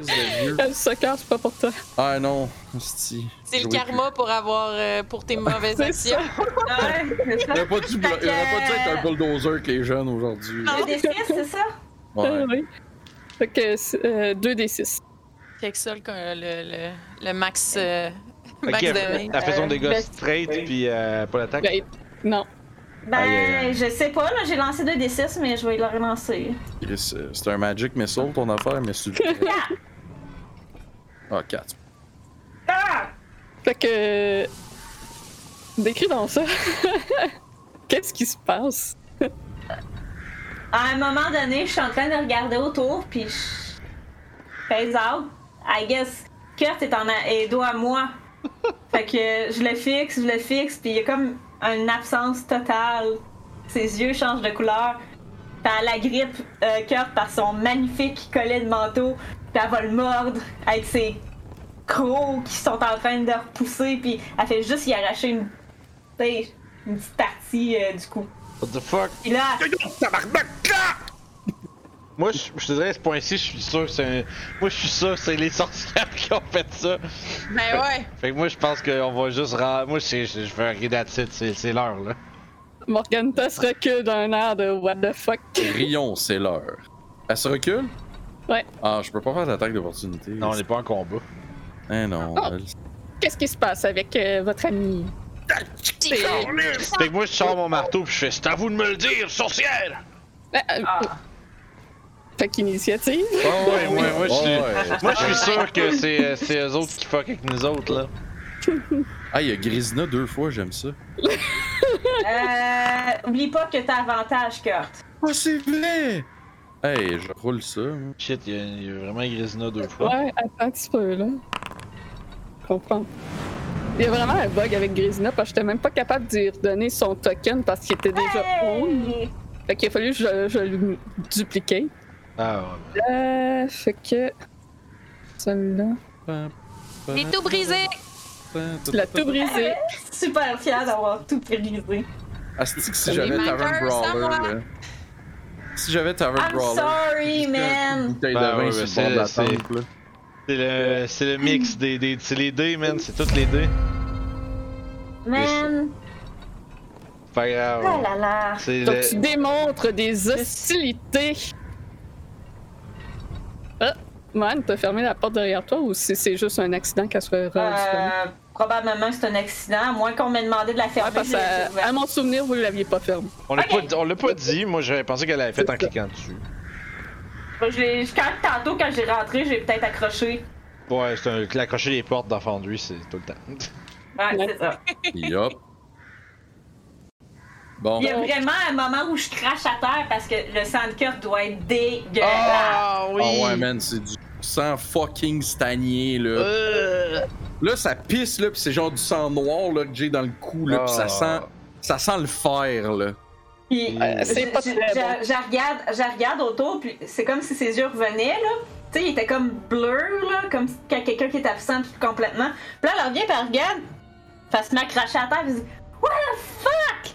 C: de vieux.
B: Le soccer, c'est pas pour toi.
C: Ah non, hostie.
E: C'est le
C: Jouer
E: karma pour avoir euh, pour tes mauvaises
B: C'est
E: actions.
B: ça.
D: Ah Ouais, c'est ça.
C: plus. J'aurais pas dû blo-
D: Fait que-
C: j'aurais pas dû être un bulldozer qui est jeune aujourd'hui.
E: Ah
D: 2 des 6, c'est ça?
C: Ouais.
B: [laughs] Oui. Fait que 2 des 6.
E: Fait que ça, le, le, le, le max, euh, max
A: Ok, elle fait-
E: de
A: elle fait son
D: Euh,
A: dégât
D: best-
A: straight, puis euh, pas l'attaque.
B: Ben, non.
D: Ben,
A: Aïe, aïe, aïe.
D: je sais pas, là, j'ai lancé 2 des 6, mais je vais le relancer.
C: Chris, euh, C'est un Magic Missile ton affaire, mais
E: [laughs]
C: c'est. Ah, 4.
D: Ah!
B: Fait que. Décris dans ça. [laughs] Qu'est-ce qui se passe?
D: À un moment donné, je suis en train de regarder autour, puis je. Phase out. I guess Kurt est, en a... est dos à moi. fait que je le fixe, je le fixe, puis il y a comme une absence totale. Ses yeux changent de couleur. Puis elle agrippe euh, Kurt par son magnifique collet de manteau, puis elle va le mordre avec ses crocs qui sont en train de repousser, puis elle fait juste y arracher une, tu sais, une petite partie euh, du cou.
A: What the fuck?
D: Puis là,
A: Moi, je, je te dirais, à ce point-ci, je suis sûr que c'est un... Moi, je suis sûr que c'est les sorcières [laughs] qui ont fait ça.
E: Ben ouais.
A: Fait que moi, je pense qu'on va juste... ra- Moi, c'est- je, je veux un read at it, c'est c'est l'heure, là.
B: Morgana se recule d'un air de what the fuck.
C: Rion, c'est l'heure. Elle se recule?
B: Ouais.
C: Ah, je peux pas faire d'attaque d'opportunité.
A: Non, on n'est pas en combat.
C: Eh non.
D: Ah!
B: Oh.
C: elle-
B: Qu'est-ce qui se passe avec euh, votre ami?
A: Fait que moi, je sors mon marteau, puis je fais « C'est à vous de me le dire, sorcière!
B: Ah, ah,
D: ah.
B: Fait qu'initiative.
A: Oh, ouais, moi, moi, je suis...
C: Ouais.
A: Moi, je suis sûr que c'est euh, c'est eux autres qui fuck avec nous autres, là.
C: Ah, il y a Grisina deux fois, j'aime ça.
D: Euh, oublie pas que t'as avantage, Kurt.
C: Ah, c'est vrai! Hey, je roule ça. hein.
A: Shit, il y, a- il y a vraiment Grisina deux
D: Ah.
A: fois.
B: Ouais, attends un petit peu, là. Je comprends. Il y a vraiment un bug avec Grisina parce que j'étais même pas capable d'y redonner son token parce qu'il était déjà own.
D: Hey!
B: Fait qu'il a fallu que je, je le dupliquais.
A: Ah, ouais.
B: Euh, fait que. Celui-là.
E: T'es tout brisé.
B: Tu l'as tout brisé.
D: Super fière d'avoir tout brisé.
C: Asti que si
B: Les
C: j'avais Tavern
E: marqueurs, ça
C: Brawler,
E: va.
C: là. Si j'avais Tavern
D: I'm
C: Brawler.
D: sorry,
C: juste un coup de
D: man.
C: bouteille de
A: Ben
C: vin
A: ouais,
C: sur le
A: c'est-
C: bord de la
A: c'est-
C: tempe, là.
A: C'est le, c'est le mix des, des... C'est les dés, man, c'est toutes les dés.
D: Man.
A: Pas
D: Oh
A: grave.
D: là là.
A: C'est
B: Donc
A: le...
B: tu démontres des hostilités. Ah, Man, t'as fermé la porte derrière toi ou si c'est juste un accident qu'elle soit re- fermée?
D: Euh, probablement que c'est un accident, à moins qu'on m'ait demandé de la
B: Ouais,
D: fermer.
B: parce
D: je l'ai
B: que,
D: ouverte.
B: à mon souvenir, vous l'aviez pas fermée.
A: On l'a
D: Ok.
A: pas dit- on l'a pas, dit, moi j'avais pensé qu'elle l'avait fait en
B: C'est ça.
A: cliquant dessus.
B: euh,
D: Moi, je l'ai- je- quand- tantôt, quand j'ai rentré, j'ai peut-être accroché.
A: Ouais, c'est un accrocher les portes dans Foundry, c'est tout le
B: [laughs]
A: temps.
D: Ouais,
B: Ouais.
D: c'est ça.
C: Yup. Bon.
D: Il y a vraiment un moment où je crache à terre parce que le sang de Kurt doit être
B: Oh.
D: dégueulasse.
E: Ah
C: Ah ouais, man, c'est du sang fucking stagné, là.
A: Euh.
C: Là, ça pisse, là, pis c'est genre du sang noir, là, que j'ai dans le cou, là, pis ça
A: Ah.
C: sent... Ça sent le fer, là.
D: Puis,
A: Euh,
D: je,
B: c'est pas
D: je-
B: très
D: je-
B: bon.
D: je regarde, je regarde autour, puis c'est comme si ses yeux revenaient, là. Tu sais, il était comme bleu, là, comme si- quand quelqu'un qui est absent puis complètement. Puis là, elle revient, puis elle regarde, puis elle se met à cracher à terre, puis elle dit What the fuck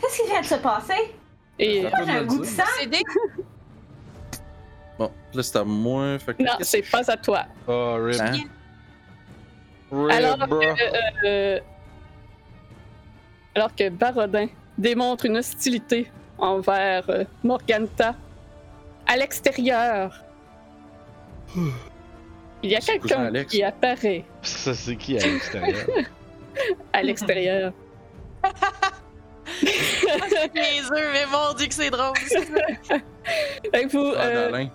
D: Qu'est-ce qui vient de se passer
B: Et
C: Ça
D: Pourquoi j'ai un goût de sang
E: C'est des
C: Bon, là, c'est à moi, fait que...
B: non, c'est pas à toi.
A: Oh, rip.
C: Hein?
A: Rip,
B: Alors
A: bro.
B: que, euh, alors que Barodin démontre une hostilité envers euh, Morganta à l'extérieur Il y a
C: C'est le cousin
B: quelqu'un
C: Alex.
B: qui apparaît
A: Ça, c'est qui à l'extérieur?
B: à
E: [laughs]
B: l'extérieur.
E: Les yeux, Ah, mais mon dieu que c'est drôle.
B: Fait que vous,
C: Ah,
B: euh,
C: d'Alain.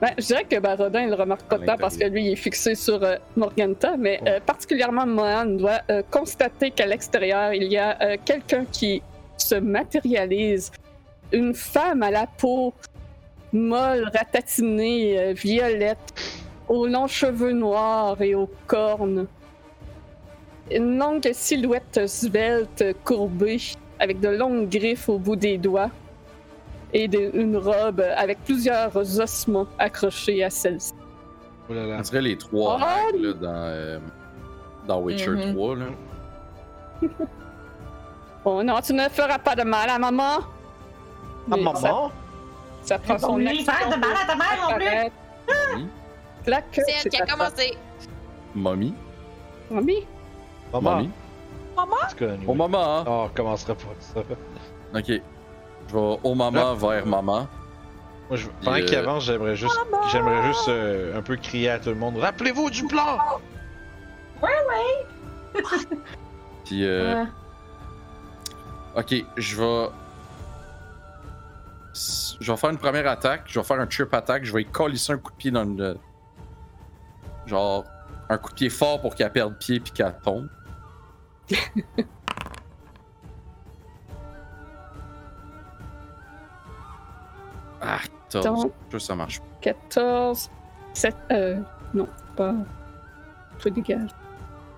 B: ben, je dirais que ben, Rodin, il le remarque pas
C: À
B: tant parce que
C: l'intérieur.
B: lui, il est fixé sur euh, Morganta, mais
C: Ouais.
B: euh, particulièrement Mohan doit euh, constater qu'à l'extérieur, il y a euh, quelqu'un qui se matérialise. Une femme à la peau molle, ratatinée, euh, violette, aux longs cheveux noirs et aux cornes. Une longue silhouette svelte, courbée, avec de longues griffes au bout des doigts et des- une robe avec plusieurs ossements accrochés à celle-ci.
A: Oh là [laughs] là.
C: On dirait les trois
B: Oh!
C: règles là, dans, euh, dans Witcher
B: Mm-hmm.
E: Mhm.
C: 3. Là.
B: Oh non, tu ne feras pas de mal à maman!
A: Ah,
B: Mais Ça,
A: maman!
B: ça prend
D: Faut
B: son
D: lui faire de
B: action
D: mal à ta mère
B: pour
D: non plus!
B: apparaître.
C: Oui.
B: Claque,
E: C'est elle qui a
B: ta
E: commencé.
C: Mommy.
B: famille.
A: Maman!
C: Mommy.
A: En tout cas, anyway.
C: Au maman. hein?
A: Ah, on recommencera pas avec ça. Ah.
C: Ok. Je vais au maman vers maman.
A: Moi, je... Pendant
C: Euh,
A: qu'il avance, j'aimerais juste, j'aimerais juste euh, un peu crier à tout le monde Rappelez-vous du
C: [laughs]
A: plan
C: Puis, euh, ok, je vais. S- Je vais faire une première attaque. Je vais faire un trip attaque. Je vais lui colisser un coup de pied dans le. Genre, un coup de pied fort pour qu'elle perde pied puis qu'elle
B: [laughs]
C: tombe. ah,
B: Donc,
C: Je ça marche. [laughs]
B: 14, 7, euh, non, pas. Tout dégage.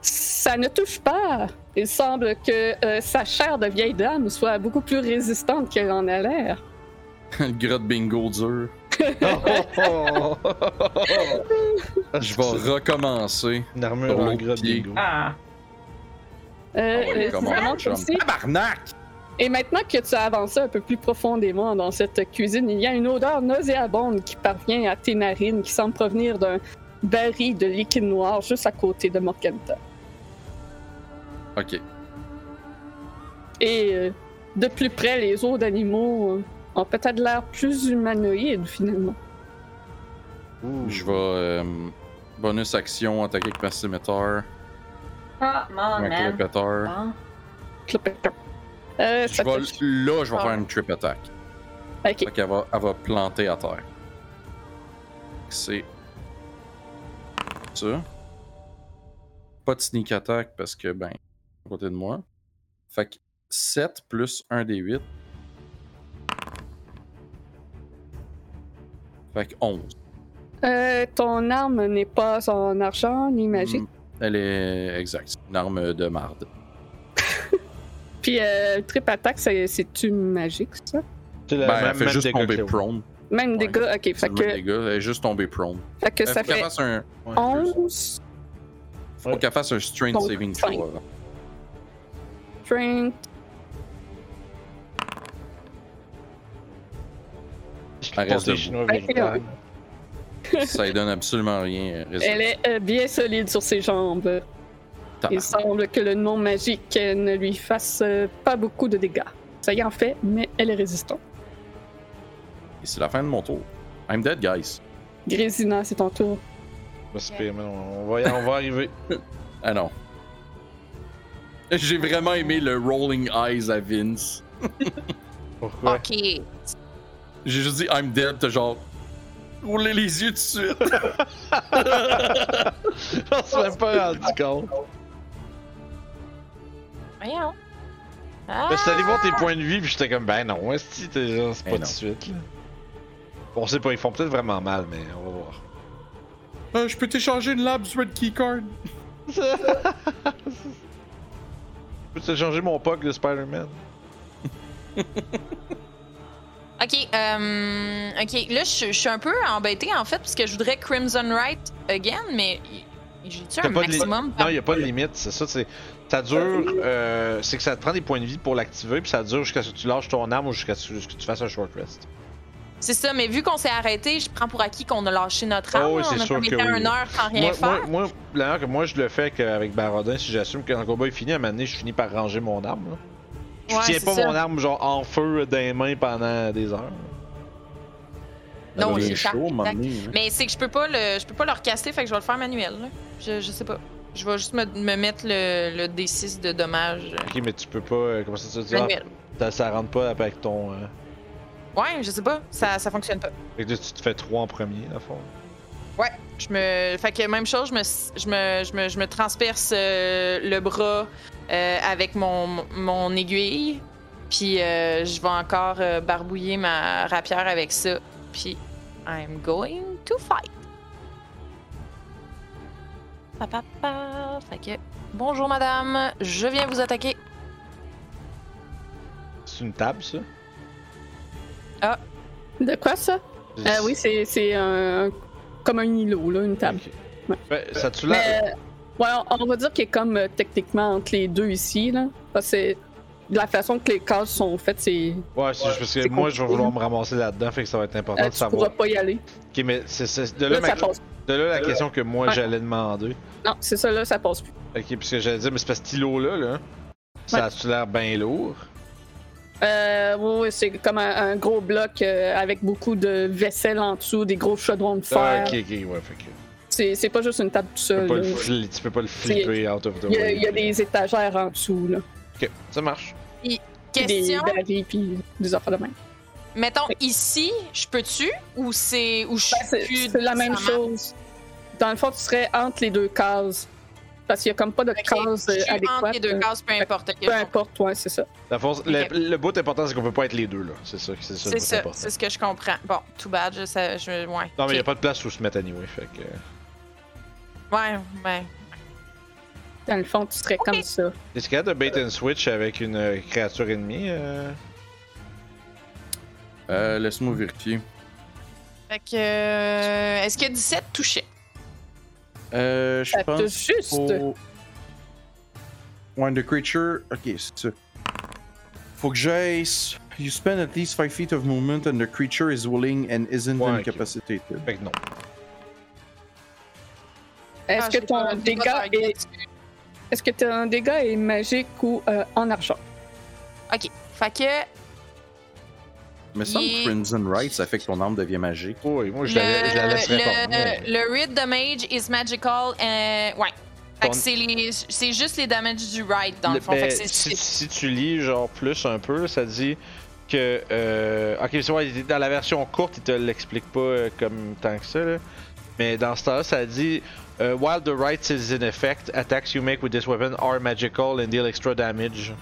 B: Ça ne touche pas. Il semble que euh, sa chair de vieille dame soit beaucoup plus résistante qu'elle en a l'air.
C: le grotte bingo dur. Je vais recommencer.
A: Une armure en
C: L'autre
A: grotte
C: pied.
A: d'égout.
D: Ah,
B: Euh,
C: On va
B: euh,
C: aller
B: ça
C: commander,
B: montre
C: chum.
B: aussi-
C: Tabarnak!
B: Et maintenant que tu as avancé un peu plus profondément dans cette cuisine, il y a une odeur nauséabonde qui parvient à tes narines, qui semble provenir d'un baril de liquide noir juste à côté de Morganta.
C: Ok.
B: Et euh, de plus près, les os d'animaux euh, ont peut-être l'air plus humanoïdes finalement.
A: Ouh.
C: Je vais. euh, bonus action, attaquer avec ma scimitar,
D: ah, mon
C: ma
D: man.
C: clopeteur.
D: Bon.
B: Euh,
C: Je
B: ça
C: vais,
B: touche.
C: là, je vais faire une trip attack.
B: Ok.
C: Fait qu'elle va, elle va planter à terre. C'est. Ça. Pas de sneak attack parce que, ben, à côté de moi. Fait que 7 plus 1 des 8. Fait que 11.
B: Euh, ton arme n'est pas en argent ni magique.
C: Hmm, Elle est. Exact. C'est une arme de marde.
B: Puis euh, le trip attaque, c'est- c'est-tu magique ça?
A: C'est la
C: Ben,
A: même-
C: elle fait
A: même
C: juste
A: dégât que
C: tomber
A: l'autre.
C: prone.
B: Même
C: Ouais.
B: dégâts, ok.
C: C'est
B: Fait
C: le même
B: que,
C: dégât. Elle est juste tombée prone.
B: fait que
C: Euh,
B: ça
C: faut qu'elle
B: fait
C: fasse un,
A: Ouais, juste-
B: 11.
C: faut qu'elle fasse un strength
B: Donc,
C: saving
B: cinq.
C: throw.
B: [laughs]
C: avant.
B: Strength.
A: Je
C: Elle
A: pense
C: reste
A: les
C: debout.
A: Chinois
B: Ouais, c'est
A: véritables.
C: Ça lui donne absolument rien. euh,
B: Elle est euh, bien solide sur ses jambes. Il Ah.
C: tabarnak.
B: semble que le nom magique euh, ne lui fasse euh, pas beaucoup de dégâts. Ça y en fait, mais elle est résistante.
C: Et c'est la fin de mon tour. I'm dead, guys.
B: Grésina, c'est ton tour.
A: Pas si pire, mais on va, y- on va arriver.
C: Ah non. [laughs] J'ai vraiment aimé le rolling eyes à Vince.
A: Pourquoi
E: Ok.
C: J'ai juste dit I'm dead, t'as genre. Roulez les yeux tout de suite.
A: On s'est même pas rendu compte.
E: Voyons. Ah,
A: Je suis allé voir tes points de vie, puis j'étais comme, ben non, esti, t'es- genre, c'est
C: Ben
A: pas tout
C: non.
A: de suite. Là. On sait pas, ils font peut-être vraiment mal, mais on va voir.
C: Euh, [laughs] je peux t'échanger une labs red keycard.
A: Peux-tu changer mon POC de Spider-Man
E: ok. euh, ok. Là, je je suis un peu embêtée en fait parce que je voudrais Crimson Right again, mais j'ai-tu
A: T'as
E: un
A: pas de li-
E: maximum?
A: Non, il a pas de limite, c'est ça. c'est- Ça dure. euh, c'est que ça te prend des points de vie pour l'activer, puis ça dure jusqu'à ce que tu lâches ton arme ou jusqu'à ce que tu fasses un short rest.
E: C'est ça, mais vu qu'on s'est arrêté, je prends pour acquis qu'on a lâché notre arme.
A: Oh, oui,
E: là,
A: c'est
E: on a
A: sûr
E: comme
A: que
E: été à
A: oui.
E: une heure sans rien
A: Moi,
E: faire.
A: moi, moi, l'heure que moi je le fais avec- avec Barodin, si j'assume que quand le combat est fini, à un moment donné, je finis par ranger mon arme. là. Je
E: Ouais,
A: tiens
E: c'est
A: pas
E: ça.
A: mon arme genre en feu dans les mains pendant des heures.
C: Ça
E: Non,
C: devient
E: c'est ça,
C: chaud, à un moment
E: exact.
C: donné, hein.
E: Mais c'est que je peux pas le, je peux pas le recaster, fait que je vais le faire manuel. là. Je, je sais pas. Je vais juste me, me mettre le, le D6 de dommages euh,
A: Ok, mais tu peux pas. euh, comment ça, tu dis,
E: manuel.
A: ça, ça rentre pas avec ton. euh,
E: Ouais, je sais pas. Ça, ça fonctionne pas.
A: Fait que là, tu te fais 3 en premier, à fond.
E: Je me, fait que même chose, je me, je me, je me, je me transperce euh, le bras euh, avec mon, mon aiguille, puis euh, je vais encore euh, barbouiller ma rapière avec ça, puis I'm going to fight. Pa, pa, pa. Fait que bonjour madame, je viens vous attaquer.
A: C'est une table, ça
B: De quoi ça? Ah oui, c'est c'est un, comme un îlot, là, une table.
A: Ok.
B: Ouais.
A: Fait- Ça tu
B: Mais
A: l'air.
B: euh, ouais, on, on va dire qu'il est comme euh, techniquement entre les deux ici, là. Parce que c'est- de la façon que les cases sont faites, c'est.
A: Ouais, c'est juste parce que
B: c'est
A: moi, je vais
B: compliqué,
A: vouloir me ramasser là-dedans, fait que ça va être important
B: euh,
A: de
B: tu pourras
A: savoir.
B: pas y aller.
A: Ok, mais c'est- c'est de là,
B: Là,
A: ma-
B: ça passe.
A: de là la question que moi
B: Ouais.
A: j'allais demander.
B: Non, c'est ça, là, ça passe plus.
A: Ok, puisque j'allais dire, mais c'est pas ce là là. Ça a-tu l'air bien lourd?
B: Euh, oui, oui, c'est comme un, un gros bloc euh, avec beaucoup de vaisselle en dessous, des gros chaudrons de
A: Ah,
B: fer.
A: ok, ok, ouais, fait que. Tu
B: C'est c'est pas juste une table toute
A: peux,
B: seule.
A: pas le
B: là.
A: fli- tu peux pas le flipper out of the
B: Il y, a,
A: way.
B: il y a des étagères en dessous, là.
A: Ok, ça marche.
B: Puis
E: Question,
B: Des barils, puis des affaires de même.
E: mettons ici, je peux-tu ou c'est ou je suis
B: Ben, c'est
E: plus
B: c'est la même
E: nécessairement-
B: chose. Dans le fond, tu serais entre les deux cases. Parce qu'il n'y a comme pas de
E: Ok,
B: case euh,
E: Je suis
B: adéquate.
E: entre les deux
B: euh,
E: cases, peu importe. ok,
B: Peu importe, ouais, c'est ça.
A: La force- le, le bout important, c'est qu'on peut pas être les deux, là. C'est ça, c'est ça le
E: C'est
A: bout
E: ça,
A: important.
E: c'est ce que je comprends. Bon, tout bad, je sais, je, ouais.
A: Non, mais il y a
E: ok.
A: pas de place où se mettre anyway, fait que. euh,
E: Ouais, ouais.
B: Dans le fond, tu serais comme ça.
A: Est-ce qu'il y a de bait and switch avec une euh, créature ennemie? euh?
C: Euh, Laisse-moi vérifier.
E: Fait que, euh, est-ce que 17 touchait?
C: Euh, je
B: Ça
C: pense.
B: touche juste.
C: Faut... When the creature. Ok, c'est ça. Faut que j'aille. s- You spend at least 5 feet of movement and the creature is willing and isn't
A: Ouais, ok.
C: incapacitated.
A: Fait que non.
B: Est-ce
E: Ah,
B: que
E: j'ai pas-
B: ton
E: j'ai pas
B: dégât
E: target.
B: est... Est-ce que ton dégât est magique ou euh, en argent?
E: Fait que
C: Mais ça,
E: Il-
C: Crimson Right, ça fait que ton arme devient magique.
A: Oui, moi, je,
E: le,
A: la, je la laisserais
E: le,
A: pas.
E: le Read Damage is magical. euh, ouais. Fait
A: Ton-
E: que c'est, les- c'est juste les damages du ride dans le,
A: Le-
E: fond.
A: ben,
E: fait que c'est,
A: si,
E: c'est-
A: si tu lis genre plus un peu, ça dit que euh, ok, c'est vrai, dans la version courte, il te l'explique pas euh, comme tant que ça. là. Mais dans ce temps-là, ça dit euh, while the right is in effect, attacks you make with this weapon are magical and deal extra damage.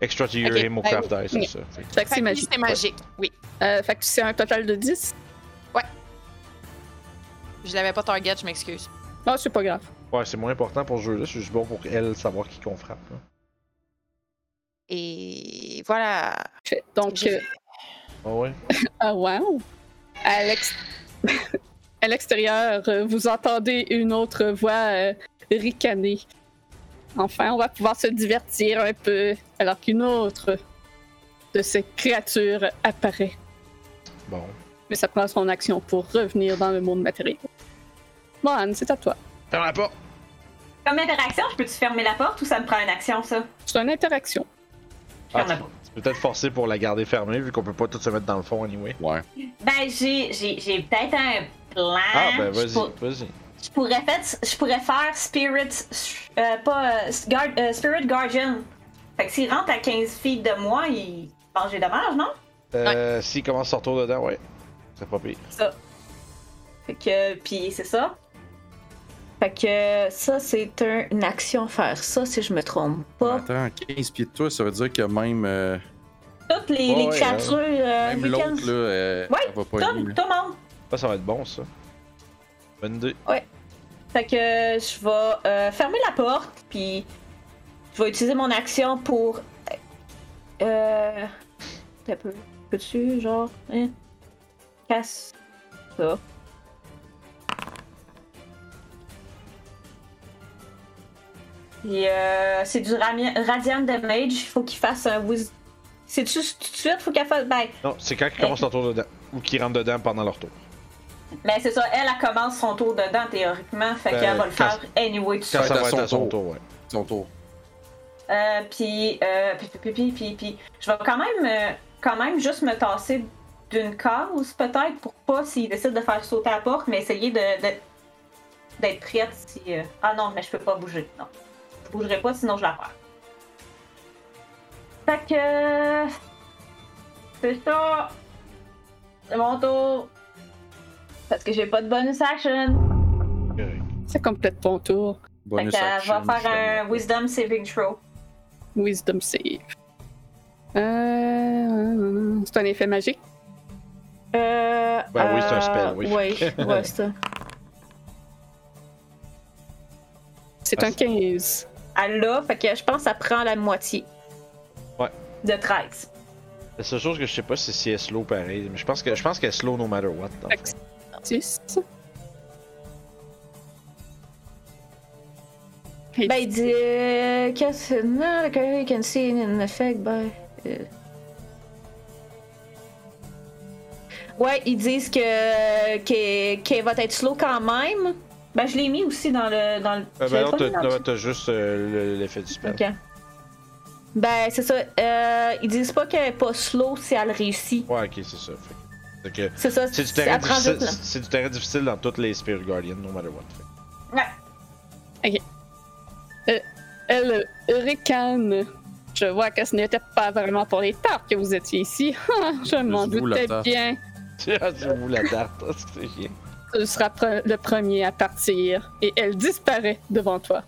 A: Extra to your
E: Ok,
A: aim ou
E: ben
A: craft die, c'est
B: oui.
A: ça. Fait que-
B: Fait que
E: fait
B: c'est
E: que
B: magique.
E: c'est magique. Oui.
B: Euh, fait que c'est un total de 10?
E: Je l'avais pas target, je m'excuse.
B: Non, c'est pas grave.
A: Ouais, c'est moins important pour ce jeu-là, c'est juste bon pour elle savoir qui qu'on frappe. là.
E: Et voilà.
B: Fait- Donc,
E: J'ai-
B: euh,
A: Ah ouais.
B: ah, wow! À l'ex- [laughs] à l'extérieur, euh, vous entendez une autre voix euh, ricaner. Enfin, on va pouvoir se divertir un peu, alors qu'une autre de ces créatures apparaît.
A: Bon.
B: Mais ça prend son action pour revenir dans le monde matériel. Bon, Anne, c'est à toi.
A: Ferme la porte.
D: Comme interaction, je peux-tu fermer la porte ou ça me prend une action, ça?
B: C'est une interaction.
A: Ah,
D: Ferme la
A: tu-
D: porte.
A: tu peux peut-être forcer pour la garder fermée vu qu'on peut pas tout se mettre dans le fond anyway.
C: Ouais.
D: Ben, j'ai, j'ai, j'ai peut-être un plan.
A: Ah ben
D: Je
A: vas-y,
D: pour-
A: vas-y.
D: Je pourrais, fait- je pourrais faire Spirit. euh, pas. euh, guard, euh, Spirit Guardian. Fait que s'il rentre à 15 feet de moi, il mange des dommages, non?
A: Euh, S'il commence son tour dedans, ouais. C'est pas pire.
D: Ça. Fait que. Puis c'est ça. Fait que ça, c'est un- une action faire ça, si je me trompe pas.
C: Attends, 15 pieds de toi, ça veut dire que même, euh,
D: Toutes les,
A: Ouais,
D: les
A: ouais,
D: créatures. euh,
C: hein. même
D: les
C: l'autre,
D: quinze-
C: là, euh,
D: Ouais,
C: elle va
D: tout,
C: pas
D: tout
C: aimer, là.
D: le monde.
A: Ah, ça va être bon, ça. Bonne idée.
D: Fait que je vais euh, fermer la porte, puis je vais utiliser mon action pour. Euh. T'as peu. Peux-tu, genre. Hein? Casse. Ça. Puis, euh, c'est du rami- Radiant Damage, il faut qu'il fasse un Wis. C'est-tu tout de suite? Faut qu'elle fasse. Ben,
A: Non, c'est quand ils commencent leur tour dedans. Ou qu'ils rentrent dedans pendant leur tour.
D: ben c'est ça, elle, elle commence son tour dedans théoriquement, fait
A: Ben,
D: qu'elle va le
A: quand-
D: faire anyway tout
A: Quand
C: va
A: ça
C: être
A: va
C: à
A: être à
C: son
A: son
C: tour.
A: tour, ouais.
C: Son tour.
D: Euh, puis, euh, puis, puis, puis, puis, puis, puis, je vais quand même, euh, quand même juste me tasser d'une cause, peut-être, pour pas, s'il décide de faire sauter la porte, mais essayer de, de- d'être prête si. euh, Ah non, mais je peux pas bouger. Non. Je bougerai pas, sinon je la perds. Fait que. C'est ça. C'est mon tour. Parce que j'ai pas de bonus action.
A: Correct.
B: Ça complète ton tour.
D: Fait
C: Bonus
D: qu'elle
C: action.
D: va faire un
C: finalement.
D: Wisdom Saving Throw.
B: Wisdom save. Euh, C'est un effet magique.
D: Euh.
A: Ben oui, c'est un spell, oui.
D: Oui, ouais,
A: [laughs]
D: c'est ça.
B: C'est un 15.
D: Elle l'a, fait que je pense que ça prend la moitié.
A: Ouais.
D: De 13.
A: La seule chose que je sais pas, c'est si elle slow pareil. Mais je pense que je pense qu'elle slow no matter what. dans le
B: Fait
A: fond.
B: que c'est 6.
D: Ben, il dit. euh, Qu'est-ce que. Non, que you can see an effect, ben. euh. Ouais, ils disent que. qu'elle qu'elle va être slow quand même. Ben, je l'ai mis aussi dans le. Dans le
A: Euh,
D: je
A: ben
D: l'avais
A: non,
D: pas
A: t'as-
D: mis dans le
A: t'as t'as juste euh, le- l'effet du spell.
D: Ok. Ben, c'est ça. Euh, ils disent pas qu'elle est pas slow si elle réussit.
A: Ouais, ok, c'est ça. Fait que- fait que
D: C'est ça,
A: c'est du
D: elle
A: terrain
D: prend
A: difficile.
D: vite, là.
A: c'est- C'est du terrain difficile dans toutes les Spirit Guardian, no matter what. Fait que-
B: Elle ricane. Je vois que ce n'était pas vraiment pour les tartes que vous étiez ici. [laughs] Ah, Je m'en
C: vous, la
B: doutais
C: tarte.
B: bien.
A: Ah, [laughs] c'est vous la tarte, c'est chiant.
B: Tu seras pre- le premier à partir. Et elle disparaît devant toi.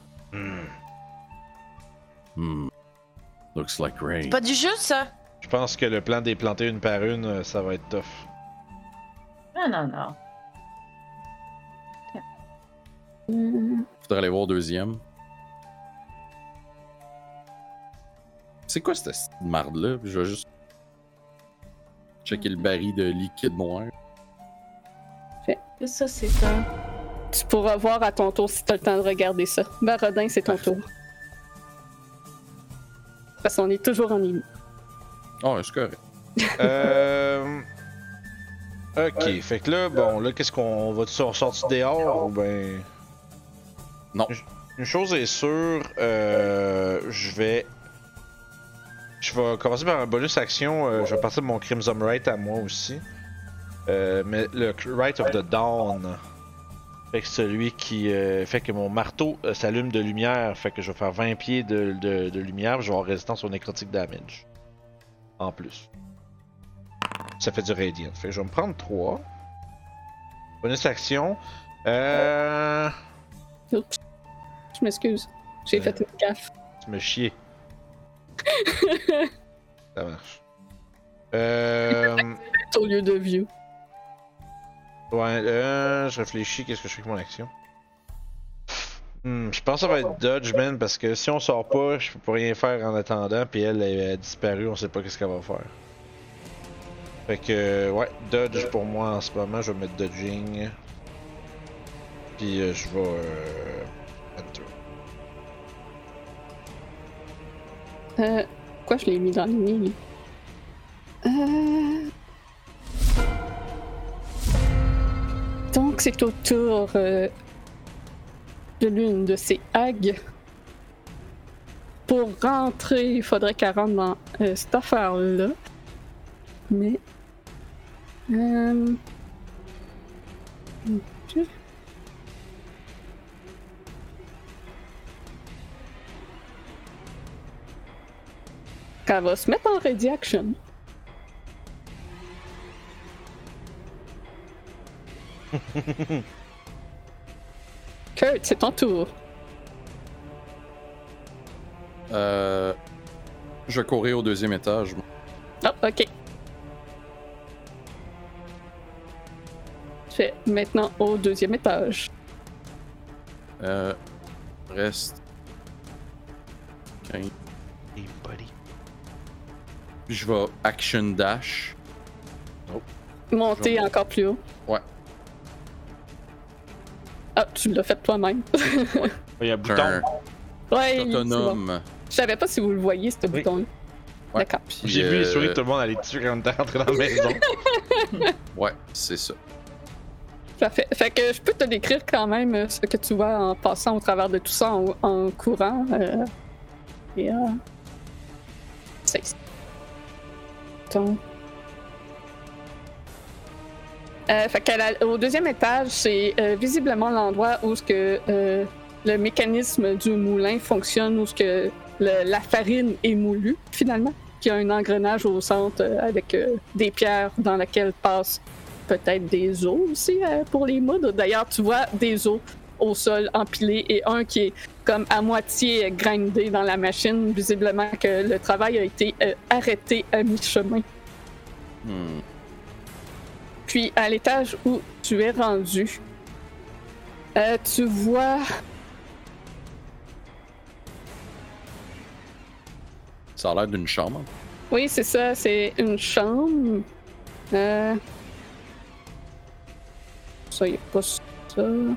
C: Hmm. Looks like rain.
F: Pas du juste, ça.
A: Je pense que le plan des planter une par une, euh, ça va être tough.
D: Non, non, non.
C: Faudrait aller voir deuxième. C'est quoi cette marde là Je vais juste checker le baril de liquide noir.
D: C'est ça, c'est ça.
B: Tu pourras voir à ton tour si tu as le temps de regarder ça. Ben, Rodin, c'est ton
C: Parfait.
B: tour. Parce qu'on est toujours en ligne.
C: Oh, c'est correct.
A: Euh... Ok, fait que là, bon, là, qu'est-ce qu'on on va on sort dehors ou ben.
C: Non.
A: Une chose est sûre, euh, je vais. Je vais commencer par un bonus action. euh, je vais partir de mon Crimson Right à moi aussi. Euh, mais le Right of the Dawn. Fait que celui qui. euh, fait que mon marteau euh, s'allume de lumière. Fait que je vais faire 20 pieds de, de, de lumière. Je vais avoir résistance au necrotic damage. En plus. Ça fait du radiant. Fait que je vais me prendre 3. Bonus action. Euh.
B: Oups. Je m'excuse. J'ai
A: Euh.
B: fait une gaffe.
A: Tu me chier. Ça marche. Euh,
B: Au lieu de view.
A: ouais, euh, je réfléchis, qu'est-ce que je fais avec mon action? Hmm, je pense que ça va être Dodge, man, parce que si on sort pas, je peux pas rien faire en attendant, puis elle, elle a disparu, on sait pas qu'est-ce qu'elle va faire. Fait que, euh, ouais, Dodge pour moi en ce moment, je vais mettre Dodging. Puis euh, je vais. Euh, enter.
B: Euh, pourquoi je l'ai mis dans le nid? Euh... Donc, c'est au tour euh, de l'une de ces hags. Pour rentrer, il faudrait qu'elle rentre dans euh, cette affaire-là. Mais. Euh... ok. qu'elle va se mettre en ready
C: [laughs]
B: action. Kurt, c'est ton tour.
C: Euh, je vais courir au deuxième étage. moi.
B: Ah, ok. Je vais maintenant au deuxième étage.
C: Euh, reste. Quinze.
A: Hey, buddy.
C: Je vais action dash.
B: Monter
C: Je vais-
B: encore plus haut.
C: Ouais.
B: Ah, tu l'as fait toi-même.
A: Il y a un
C: J'ai
A: bouton.
C: un-
B: ouais,
C: Je suis
B: c'est bon.
C: autonome.
B: Je savais pas si vous le voyez, ce bouton-là.
C: Ouais.
B: D'accord.
C: Puis,
A: J'ai vu les
C: euh,
A: souris de tout le monde aller dessus quand on était rentré dans la maison.
C: euh, Ouais, c'est ça.
B: Parfait. Fait que je peux te décrire quand même euh, ce que tu vois en passant au travers de tout ça en, en courant. euh, et, euh, c'est- Donc, Euh, fait qu'à la- au deuxième étage, c'est euh, visiblement l'endroit où ce que euh, le mécanisme du moulin fonctionne, où ce que le- la farine est moulue finalement, qui a un engrenage au centre euh, avec euh, des pierres dans laquelle passent peut-être des os aussi euh, pour les moules. D'ailleurs, tu vois des os au sol empilés et un qui est comme à moitié euh, grindé dans la machine. Visiblement que le travail a été euh, arrêté à mi-chemin.
C: Hmm.
B: Puis à l'étage où tu es rendu, euh, tu vois.
C: Ça a l'air d'une chambre.
B: Oui, c'est ça, c'est une chambre. Euh... Ça, y a pas ça. Bon,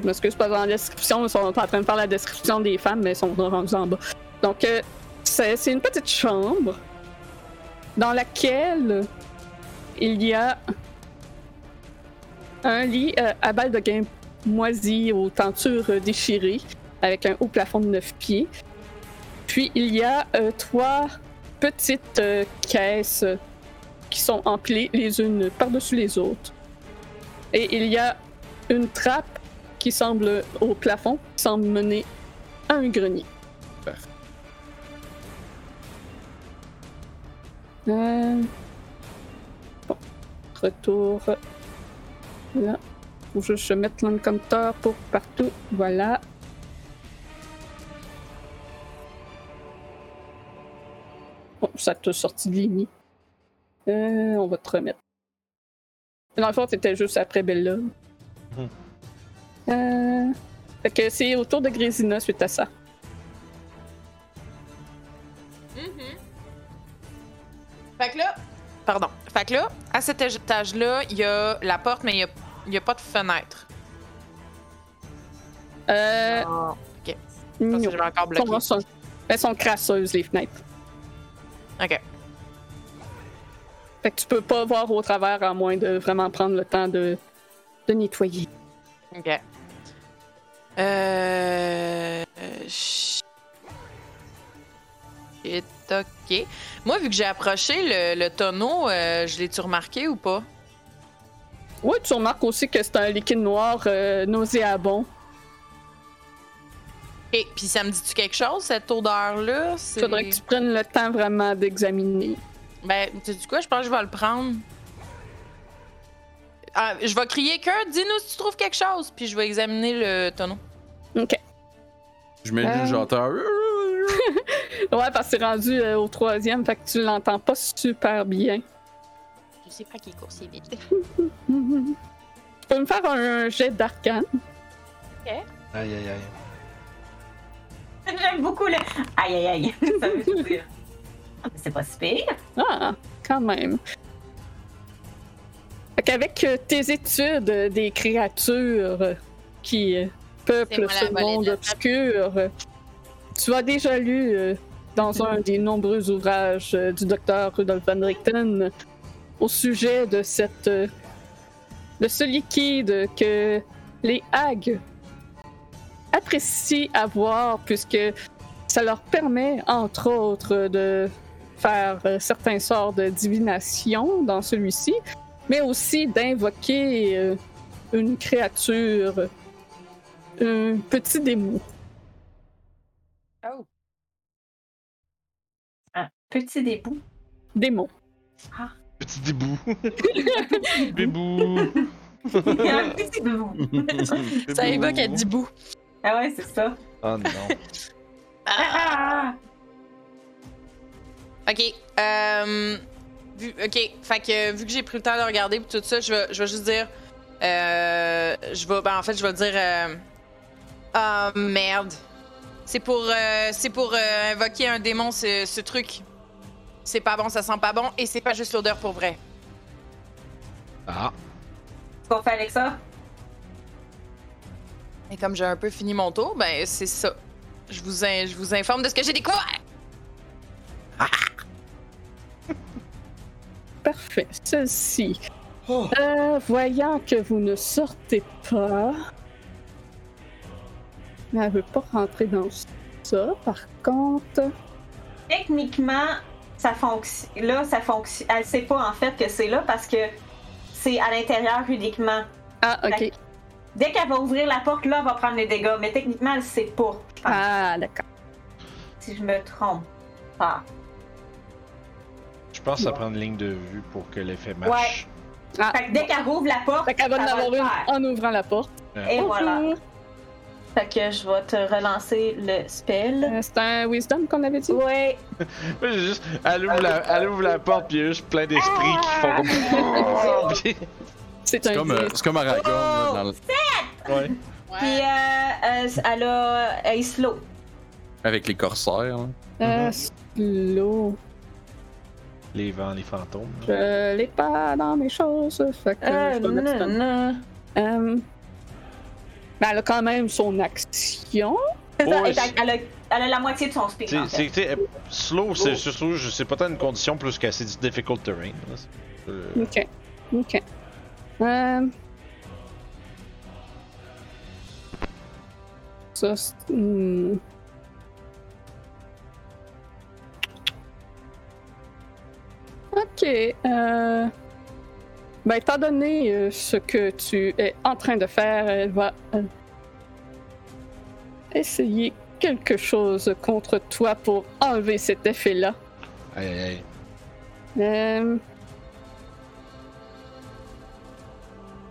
B: je m'excuse pas dans la description, ils sont en train de faire la description des femmes, mais ils sont rendus en bas. Donc, euh, c'est c'est une petite chambre dans laquelle il y a un lit euh, à balles de gain moisi aux tentures euh, déchirées avec un haut plafond de 9 pieds. Puis il y a euh, trois petites euh, caisses qui sont empilées les unes par-dessus les autres. Et il y a une trappe qui semble au plafond, qui semble mener à un grenier.
C: Parfait.
B: Euh, Bon. Retour. Là. Faut juste je mette l'encompteur pour partout. Voilà. Bon, Oh, ça t'a sorti de ligne. Euh, on va te remettre. Dans le fond, t'étais juste après Bella.
E: Hmm.
B: Euh, Fait que c'est autour de Grésina suite à ça.
E: Mm-hmm. Fait que là, pardon. Fait que là, à cet étage-là, il y a la porte, mais il y a- il n'y a, pas de fenêtre.
B: Euh,
E: Ah,
B: non.
E: Parce que je vais encore bloquer.
B: Elles sont, elles sont crasseuses, les fenêtres.
E: Ok.
B: Fait que tu peux pas voir au travers à moins de vraiment prendre le temps de, de nettoyer.
E: Ok. Euh. Shit, ok. Moi, vu que j'ai approché le, le tonneau, euh, je l'ai-tu remarqué ou pas?
B: Ouais, tu remarques aussi que c'est un liquide noir euh, nauséabond.
E: Et puis ça me dit-tu quelque chose, cette odeur-là? C'est-
B: Faudrait que tu prennes le temps vraiment d'examiner.
E: Ben, tu sais quoi, je pense que je vais le prendre. Ah, je vais crier que dis-nous si tu trouves quelque chose, puis je vais examiner le tonneau.
B: Ok.
C: Je mets le
B: Euh.
C: j'entends.
B: Ouais, parce que c'est rendu euh, au troisième, fait que tu l'entends pas super bien.
E: Je sais pas qui court si vite.
B: Mhm. Tu peux me faire un, un jet d'arcane.
A: [laughs] Aïe aïe aïe.
D: J'aime beaucoup le. Aïe
B: [laughs]
D: aïe aïe. Ça veut tout dire. C'est pas si pire.
B: Ah, quand même. Fait qu'avec euh, tes études euh, des créatures euh, qui euh, peuplent
E: C'est moi la
B: ce
E: volée
B: monde
E: de la-
B: obscur, euh, tu as déjà lu euh,
E: Mm-hmm.
B: dans un des nombreux ouvrages euh, du docteur Rudolf van Richten au sujet de cette euh, de ce liquide que les hags apprécient avoir puisque ça leur permet entre autres de faire euh, certains sorts de divination dans celui-ci, mais aussi d'invoquer euh, une créature, euh, un petit démon.
D: Un petit début.
B: [laughs] Démon.
A: Petit débou. Bébou.
D: un petit début.
E: Ça évoque à 10 bouts.
D: ah ouais, c'est ça.
A: Oh non.
D: Ah,
E: Ok. euh, vu, ok. Fait que vu que j'ai pris le temps de regarder puis tout ça, je vais, je vais juste dire. euh, je vais. ben, en fait, je vais dire. euh, Ah merde. C'est pour. euh, c'est pour euh, invoquer un démon ce, ce truc. C'est pas bon, ça sent pas bon et c'est pas juste l'odeur pour vrai.
A: Ah.
D: ce qu'on fait avec ça.
E: Et comme j'ai un peu fini mon tour, ben c'est ça. Je vous, in- je vous informe de ce que j'ai découvert.
B: Parfait. Celle-ci. Euh, voyant que vous ne sortez pas, elle ne veut pas rentrer dans ça. Par contre,
D: Techniquement, ça fonctionne. Là, ça fonctionne. Elle sait pas en fait que c'est là parce que c'est à l'intérieur uniquement.
B: Ah, ok.
D: Dès qu'elle va ouvrir la porte, là, elle va prendre les dégâts, mais techniquement, elle sait pas, je pense,
B: Ah, d'accord.
D: si je me trompe. pas.
A: Je pense que ça prend une ligne de vue pour que l'effet marche. [laughs]
D: Fait que dès qu'elle ouvre la porte,
B: Ah. Fait qu'elle va en
D: ça va
B: avoir
D: le faire.
B: une en ouvrant la porte.
D: Et voilà.
B: Bonjour.
D: Fait que je vais te relancer le spell.
B: Euh, c'est un wisdom qu'on avait dit.
D: Ouais.
A: Moi, j'ai juste. Elle ouvre, la, elle ouvre la porte, puis il y a juste plein d'esprits qui font
D: Ah!
A: comme. [laughs] Puis-
B: C'est
C: C'est
B: un Oh!
C: comme, euh,
B: dix.
C: c'est comme Aragorn. là, dans le-
A: ouais.
D: Puis euh, euh, elle a. Elle est slow.
C: Avec les corsaires. là.
B: Euh,
D: Mm-hmm.
B: slow.
A: Les vents, les fantômes.
B: Je l'ai pas dans mes choses. Fait que
D: Euh,
B: je vais mettre
D: non,
B: stun.
D: non.
B: Euh, ben, elle a quand même son action.
D: C'est ça,
A: Ouais,
D: et fait
A: Oh, c'est-
D: qu'elle a, elle a la moitié de son
A: Tu
D: speed.
A: sais,
D: en fait.
A: C'est tu sais, slow,
D: Oh.
A: c'est surtout, je sais pas tant une condition plus que c'est du difficult terrain. là. C'est- euh,
B: Ok. Ok. Euh... Ça, c'est- hmm. Ok. Euh... Ben, étant donné euh, ce que tu es en train de faire, elle va euh, essayer quelque chose contre toi pour enlever cet effet-là.
D: Mm.
A: Aïe, aïe, aïe.
B: Euh...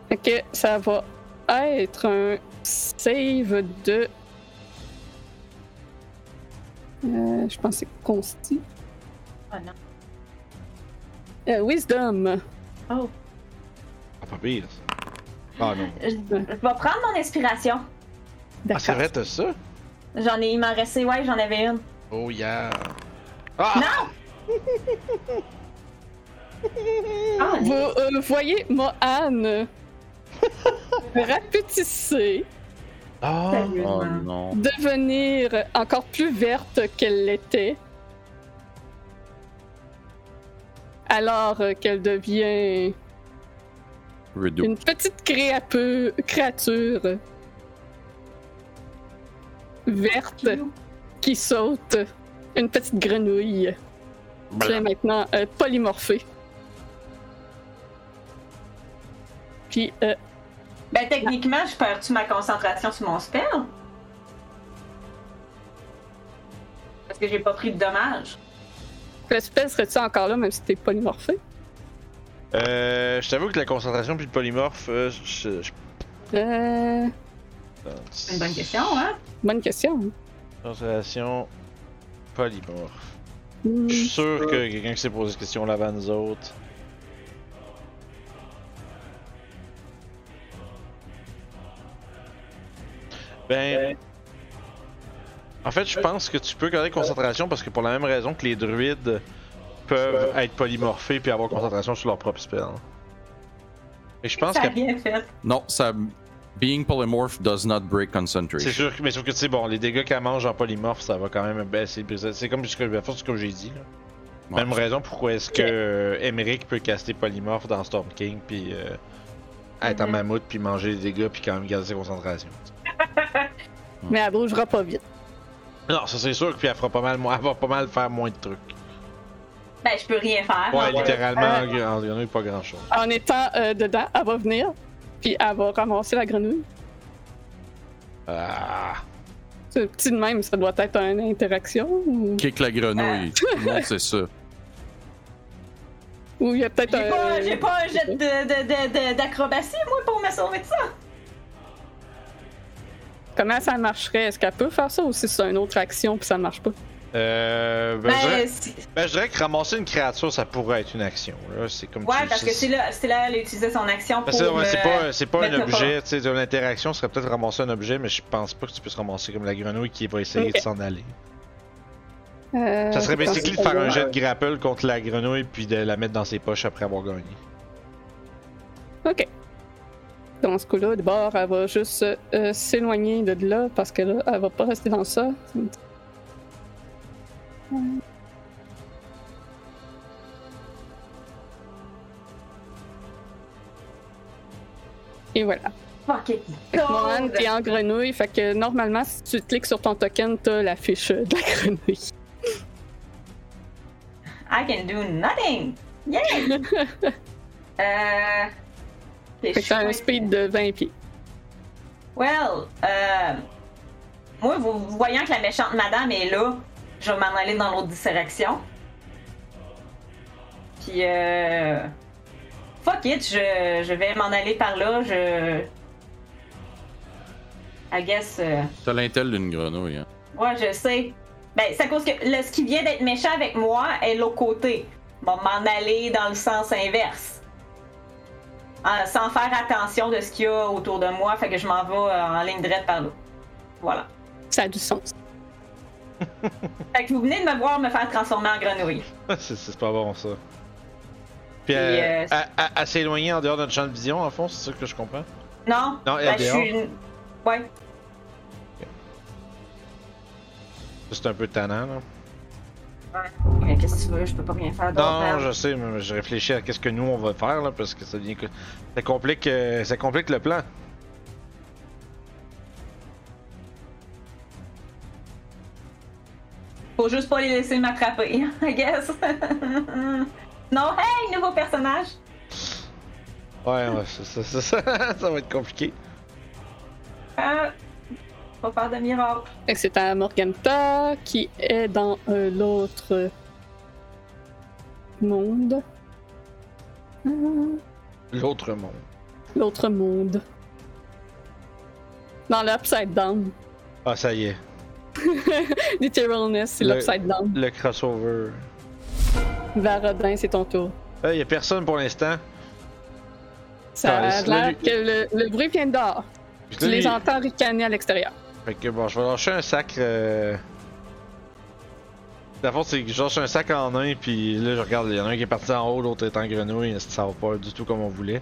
B: Fait que ça va être un save de. Euh, je pense que c'est Consti.
D: Ah non.
B: Euh, wisdom.
A: Ah, pas pire. ça. Ah non.
D: Je, je vais prendre mon inspiration.
A: Ah, c'est
B: D'accord.
A: vrai, t'as ça?
D: J'en ai, il m'en restait, ouais, j'en avais une.
A: Oh yeah. Ah!
C: Oh,
D: Ah,
B: Vous euh, voyez Mohan [laughs] rapetisser,
A: Ah!
C: Oh
D: sérieusement.
C: non.
B: devenir encore plus verte qu'elle l'était. Alors euh, qu'elle devient
C: Redo.
B: Une petite créape- créature verte qui saute. Une petite grenouille qui est maintenant euh, polymorphée. Puis, euh,
D: Ben, techniquement, je perds-tu ma concentration sur mon spell? Parce que j'ai pas pris de dommages.
B: l'espèce serait-tu encore là, même si t'es polymorphée?
A: Euh, je t'avoue que la concentration puis le polymorphe, euh, je, je-
B: Euh,
D: C'est une bonne question, hein?
B: bonne question.
A: Concentration polymorphe.
B: Hmm.
A: Je suis sûr que quelqu'un qui s'est posé cette question-là avant nous autres. Ben. En fait, je pense que tu peux garder concentration parce que pour la même raison que les druides peuvent être polymorphés puis avoir concentration sur leur propre spell. Et je pense
D: Ça
A: qu'à
D: a bien fait.
C: Non, ça. Being polymorph does not break
A: C'est
C: concentration.
A: sûr, que- mais sauf que tu sais, bon, les dégâts qu'elle mange en polymorphe, ça va quand même baisser. puis ça- C'est comme ce que, ben, c'est ce que j'ai dit. là.
C: Ouais.
A: Même raison pourquoi est-ce que euh, Emmerich peut caster polymorphe dans Storm King, puis euh, être en
D: Mhm.
A: mammouth, puis manger des dégâts, puis quand même garder ses concentrations.
B: Mais elle bougera pas vite.
A: Non, ça c'est sûr, puis elle fera pas mal, moins- elle va pas mal faire moins de trucs.
D: Ben, je peux rien faire.
A: Ouais,
D: en vrai.
A: littéralement, il y en a eu pas grand chose.
B: En étant euh, dedans, elle va venir, puis elle va ramasser la grenouille.
A: Ah.
B: C'est petit de même, ça doit être une interaction ou
C: Kick la grenouille.
B: Ah.
C: [laughs] Tout le monde sait ça.
B: ou il y a peut-être
D: J'ai
B: un.
D: pas, j'ai pas un jet de- de- de- de- d'acrobatie, moi, pour me sauver de ça.
B: Comment ça marcherait? Est-ce qu'elle peut faire ça ou si c'est une autre action puis ça marche pas?
A: Euh, ben,
D: Ben,
A: je dirais,
D: si-
A: ben, je dirais que ramasser une créature, ça pourrait être une action. Là. C'est comme
D: ouais,
A: tu-
D: parce que c'est là, c'est là, elle a utilisé son action pour.
A: Parce que, ouais, c'est
D: me-
A: pas, c'est pas un
D: mettre le
A: objet, tu sais, d'une interaction, serait peut-être ramasser un objet, mais je pense pas que tu puisses ramasser comme la grenouille qui va essayer
B: Ok.
A: de s'en aller.
B: Euh,
A: Ça serait
B: parce
A: basically de
B: que-
A: faire un jet de grapple contre la grenouille puis de la mettre dans ses poches après avoir gagné. [laughs]
B: Ok. Dans ce coup-là, d'abord, elle va juste euh, s'éloigner de là parce que là, elle va pas rester dans ça. Et voilà.
D: Fuck it.
B: Fait que Moran, t'es en grenouille, fait que normalement, si tu cliques sur ton token, t'as la fiche euh, de la grenouille. [laughs]
D: I can do nothing. Yay! euh, Les
B: Fait que t'as un
D: chouettes.
B: speed de 20 pieds.
D: Well, euh, moi, vous, vous voyant que la méchante madame est là, je vais m'en aller dans l'autre direction. Puis, euh, fuck it, je, je vais m'en aller par là. Je. I guess. euh,
C: T'as l'intel d'une grenouille. Hein.
D: Ouais, je sais. Ben, c'est à cause que le, ce qui vient d'être méchant avec moi est l'autre côté. Bon, m'en aller dans le sens inverse. Euh, sans faire attention de ce qu'il y a autour de moi, fait que je m'en vais euh, en ligne droite par là. Voilà.
B: Ça a du sens.
D: Fait que vous venez de me voir me faire transformer en grenouille.
A: c'est, c'est pas bon ça. Puis
D: Et,
A: euh,
D: euh,
A: à, à- à s'éloigner en dehors de notre champ de vision, en fond, c'est ça que je comprends.
D: Non?
A: Non, elle
D: Ben,
A: est
D: je suis une- Ouais.
A: C'est un peu tannant. Là.
D: Mais qu'est-ce que tu veux? Je peux pas rien faire d'autre.
A: Non,
B: ben,
D: hein.
A: je sais, mais je réfléchis à qu'est-ce que nous on va faire là, parce que ça devient, co- ça complique, euh, ça complique le plan.
D: Faut juste pas les laisser m'attraper, [laughs] I guess. non, hey, nouveau personnage!
A: Ouais, ouais, ça, ça, ça, [laughs] ça, ça va être compliqué.
D: Euh, faut faire de miracle.
B: Fait que c'est à Morganta qui est dans euh, l'autre euh, monde. Hum,
A: L'autre monde.
B: L'autre monde. Dans l'Upside Down. [laughs]
A: Ah, ça y est,
B: Literalness, c'est
A: Le-
B: l'Upside Down.
A: le crossover.
B: Varodin, c'est ton tour.
A: Il y a personne pour l'instant.
B: Ça a
A: Calisse, là,
B: l'air
A: Ah, lui-
B: que le, le bruit vient de dehors.
A: Puis
B: Tu
A: là,
B: les
A: il-
B: entends ricaner à l'extérieur.
A: Fait que bon, je vais lâcher un sac. Euh... La force, c'est que je lâche un sac en un, puis là, je regarde, il y en a un qui est parti en haut, l'autre est en grenouille, ça va pas du tout comme on voulait.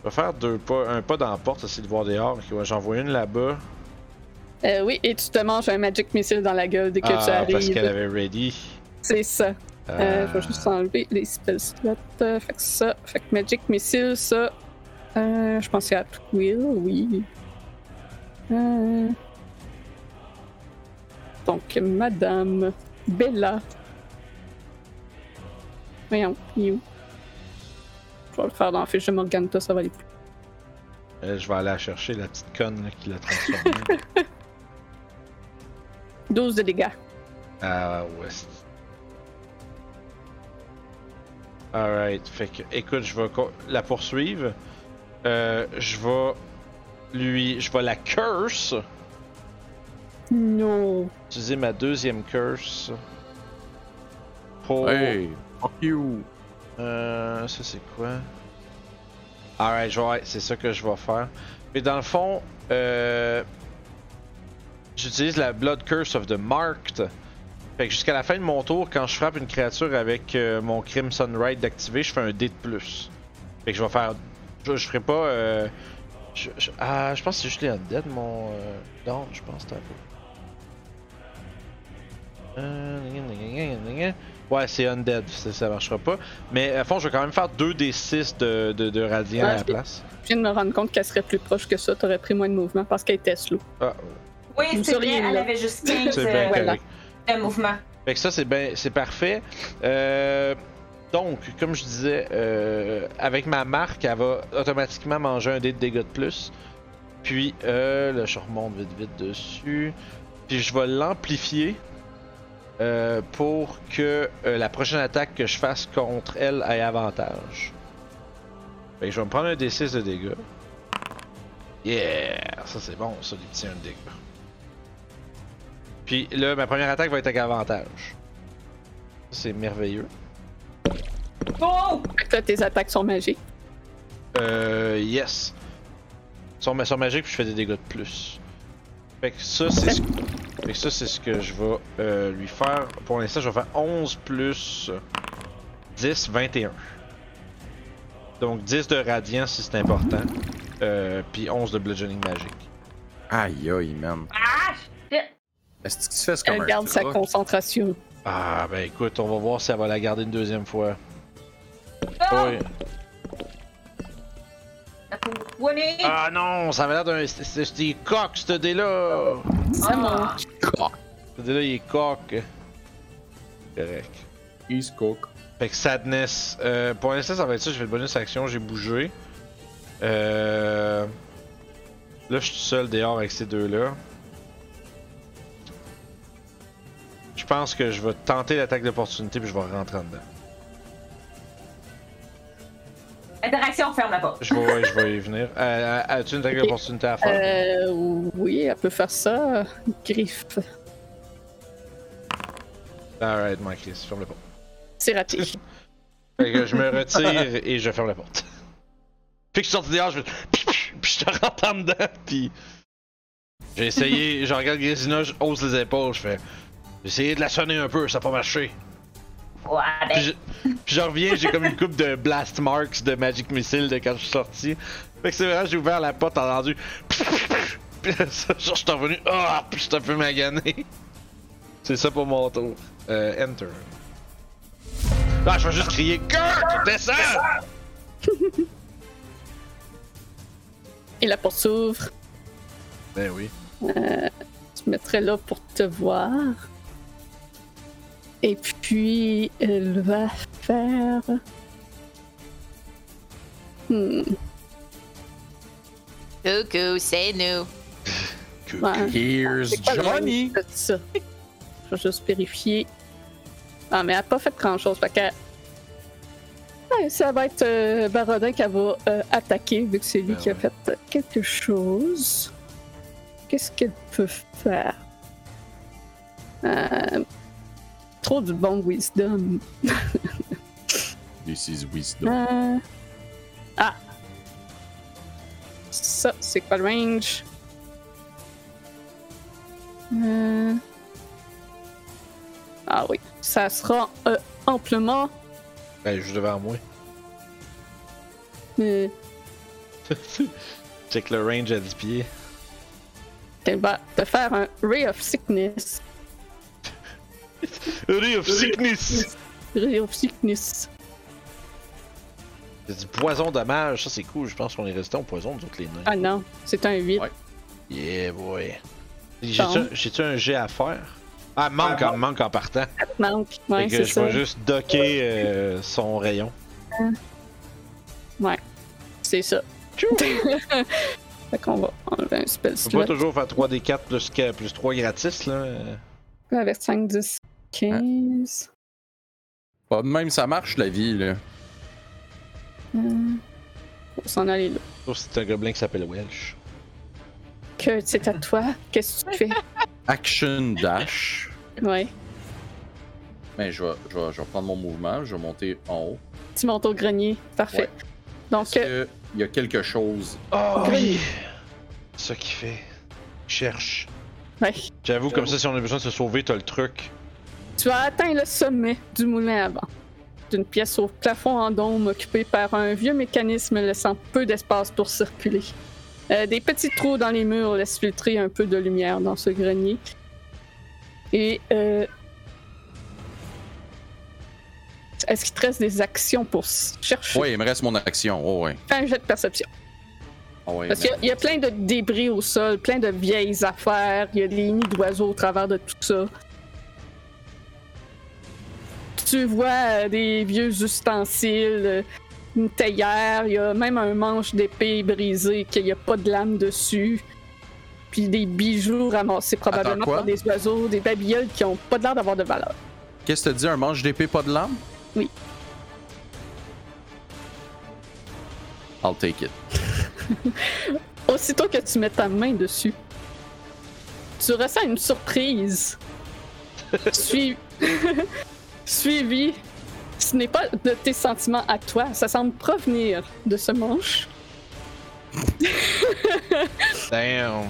A: Je vais faire deux pas, un pas dans la porte, essayer de voir dehors. Ok, ouais, J'en vois une là-bas.
B: Euh, oui, et tu te manges un Magic Missile dans la gueule dès que tu
A: Ah, parce
B: arrives.
A: qu'elle avait ready.
B: C'est ça.
A: Euh,
B: Euh, je vais juste enlever les spell slots. Euh, fait que ça, fait que Magic Missile, ça. euh, je pensais à Twill, oui. Euh, Donc, Madame Bella. Voyons, il est où? Je vais le faire dans la fiche de Morgana, ça va aller plus.
A: euh, je vais aller la chercher la petite conne là, qui l'a
B: [laughs]
A: transformée.
B: 12 de dégâts.
A: ah, ouest. Alright, fait que, écoute, je vais co- la poursuivre. Euh, je vais lui. Je vais la curse.
B: Non.
A: utiliser ma deuxième curse pour.
C: Hey, Oh. fuck you.
A: Euh, ça c'est quoi Alright, je vais- ouais, c'est ça que je vais faire. Mais dans le fond, euh, j'utilise la Blood Curse of the Marked. Fait que jusqu'à la fin de mon tour, quand je frappe une créature avec euh, mon Crimson Rite d'activer, je fais un dé de plus. Fait que je vais faire. Je, je ferai pas. euh, je, je- ah, je pense que c'est juste les Undead, mon. Euh, non, je pense que c'est un peu. Euh, gna, gna, gna, gna, gna. Ouais, c'est Undead, ça, ça marchera pas. Mais à fond, je vais quand même faire 2 des 6 de, de, de radiant à
B: Ah,
A: la place.
B: Je viens de me rendre compte qu'elle serait plus proche que ça, t'aurais pris moins de mouvement parce qu'elle était slow.
A: Ah,
D: Oui, c'est vrai,
B: souriez,
D: elle
B: là.
D: avait juste 15
A: c'est bien
D: euh,
A: correct.
D: de mouvement.
A: Fait que ça, c'est ben, c'est parfait. Euh, donc, comme je disais, euh, avec ma marque, elle va automatiquement manger un dé de dégâts de plus. Puis, euh, là, je remonte vite, vite dessus. Puis, je vais l'amplifier euh, pour que euh, la prochaine attaque que je fasse contre elle ait avantage. Fait que je vais me prendre un D6 de dégâts. Yeah! Ça, c'est bon, ça, les petits 1 de dégâts. Puis là, ma première attaque va être avec avantage. C'est merveilleux.
D: Oh!
B: Fait que là, tes attaques sont magiques.
A: Euh, yes. Sur ma magique, puis je fais des dégâts de plus. Fait que ça, c'est ce... fait que ça, c'est ce que je vais euh, lui faire. Pour l'instant, je vais faire 11 plus 10, 21. Donc 10 de radiant si c'est important. Euh, puis 11 de bludgeoning magique.
C: Aïe, aïe, man.
D: Ah! shit!
C: Est-ce que tu fais ce comme
B: Elle
C: un
B: garde sa
C: truc?
B: concentration.
A: Ah, ben écoute, on va voir si elle va la garder une deuxième fois.
D: Oh!
A: Oui.
D: Winnie!
A: Ah non, ça avait l'air d'un. c'est- C'est des coques, ce dé-là!
B: Ça manque.
D: Ah.
C: Ah.
A: Ce dé-là, il est coq. Correct.
C: East Cook.
A: Fait que Sadness. euh, pour l'instant, ça va être ça. J'ai fait le bonus action, j'ai bougé. Euh... Là, je suis seul dehors avec ces deux-là. Je pense que je vais tenter l'attaque d'opportunité puis je vais rentrer en dedans.
D: Interaction, ferme la porte.
A: Je vais, ouais, je vais y venir. Euh, As-tu une attaque
B: Ok.
A: d'opportunité à faire?
B: Euh, oui, elle peut faire ça. Griffe.
A: Alright, my Chris, ferme la porte.
B: C'est raté.
A: Fait que je me retire et je ferme la porte. [laughs] Puis que je suis sorti dehors, je fais Piu, piu puis je te rentre en dedans, puis. J'ai essayé, je regarde Grisina, je hausse les épaules, je fais. J'ai essayé de la sonner un peu, ça n'a pas marché.
D: Ouais, ben,
A: Puis je, puis je reviens, j'ai comme une coupe de blast marks de Magic Missile de quand je suis sorti. Fait que c'est vrai, j'ai ouvert la porte, entendu. Piu, piu, piu Puis ça, genre, je suis revenu, ah, puis je suis un peu magané. C'est ça pour mon tour. Euh, enter. Ah, je vais juste crier Kurt, descends!
B: Et la porte s'ouvre.
A: Ben oui.
B: Je me mettrai là pour te voir. Et puis, elle va faire. Hmm,
E: Coucou, c'est nous.
B: ouais.
C: Here's
B: C'est quoi le
C: Johnny!
B: nom de ça? Je vais juste vérifier. Ah, mais elle n'a pas fait grand-chose. Fait que. Ouais, ça va être euh, Barodin qui va euh, attaquer, vu que c'est lui
A: Ben
B: qui a
A: ouais.
B: fait euh, quelque chose. Qu'est-ce qu'elle peut faire? Euh, Trop du bon wisdom.
C: This is wisdom.
B: Euh, Ah! Ça, c'est quoi le range? Euh, Ah oui, ça sera euh, amplement.
A: Ben, juste devant moi.
B: euh,
A: Check le range à 10 pieds.
B: Elle va te Ben, faire un Ray of Sickness.
A: Ray of Sickness!
B: Ray of Sickness.
A: C'est du poison dommage, ça c'est cool, je pense qu'on est resté en poison, nous autres les nains.
B: Ah non, c'est un 8.
C: Ouais.
A: Yeah boy.
B: Bon.
A: J'ai-tu un- j'ai-tu un jet à faire? Ah, manque, en, manque en partant.
B: Manque.
A: Fait
B: Ouais,
A: que
B: c'est
A: je
B: ça.
A: vais juste docker euh, son rayon.
B: C'est ça. [laughs] fait qu'on va enlever un spell
A: Je peux
B: slot.
A: pas toujours faire 3d4 plus, que- plus 3 gratis là. euh.
B: Avec 5, 10, 15.
C: Ah. Pas de même, ça marche la vie, là.
B: euh, Faut s'en aller là.
A: Sauf si c'est un gobelin qui s'appelle Welsh.
B: Que c'est à toi. Qu'est-ce que
C: [laughs]
B: tu fais?
C: Action dash.
B: Ouais.
C: Ben, je vais, je, vais, je vais prendre mon mouvement, je vais monter en haut.
B: Tu montes au grenier. Parfait.
C: Ouais.
B: Donc,
C: Est-ce
B: euh,
C: qu'il y a quelque chose
A: Oh
B: oui!
A: Ce qui fait. Cherche.
B: ouais.
A: J'avoue, comme ça, si on a besoin de se sauver, t'as le truc.
B: tu as atteint le sommet du moulin à vent. D'une pièce au plafond en dôme occupée par un vieux mécanisme laissant peu d'espace pour circuler. Euh, des petits trous dans les murs laissent filtrer un peu de lumière dans ce grenier. Et euh, est-ce qu'il te reste des actions pour s- chercher?
C: Ouais, il me reste mon action. Oh, ouais.
B: Fais un jet de perception.
C: Ah ouais
B: Parce
C: mais-
B: qu'il y a- il y, a plein de débris au sol, plein de vieilles affaires, il y a des nids d'oiseaux au travers de tout ça. Tu vois euh, des vieux ustensiles, euh, une théière, il y a même un manche d'épée brisé qu'il n'y a pas de lame dessus. Puis des bijoux ramassés probablement
C: Attends, quoi?
B: par des oiseaux, des babioles qui n'ont pas l'air d'avoir de valeur.
C: Qu'est-ce que tu dis, un manche d'épée, pas de lame
B: Oui.
C: I'll take it.
B: Aussitôt que tu mets ta main dessus, tu ressens une surprise. Suivi. [laughs] Suivi. Ce n'est pas de tes sentiments à toi, ça semble provenir de ce manche.
A: Damn.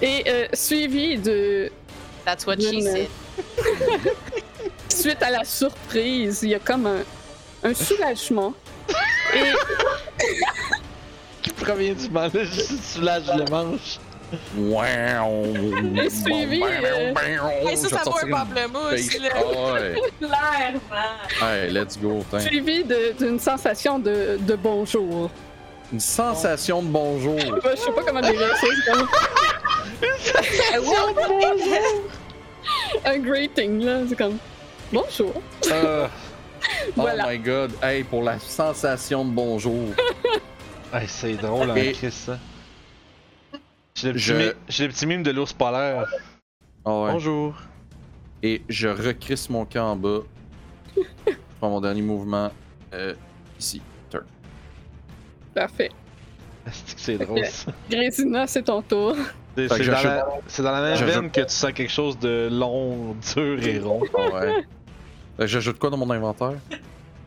B: Et euh, suivi de.
E: That's what she
B: d'une-
E: [laughs] said.
B: Suite à la surprise, il y a comme un, un soulagement. Et
A: Qui provient du manche, [laughs] tu soulages le manche.
C: Wow!
B: suivi, euh,
C: Hey,
F: ça, ça vaut un pamplemousse, là.
C: Ah ouais.
D: clairement.
C: Hey, let's go, tain.
B: suivi de- d'une sensation de, de bonjour.
C: Une sensation de bonjour.
B: Bah, Je sais pas comment dire ça. c'est comme Un greeting, là. C'est comme. Bonjour.
A: Ah.
C: Oh
B: Voilà.
C: my god, hey, pour la sensation de bonjour. Ah
A: Hey, c'est drôle, en
C: Et-
A: Chris, ça. J'ai le petit
C: Je-
A: mi- j'ai le petit mime de l'ours polaire.
C: Ah ouais.
A: Bonjour. [laughs]
C: Et je recrisse mon camp en bas. je prends mon dernier mouvement euh, ici.
B: Parfait.
A: Asti que C'est drôle,
B: Ok.
A: ça.
B: Grésina, c'est ton tour.
A: C'est
C: Fait que
A: c'est
C: je-
A: dans,
C: je-
A: la... c'est dans la même
C: je- je-
A: veine que tu sens quelque chose de long, dur et rond.
C: Ah ouais. Fait que J'ajoute quoi dans mon inventaire?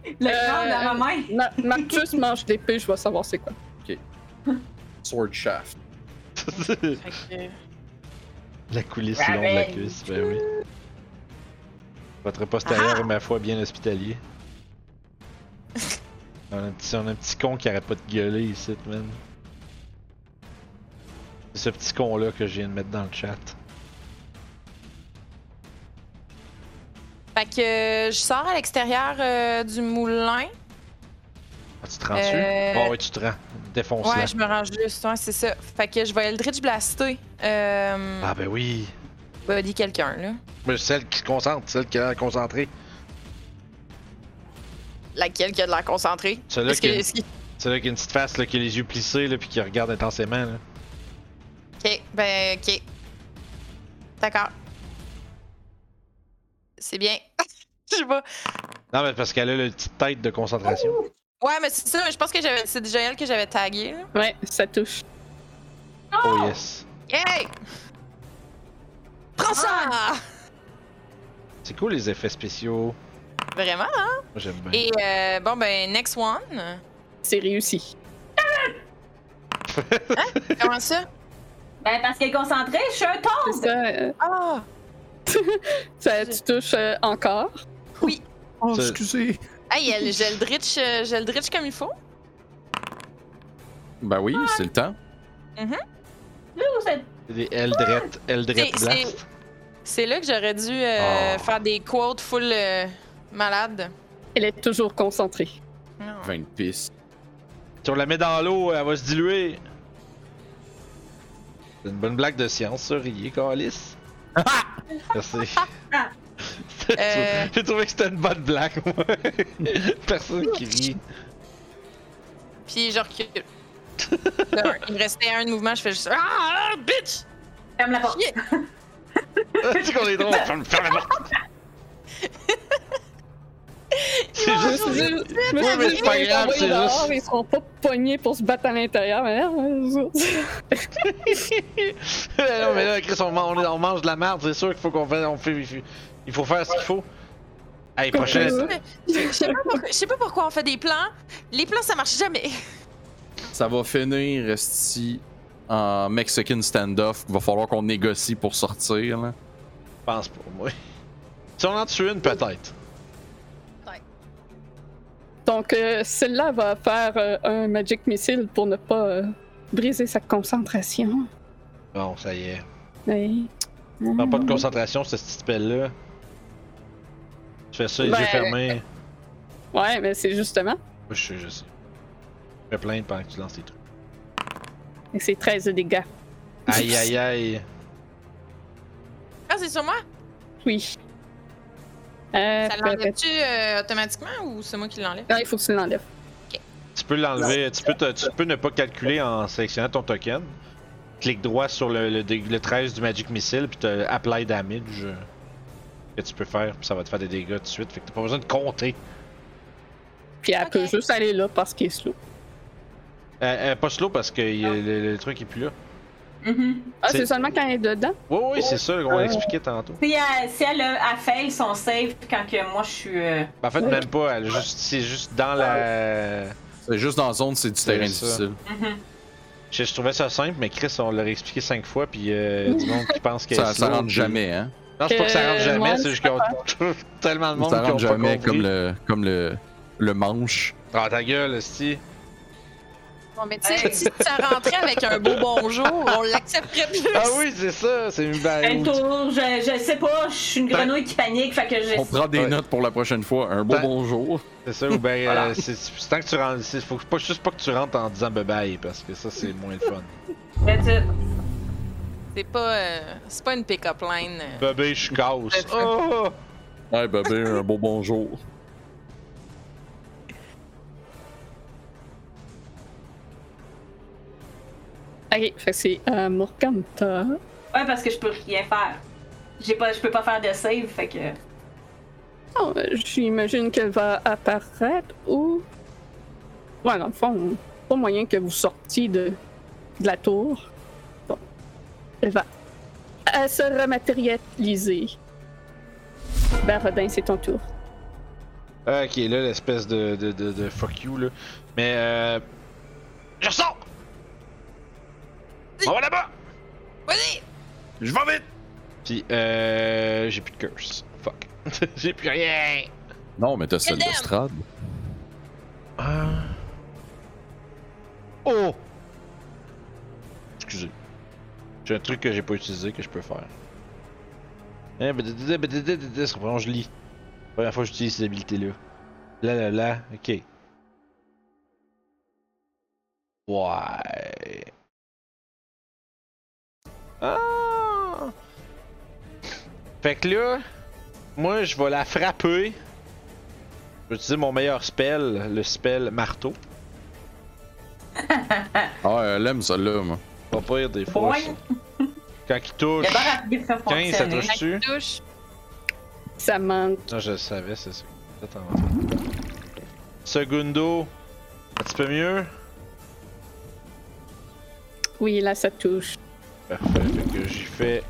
D: Le clan dans ma main.
B: Ma- Marcus mange l'épée, je vais savoir c'est quoi.
C: Sword shaft.
A: la coulisse le long de la
D: Raven.
A: cuisse, ben oui. Votre postérieur
E: Ah.
A: est ma foi bien
E: [laughs]
A: hospitalier. On a un petit, on a un petit con qui arrête pas de gueuler ici, man. C'est ce petit con-là que je viens de mettre dans le chat.
E: Fait que euh, je sors à l'extérieur euh, du moulin.
A: Ah, tu te rends dessus?
E: Euh,
A: Ah oui, tu te rends. Défonce
E: Ouais, je me range juste, ouais, c'est ça. Fait que je vais Eldritch blaster. Euh,
A: Ah ben oui.
E: Body quelqu'un, là.
A: Mais celle qui se concentre, celle qui a l'air concentrée.
E: Laquelle qui a de l'air concentrée.
A: Celle-là
E: Est-ce
A: qui,
E: que.
A: a-
E: est-ce qu'il-
A: celle-là qui a une petite face, là, qui a les yeux plissés, là, puis qui regarde intensément. Là.
E: Ok, ben, ok. D'accord. C'est bien. [laughs] Je sais pas.
A: Non, mais parce qu'elle a la petite tête de concentration.
E: Ouais, mais c'est ça, je pense que j'avais- c'est déjà elle que j'avais taguée, là.
B: Ouais, ça touche.
A: Oh yes.
E: Hey! Prends ça!
A: C'est cool les effets spéciaux.
E: Vraiment, hein?
A: Moi j'aime bien.
E: Et euh, bon, ben, next one.
B: C'est réussi.
E: Comment ça?
D: Ben, parce qu'elle est concentrée, je suis un ton.
B: C'est Ça, euh,
E: Ah!
B: ça- tu touches euh, encore.
C: Oh,
A: Ça-
C: excusez.
E: Hey, elle- je Eldritch, euh, je Eldritch comme il faut.
C: Ben oui, c'est le temps.
D: Ouh, c'est-
A: C'est des Eldret, Eldret
E: C'est- c'est-
A: Blast.
E: C'est là que j'aurais dû euh,
A: Oh.
E: faire des quotes full euh, malade.
B: Elle est toujours concentrée.
E: Non.
C: 20 pistes.
A: Si on la met dans l'eau, elle va se diluer. C'est une bonne blague de science, ça. Riez, Calis.
E: Ah!
A: Merci.
E: [laughs] Euh.
A: [laughs] J'ai trouvé que c'était une bonne blague, moi. [laughs] Personne qui rit.
E: Puis je recule. Non, il me restait un de mouvement, je fais juste Ah, ah, bitch!
D: Ferme la porte.
A: tu sais qu'on est drôle. Ferme, ferme la porte.
E: [laughs]
A: C'est
B: Je me suis
A: juste.
B: dit- je me
A: Ouais,
B: suis
A: mais
B: dit,
A: c'est pas
B: je vais les
A: grave,
B: envoyer
A: c'est
B: dehors,
A: juste-
B: Ils seront pas pognés pour se battre à l'intérieur, mais là, euh,
A: [laughs] non, mais là, Chris, on, man- on est- on mange de la merde, c'est sûr qu'il faut qu'on fait, on fait- Il faut faire ce qu'il faut. Hey, prochaine.
E: Je sais pas pourquoi- je sais pas pourquoi on fait des plans. Les plans, ça marche jamais. [laughs]
C: Ça va finir esti, en Mexican standoff. Il va falloir qu'on négocie pour sortir. Là.
A: Je pense pas, moi. [laughs] Si on en tue une, peut-être.
B: Donc, euh, celle-là va faire euh, un Magic Missile pour ne pas euh, briser sa concentration.
A: Bon, ça y est.
B: Oui.
A: Prends pas de concentration, ce petit spell-là. Tu fais ça les
B: Ben,
A: yeux fermés.
B: Ouais, mais c'est justement.
A: Moi, je sais, je sais. Je me plaindre pendant que tu lances tes trucs.
B: Et c'est 13 de dégâts.
A: Aïe, aïe, aïe.
E: Ah, c'est sur moi?
B: Oui. Euh,
E: Ça
B: peut-être-
E: l'enlève-tu euh, automatiquement ou c'est moi qui l'enlève?
B: non, il faut que tu l'enlèves.
A: Tu peux l'enlever, tu peux, te- tu peux ne pas calculer en sélectionnant ton token. Clique droit sur le, le, dé- le 13 du Magic Missile, puis t'as Apply Damage euh, que tu peux faire, puis ça va te faire des dégâts tout de suite. Fait que t'as pas besoin de compter.
B: Puis elle
E: Ok.
B: peut juste aller là parce qu'il est slow.
A: Euh, euh, pas slow parce que il- le, le truc est plus là.
D: Mhm.
B: Ah,
A: C'est-
B: c'est seulement quand elle est dedans?
A: Oui, oui, c'est ça qu'on expliquait tantôt.
D: Si elle, euh, si elle, a- elle fail son save quand que moi je suis. euh,
A: Ben, en fait, même pas, elle est juste- c'est juste dans la.
C: C'est juste dans la zone, c'est du terrain
A: ça.
C: difficile.
D: mhm.
A: Je, je trouvais ça simple, mais Chris, on l'aurait expliqué cinq fois, puis euh, du monde qui pense que.
C: Ça, ça
A: slow,
C: rentre jamais, hein?
A: Non, c'est pas que ça rentre
B: Euh,
A: jamais,
B: ouais,
A: c'est juste qu'on trouve [laughs] tellement de monde qui
C: ça
A: ont
C: rentre jamais
A: pas compris.
C: comme le, comme le, le manche.
A: Ah, ta gueule, Sti.
E: Bon, mais tu sais, si ça rentrait avec un beau bonjour, on l'accepterait plus.
A: [laughs] Ah oui, c'est ça, c'est une
D: Un
A: balle.
D: tour, je, je sais pas, je suis une
A: Euh, Ben-
D: grenouille qui panique, fait que je.
C: On prend des
A: Ouais.
C: notes pour la prochaine fois. Un beau
A: Ben-
C: bonjour.
A: C'est ça, ou ben, euh,
D: Voilà.
A: c'est c'est tant que tu rentres. c'est- Faut pas, juste pas que tu rentres en disant bye bye, parce que ça, c'est moins le [laughs] fun.
D: That's it.
E: C'est pas, euh, c'est pas une pick-up line. euh.
A: Bébé, je casse. [laughs] Oh!
C: Ouais, bébé, un beau bonjour.
B: Ok, fait que c'est euh, Morganta.
D: Ouais, parce que je peux rien faire. J'ai pas, je peux pas faire de save, fait que.
B: Oh, euh, J'imagine qu'elle va apparaître ou. Ouais, dans le fond, pas moyen que vous sortiez de, de la tour. Bon. Elle va elle se rematérialiser. Ben, Rodin, c'est ton tour.
A: Ah, ok, là, l'espèce de, de, de, de fuck you, là. Mais, euh. Je ressors! On va là-bas!
F: Vas-y!
A: Je vais vite! Puis, euh. J'ai plus de curse. Fuck. [laughs] j'ai plus rien!
C: Non, mais t'as celle de
F: Madame.
C: Strad.
A: Ah. Oh! Excusez. J'ai un truc que j'ai pas utilisé que je peux faire. Eh, badadada, badadada, c'est bon, je lis. Première fois que j'utilise cette habilité-là. Là, là, là, ok. Ouais. Ah! Fait que là, moi, je vais la frapper. Je vais utiliser mon meilleur spell, le spell marteau.
C: Ah, elle aime celle-là, moi.
A: Pas pire des fois.
D: Ouais.
A: ça. Quand il touche,
D: Le bar à bière fait
A: 15, ça touche-tu?
D: fonctionner.
F: Touche.
B: Ça manque.
A: Non, je le savais, c'est ça. Attends, attends. Segundo, un petit peu mieux.
B: Oui, là, ça touche.
A: Parfait, fait que j'y fais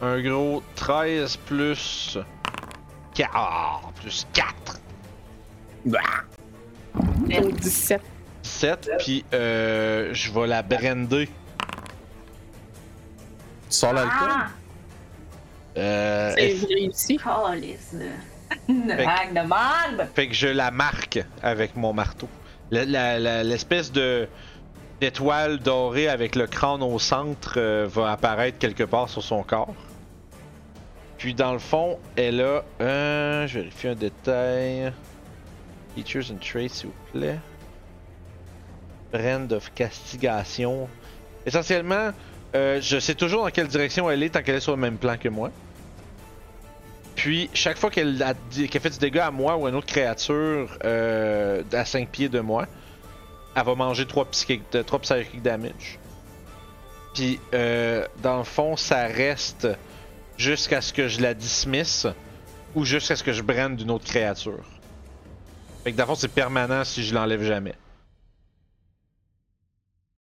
A: un gros 13 plus 4, plus 4,
B: Donc, 17.
A: 7, puis euh, je vais la brander.
C: Tu sors l'alcool?
D: Ah!
A: Euh,
B: C'est réussi.
D: Calice, là. [laughs] Une
A: Fait que-
D: vague de merde!
A: Fait que je la marque avec mon marteau. La- la- la- L'espèce de d'étoile dorée avec le crâne au centre euh, va apparaître quelque part sur son corps. Puis dans le fond, elle a. euh, je vérifie un détail. Features and traits, s'il vous plaît. Brand of castigation. Essentiellement, euh, je sais toujours dans quelle direction elle est tant qu'elle est sur le même plan que moi. Puis, chaque fois qu'elle a, dit- qu'elle fait du dégât à moi ou à une autre créature euh, à 5 pieds de moi, elle va manger 3 psychic, de- trois psychic damage. Puis, euh, dans le fond, ça reste jusqu'à ce que je la dismisse ou jusqu'à ce que je brande d'une autre créature. Fait que, dans le fond, c'est permanent si je l'enlève jamais.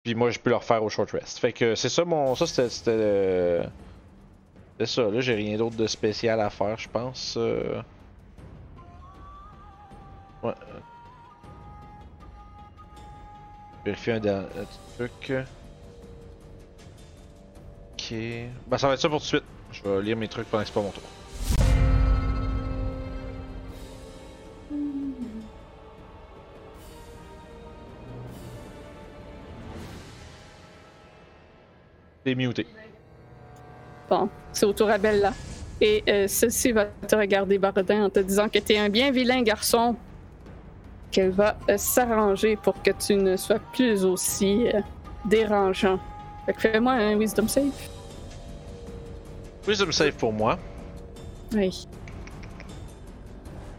A: Puis moi, je peux le refaire au short rest. Fait que c'est ça mon. Ça, c'était. c'était, euh, c'est ça, là, j'ai rien d'autre de spécial à faire, je pense. euh. Ouais. euh. Vérifier un, dernier truc. Ok. Bah, ça va être ça pour tout de suite. Je vais lire mes trucs pendant que c'est pas mon tour. T'es muté.
B: Bon, c'est au tour à Bella. Et euh, celle-ci va te regarder, Barodin, en te disant que t'es un bien vilain garçon. Qu'elle va euh, s'arranger pour que tu ne sois plus aussi euh, dérangeant. Fait que fais-moi un wisdom save.
A: Wisdom save pour moi.
B: Oui.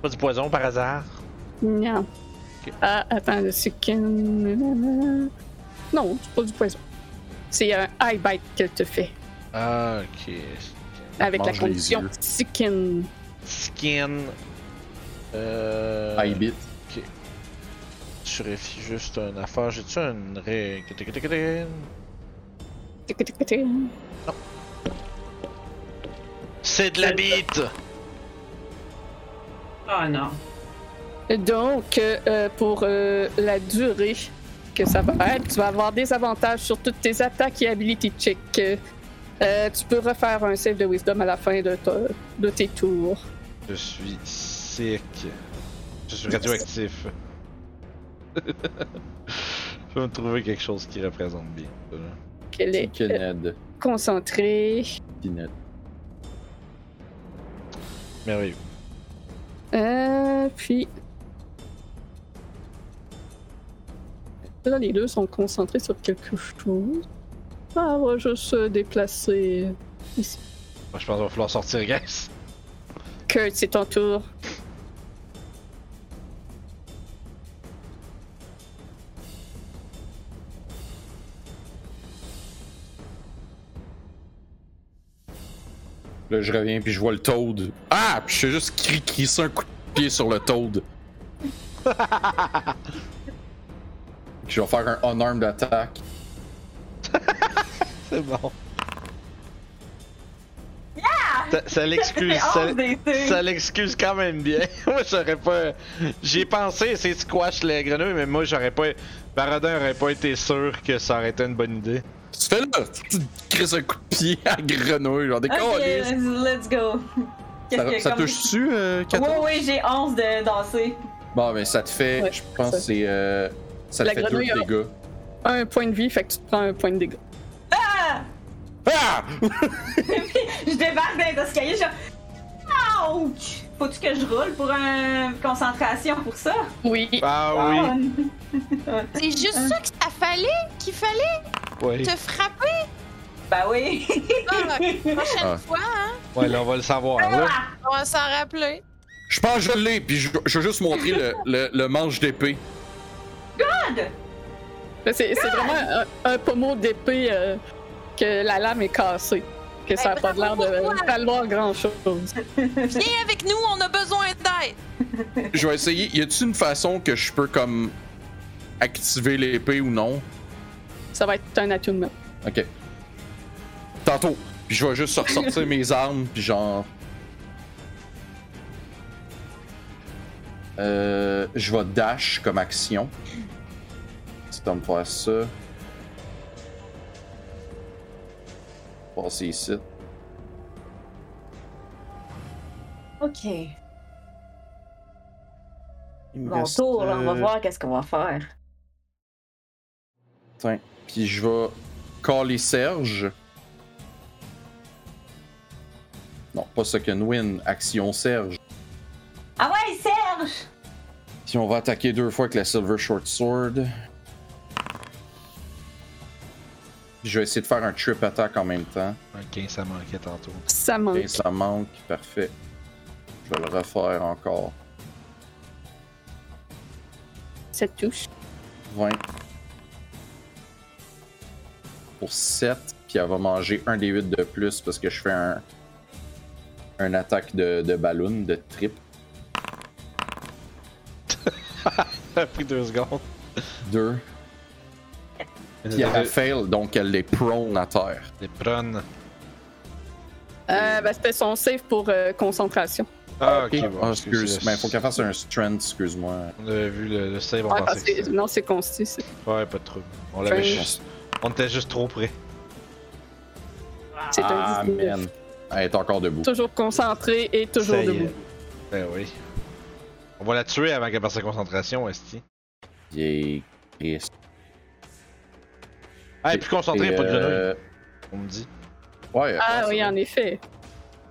A: Pas du poison par hasard.
B: Non. Ah, attends, le sucre. Non, c'est pas du poison. C'est un high bite qu'elle te fait.
A: Ah, ok.
B: Avec la
C: mange les
B: condition
C: yeux.
B: Sikin.
A: Skin. Euh.
C: I bit.
A: Je vérifie juste une affaire. J'ai-tu une. ré- C'est de la bite!
D: Oh non.
B: Donc, euh, euh, pour euh, la durée que ça va être, tu vas avoir des avantages sur toutes tes attaques et ability check. Euh, euh, tu peux refaire un save de wisdom à la fin de, ta- de tes tours.
A: Je suis sick. Je suis radioactif. [laughs] Je vais me trouver quelque chose qui représente bien. ça, là.
B: Qu'elle est euh,
C: Kined.
B: concentrée.
C: Kined.
A: Merveilleux.
B: Euh, puis. Là, les deux sont concentrés sur quelque chose. Ah, on va juste se déplacer.
A: Moi, je pense qu'il va falloir sortir, guys.
B: Kurt, c'est ton tour.
C: Là, je reviens, puis je vois le Toad. Ah! Puis je fais juste cri crisser un coup de pied sur le Toad. [laughs] puis je vais faire un unarmed attack.
A: C'est bon. Ça, ça l'excuse, ça,
D: hors des dés.
A: ça l'excuse quand même bien. [laughs] moi, j'aurais pas. J'ai pensé, c'est squash les grenouilles, mais moi, j'aurais pas. Baradin aurait pas été sûr que ça aurait été une bonne idée.
C: Tu fais là, tu te crisses un coup de pied à grenouille, genre des
D: Ok,
C: câlisses.
D: let's, let's go. Qu'est-ce
C: Ça,
D: que
C: ça
D: comme-
C: touche-tu, euh, 14?
D: Oui, oui, j'ai 11 de danser. [laughs]
C: Bon, ben ça te fait,
B: Ouais,
C: je pense, que
B: ça.
C: c'est. euh, ça te
B: La
C: fait deux
B: grenouille a-
C: dégâts.
B: Un point de vie, fait que tu te prends un point de dégâts.
C: Ah!
D: Je débarque dans les escaliers, je suis comme, Ouch! Faut-tu que je roule pour une concentration pour ça?
B: Oui.
A: Ah oui,
E: C'est juste ça que ça fallait, qu'il fallait
A: oui.
E: te frapper.
D: Bah oui!
E: Ah, prochaine
C: Ah.
E: fois, hein,
A: Ouais, là, on va le savoir.
D: [laughs]
A: Là.
D: Ah,
E: on va s'en rappeler.
C: Je pense que je l'ai, puis je, je vais juste montrer le, le, le manche d'épée.
B: Là, C'est c'est vraiment un, un pommeau d'épée euh, que la lame est cassée. Que ça n'a
E: Ben,
B: pas l'air
E: bravo pour
B: de
E: toi.
B: valoir grand chose.
E: Viens avec nous, on a besoin d'aide.
C: Je vais essayer. Y a-t-il une façon que je peux, comme, activer l'épée ou non?
B: Ça va être un attunement.
C: Ok. Tantôt. Puis je vais juste ressortir mes armes, puis genre. Euh, je vais dash comme action. Si tu me faire ça. Passer ici.
D: ok.
C: Il me
D: Bon
C: reste,
D: tour, là, on va
C: euh,
D: voir qu'est-ce qu'on va faire.
C: Tiens. Puis je vais caller Serge. Non, pas second win, action Serge.
D: Ah ouais, Serge!
C: Puis on va attaquer deux fois avec la Silver Short Sword. Je vais essayer de faire un trip attack en même temps.
B: Ah.
A: Ok, ça manquait tantôt.
B: Ça manque.
C: Et ça manque, parfait. Je vais le refaire encore.
B: Ça touche.
C: 20. Pour 7. Puis elle va manger un des 8 de plus parce que je fais un. Un attaque de, de ballon, de trip.
A: Ça a pris deux secondes.
C: 2. Puis elle a fail, donc elle est prone à terre.
A: Des brunes.
B: Euh, ben, C'était son save pour euh, concentration.
A: Ah, ok,
C: Ah,
A: bon.
C: excuse. Mais faut qu'elle fasse un strength, excuse-moi.
A: On avait vu le, le save, on
B: Ouais, parce
A: pensait que
B: que-
A: c'était-
B: non, Ah, c'est consti. c'est-
A: Ouais, pas de trouble. On l'avait
B: Fait-
A: juste. On était juste trop près.
B: C'est
C: Ah,
B: un 19.
C: man. Elle est encore debout.
B: Toujours concentré et toujours
A: Ça y est.
B: debout.
A: Ben oui. On va la tuer avant qu'elle perde sa concentration, Esti.
C: Yay. Christ.
A: Ah, et puis
C: Et,
A: concentré, pas de grenouille,
C: euh,
A: on me dit.
C: Ouais.
B: Ah
C: ouais,
B: oui,
C: ça
B: en effet.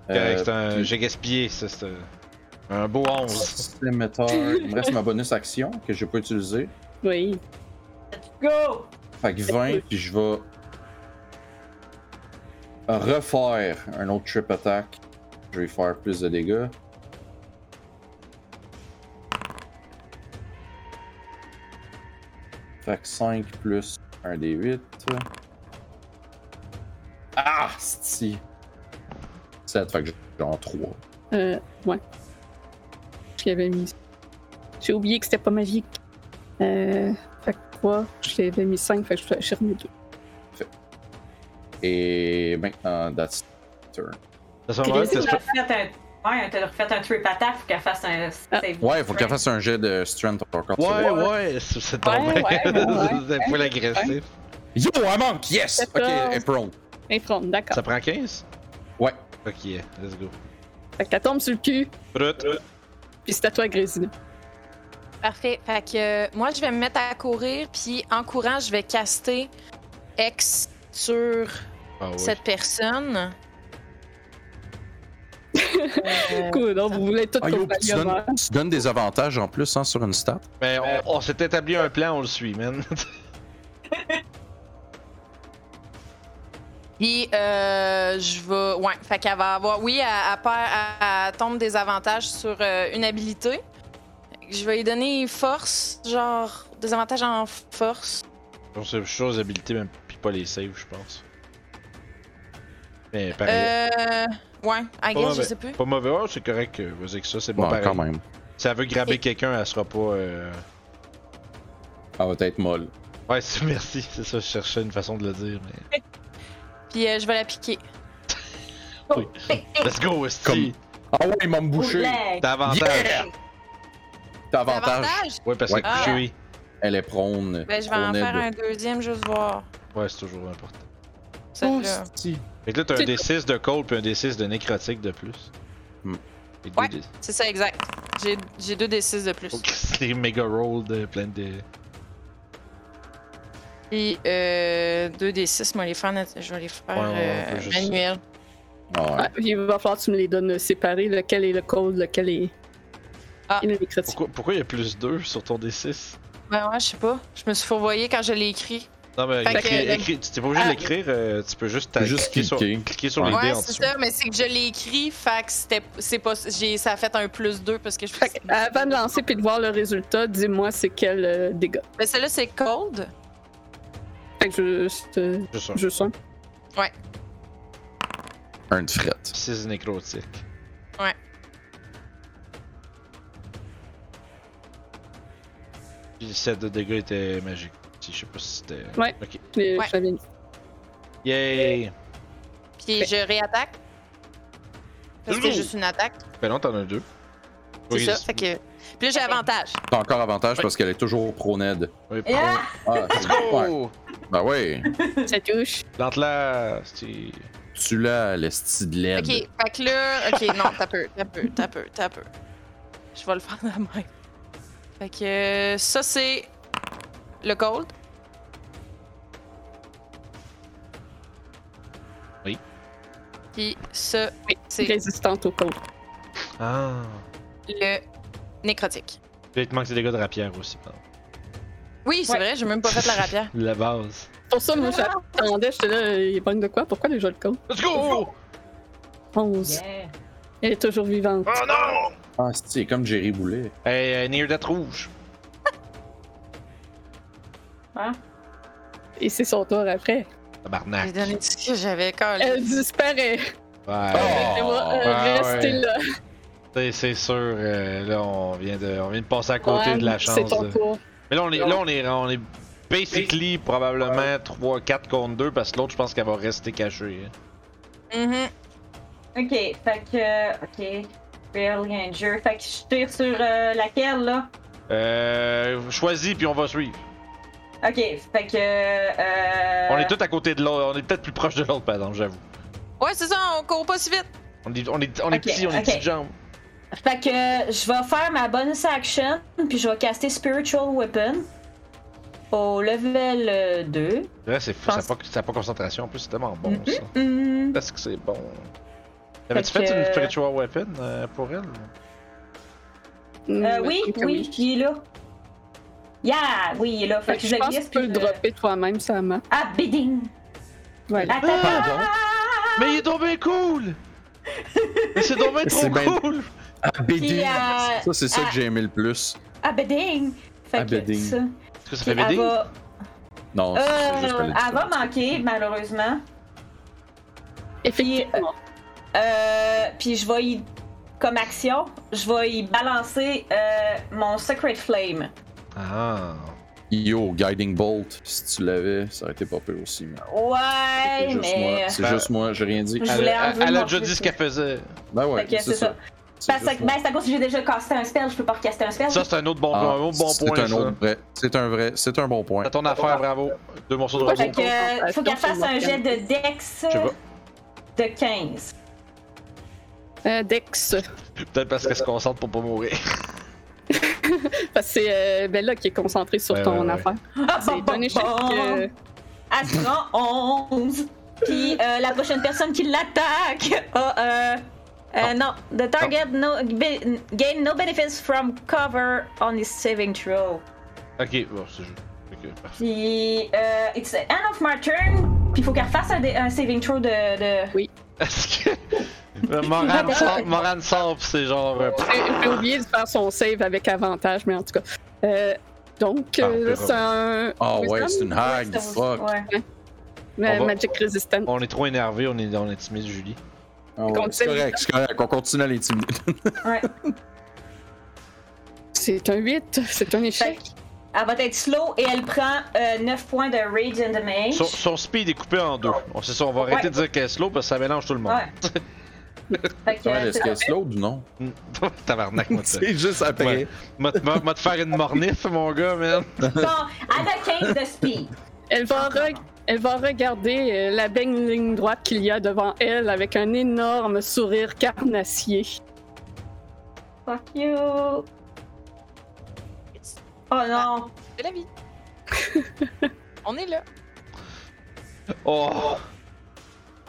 C: va.
A: Correct, c'est un-
C: puis-
A: J'ai gaspillé, ça, c'est un- un beau 11.
C: Scimitar. Il me reste ma bonus action que j'ai pas utilisée.
B: Oui.
D: Go!
C: Fait que 20, puis je vais refaire un autre trip attack. Je vais faire plus de dégâts. Fait que 5 plus 1 des 8. Ah, si. 7, fait que j'ai en 3.
B: Euh, ouais. Je l'avais mis. J'ai oublié que c'était pas magique. Euh, fait que quoi? Je l'avais mis 5, fait que je- j'ai remis 2.
C: Et maintenant, that's turn.
A: À ce moment-là,
D: Puis
A: t'es
D: si
A: supposé-
D: t'as refait un... Ouais, t'as refait un trip attack, faut qu'elle fasse un save.
C: Ouais, faut qu'elle fasse un jet de strength encore.
A: Ouais, ouais, c'est c'est [laughs] tombé.
B: Ouais, ouais, ouais,
A: C'est un poil agressif.
C: Yo, elle manque! Yes! Ok,
B: Quatorze.
C: elle est prone.
B: Infront, d'accord.
A: Ça prend 15?
C: Ouais.
A: Ok, let's go.
B: Fait que t'as tombe sur le cul,
A: Brut.
B: puis c'est à toi, Grésina.
E: Parfait. Fait que euh, moi, je vais me mettre à courir, puis en courant, je vais caster X sur
A: Ah oui.
E: cette personne.
B: Cool, donc vous voulez tout
C: Ah, yo, tu,
B: compagnon.
C: donnes, tu donnes des avantages en plus hein, sur une stat.
A: Mais on, on s'est établi un plan, on le suit, man. [laughs]
E: Puis euh, je vais. Ouais, fait qu'elle va avoir. Oui, elle, elle perd- elle- elle tombe des avantages sur euh, une habilité. Je vais lui donner force, genre des avantages en force.
A: on sait juste les habilités, même pis pas les saves, je pense. Mais pareil.
E: Euh,
F: Ouais, I guess, je
A: mauvais.
F: sais plus.
A: Pas mauvais, oh, c'est correct, euh, vas-y que ça, c'est bon
C: Bon,
A: pareil.
C: quand même.
A: Si elle veut grabber quelqu'un, elle sera pas. euh,
C: Elle Ah, va être molle.
A: Ouais, [laughs] c'est- merci, c'est ça, je cherchais une façon de le dire. Mais...
F: Puis euh, je vais la piquer.
A: Oui. Let's go, Esti!
C: Ah ouais, ils m'ont bouché.
D: Bootleg.
A: T'as avantage!
C: Yeah! T'as avantage.
F: Avantage?
A: Ouais, parce
C: Ouais.
A: que je suis.
C: Elle est prône.
F: Ben, je vais en
C: Prônée
F: faire
C: de-
F: un deuxième, juste voir.
A: Ouais, c'est toujours important.
F: Celle-là.
C: Hostie.
A: Fait que là, t'as un
B: C'est-
A: D6 de cold puis un D6 de nécrotique de plus.
C: Hmm.
A: Et deux
F: Ouais.
A: D-
F: C'est ça, exact. J'ai- J'ai deux D6 de plus.
A: Oh, Christ, [laughs] c'est des méga rolls de plein de.
F: Puis euh, deux D6, moi, les faire, nat- je vais les faire
A: Ouais, ouais, on peut
F: euh,
A: juste-
F: manuel.
C: Ah ouais.
B: Ouais, il va falloir que tu me les donnes euh, séparés, lequel est le cold, lequel est
F: Ah.
B: et le nécrotique.
A: Pourquoi, pourquoi il y a plus 2 sur ton D6
F: Ben ouais, je sais pas. Je me suis fourvoyée quand je l'ai écrit.
A: Non, mais
F: Fait que-
A: écris, écris- tu t'es pas obligé
F: Ah.
A: de l'écrire, euh, tu peux juste,
C: peux juste
A: cliquer sur,
C: cliquer.
A: cliquer sur les
F: Ouais,
A: dés en
F: c'est
A: dessous.
F: ça, mais c'est que je l'ai écrit, fait que c'était, c'est pas, j'ai, ça a fait un plus 2 parce que je
B: Fait que, euh, avant de lancer puis de voir le résultat, dis-moi c'est quel euh, dégât.
F: Mais celle-là, c'est cold.
B: Fait que je, je, te-
A: Juste un.
B: je sens.
C: Un de frette.
A: 6 nécrotiques.
F: Ouais.
A: Puis le 7 de dégâts était magique. Si, Je sais pas si c'était.
B: Ouais.
A: Ok.
B: Les-
F: Ouais.
B: je l'avais dit.
A: Yay!
F: Puis je réattaque. Parce que c'est juste une attaque.
A: Ben non, t'en as deux.
F: C'est
A: Oui,
F: ça. Fait que... Puis là, j'ai avantage.
C: T'as encore avantage parce qu'elle est toujours prônée.
A: Oui,
D: Et ah!
C: [laughs] Ah,
A: Let's go!
F: Oh!
C: ouais. Ben ouais.
B: Ça
D: [laughs]
B: touche.
A: L'antelasse, tu-
C: Tu l'as, le style de l'aide.
F: Ok, fait que là, ok, non, t'as peu, t'as peu, t'as peu, t'as peu. Je vais le faire de la main. Fait que euh, ça, c'est le cold.
A: Oui.
F: Puis ça, c'est
B: Résistante au cold.
A: Ah!
F: le nécrotique.
A: Puis il te manque tes dégâts de rapière aussi, pardon.
F: Oui, c'est
D: Ouais.
F: vrai, j'ai même pas fait la [laughs] rapière.
A: La base.
B: Pour ça, moi j'attendais, j'étais là, euh, il manque de quoi? Pourquoi les jeux de cold?
A: Let's go!
B: 11.
D: Yeah.
B: Elle est toujours vivante.
A: Oh non!
C: Ah, c'est comme Jerry Boulet.
A: Hey, euh, Near Death Rouge!
B: Et c'est son tour après.
A: Tabarnak!
F: J'ai donné tout ce que j'avais quand
B: Elle disparaît.
A: Ouais.
F: Oh!
B: Elle va euh,
A: Ah, ouais.
B: rester là.
A: C'est- C'est sûr, euh, là, on vient, de, on vient de passer à côté
B: Ouais,
A: de la
B: C'est
A: chance.
B: ton
A: là.
B: tour.
A: Mais là, on est, là, on est, on est basically probablement 3-4 contre 2 parce que l'autre, je pense qu'elle va rester cachée. hein.
F: Mhm.
D: Ok, fait que. Ok. Real Ranger. Fait que je tire sur euh, laquelle, là?
A: Euh, choisis, puis on va suivre.
D: Ok, fait que. euh,
A: On est tous à côté de l'autre. On est peut-être plus proche de l'autre, par exemple, j'avoue.
F: Ouais, c'est ça, on court pas si vite.
A: On est, on est, on est
D: Ok,
A: petits, on est
D: ok.
A: petites jambes.
D: Fait que je vais faire ma bonus action, puis je vais caster Spiritual Weapon au level euh, 2.
A: Là, c'est fou,
D: Je
A: ça
D: pense-
A: n'a pas, ça a pas concentration. En plus, c'est tellement bon,
D: Mhm.
A: ça.
B: Mm.
D: Hmm,
A: Est-ce que c'est bon? T'avais-tu
D: Fait
A: fait
D: que-
A: une spiritual weapon euh, pour elle?
D: euh,
B: Mm,
D: oui,
B: je pense que
D: oui, puis il est là. Yeah, oui, il est là. Fait
B: Fait
D: que
B: que
D: je
B: je
D: le
B: pense que
D: glisse,
B: tu peux
D: puis
B: le
D: je-
B: dropper toi-même sur la map.
D: Ah, bidding!
B: Voilà.
D: Attends,
A: Pardon?
D: Ah!
A: Mais il est tombé cool! Mais c'est tombé trop
C: [laughs] C'est bien-
A: cool!
C: Ah, BD.
D: Puis, euh,
C: Ça, c'est ça
D: ah.
C: que j'ai aimé le plus.
D: ah, bidding! Fait
C: Ah,
D: que
C: bidding.
D: ça.
A: Est-ce que ça
D: Puis
A: fait
D: elle
A: BD?
D: va,
C: Non, c'est juste
D: euh,
C: pas
D: elle va manquer, malheureusement.
B: Effectivement.
D: Euh, puis je vais y. Comme action, je vais y balancer euh, mon Secret Flame.
A: Ah.
C: Yo, Guiding Bolt, si tu l'avais, ça aurait été pas peu aussi. mais C'est
D: Ouais,
C: juste
D: mais. euh,
C: moi, c'est
A: Ben-
C: juste moi, j'ai rien dit. Ah,
D: Je
A: Elle,
D: voulais
A: a-
D: enlever
A: elle a
D: mon
A: déjà dit
D: truc.
A: ce qu'elle faisait.
C: Ben ouais,
D: Fait que c'est ça.
C: C'est
D: Ben, c'est
C: juste moi.
D: ben, c'est à cause que j'ai déjà casté un spell, je peux pas recaster un spell.
A: Ça, c'est un autre bon,
C: Ah,
A: un autre bon
C: c'est
A: point.
C: un
A: ça.
C: autre vrai. C'est un vrai, c'est un bon point.
A: C'est ton affaire, bravo. Deux morceaux de
B: Ouais,
A: robot.
D: Fait que, euh, faut qu'elle fasse un jet de dex
A: Je sais
D: de 15.
B: Euh, Dex.
A: Peut-être parce qu'elle se concentre pour pas mourir.
B: Parce que c'est euh, Bella qui est concentrée sur
A: Ouais,
B: ton
A: ouais, ouais.
B: affaire.
D: Ah,
B: C'est
D: bon,
B: un
D: bon,
B: échec.
D: bon.
B: euh,
D: Elle se prend 11. Puis euh, la prochaine personne qui l'attaque a. euh,
C: Ah.
D: euh, non, the target no, be- gain no benefits from cover on his saving throw.
A: [laughs] Ok, bon, c'est juste. Ok, parfait.
D: Puis, euh, it's the end of my turn. Puis, faut qu'elle fasse un, dé- un saving throw de. de...
A: Est-ce que. Euh, Morane sort, Morane sort, pis c'est genre. euh, pff,
B: J'ai j'ai oublié de faire son save avec avantage, mais en tout cas. Euh, donc,
A: Ah,
B: euh,
A: on verra.
B: c'est un.
C: Ah ouais,
B: Wisdom?
C: c'est une
D: Ouais,
C: hag,
D: c'est-
C: fuck. Ah
D: ouais.
B: Euh,
A: On va-
B: Magic Resistant.
A: on est trop énervé, on est, on est timide, Julie.
C: Ah ouais, c'est
B: Continue.
C: correct, c'est correct. On continue à l'intimider.
B: C'est un 8, c'est un échec.
D: Elle va être slow et elle prend euh, 9 points de Rage and Damage.
A: Son, son speed est coupé en deux. On sait ça, on va arrêter
D: Ouais.
A: de dire qu'elle est slow parce que ça mélange tout le monde.
C: [laughs]
D: Ouais. fait que,
C: Ouais,
D: euh,
C: Est-ce qu'elle se load ou non?
A: Mm. [laughs] Tabarnak, moi, tu
C: [laughs] C'est juste après.
A: Ouais. M'a te faire une mornif, mon gars, man.
D: bon, elle a 15 de speed.
B: Elle va, re- elle va regarder euh, la belle ligne droite qu'il y a devant elle avec un énorme sourire carnassier.
D: Fuck you. Oh non.
F: C'est la vie. On est là.
A: Oh,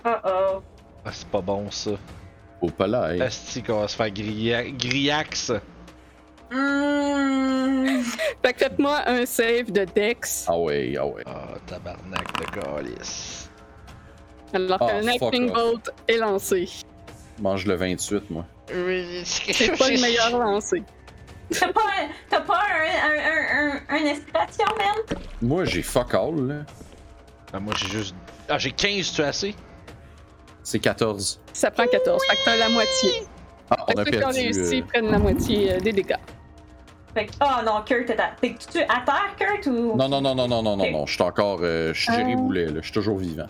D: Oh oh.
A: Ah, c'est pas bon ça.
C: Au pas là, hey.
A: Asti qu'on va se faire grilla- grillax.
B: Fait que faites-moi un save de Dex.
C: Ah ouais, ah ouais.
A: Ah, tabarnak de galice.
B: Alors
C: Ah,
B: qu'un
C: fuck
B: Lightning Bolt est lancé.
C: Mange le 28, moi.
B: C'est pas le meilleur lancé.
D: T'as pas, un- t'as pas un, un, un, un, un inspiration, man?
C: Moi, j'ai fuck all, là.
A: Ah, moi j'ai juste. Ah, j'ai 15, tu as assez?
C: C'est 14.
B: Ça prend 14. Fait que t'as la moitié.
C: Ah,
B: Fait
C: on a
B: que ceux qui ont
C: perdu.
B: réussi
C: euh,
B: prennent la moitié euh, des dégâts.
D: Fait que, oh non, Kurt, t'es à, t'es- tu à terre, Kurt, ou.
C: Non, non, non, non, non, non, non,
D: Ok.
C: non. Je suis encore. euh, je suis
D: Ah.
C: Jerry Boulet, là. Je suis toujours vivant.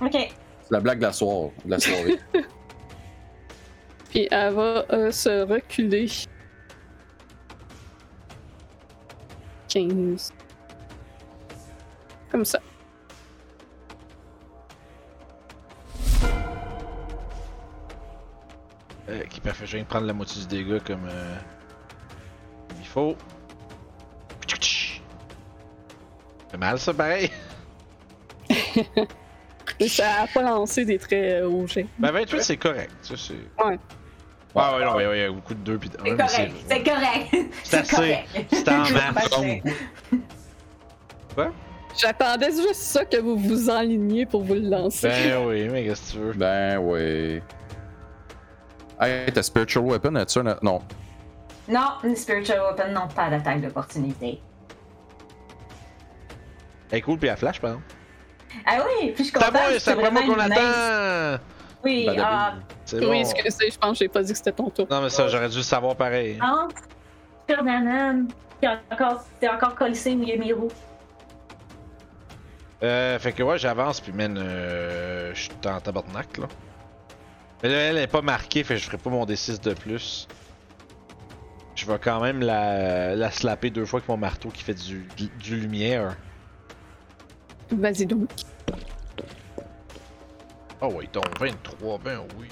D: Ok.
C: C'est la blague de la, soir- de la soirée.
B: Puis elle va euh, se reculer. 15. Comme ça.
A: Euh, qui est parfait, je viens de prendre la moitié du dégât comme. euh, comme il faut. C'est mal ça, pareil.
B: Mais ça a pas lancé des traits euh, au jet.
A: Ben 28, c'est correct. Ça, c'est.
B: Ouais.
A: Ouais, ouais, non, ouais, Ah ouais, il y a beaucoup de 2 pis de 1.
D: C'est correct. C'est correct. [laughs]
A: C'est assez. C'est en masse.
D: Parfait.
B: J'attendais juste ça que vous vous enligniez pour vous le lancer.
A: Ben oui, mais qu'est-ce que tu veux?
C: ben ouais. Hey, ta spiritual weapon, as-tu un. Non.
D: Non, une spiritual weapon, non, pas d'attaque d'opportunité.
A: Elle est cool pis elle flash, par exemple.
D: Ah oui, puis je suis
A: T'as
D: contente.
A: moi, c'est
D: c'est
A: après moi
D: vraiment
A: qu'on
D: une nice-
A: attend! Bah,
D: Oui,
C: Badabing.
D: ah,
A: C'est
B: [laughs] oui,
A: bon.
B: excusez, je pense que j'ai pas dit que c'était ton tour.
A: Non, mais ça, j'aurais dû le savoir pareil.
D: non. Sur Banane, t'es encore, t'es encore collé où il y a mes roues.
A: Euh, fait que ouais, j'avance, puis man, euh, je suis en tabarnak, là. Mais là, elle est pas marquée, fait que je ferai pas mon D6 de plus. Je vais quand même la, la slapper deux fois avec mon marteau qui fait du, du lumière.
B: Vas-y donc.
A: Oh ouais, donc 23, ben oui.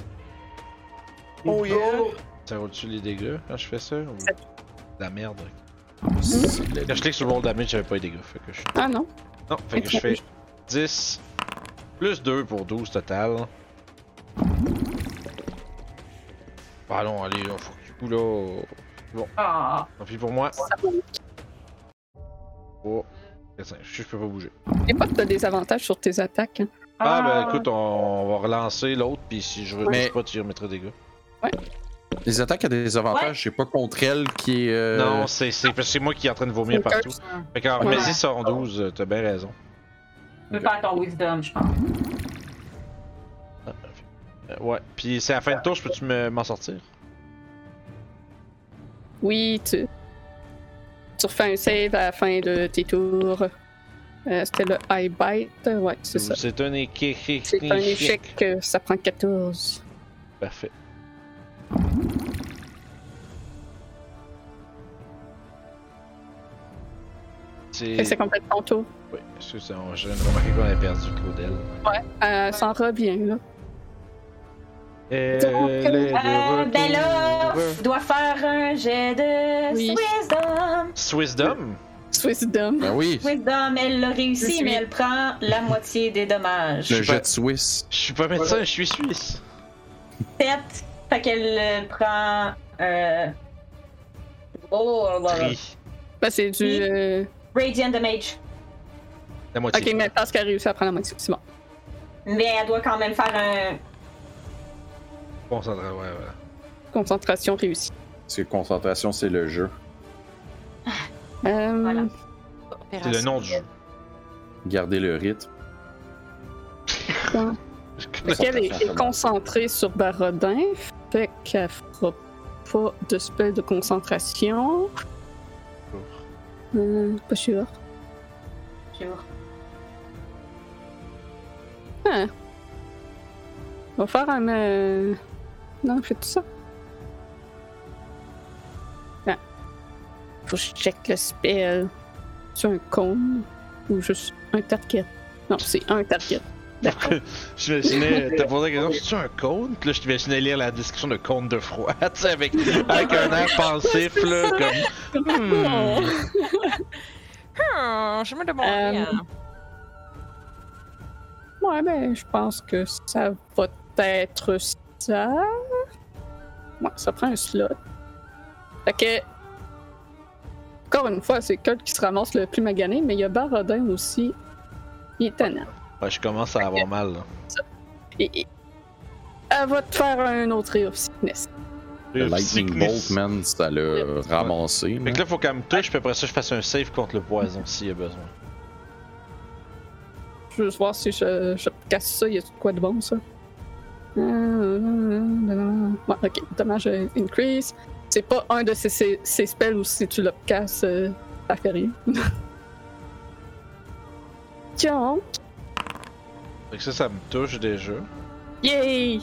C: Oh
A: Ça roule-tu les dégâts quand je fais ça? Ou...
B: Sept.
A: La merde. ok.
C: C'est de la-
A: Quand je clique sur roll damage, j'avais pas les dégâts, fait que je...
B: Ah non.
A: Non, fait que je fais 10 plus 2 pour 12 total. Bah non, allez, là, faut que tu coules, là.
D: Ah,
A: Tant pis pour moi. Oh. Attends, Je je peux pas bouger.
B: Et pas que t'as des avantages sur tes attaques. hein.
A: Ah, ben écoute, on, on va relancer l'autre, puis si je relance
C: Mais-
A: pas, tu y remettras des gars.
C: Les attaques à des avantages,
D: Ouais.
C: c'est pas contre elle qui est. euh,
A: Non, c'est c'est parce que c'est moi qui est en train de vomir
B: Aucun.
A: partout. Fait qu'en
B: Ouais.
A: mais si ça en 12, euh, t'as bien raison.
D: Tu peux faire ton wisdom, je pense.
A: Euh, ouais, puis c'est à la fin de tour, je peux-tu me- m'en sortir?
B: Oui, tu... tu refais un save à la fin de tes tours. Euh, c'était le high bite. Ouais, c'est ça.
A: C'est un échec.
B: C'est un échec, euh, ça prend 14.
A: Parfait.
B: Fait que C'est
A: C'est.
B: complètement ton tour.
A: Oui, excusez-moi, je viens de remarquer qu'on a perdu Claudel.
B: Euh, s'en revient, là. [laughs]
A: Euh,
B: Donc,
A: les deux
B: Ah,
D: Euh, ben là,
A: retours.
D: doit faire un jet de
B: Oui.
D: wisdom.
A: Swissdom?
B: Swissdom.
C: Ben oui,
D: Wisdom, elle l'a réussi,
B: Je
D: mais
B: suis.
D: elle prend la moitié des dommages.
C: le
A: suis pas-
C: jet de Suisse.
A: Je suis pas médecin, je suis suisse.
D: Sept, fait qu'elle euh, prend. Euh... Oh, là, là, là.
A: Tri.
B: Ben, c'est du.
D: Oui.
B: euh,
D: Radiant Damage.
A: La moitié.
B: Ok, mais parce qu'elle a réussi à prendre la moitié. C'est bon.
D: Mais elle doit quand même faire un.
A: Concentré, ouais, voilà.
B: Concentration réussie.
C: Parce que concentration, c'est le jeu.
B: Euh,
D: Voilà.
A: C'est le nom du jeu.
C: Garder le rythme.
B: Parce qu'elle est, est concentrée sur Barodin, fait qu'elle fera pas de spell de concentration. Hum, pas sûr.
D: Je vais vous
B: On va faire un. euh, Non, je fais tout ça. Ah. Faut que je check le spell. C'est un cône ou juste un target. Non, c'est un target.
A: J'imaginais, t'as posé la question, c'est-tu un cône? Puis là, je t'imaginais lire la description de cône de froid, [laughs] tu sais, avec, avec un air pensif, là, comme. Hmm.
E: Hmm, je me demande
B: Euh,
E: bien.
B: Ouais, ben, je pense que ça va être ça. Ouais, ça prend un slot. Fait que. Encore une fois, c'est Kurt qui se ramasse le plus magané, mais il y a Barodin aussi. Il est tannant.
A: Ouais, je commence à avoir mal, là.
B: Et, et- Elle va te faire un autre Ray of Sickness.
C: Le Lightning Bolt,
A: man.
C: man, ça l'a ramassé.
A: Fait
C: là.
A: que là, faut qu'elle me touche, puis après ça, je fasse un save contre le poison s'il y a besoin.
B: Je veux juste voir si je, je casse ça, il y a quoi de bon, ça? Ah, Ouais, ok, dommage, euh, increase. C'est pas un de ces, ces- ces spells où si tu le casses, euh, ça fait rien. [laughs] Tiens,
A: Fait que ça, ça me touche déjà.
B: yay!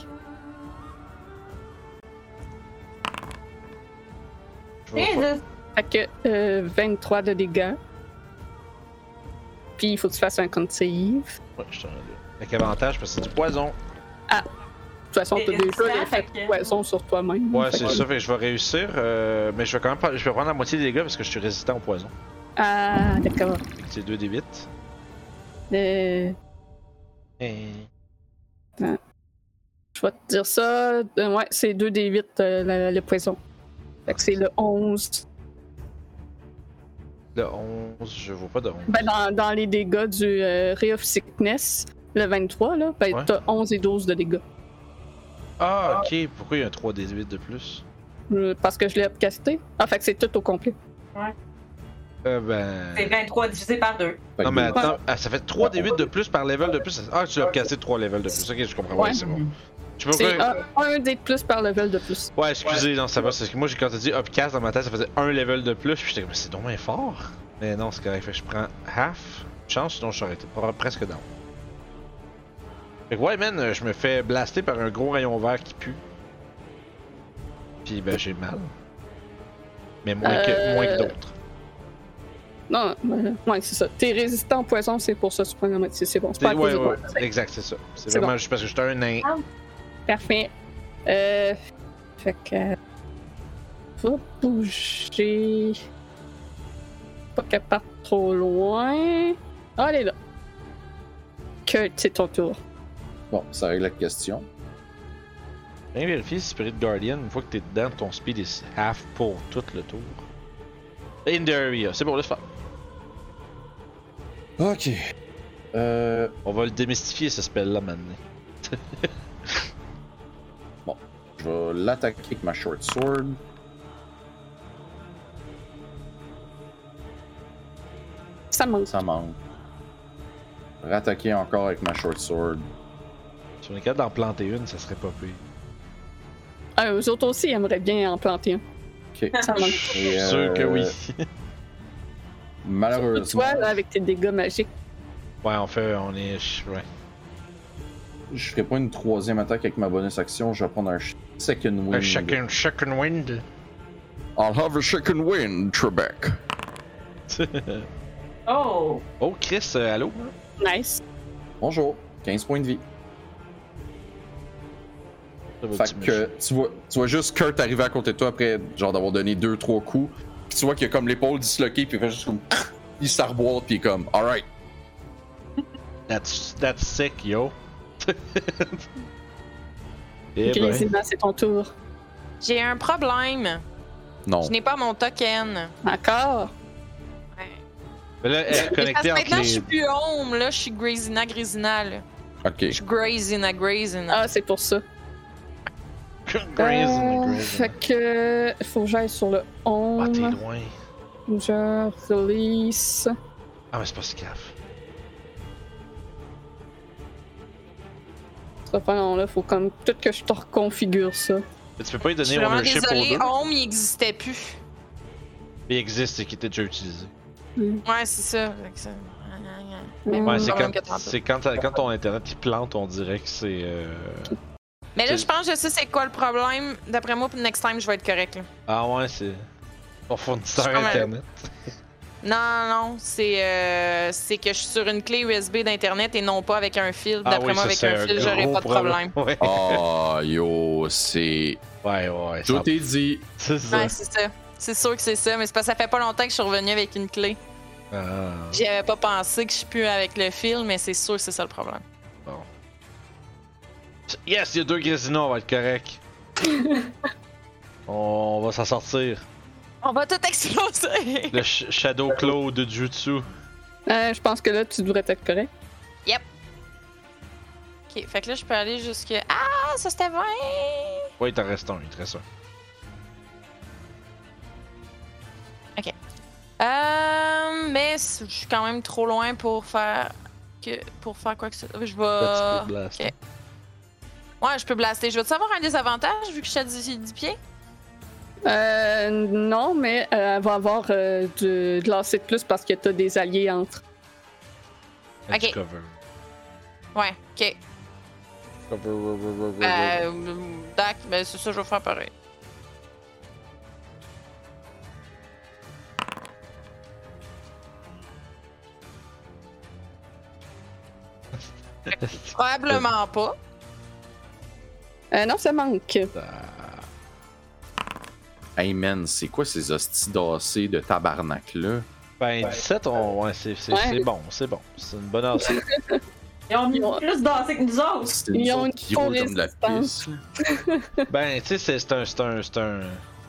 A: Je vais faire-
B: Fait que euh, 23 de dégâts. Puis il faut que tu fasses un compte save. De
A: Ouais, je suis en train de- Avec avantage, parce que c'est du poison.
B: toute façon, t'as déjà les poison sur toi-même.
A: Ouais,
B: Fait
A: c'est
B: que-
A: ça, fait que je vais réussir, euh, mais je vais quand même pas- je vais prendre la moitié des dégâts parce que je suis résistant au poison.
B: Ah, d'accord.
A: Fait que C'est 2 des 8.
B: Euh, Je vais te dire ça. Euh, ouais, c'est 2 des 8 le poison. Fait que c'est le 11.
A: Le 11, je vois pas de 11.
B: Ben, dans, dans les dégâts du euh, Ray of Sickness, le 23, là, ben,
A: Ouais.
B: t'as 11 et 12 de dégâts.
A: Ah, ok, pourquoi il y a un 3 des 8 de plus
B: Euh, parce que je l'ai upcasté. Ah, fait que c'est tout au complet.
A: Euh, ben.
D: C'est 23 divisé par 2.
C: Fait que
A: Non, mais
C: deux-
A: attends, ah, ça fait 3 des 8 de plus par level de plus. Ah, tu l'as cassé 3 levels de plus. Ok, je comprends. Ouais,
B: Ouais.
A: c'est bon. Je sais pas
B: C'est
A: pourquoi-
B: un, un dé de plus par level de plus.
A: Ouais, excusez, non, ça va. C'est que moi, j'ai- quand t'as dit upcast dans ma tête, ça faisait un level de plus. Puis j'étais comme, mais c'est dommage fort. Mais non, c'est correct. Fait que je prends half. Chance, sinon je serais été pre- presque down. Fait que ouais, man, euh, je me fais blaster par un gros rayon vert qui pue. Puis ben, j'ai mal. Mais moins que,
B: Euh,
A: moins que d'autres.
B: Non, euh, ouais, c'est ça. T'es résistant au poison, c'est pour ça que tu prends la moitié. C'est bon, c'est
A: C'est-
B: pas à
A: Ouais,
B: cause de
A: ouais,
B: toi.
A: exact, c'est ça. C'est
B: C'est
A: vraiment juste parce que j'étais un nain.
B: Parfait. Euh, fait que. euh, Va bouger. Pas qu'elle parte trop loin. Ah, elle est là. Que c'est ton tour.
C: Bon, ça règle la question.
A: Viens vérifier si Spirit Guardian, une fois que t'es dedans, ton speed est half pour tout le tour. In the area, c'est bon, laisse faire.
C: Ok. Euh,
A: On va le démystifier ce spell-là maintenant.
C: je vais l'attaquer avec ma short sword.
B: Ça manque.
C: Ça manque. Rattaquer encore avec ma short sword.
A: Si on est capable d'en planter une, ça serait pas pire.
B: Ah, eux autres aussi aimeraient bien en planter un.
C: Ok.
B: Ça manque.
A: Je
C: Et,
A: suis sûr que
C: euh,
A: oui.
B: Surtout
C: Malheureusement,
B: toi, là, avec tes dégâts magiques.
A: [laughs] ouais, on fait, on est, ch- ouais.
C: je ferai pas une troisième attaque avec ma bonus action. Je vais prendre un ch- second wind.
A: Un Shaken, shaken wind.
C: I'll have a second wind, Trebek.
D: Oh!
A: oh Chris, euh, allô.
B: Nice.
C: Bonjour. 15 points de vie.
A: Ça va, tu
C: Fait
A: me-
C: que tu vois, tu vois juste Kurt arriver à côté de toi après genre d'avoir donné deux trois coups. Puis tu vois qu'il a comme l'épaule disloquée puis il fait juste comme [clears throat] il s'arboire puis il est comme alright.
A: That's, that's sick, yo. Eh Et
B: Ok, les aimants, c'est ton tour.
E: J'ai un problème.
C: Non.
E: Je n'ai pas mon token.
B: Encore.
A: là, elle est
E: Parce que
A: connectée entre
E: maintenant, je
A: les.
E: suis plus home, là. Je suis Grazina, Grazina, là.
B: [laughs]
C: Ok.
E: Je suis Grazina, Grazina.
B: Ah, c'est pour ça.
A: Grazing,
B: Euh,
A: grazing.
B: fait que. Faut que j'aille sur le
A: Ah, t'es
B: 11.
A: loin.
B: je release.
A: Ah, mais c'est pas si grave.
B: Cette affaire-là, faut comme tout que je te reconfigure ça.
A: Mais tu peux pas lui
F: Je suis
A: donner
F: vraiment
A: ownership aux
F: désolée,
A: deux.
F: Home, il existait plus.
A: Il existe et qui était déjà utilisé.
F: Ouais, c'est ça. Fait que ça-
B: Mm,
A: Ouais, c'est
F: Quand
A: quand,
F: même que t'en
A: c'est quand, t'as- quand ton internet il plante, on dirait que c'est. euh,
F: Mais là,
A: C'est-
F: je pense que je sais c'est quoi le problème. D'après moi, pour next time, je vais être correct. là.
A: Ah ouais, c'est. Ton fournisseur
F: C'est comme un-
A: internet.
F: Non, non, non, c'est euh, c'est que je suis sur une clé USB d'Internet et non pas avec un fil.
A: Ah
F: D'après
A: oui, ça,
F: moi, avec
A: c'est
F: un fil,
A: gros
F: j'aurais pas de problème.
A: Ouais,
C: Oh, [laughs] yo, c'est.
A: ouais, ouais. ça-
C: Tout est dit.
A: C'est ça.
F: Ouais, c'est ça. C'est sûr que c'est ça, mais c'est parce que ça fait pas longtemps que je suis revenue avec une clé.
A: Ah.
F: J'y avais pas pensé que je suis plus avec le fil, mais c'est sûr que c'est ça le problème.
A: Yes, il y a deux casinos, on va être
F: [laughs]
A: correct. on va s'en sortir.
F: On va tout exploser!
A: Le Sh- Shadow Claw de Jutsu.
B: Euh, je pense que là, tu devrais être correct.
F: ok, fait que là, je peux aller jusque. Ah, ça c'était 20!
A: Ouais, il t'en reste un, il te reste un.
F: Euh, mais c- je suis quand même trop loin pour faire. Que... Pour faire quoi que ce soit. Je
A: Petit peu
F: vais.
A: de blast.
F: Euh, ok. Ouais, je peux blaster. Je veux-tu avoir un désavantage vu que je suis à 10, 10 pieds?
B: Euh, non, mais euh, elle va avoir euh, du- de l'AC de plus parce que t'as des alliés entre.
A: And
F: Ok.
A: Cover.
F: Ouais, ok. Euh, Dac, ben c'est ça, je vais faire
C: [laughs]
F: pareil. Probablement pas.
B: Euh, non, ça manque.
C: Hey man, c'est quoi ces hosties d'AC de tabarnak là?
A: Ben, 17, on... ouais, c'est c'est-
B: Ouais.
A: c'est bon, c'est bon. C'est une
F: [laughs]
A: bonne ancienne.
D: Ils ont mis plus dansé que nous autres.
C: C'est
B: Ils
C: nous
B: ont
C: autres
B: une
C: qui roulent comme de la
B: résistance.
C: pisse.
A: ben, tu sais, c'est- c'est un, c'est un, c'est un,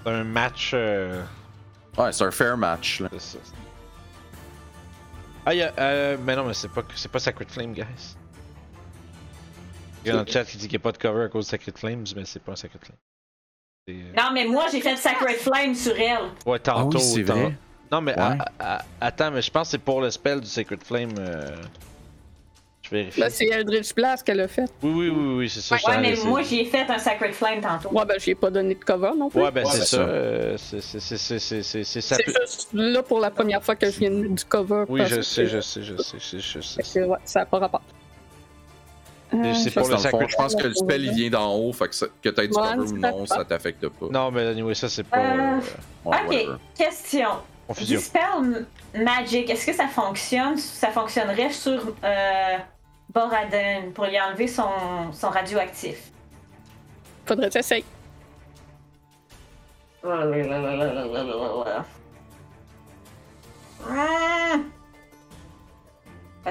A: c'est un match. euh,
C: Ouais, c'est un fair match là.
A: c'est ça. Ah, il y a, euh, mais non, mais c'est pas, c'est pas Sacred Flame, guys. Il y a dans le chat qui dit qu'il n'y a pas de cover à cause de Sacred Flames, mais c'est pas un Sacred Flame. C'est, euh,
D: Non, mais moi, j'ai fait Sacred Flame sur elle.
A: Ouais, tantôt.
C: c'est
A: tant-
C: vrai.
A: Non, mais
C: Ouais.
A: a- a- attends, mais je pense que c'est pour le spell du Sacred Flame. euh, Je vérifie.
B: Là, c'est Eldritch Blast qu'elle a fait.
A: Oui, oui, oui, oui, c'est ça. je
D: Ouais,
A: t'en
D: mais
A: laisse-
D: moi, j'ai fait un Sacred Flame tantôt.
B: Ouais, ben, j'ai pas donné de cover non plus.
A: Ouais, ben
G: Ouais,
A: c'est
G: ben
A: ça.
C: ça.
A: euh, c'est- c'est- c'est- c'est- c'est- c'est- c'est- ça
B: c'est
A: peut-
B: juste là pour la première fois que je viens du cover.
A: Oui,
B: parce
A: je
B: que-
A: sais, je sais, je sais, je sais, je sais.
B: Fait que, ouais, ça n'a pas rapport.
A: c'est
B: Euh, je-
A: pour
C: Parce que
A: le
C: dans le fond,
A: Sacred-
C: je pense que le spell il vient d'en haut, fait que, ça- que t'aies du
B: Ouais,
C: cover ou
B: c'est
C: non,
B: ça.
C: ça t'affecte pas.
A: Non, mais anyway, ça c'est pour euh,
D: Euh,
C: Ouais,
D: ok,
C: whatever.
D: question.
A: confusion.
D: Dispel Magic, est-ce que ça fonctionne? Ça fonctionnerait sur euh, Boraden pour lui enlever son, son radioactif.
B: Faudrait essayer.
D: Ah! Parce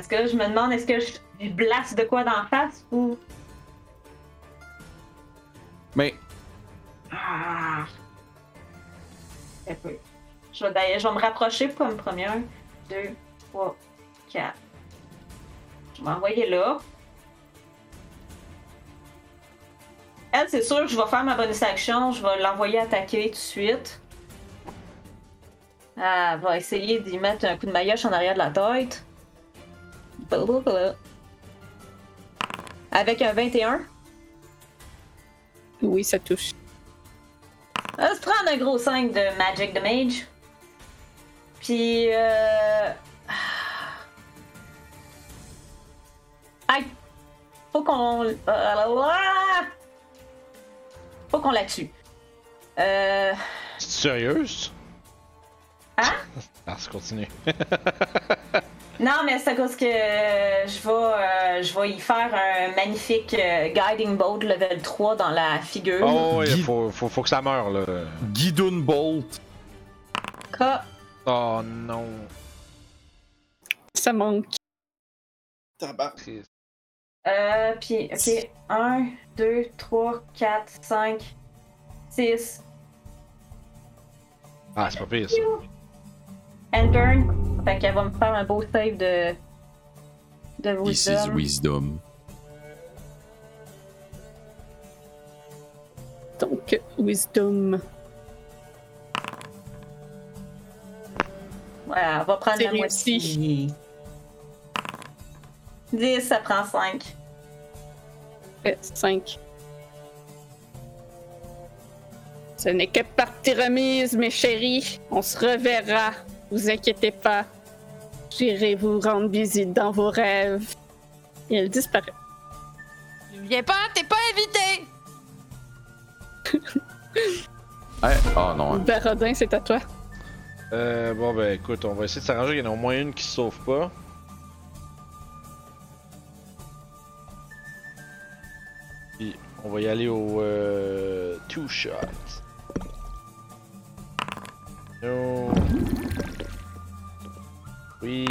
D: que là, je me demande, est-ce que je lui blasse de quoi d'en face ou.
C: Mais
D: Ah. Un peu. Je vais, d'ailleurs- je vais me rapprocher comme première. Deux, trois, quatre. Je vais m'envoyer là. Elle, c'est sûr, je vais faire ma bonus action. Je vais l'envoyer attaquer tout de suite. Ah, elle va essayer d'y mettre un coup de maillotche en arrière de la tête. Blablabla. Avec un 21.
B: Oui, ça touche.
D: On va Euh, se prendre un gros 5 de Magic the Mage. Puis. Euh... Aïe! Faut qu'on. Ah! Faut qu'on la tue. Euh.
A: C'est sérieuse? [laughs]
D: Hein?
A: Ah, ça continue.
D: Non, mais c'est à cause que euh, je vais, euh, je vais y faire un magnifique euh, Guiding Bolt level 3 dans la figure.
A: Oh, ouais,
C: Guy-
A: faut, faut, faut que ça meure là.
C: Guidon Bolt,
D: Ka-
A: Oh non.
B: Ça manque.
G: Tabac.
D: Euh, puis, ok. 1, 2, 3, 4, 5, 6,
A: Ah, c'est pas pire ça.
D: and burn. Fait qu'elle va me faire un beau save de. de
C: this
D: wisdom.
C: is wisdom.
B: Donc, Wisdom.
D: Ouais, elle va prendre
B: C'est
D: la moitié.
B: réussi.
D: 10, ça prend 5.
B: fait 5. Ce n'est que partie remise, mes chéris. On se reverra. Vous inquiétez pas. J'irai vous rendre visite dans vos rêves. Et elle disparaît.
E: Viens pas, t'es pas invité!
C: Hey, oh non. hein.
B: Barodin, Ben, c'est à toi.
A: Euh, bon, ben écoute, on va essayer de s'arranger. Il y en a au moins une qui se sauve pas. Puis, on va y aller au euh, two shot. No. Oui.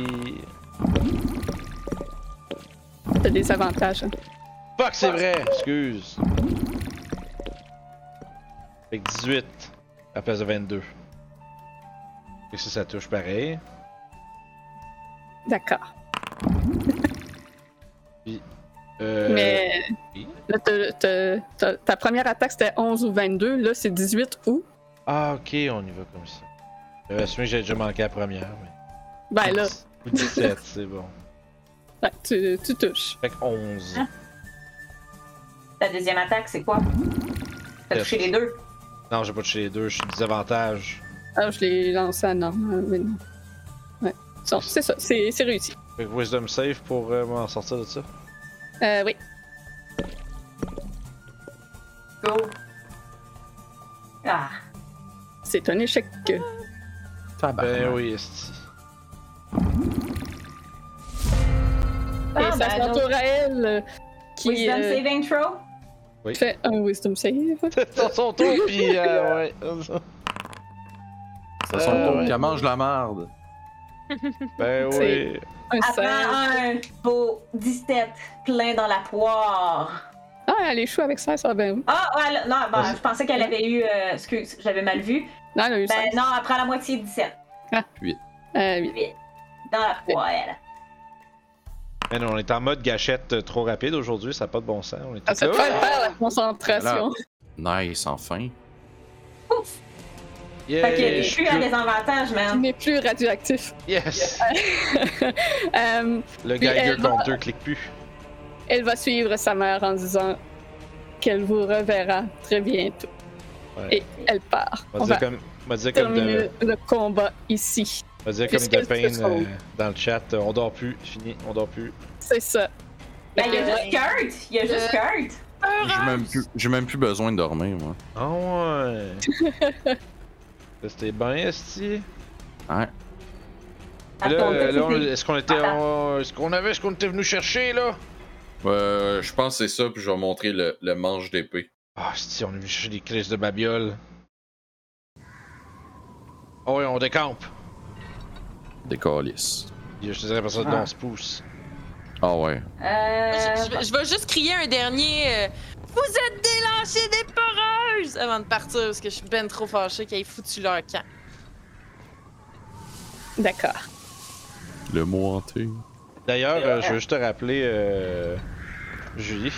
B: T'as des avantages. hein.
A: Fuck, c'est vrai! Excuse. Fait que 18 à la place de 22. Et ça, ça touche pareil.
B: D'accord.
A: Euh,
B: Mais
A: oui.
B: là, te- te- ta- ta première attaque, c'était 11 ou 22. Là, c'est 18 ou...
A: Ah, ok, on y va comme ça. J'avais assumé que j'avais déjà manqué la première. Mais...
B: Ben là,
A: 17, c'est bon.
B: ouais, tu, tu touches.
A: Fait que 11.
B: Ah.
D: Ta deuxième attaque, c'est quoi? T'as touché les deux.
A: Non, j'ai pas touché les deux, je suis désavantage.
B: Ah, je l'ai lancé à norme, hein, mais non. Ouais. Bon, C'est ça, c'est c'est réussi.
A: Fait que Wisdom Save pour euh, m'en sortir de ça.
B: Euh, oui.
D: Go. Ah,
B: C'est un échec.
A: ben oui, [laughs] esti.
D: Ah,
B: et ça
D: ben,
B: se
D: donc,
B: retourne à elle euh, qui
D: Wisdom
B: euh,
D: saving throw?
B: fait un wisdom save.
A: C'est son tour, pis euh,
B: [laughs]
A: ouais.
C: C'est son tour
A: ouais.
C: qu'elle mange la merde.
A: Ben oui.
B: C'est- Un
D: Apprends
B: 16.
D: un beau 17 plein dans la poire.
B: Ah, elle échoue avec ça, ça ben oui.
D: Ah, ah, elle- non, bon, je pensais qu'elle avait eu. euh, excuse, j'avais mal vu.
B: Non, elle a eu
D: Ben
B: 16.
D: non, elle prend la moitié de 17.
B: Euh, oui.
D: Dans la poêle.
A: Mais Ben non, on est en mode gâchette euh, trop rapide aujourd'hui, ça n'a pas de bon sens. On est
B: Ah, ça
A: tout-
B: te fait perdre la concentration.
C: Nice, enfin.
D: Fait que
A: Yeah.
D: je suis à désavantage,
B: Tu
D: man.
B: n'es plus radioactif.
A: Yes!
B: Euh,
A: Le
B: Puis
A: Geiger
B: elle va-
A: compteur clique plus.
B: elle va suivre sa mère en disant qu'elle vous reverra très bientôt.
A: Ouais.
B: Et elle part.
A: On
B: On
A: va
B: va
A: dire comme, on va dire comme
B: terminer
A: de,
B: le combat ici.
A: on va dire comme de
B: Puisqu'elle se
A: Payne
B: sauve.
A: euh, dans le chat. euh, On dort plus, fini, on dort plus.
B: C'est ça.
D: Ben, il y a juste Kurt. Il y a juste Kurt.
C: J'ai même, plus- j'ai même plus besoin de dormir, moi.
A: Ah
D: [laughs]
A: ouais! C'était bien, Esti.
C: Ouais.
D: À
A: Là,
D: ton
A: euh,
D: petit
A: là, on-
D: dé.
A: est-ce qu'on était.
D: Attends.
A: on- Est-ce qu'on avait ce qu'on était venu chercher, là?
C: Euh, je pense que c'est ça, puis je vais montrer le, le manche d'épée.
A: Ah, si, on est venu chercher des crises de babiole. Oh, oui, on décampe.
C: Des calices.
A: Je te dirais pas ça,
D: Ah.
A: on se pousse.
C: Ah ouais.
D: Euh,
E: Je, je- je vais juste crier un dernier. euh, vous êtes des lâchers des poreuses! Avant de partir, parce que je suis ben trop fâchée qu'ils aient foutu leur camp.
B: D'accord.
C: Le mot hanté.
A: D'ailleurs, euh, je veux juste te rappeler, euh, Julie,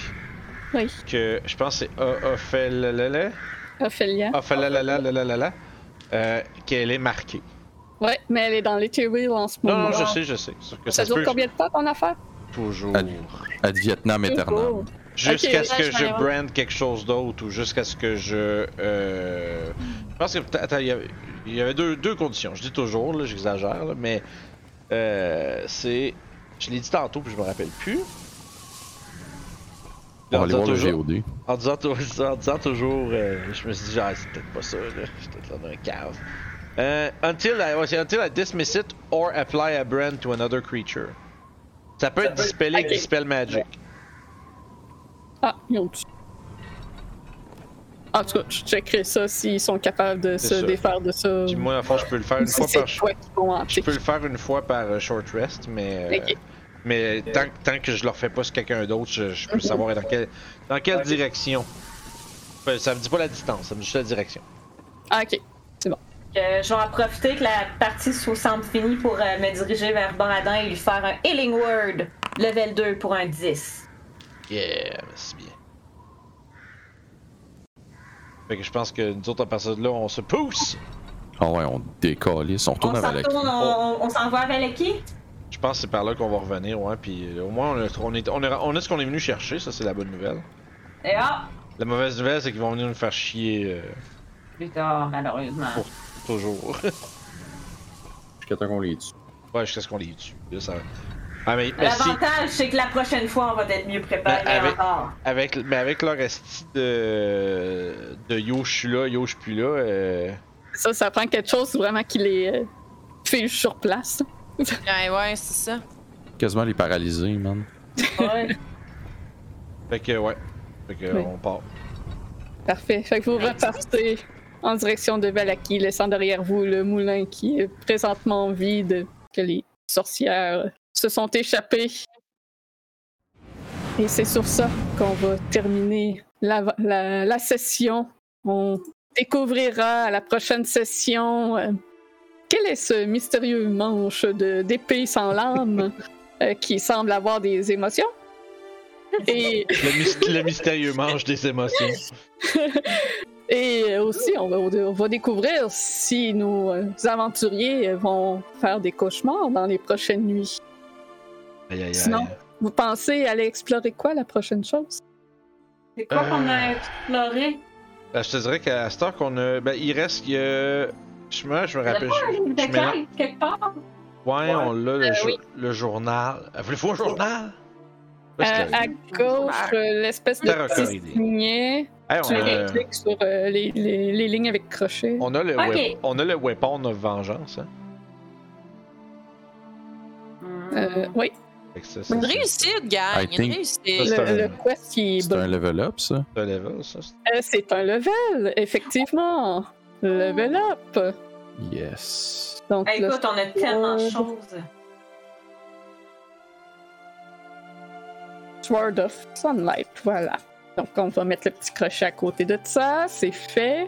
B: Oui.
A: que je pense que c'est O- Ophelalala,
B: Ophélia.
A: Ophelalalalalala, euh, qu'elle est marquée.
B: Ouais, mais elle est dans les Wheel en ce
A: Non,
B: moment.
A: non, je sais, je sais. Sauf que ça,
B: ça
A: se
B: dure
A: peut
B: combien de temps ton affaire?
A: toujours.
C: Ad- Ad Vietnam éternel.
B: Toujours.
A: Jusqu'à
B: Ok,
A: ce que
E: là, je vais
A: je
E: aller
A: brand quelque chose d'autre ou jusqu'à ce que je. euh, Je pense que. peut- Attends, il y avait, il y avait deux, deux conditions. Je dis toujours, là, j'exagère, là, mais. euh, c'est. Je l'ai dit tantôt, puis je me rappelle plus.
C: On va
A: En
C: aller
A: disant
C: voir le
A: toujours-
C: GOD.
A: En disant, tou- [laughs] en disant- en disant toujours, euh, je me suis dit, genre, c'est peut-être pas ça, là. Je suis peut-être là dans un cave. Euh, until, I, ouais, c'est until I dismiss it or apply a brand to another creature. Ça peut être dispellé avec
B: ok.
A: Dispel Magic.
B: Ah, ils ont tué. En tout cas, je checkerai ça s'ils sont capables de
A: C'est
B: se
A: ça.
B: défaire de ça.
A: Puis
B: ou
A: moi, à fond, je peux le faire une
B: si
A: fois
B: c'est
A: par
B: toi qui vont hanter.
A: Je peux le faire une fois par euh, short rest, mais. euh,
B: Ok.
A: Mais tant, que- tant que je le refais pas sur quelqu'un d'autre, je, je peux savoir dans, quelle dans quelle direction. Euh, Ça me dit pas la distance, ça me dit juste la direction.
B: Ah, ok.
D: Euh, je vais en profiter que la partie se semble finie pour euh, me diriger vers Boradin et lui faire un Healing Word level 2 pour un 10.
A: Yeah, ben, c'est bien. Fait que je pense que nous autres, à partir de là, on se pousse.
C: Ah ouais, on décalisse. On
D: On
C: retourne à
D: s'en
C: Valaki.
D: retourne,
A: Oh.
D: on, on- on s'en va à Valaki?
A: Je pense que c'est par là qu'on va revenir, ouais. Puis euh, au moins, on a, on est- on a- on a ce qu'on est venu chercher, ça, c'est la bonne nouvelle.
D: Et ah,
A: La mauvaise nouvelle, c'est qu'ils vont venir nous faire chier euh,
D: plus tard, malheureusement.
A: Pour- toujours. [laughs]
C: Jusqu'à temps qu'on les tue.
A: ouais, jusqu'à ce qu'on les tue. Là, ça... Ah, mais, mais si-
D: L'avantage, c'est que la prochaine fois, on va être mieux préparé
A: Ben, avec-
D: encore.
A: avec, mais avec leur esti de, de yo, je suis là, yo, je suis plus là. euh,
B: Ça, ça prend quelque chose vraiment qui les euh, fiche sur place.
F: Ouais, ouais, c'est ça.
C: Quasiment les paralyser, man.
D: Ouais.
A: Fait que, ouais. Fait que,
B: Oui.
A: on part.
B: Parfait. Fait que vous repartez en direction de Valaki, laissant derrière vous le moulin qui est présentement vide, que les sorcières se sont échappées. Et c'est sur ça qu'on va terminer la, la- la session. On découvrira à la prochaine session euh, quel est ce mystérieux manche de- d'épée sans lame euh, qui semble avoir des émotions. Et
A: Le, mys- le mystérieux mange des émotions.
B: Et aussi, on va, on va découvrir si nos euh, aventuriers vont faire des cauchemars dans les prochaines nuits.
A: Aïe, aïe, aïe.
B: Sinon. Vous pensez aller explorer quoi la prochaine chose?
D: C'est quoi qu'on a
A: Euh.
D: exploré?
A: Ben, je te dirais qu'à cette heure qu'on a. Ben, il reste que. Je me, je me rappelle.
D: Un
A: je-
D: livre
A: je
D: de
A: mélange-
D: quête, quelque part?
A: Ouais,
G: Ouais.
A: on l'a, le, jo-
F: oui.
A: le journal. Ah, Il faut
B: Oh.
A: un journal?
B: Euh,
A: Là, c'est correct.
B: à gauche, euh, l'espèce de
A: Terre
B: petit
A: corridée.
B: signet.
A: Hey,
B: Tu
A: on, a,
B: cliques sur euh, les, les- les lignes avec crochet.
A: on a le
D: Ok.
A: wep- on a le weapon of vengeance. Hein.
B: Euh, oui,
A: Fait que ça,
F: Une
A: c'est-
F: réussite, gang.
C: I
F: Une
C: think-
A: Ça,
F: réussite.
A: c'est un-
B: le, le quest qui est
C: C'est un
B: bon.
C: level up, ça.
A: c'est un level, ça. c'est-
B: Euh, C'est un level, effectivement. Level up.
C: Yes.
B: Donc,
D: Hey,
B: là,
D: écoute, on a tellement de choses.
B: Sword of Sunlight, voilà. Donc, on va mettre le petit crochet à côté de ça, c'est fait.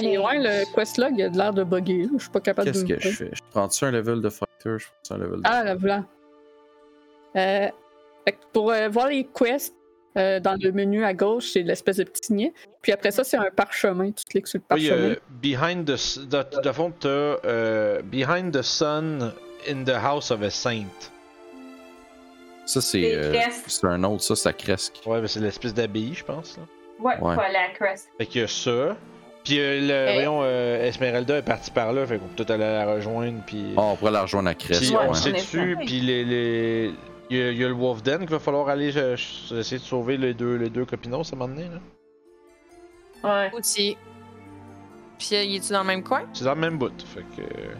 B: Et ouais, le quest log, il a de l'air de bugger. là. Je suis pas capable
C: Qu'est-ce
B: de.
C: que je fais? Je prends-tu un level de fighter? Je prends un level de...
B: Ah, là, voilà. Euh, fait que pour euh, voir les quests, euh, dans le menu à gauche, c'est l'espèce de petit signet. Puis après ça, c'est un parchemin. Tu cliques sur le
A: Oui,
B: parchemin.
A: euh, behind the, s- de, de fond, t'as euh, Behind the Sun in the House of a Saint.
C: Ça, c'est...
D: Les
C: euh,
D: crestes.
C: c'est un autre, ça, ça cresque.
A: Ouais, mais c'est l'espèce d'abbaye, je pense. Là.
D: Ouais,
C: Ouais.
D: voilà, Crest.
A: Fait qu'il y a ça. Puis, euh, le, voyons, euh, Esmeralda est partie par là, fait qu'on peut peut-être aller la rejoindre. Puis,
C: Ah, on pourrait la rejoindre à Cresque,
A: puis
D: ouais,
A: on
D: on
A: s'est
D: est
A: dessus,
D: pareil.
A: puis les. les... Il y, a, il y a le Wolf Den qu'il va falloir aller euh, ch- essayer de sauver les deux, les deux copinos à un moment donné. Là.
D: Ouais.
F: Outil. Puis, euh, il est-tu dans le même coin?
A: C'est dans le même bout. Fait que. euh,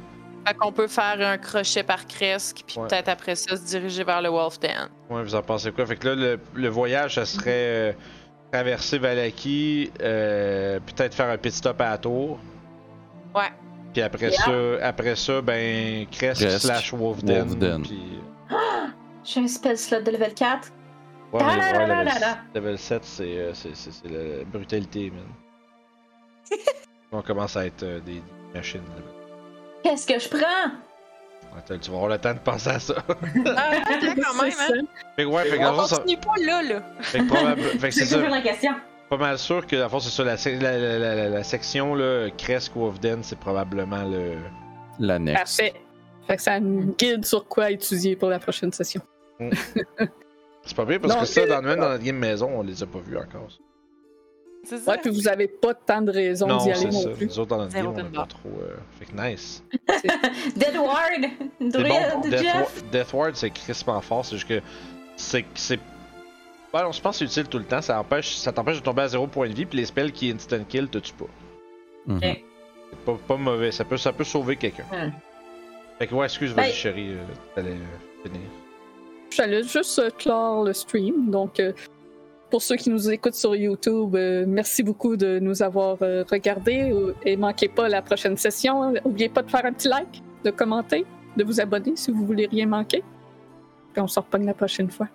F: Fait qu'on peut faire un crochet par Cresque, puis
A: Ouais.
F: peut-être après ça se diriger vers le Wolf Den.
A: Ouais, vous en pensez quoi? Fait que là, le, le voyage, ça serait euh, traverser Valaki, euh, peut-être faire un pit stop à la tour.
F: Ouais.
A: Puis après ça, après ça, ben, Crest
C: Crest,
A: slash Wolfden.
C: Wolf Den.
A: Puis, euh,
D: [gasps] J'ai un spell slot de level 4.
A: ouais, mais
D: Ta-da-da-da-da-da.
A: ouais, level, level 7, c'est, euh, c'est, c'est, c'est la brutalité,
D: [laughs]
A: man. On commence à être euh, des, des machines. là.
D: Qu'est-ce que je prends?
A: Attends, tu vas avoir le temps de penser à ça.
F: Ah, quand même, hein?
B: C'est
A: fait que ouais, fait que, dans
F: On
A: le fond, ça-
F: continue pas là, là.
A: fait que
F: [laughs]
A: probable- fait que c'est
D: C'est
A: ça.
D: toujours la question.
A: pas mal sûr que la force c'est ça, la, sec- la, la, la, la- la section là, Kresk ou Ofden, c'est probablement le.
C: l'annexe.
B: Parfait. Fait que ça nous guide sur quoi étudier pour la prochaine session.
A: C'est pas pire parce
B: Non,
A: que ça,
B: c'est-
A: dans le même dans notre game maison, on les a pas vus encore.
F: C'est ça.
B: Ouais, puis vous avez pas tant de raisons d'y aller
A: c'est
B: non
A: ça.
B: plus.
A: Nous autres, dans notre
F: Zéro
A: game, on
F: open
A: a pas
F: bar.
A: trop. euh, Fait que nice.
D: Dead Ward!
A: C'est bon.
D: Druid,
A: Death,
D: Jeff!
A: Wa- Death Ward, c'est crispant fort. C'est juste que. C'est. que c'est... Ouais, on se pense que c'est utile tout le temps. Ça, empêche... ça t'empêche de tomber à 0 point de vie. Puis les spells qui instant kill te tuent pas.
C: Mhm.
D: Ok.
A: C'est pas, pas mauvais. Ça peut, ça peut sauver quelqu'un.
D: Hmm.
A: Fait que ouais, excuse, vas-y,
D: Ben-
A: chérie. euh, T'allais euh, finir.
B: J'allais juste euh, clore le stream. Donc, euh, pour ceux qui nous écoutent sur YouTube, euh, merci beaucoup de nous avoir euh, regardés euh, et manquez pas la prochaine session. N'oubliez pas de faire un petit like, de commenter, de vous abonner si vous voulez rien manquer. Puis on se repogne la prochaine fois.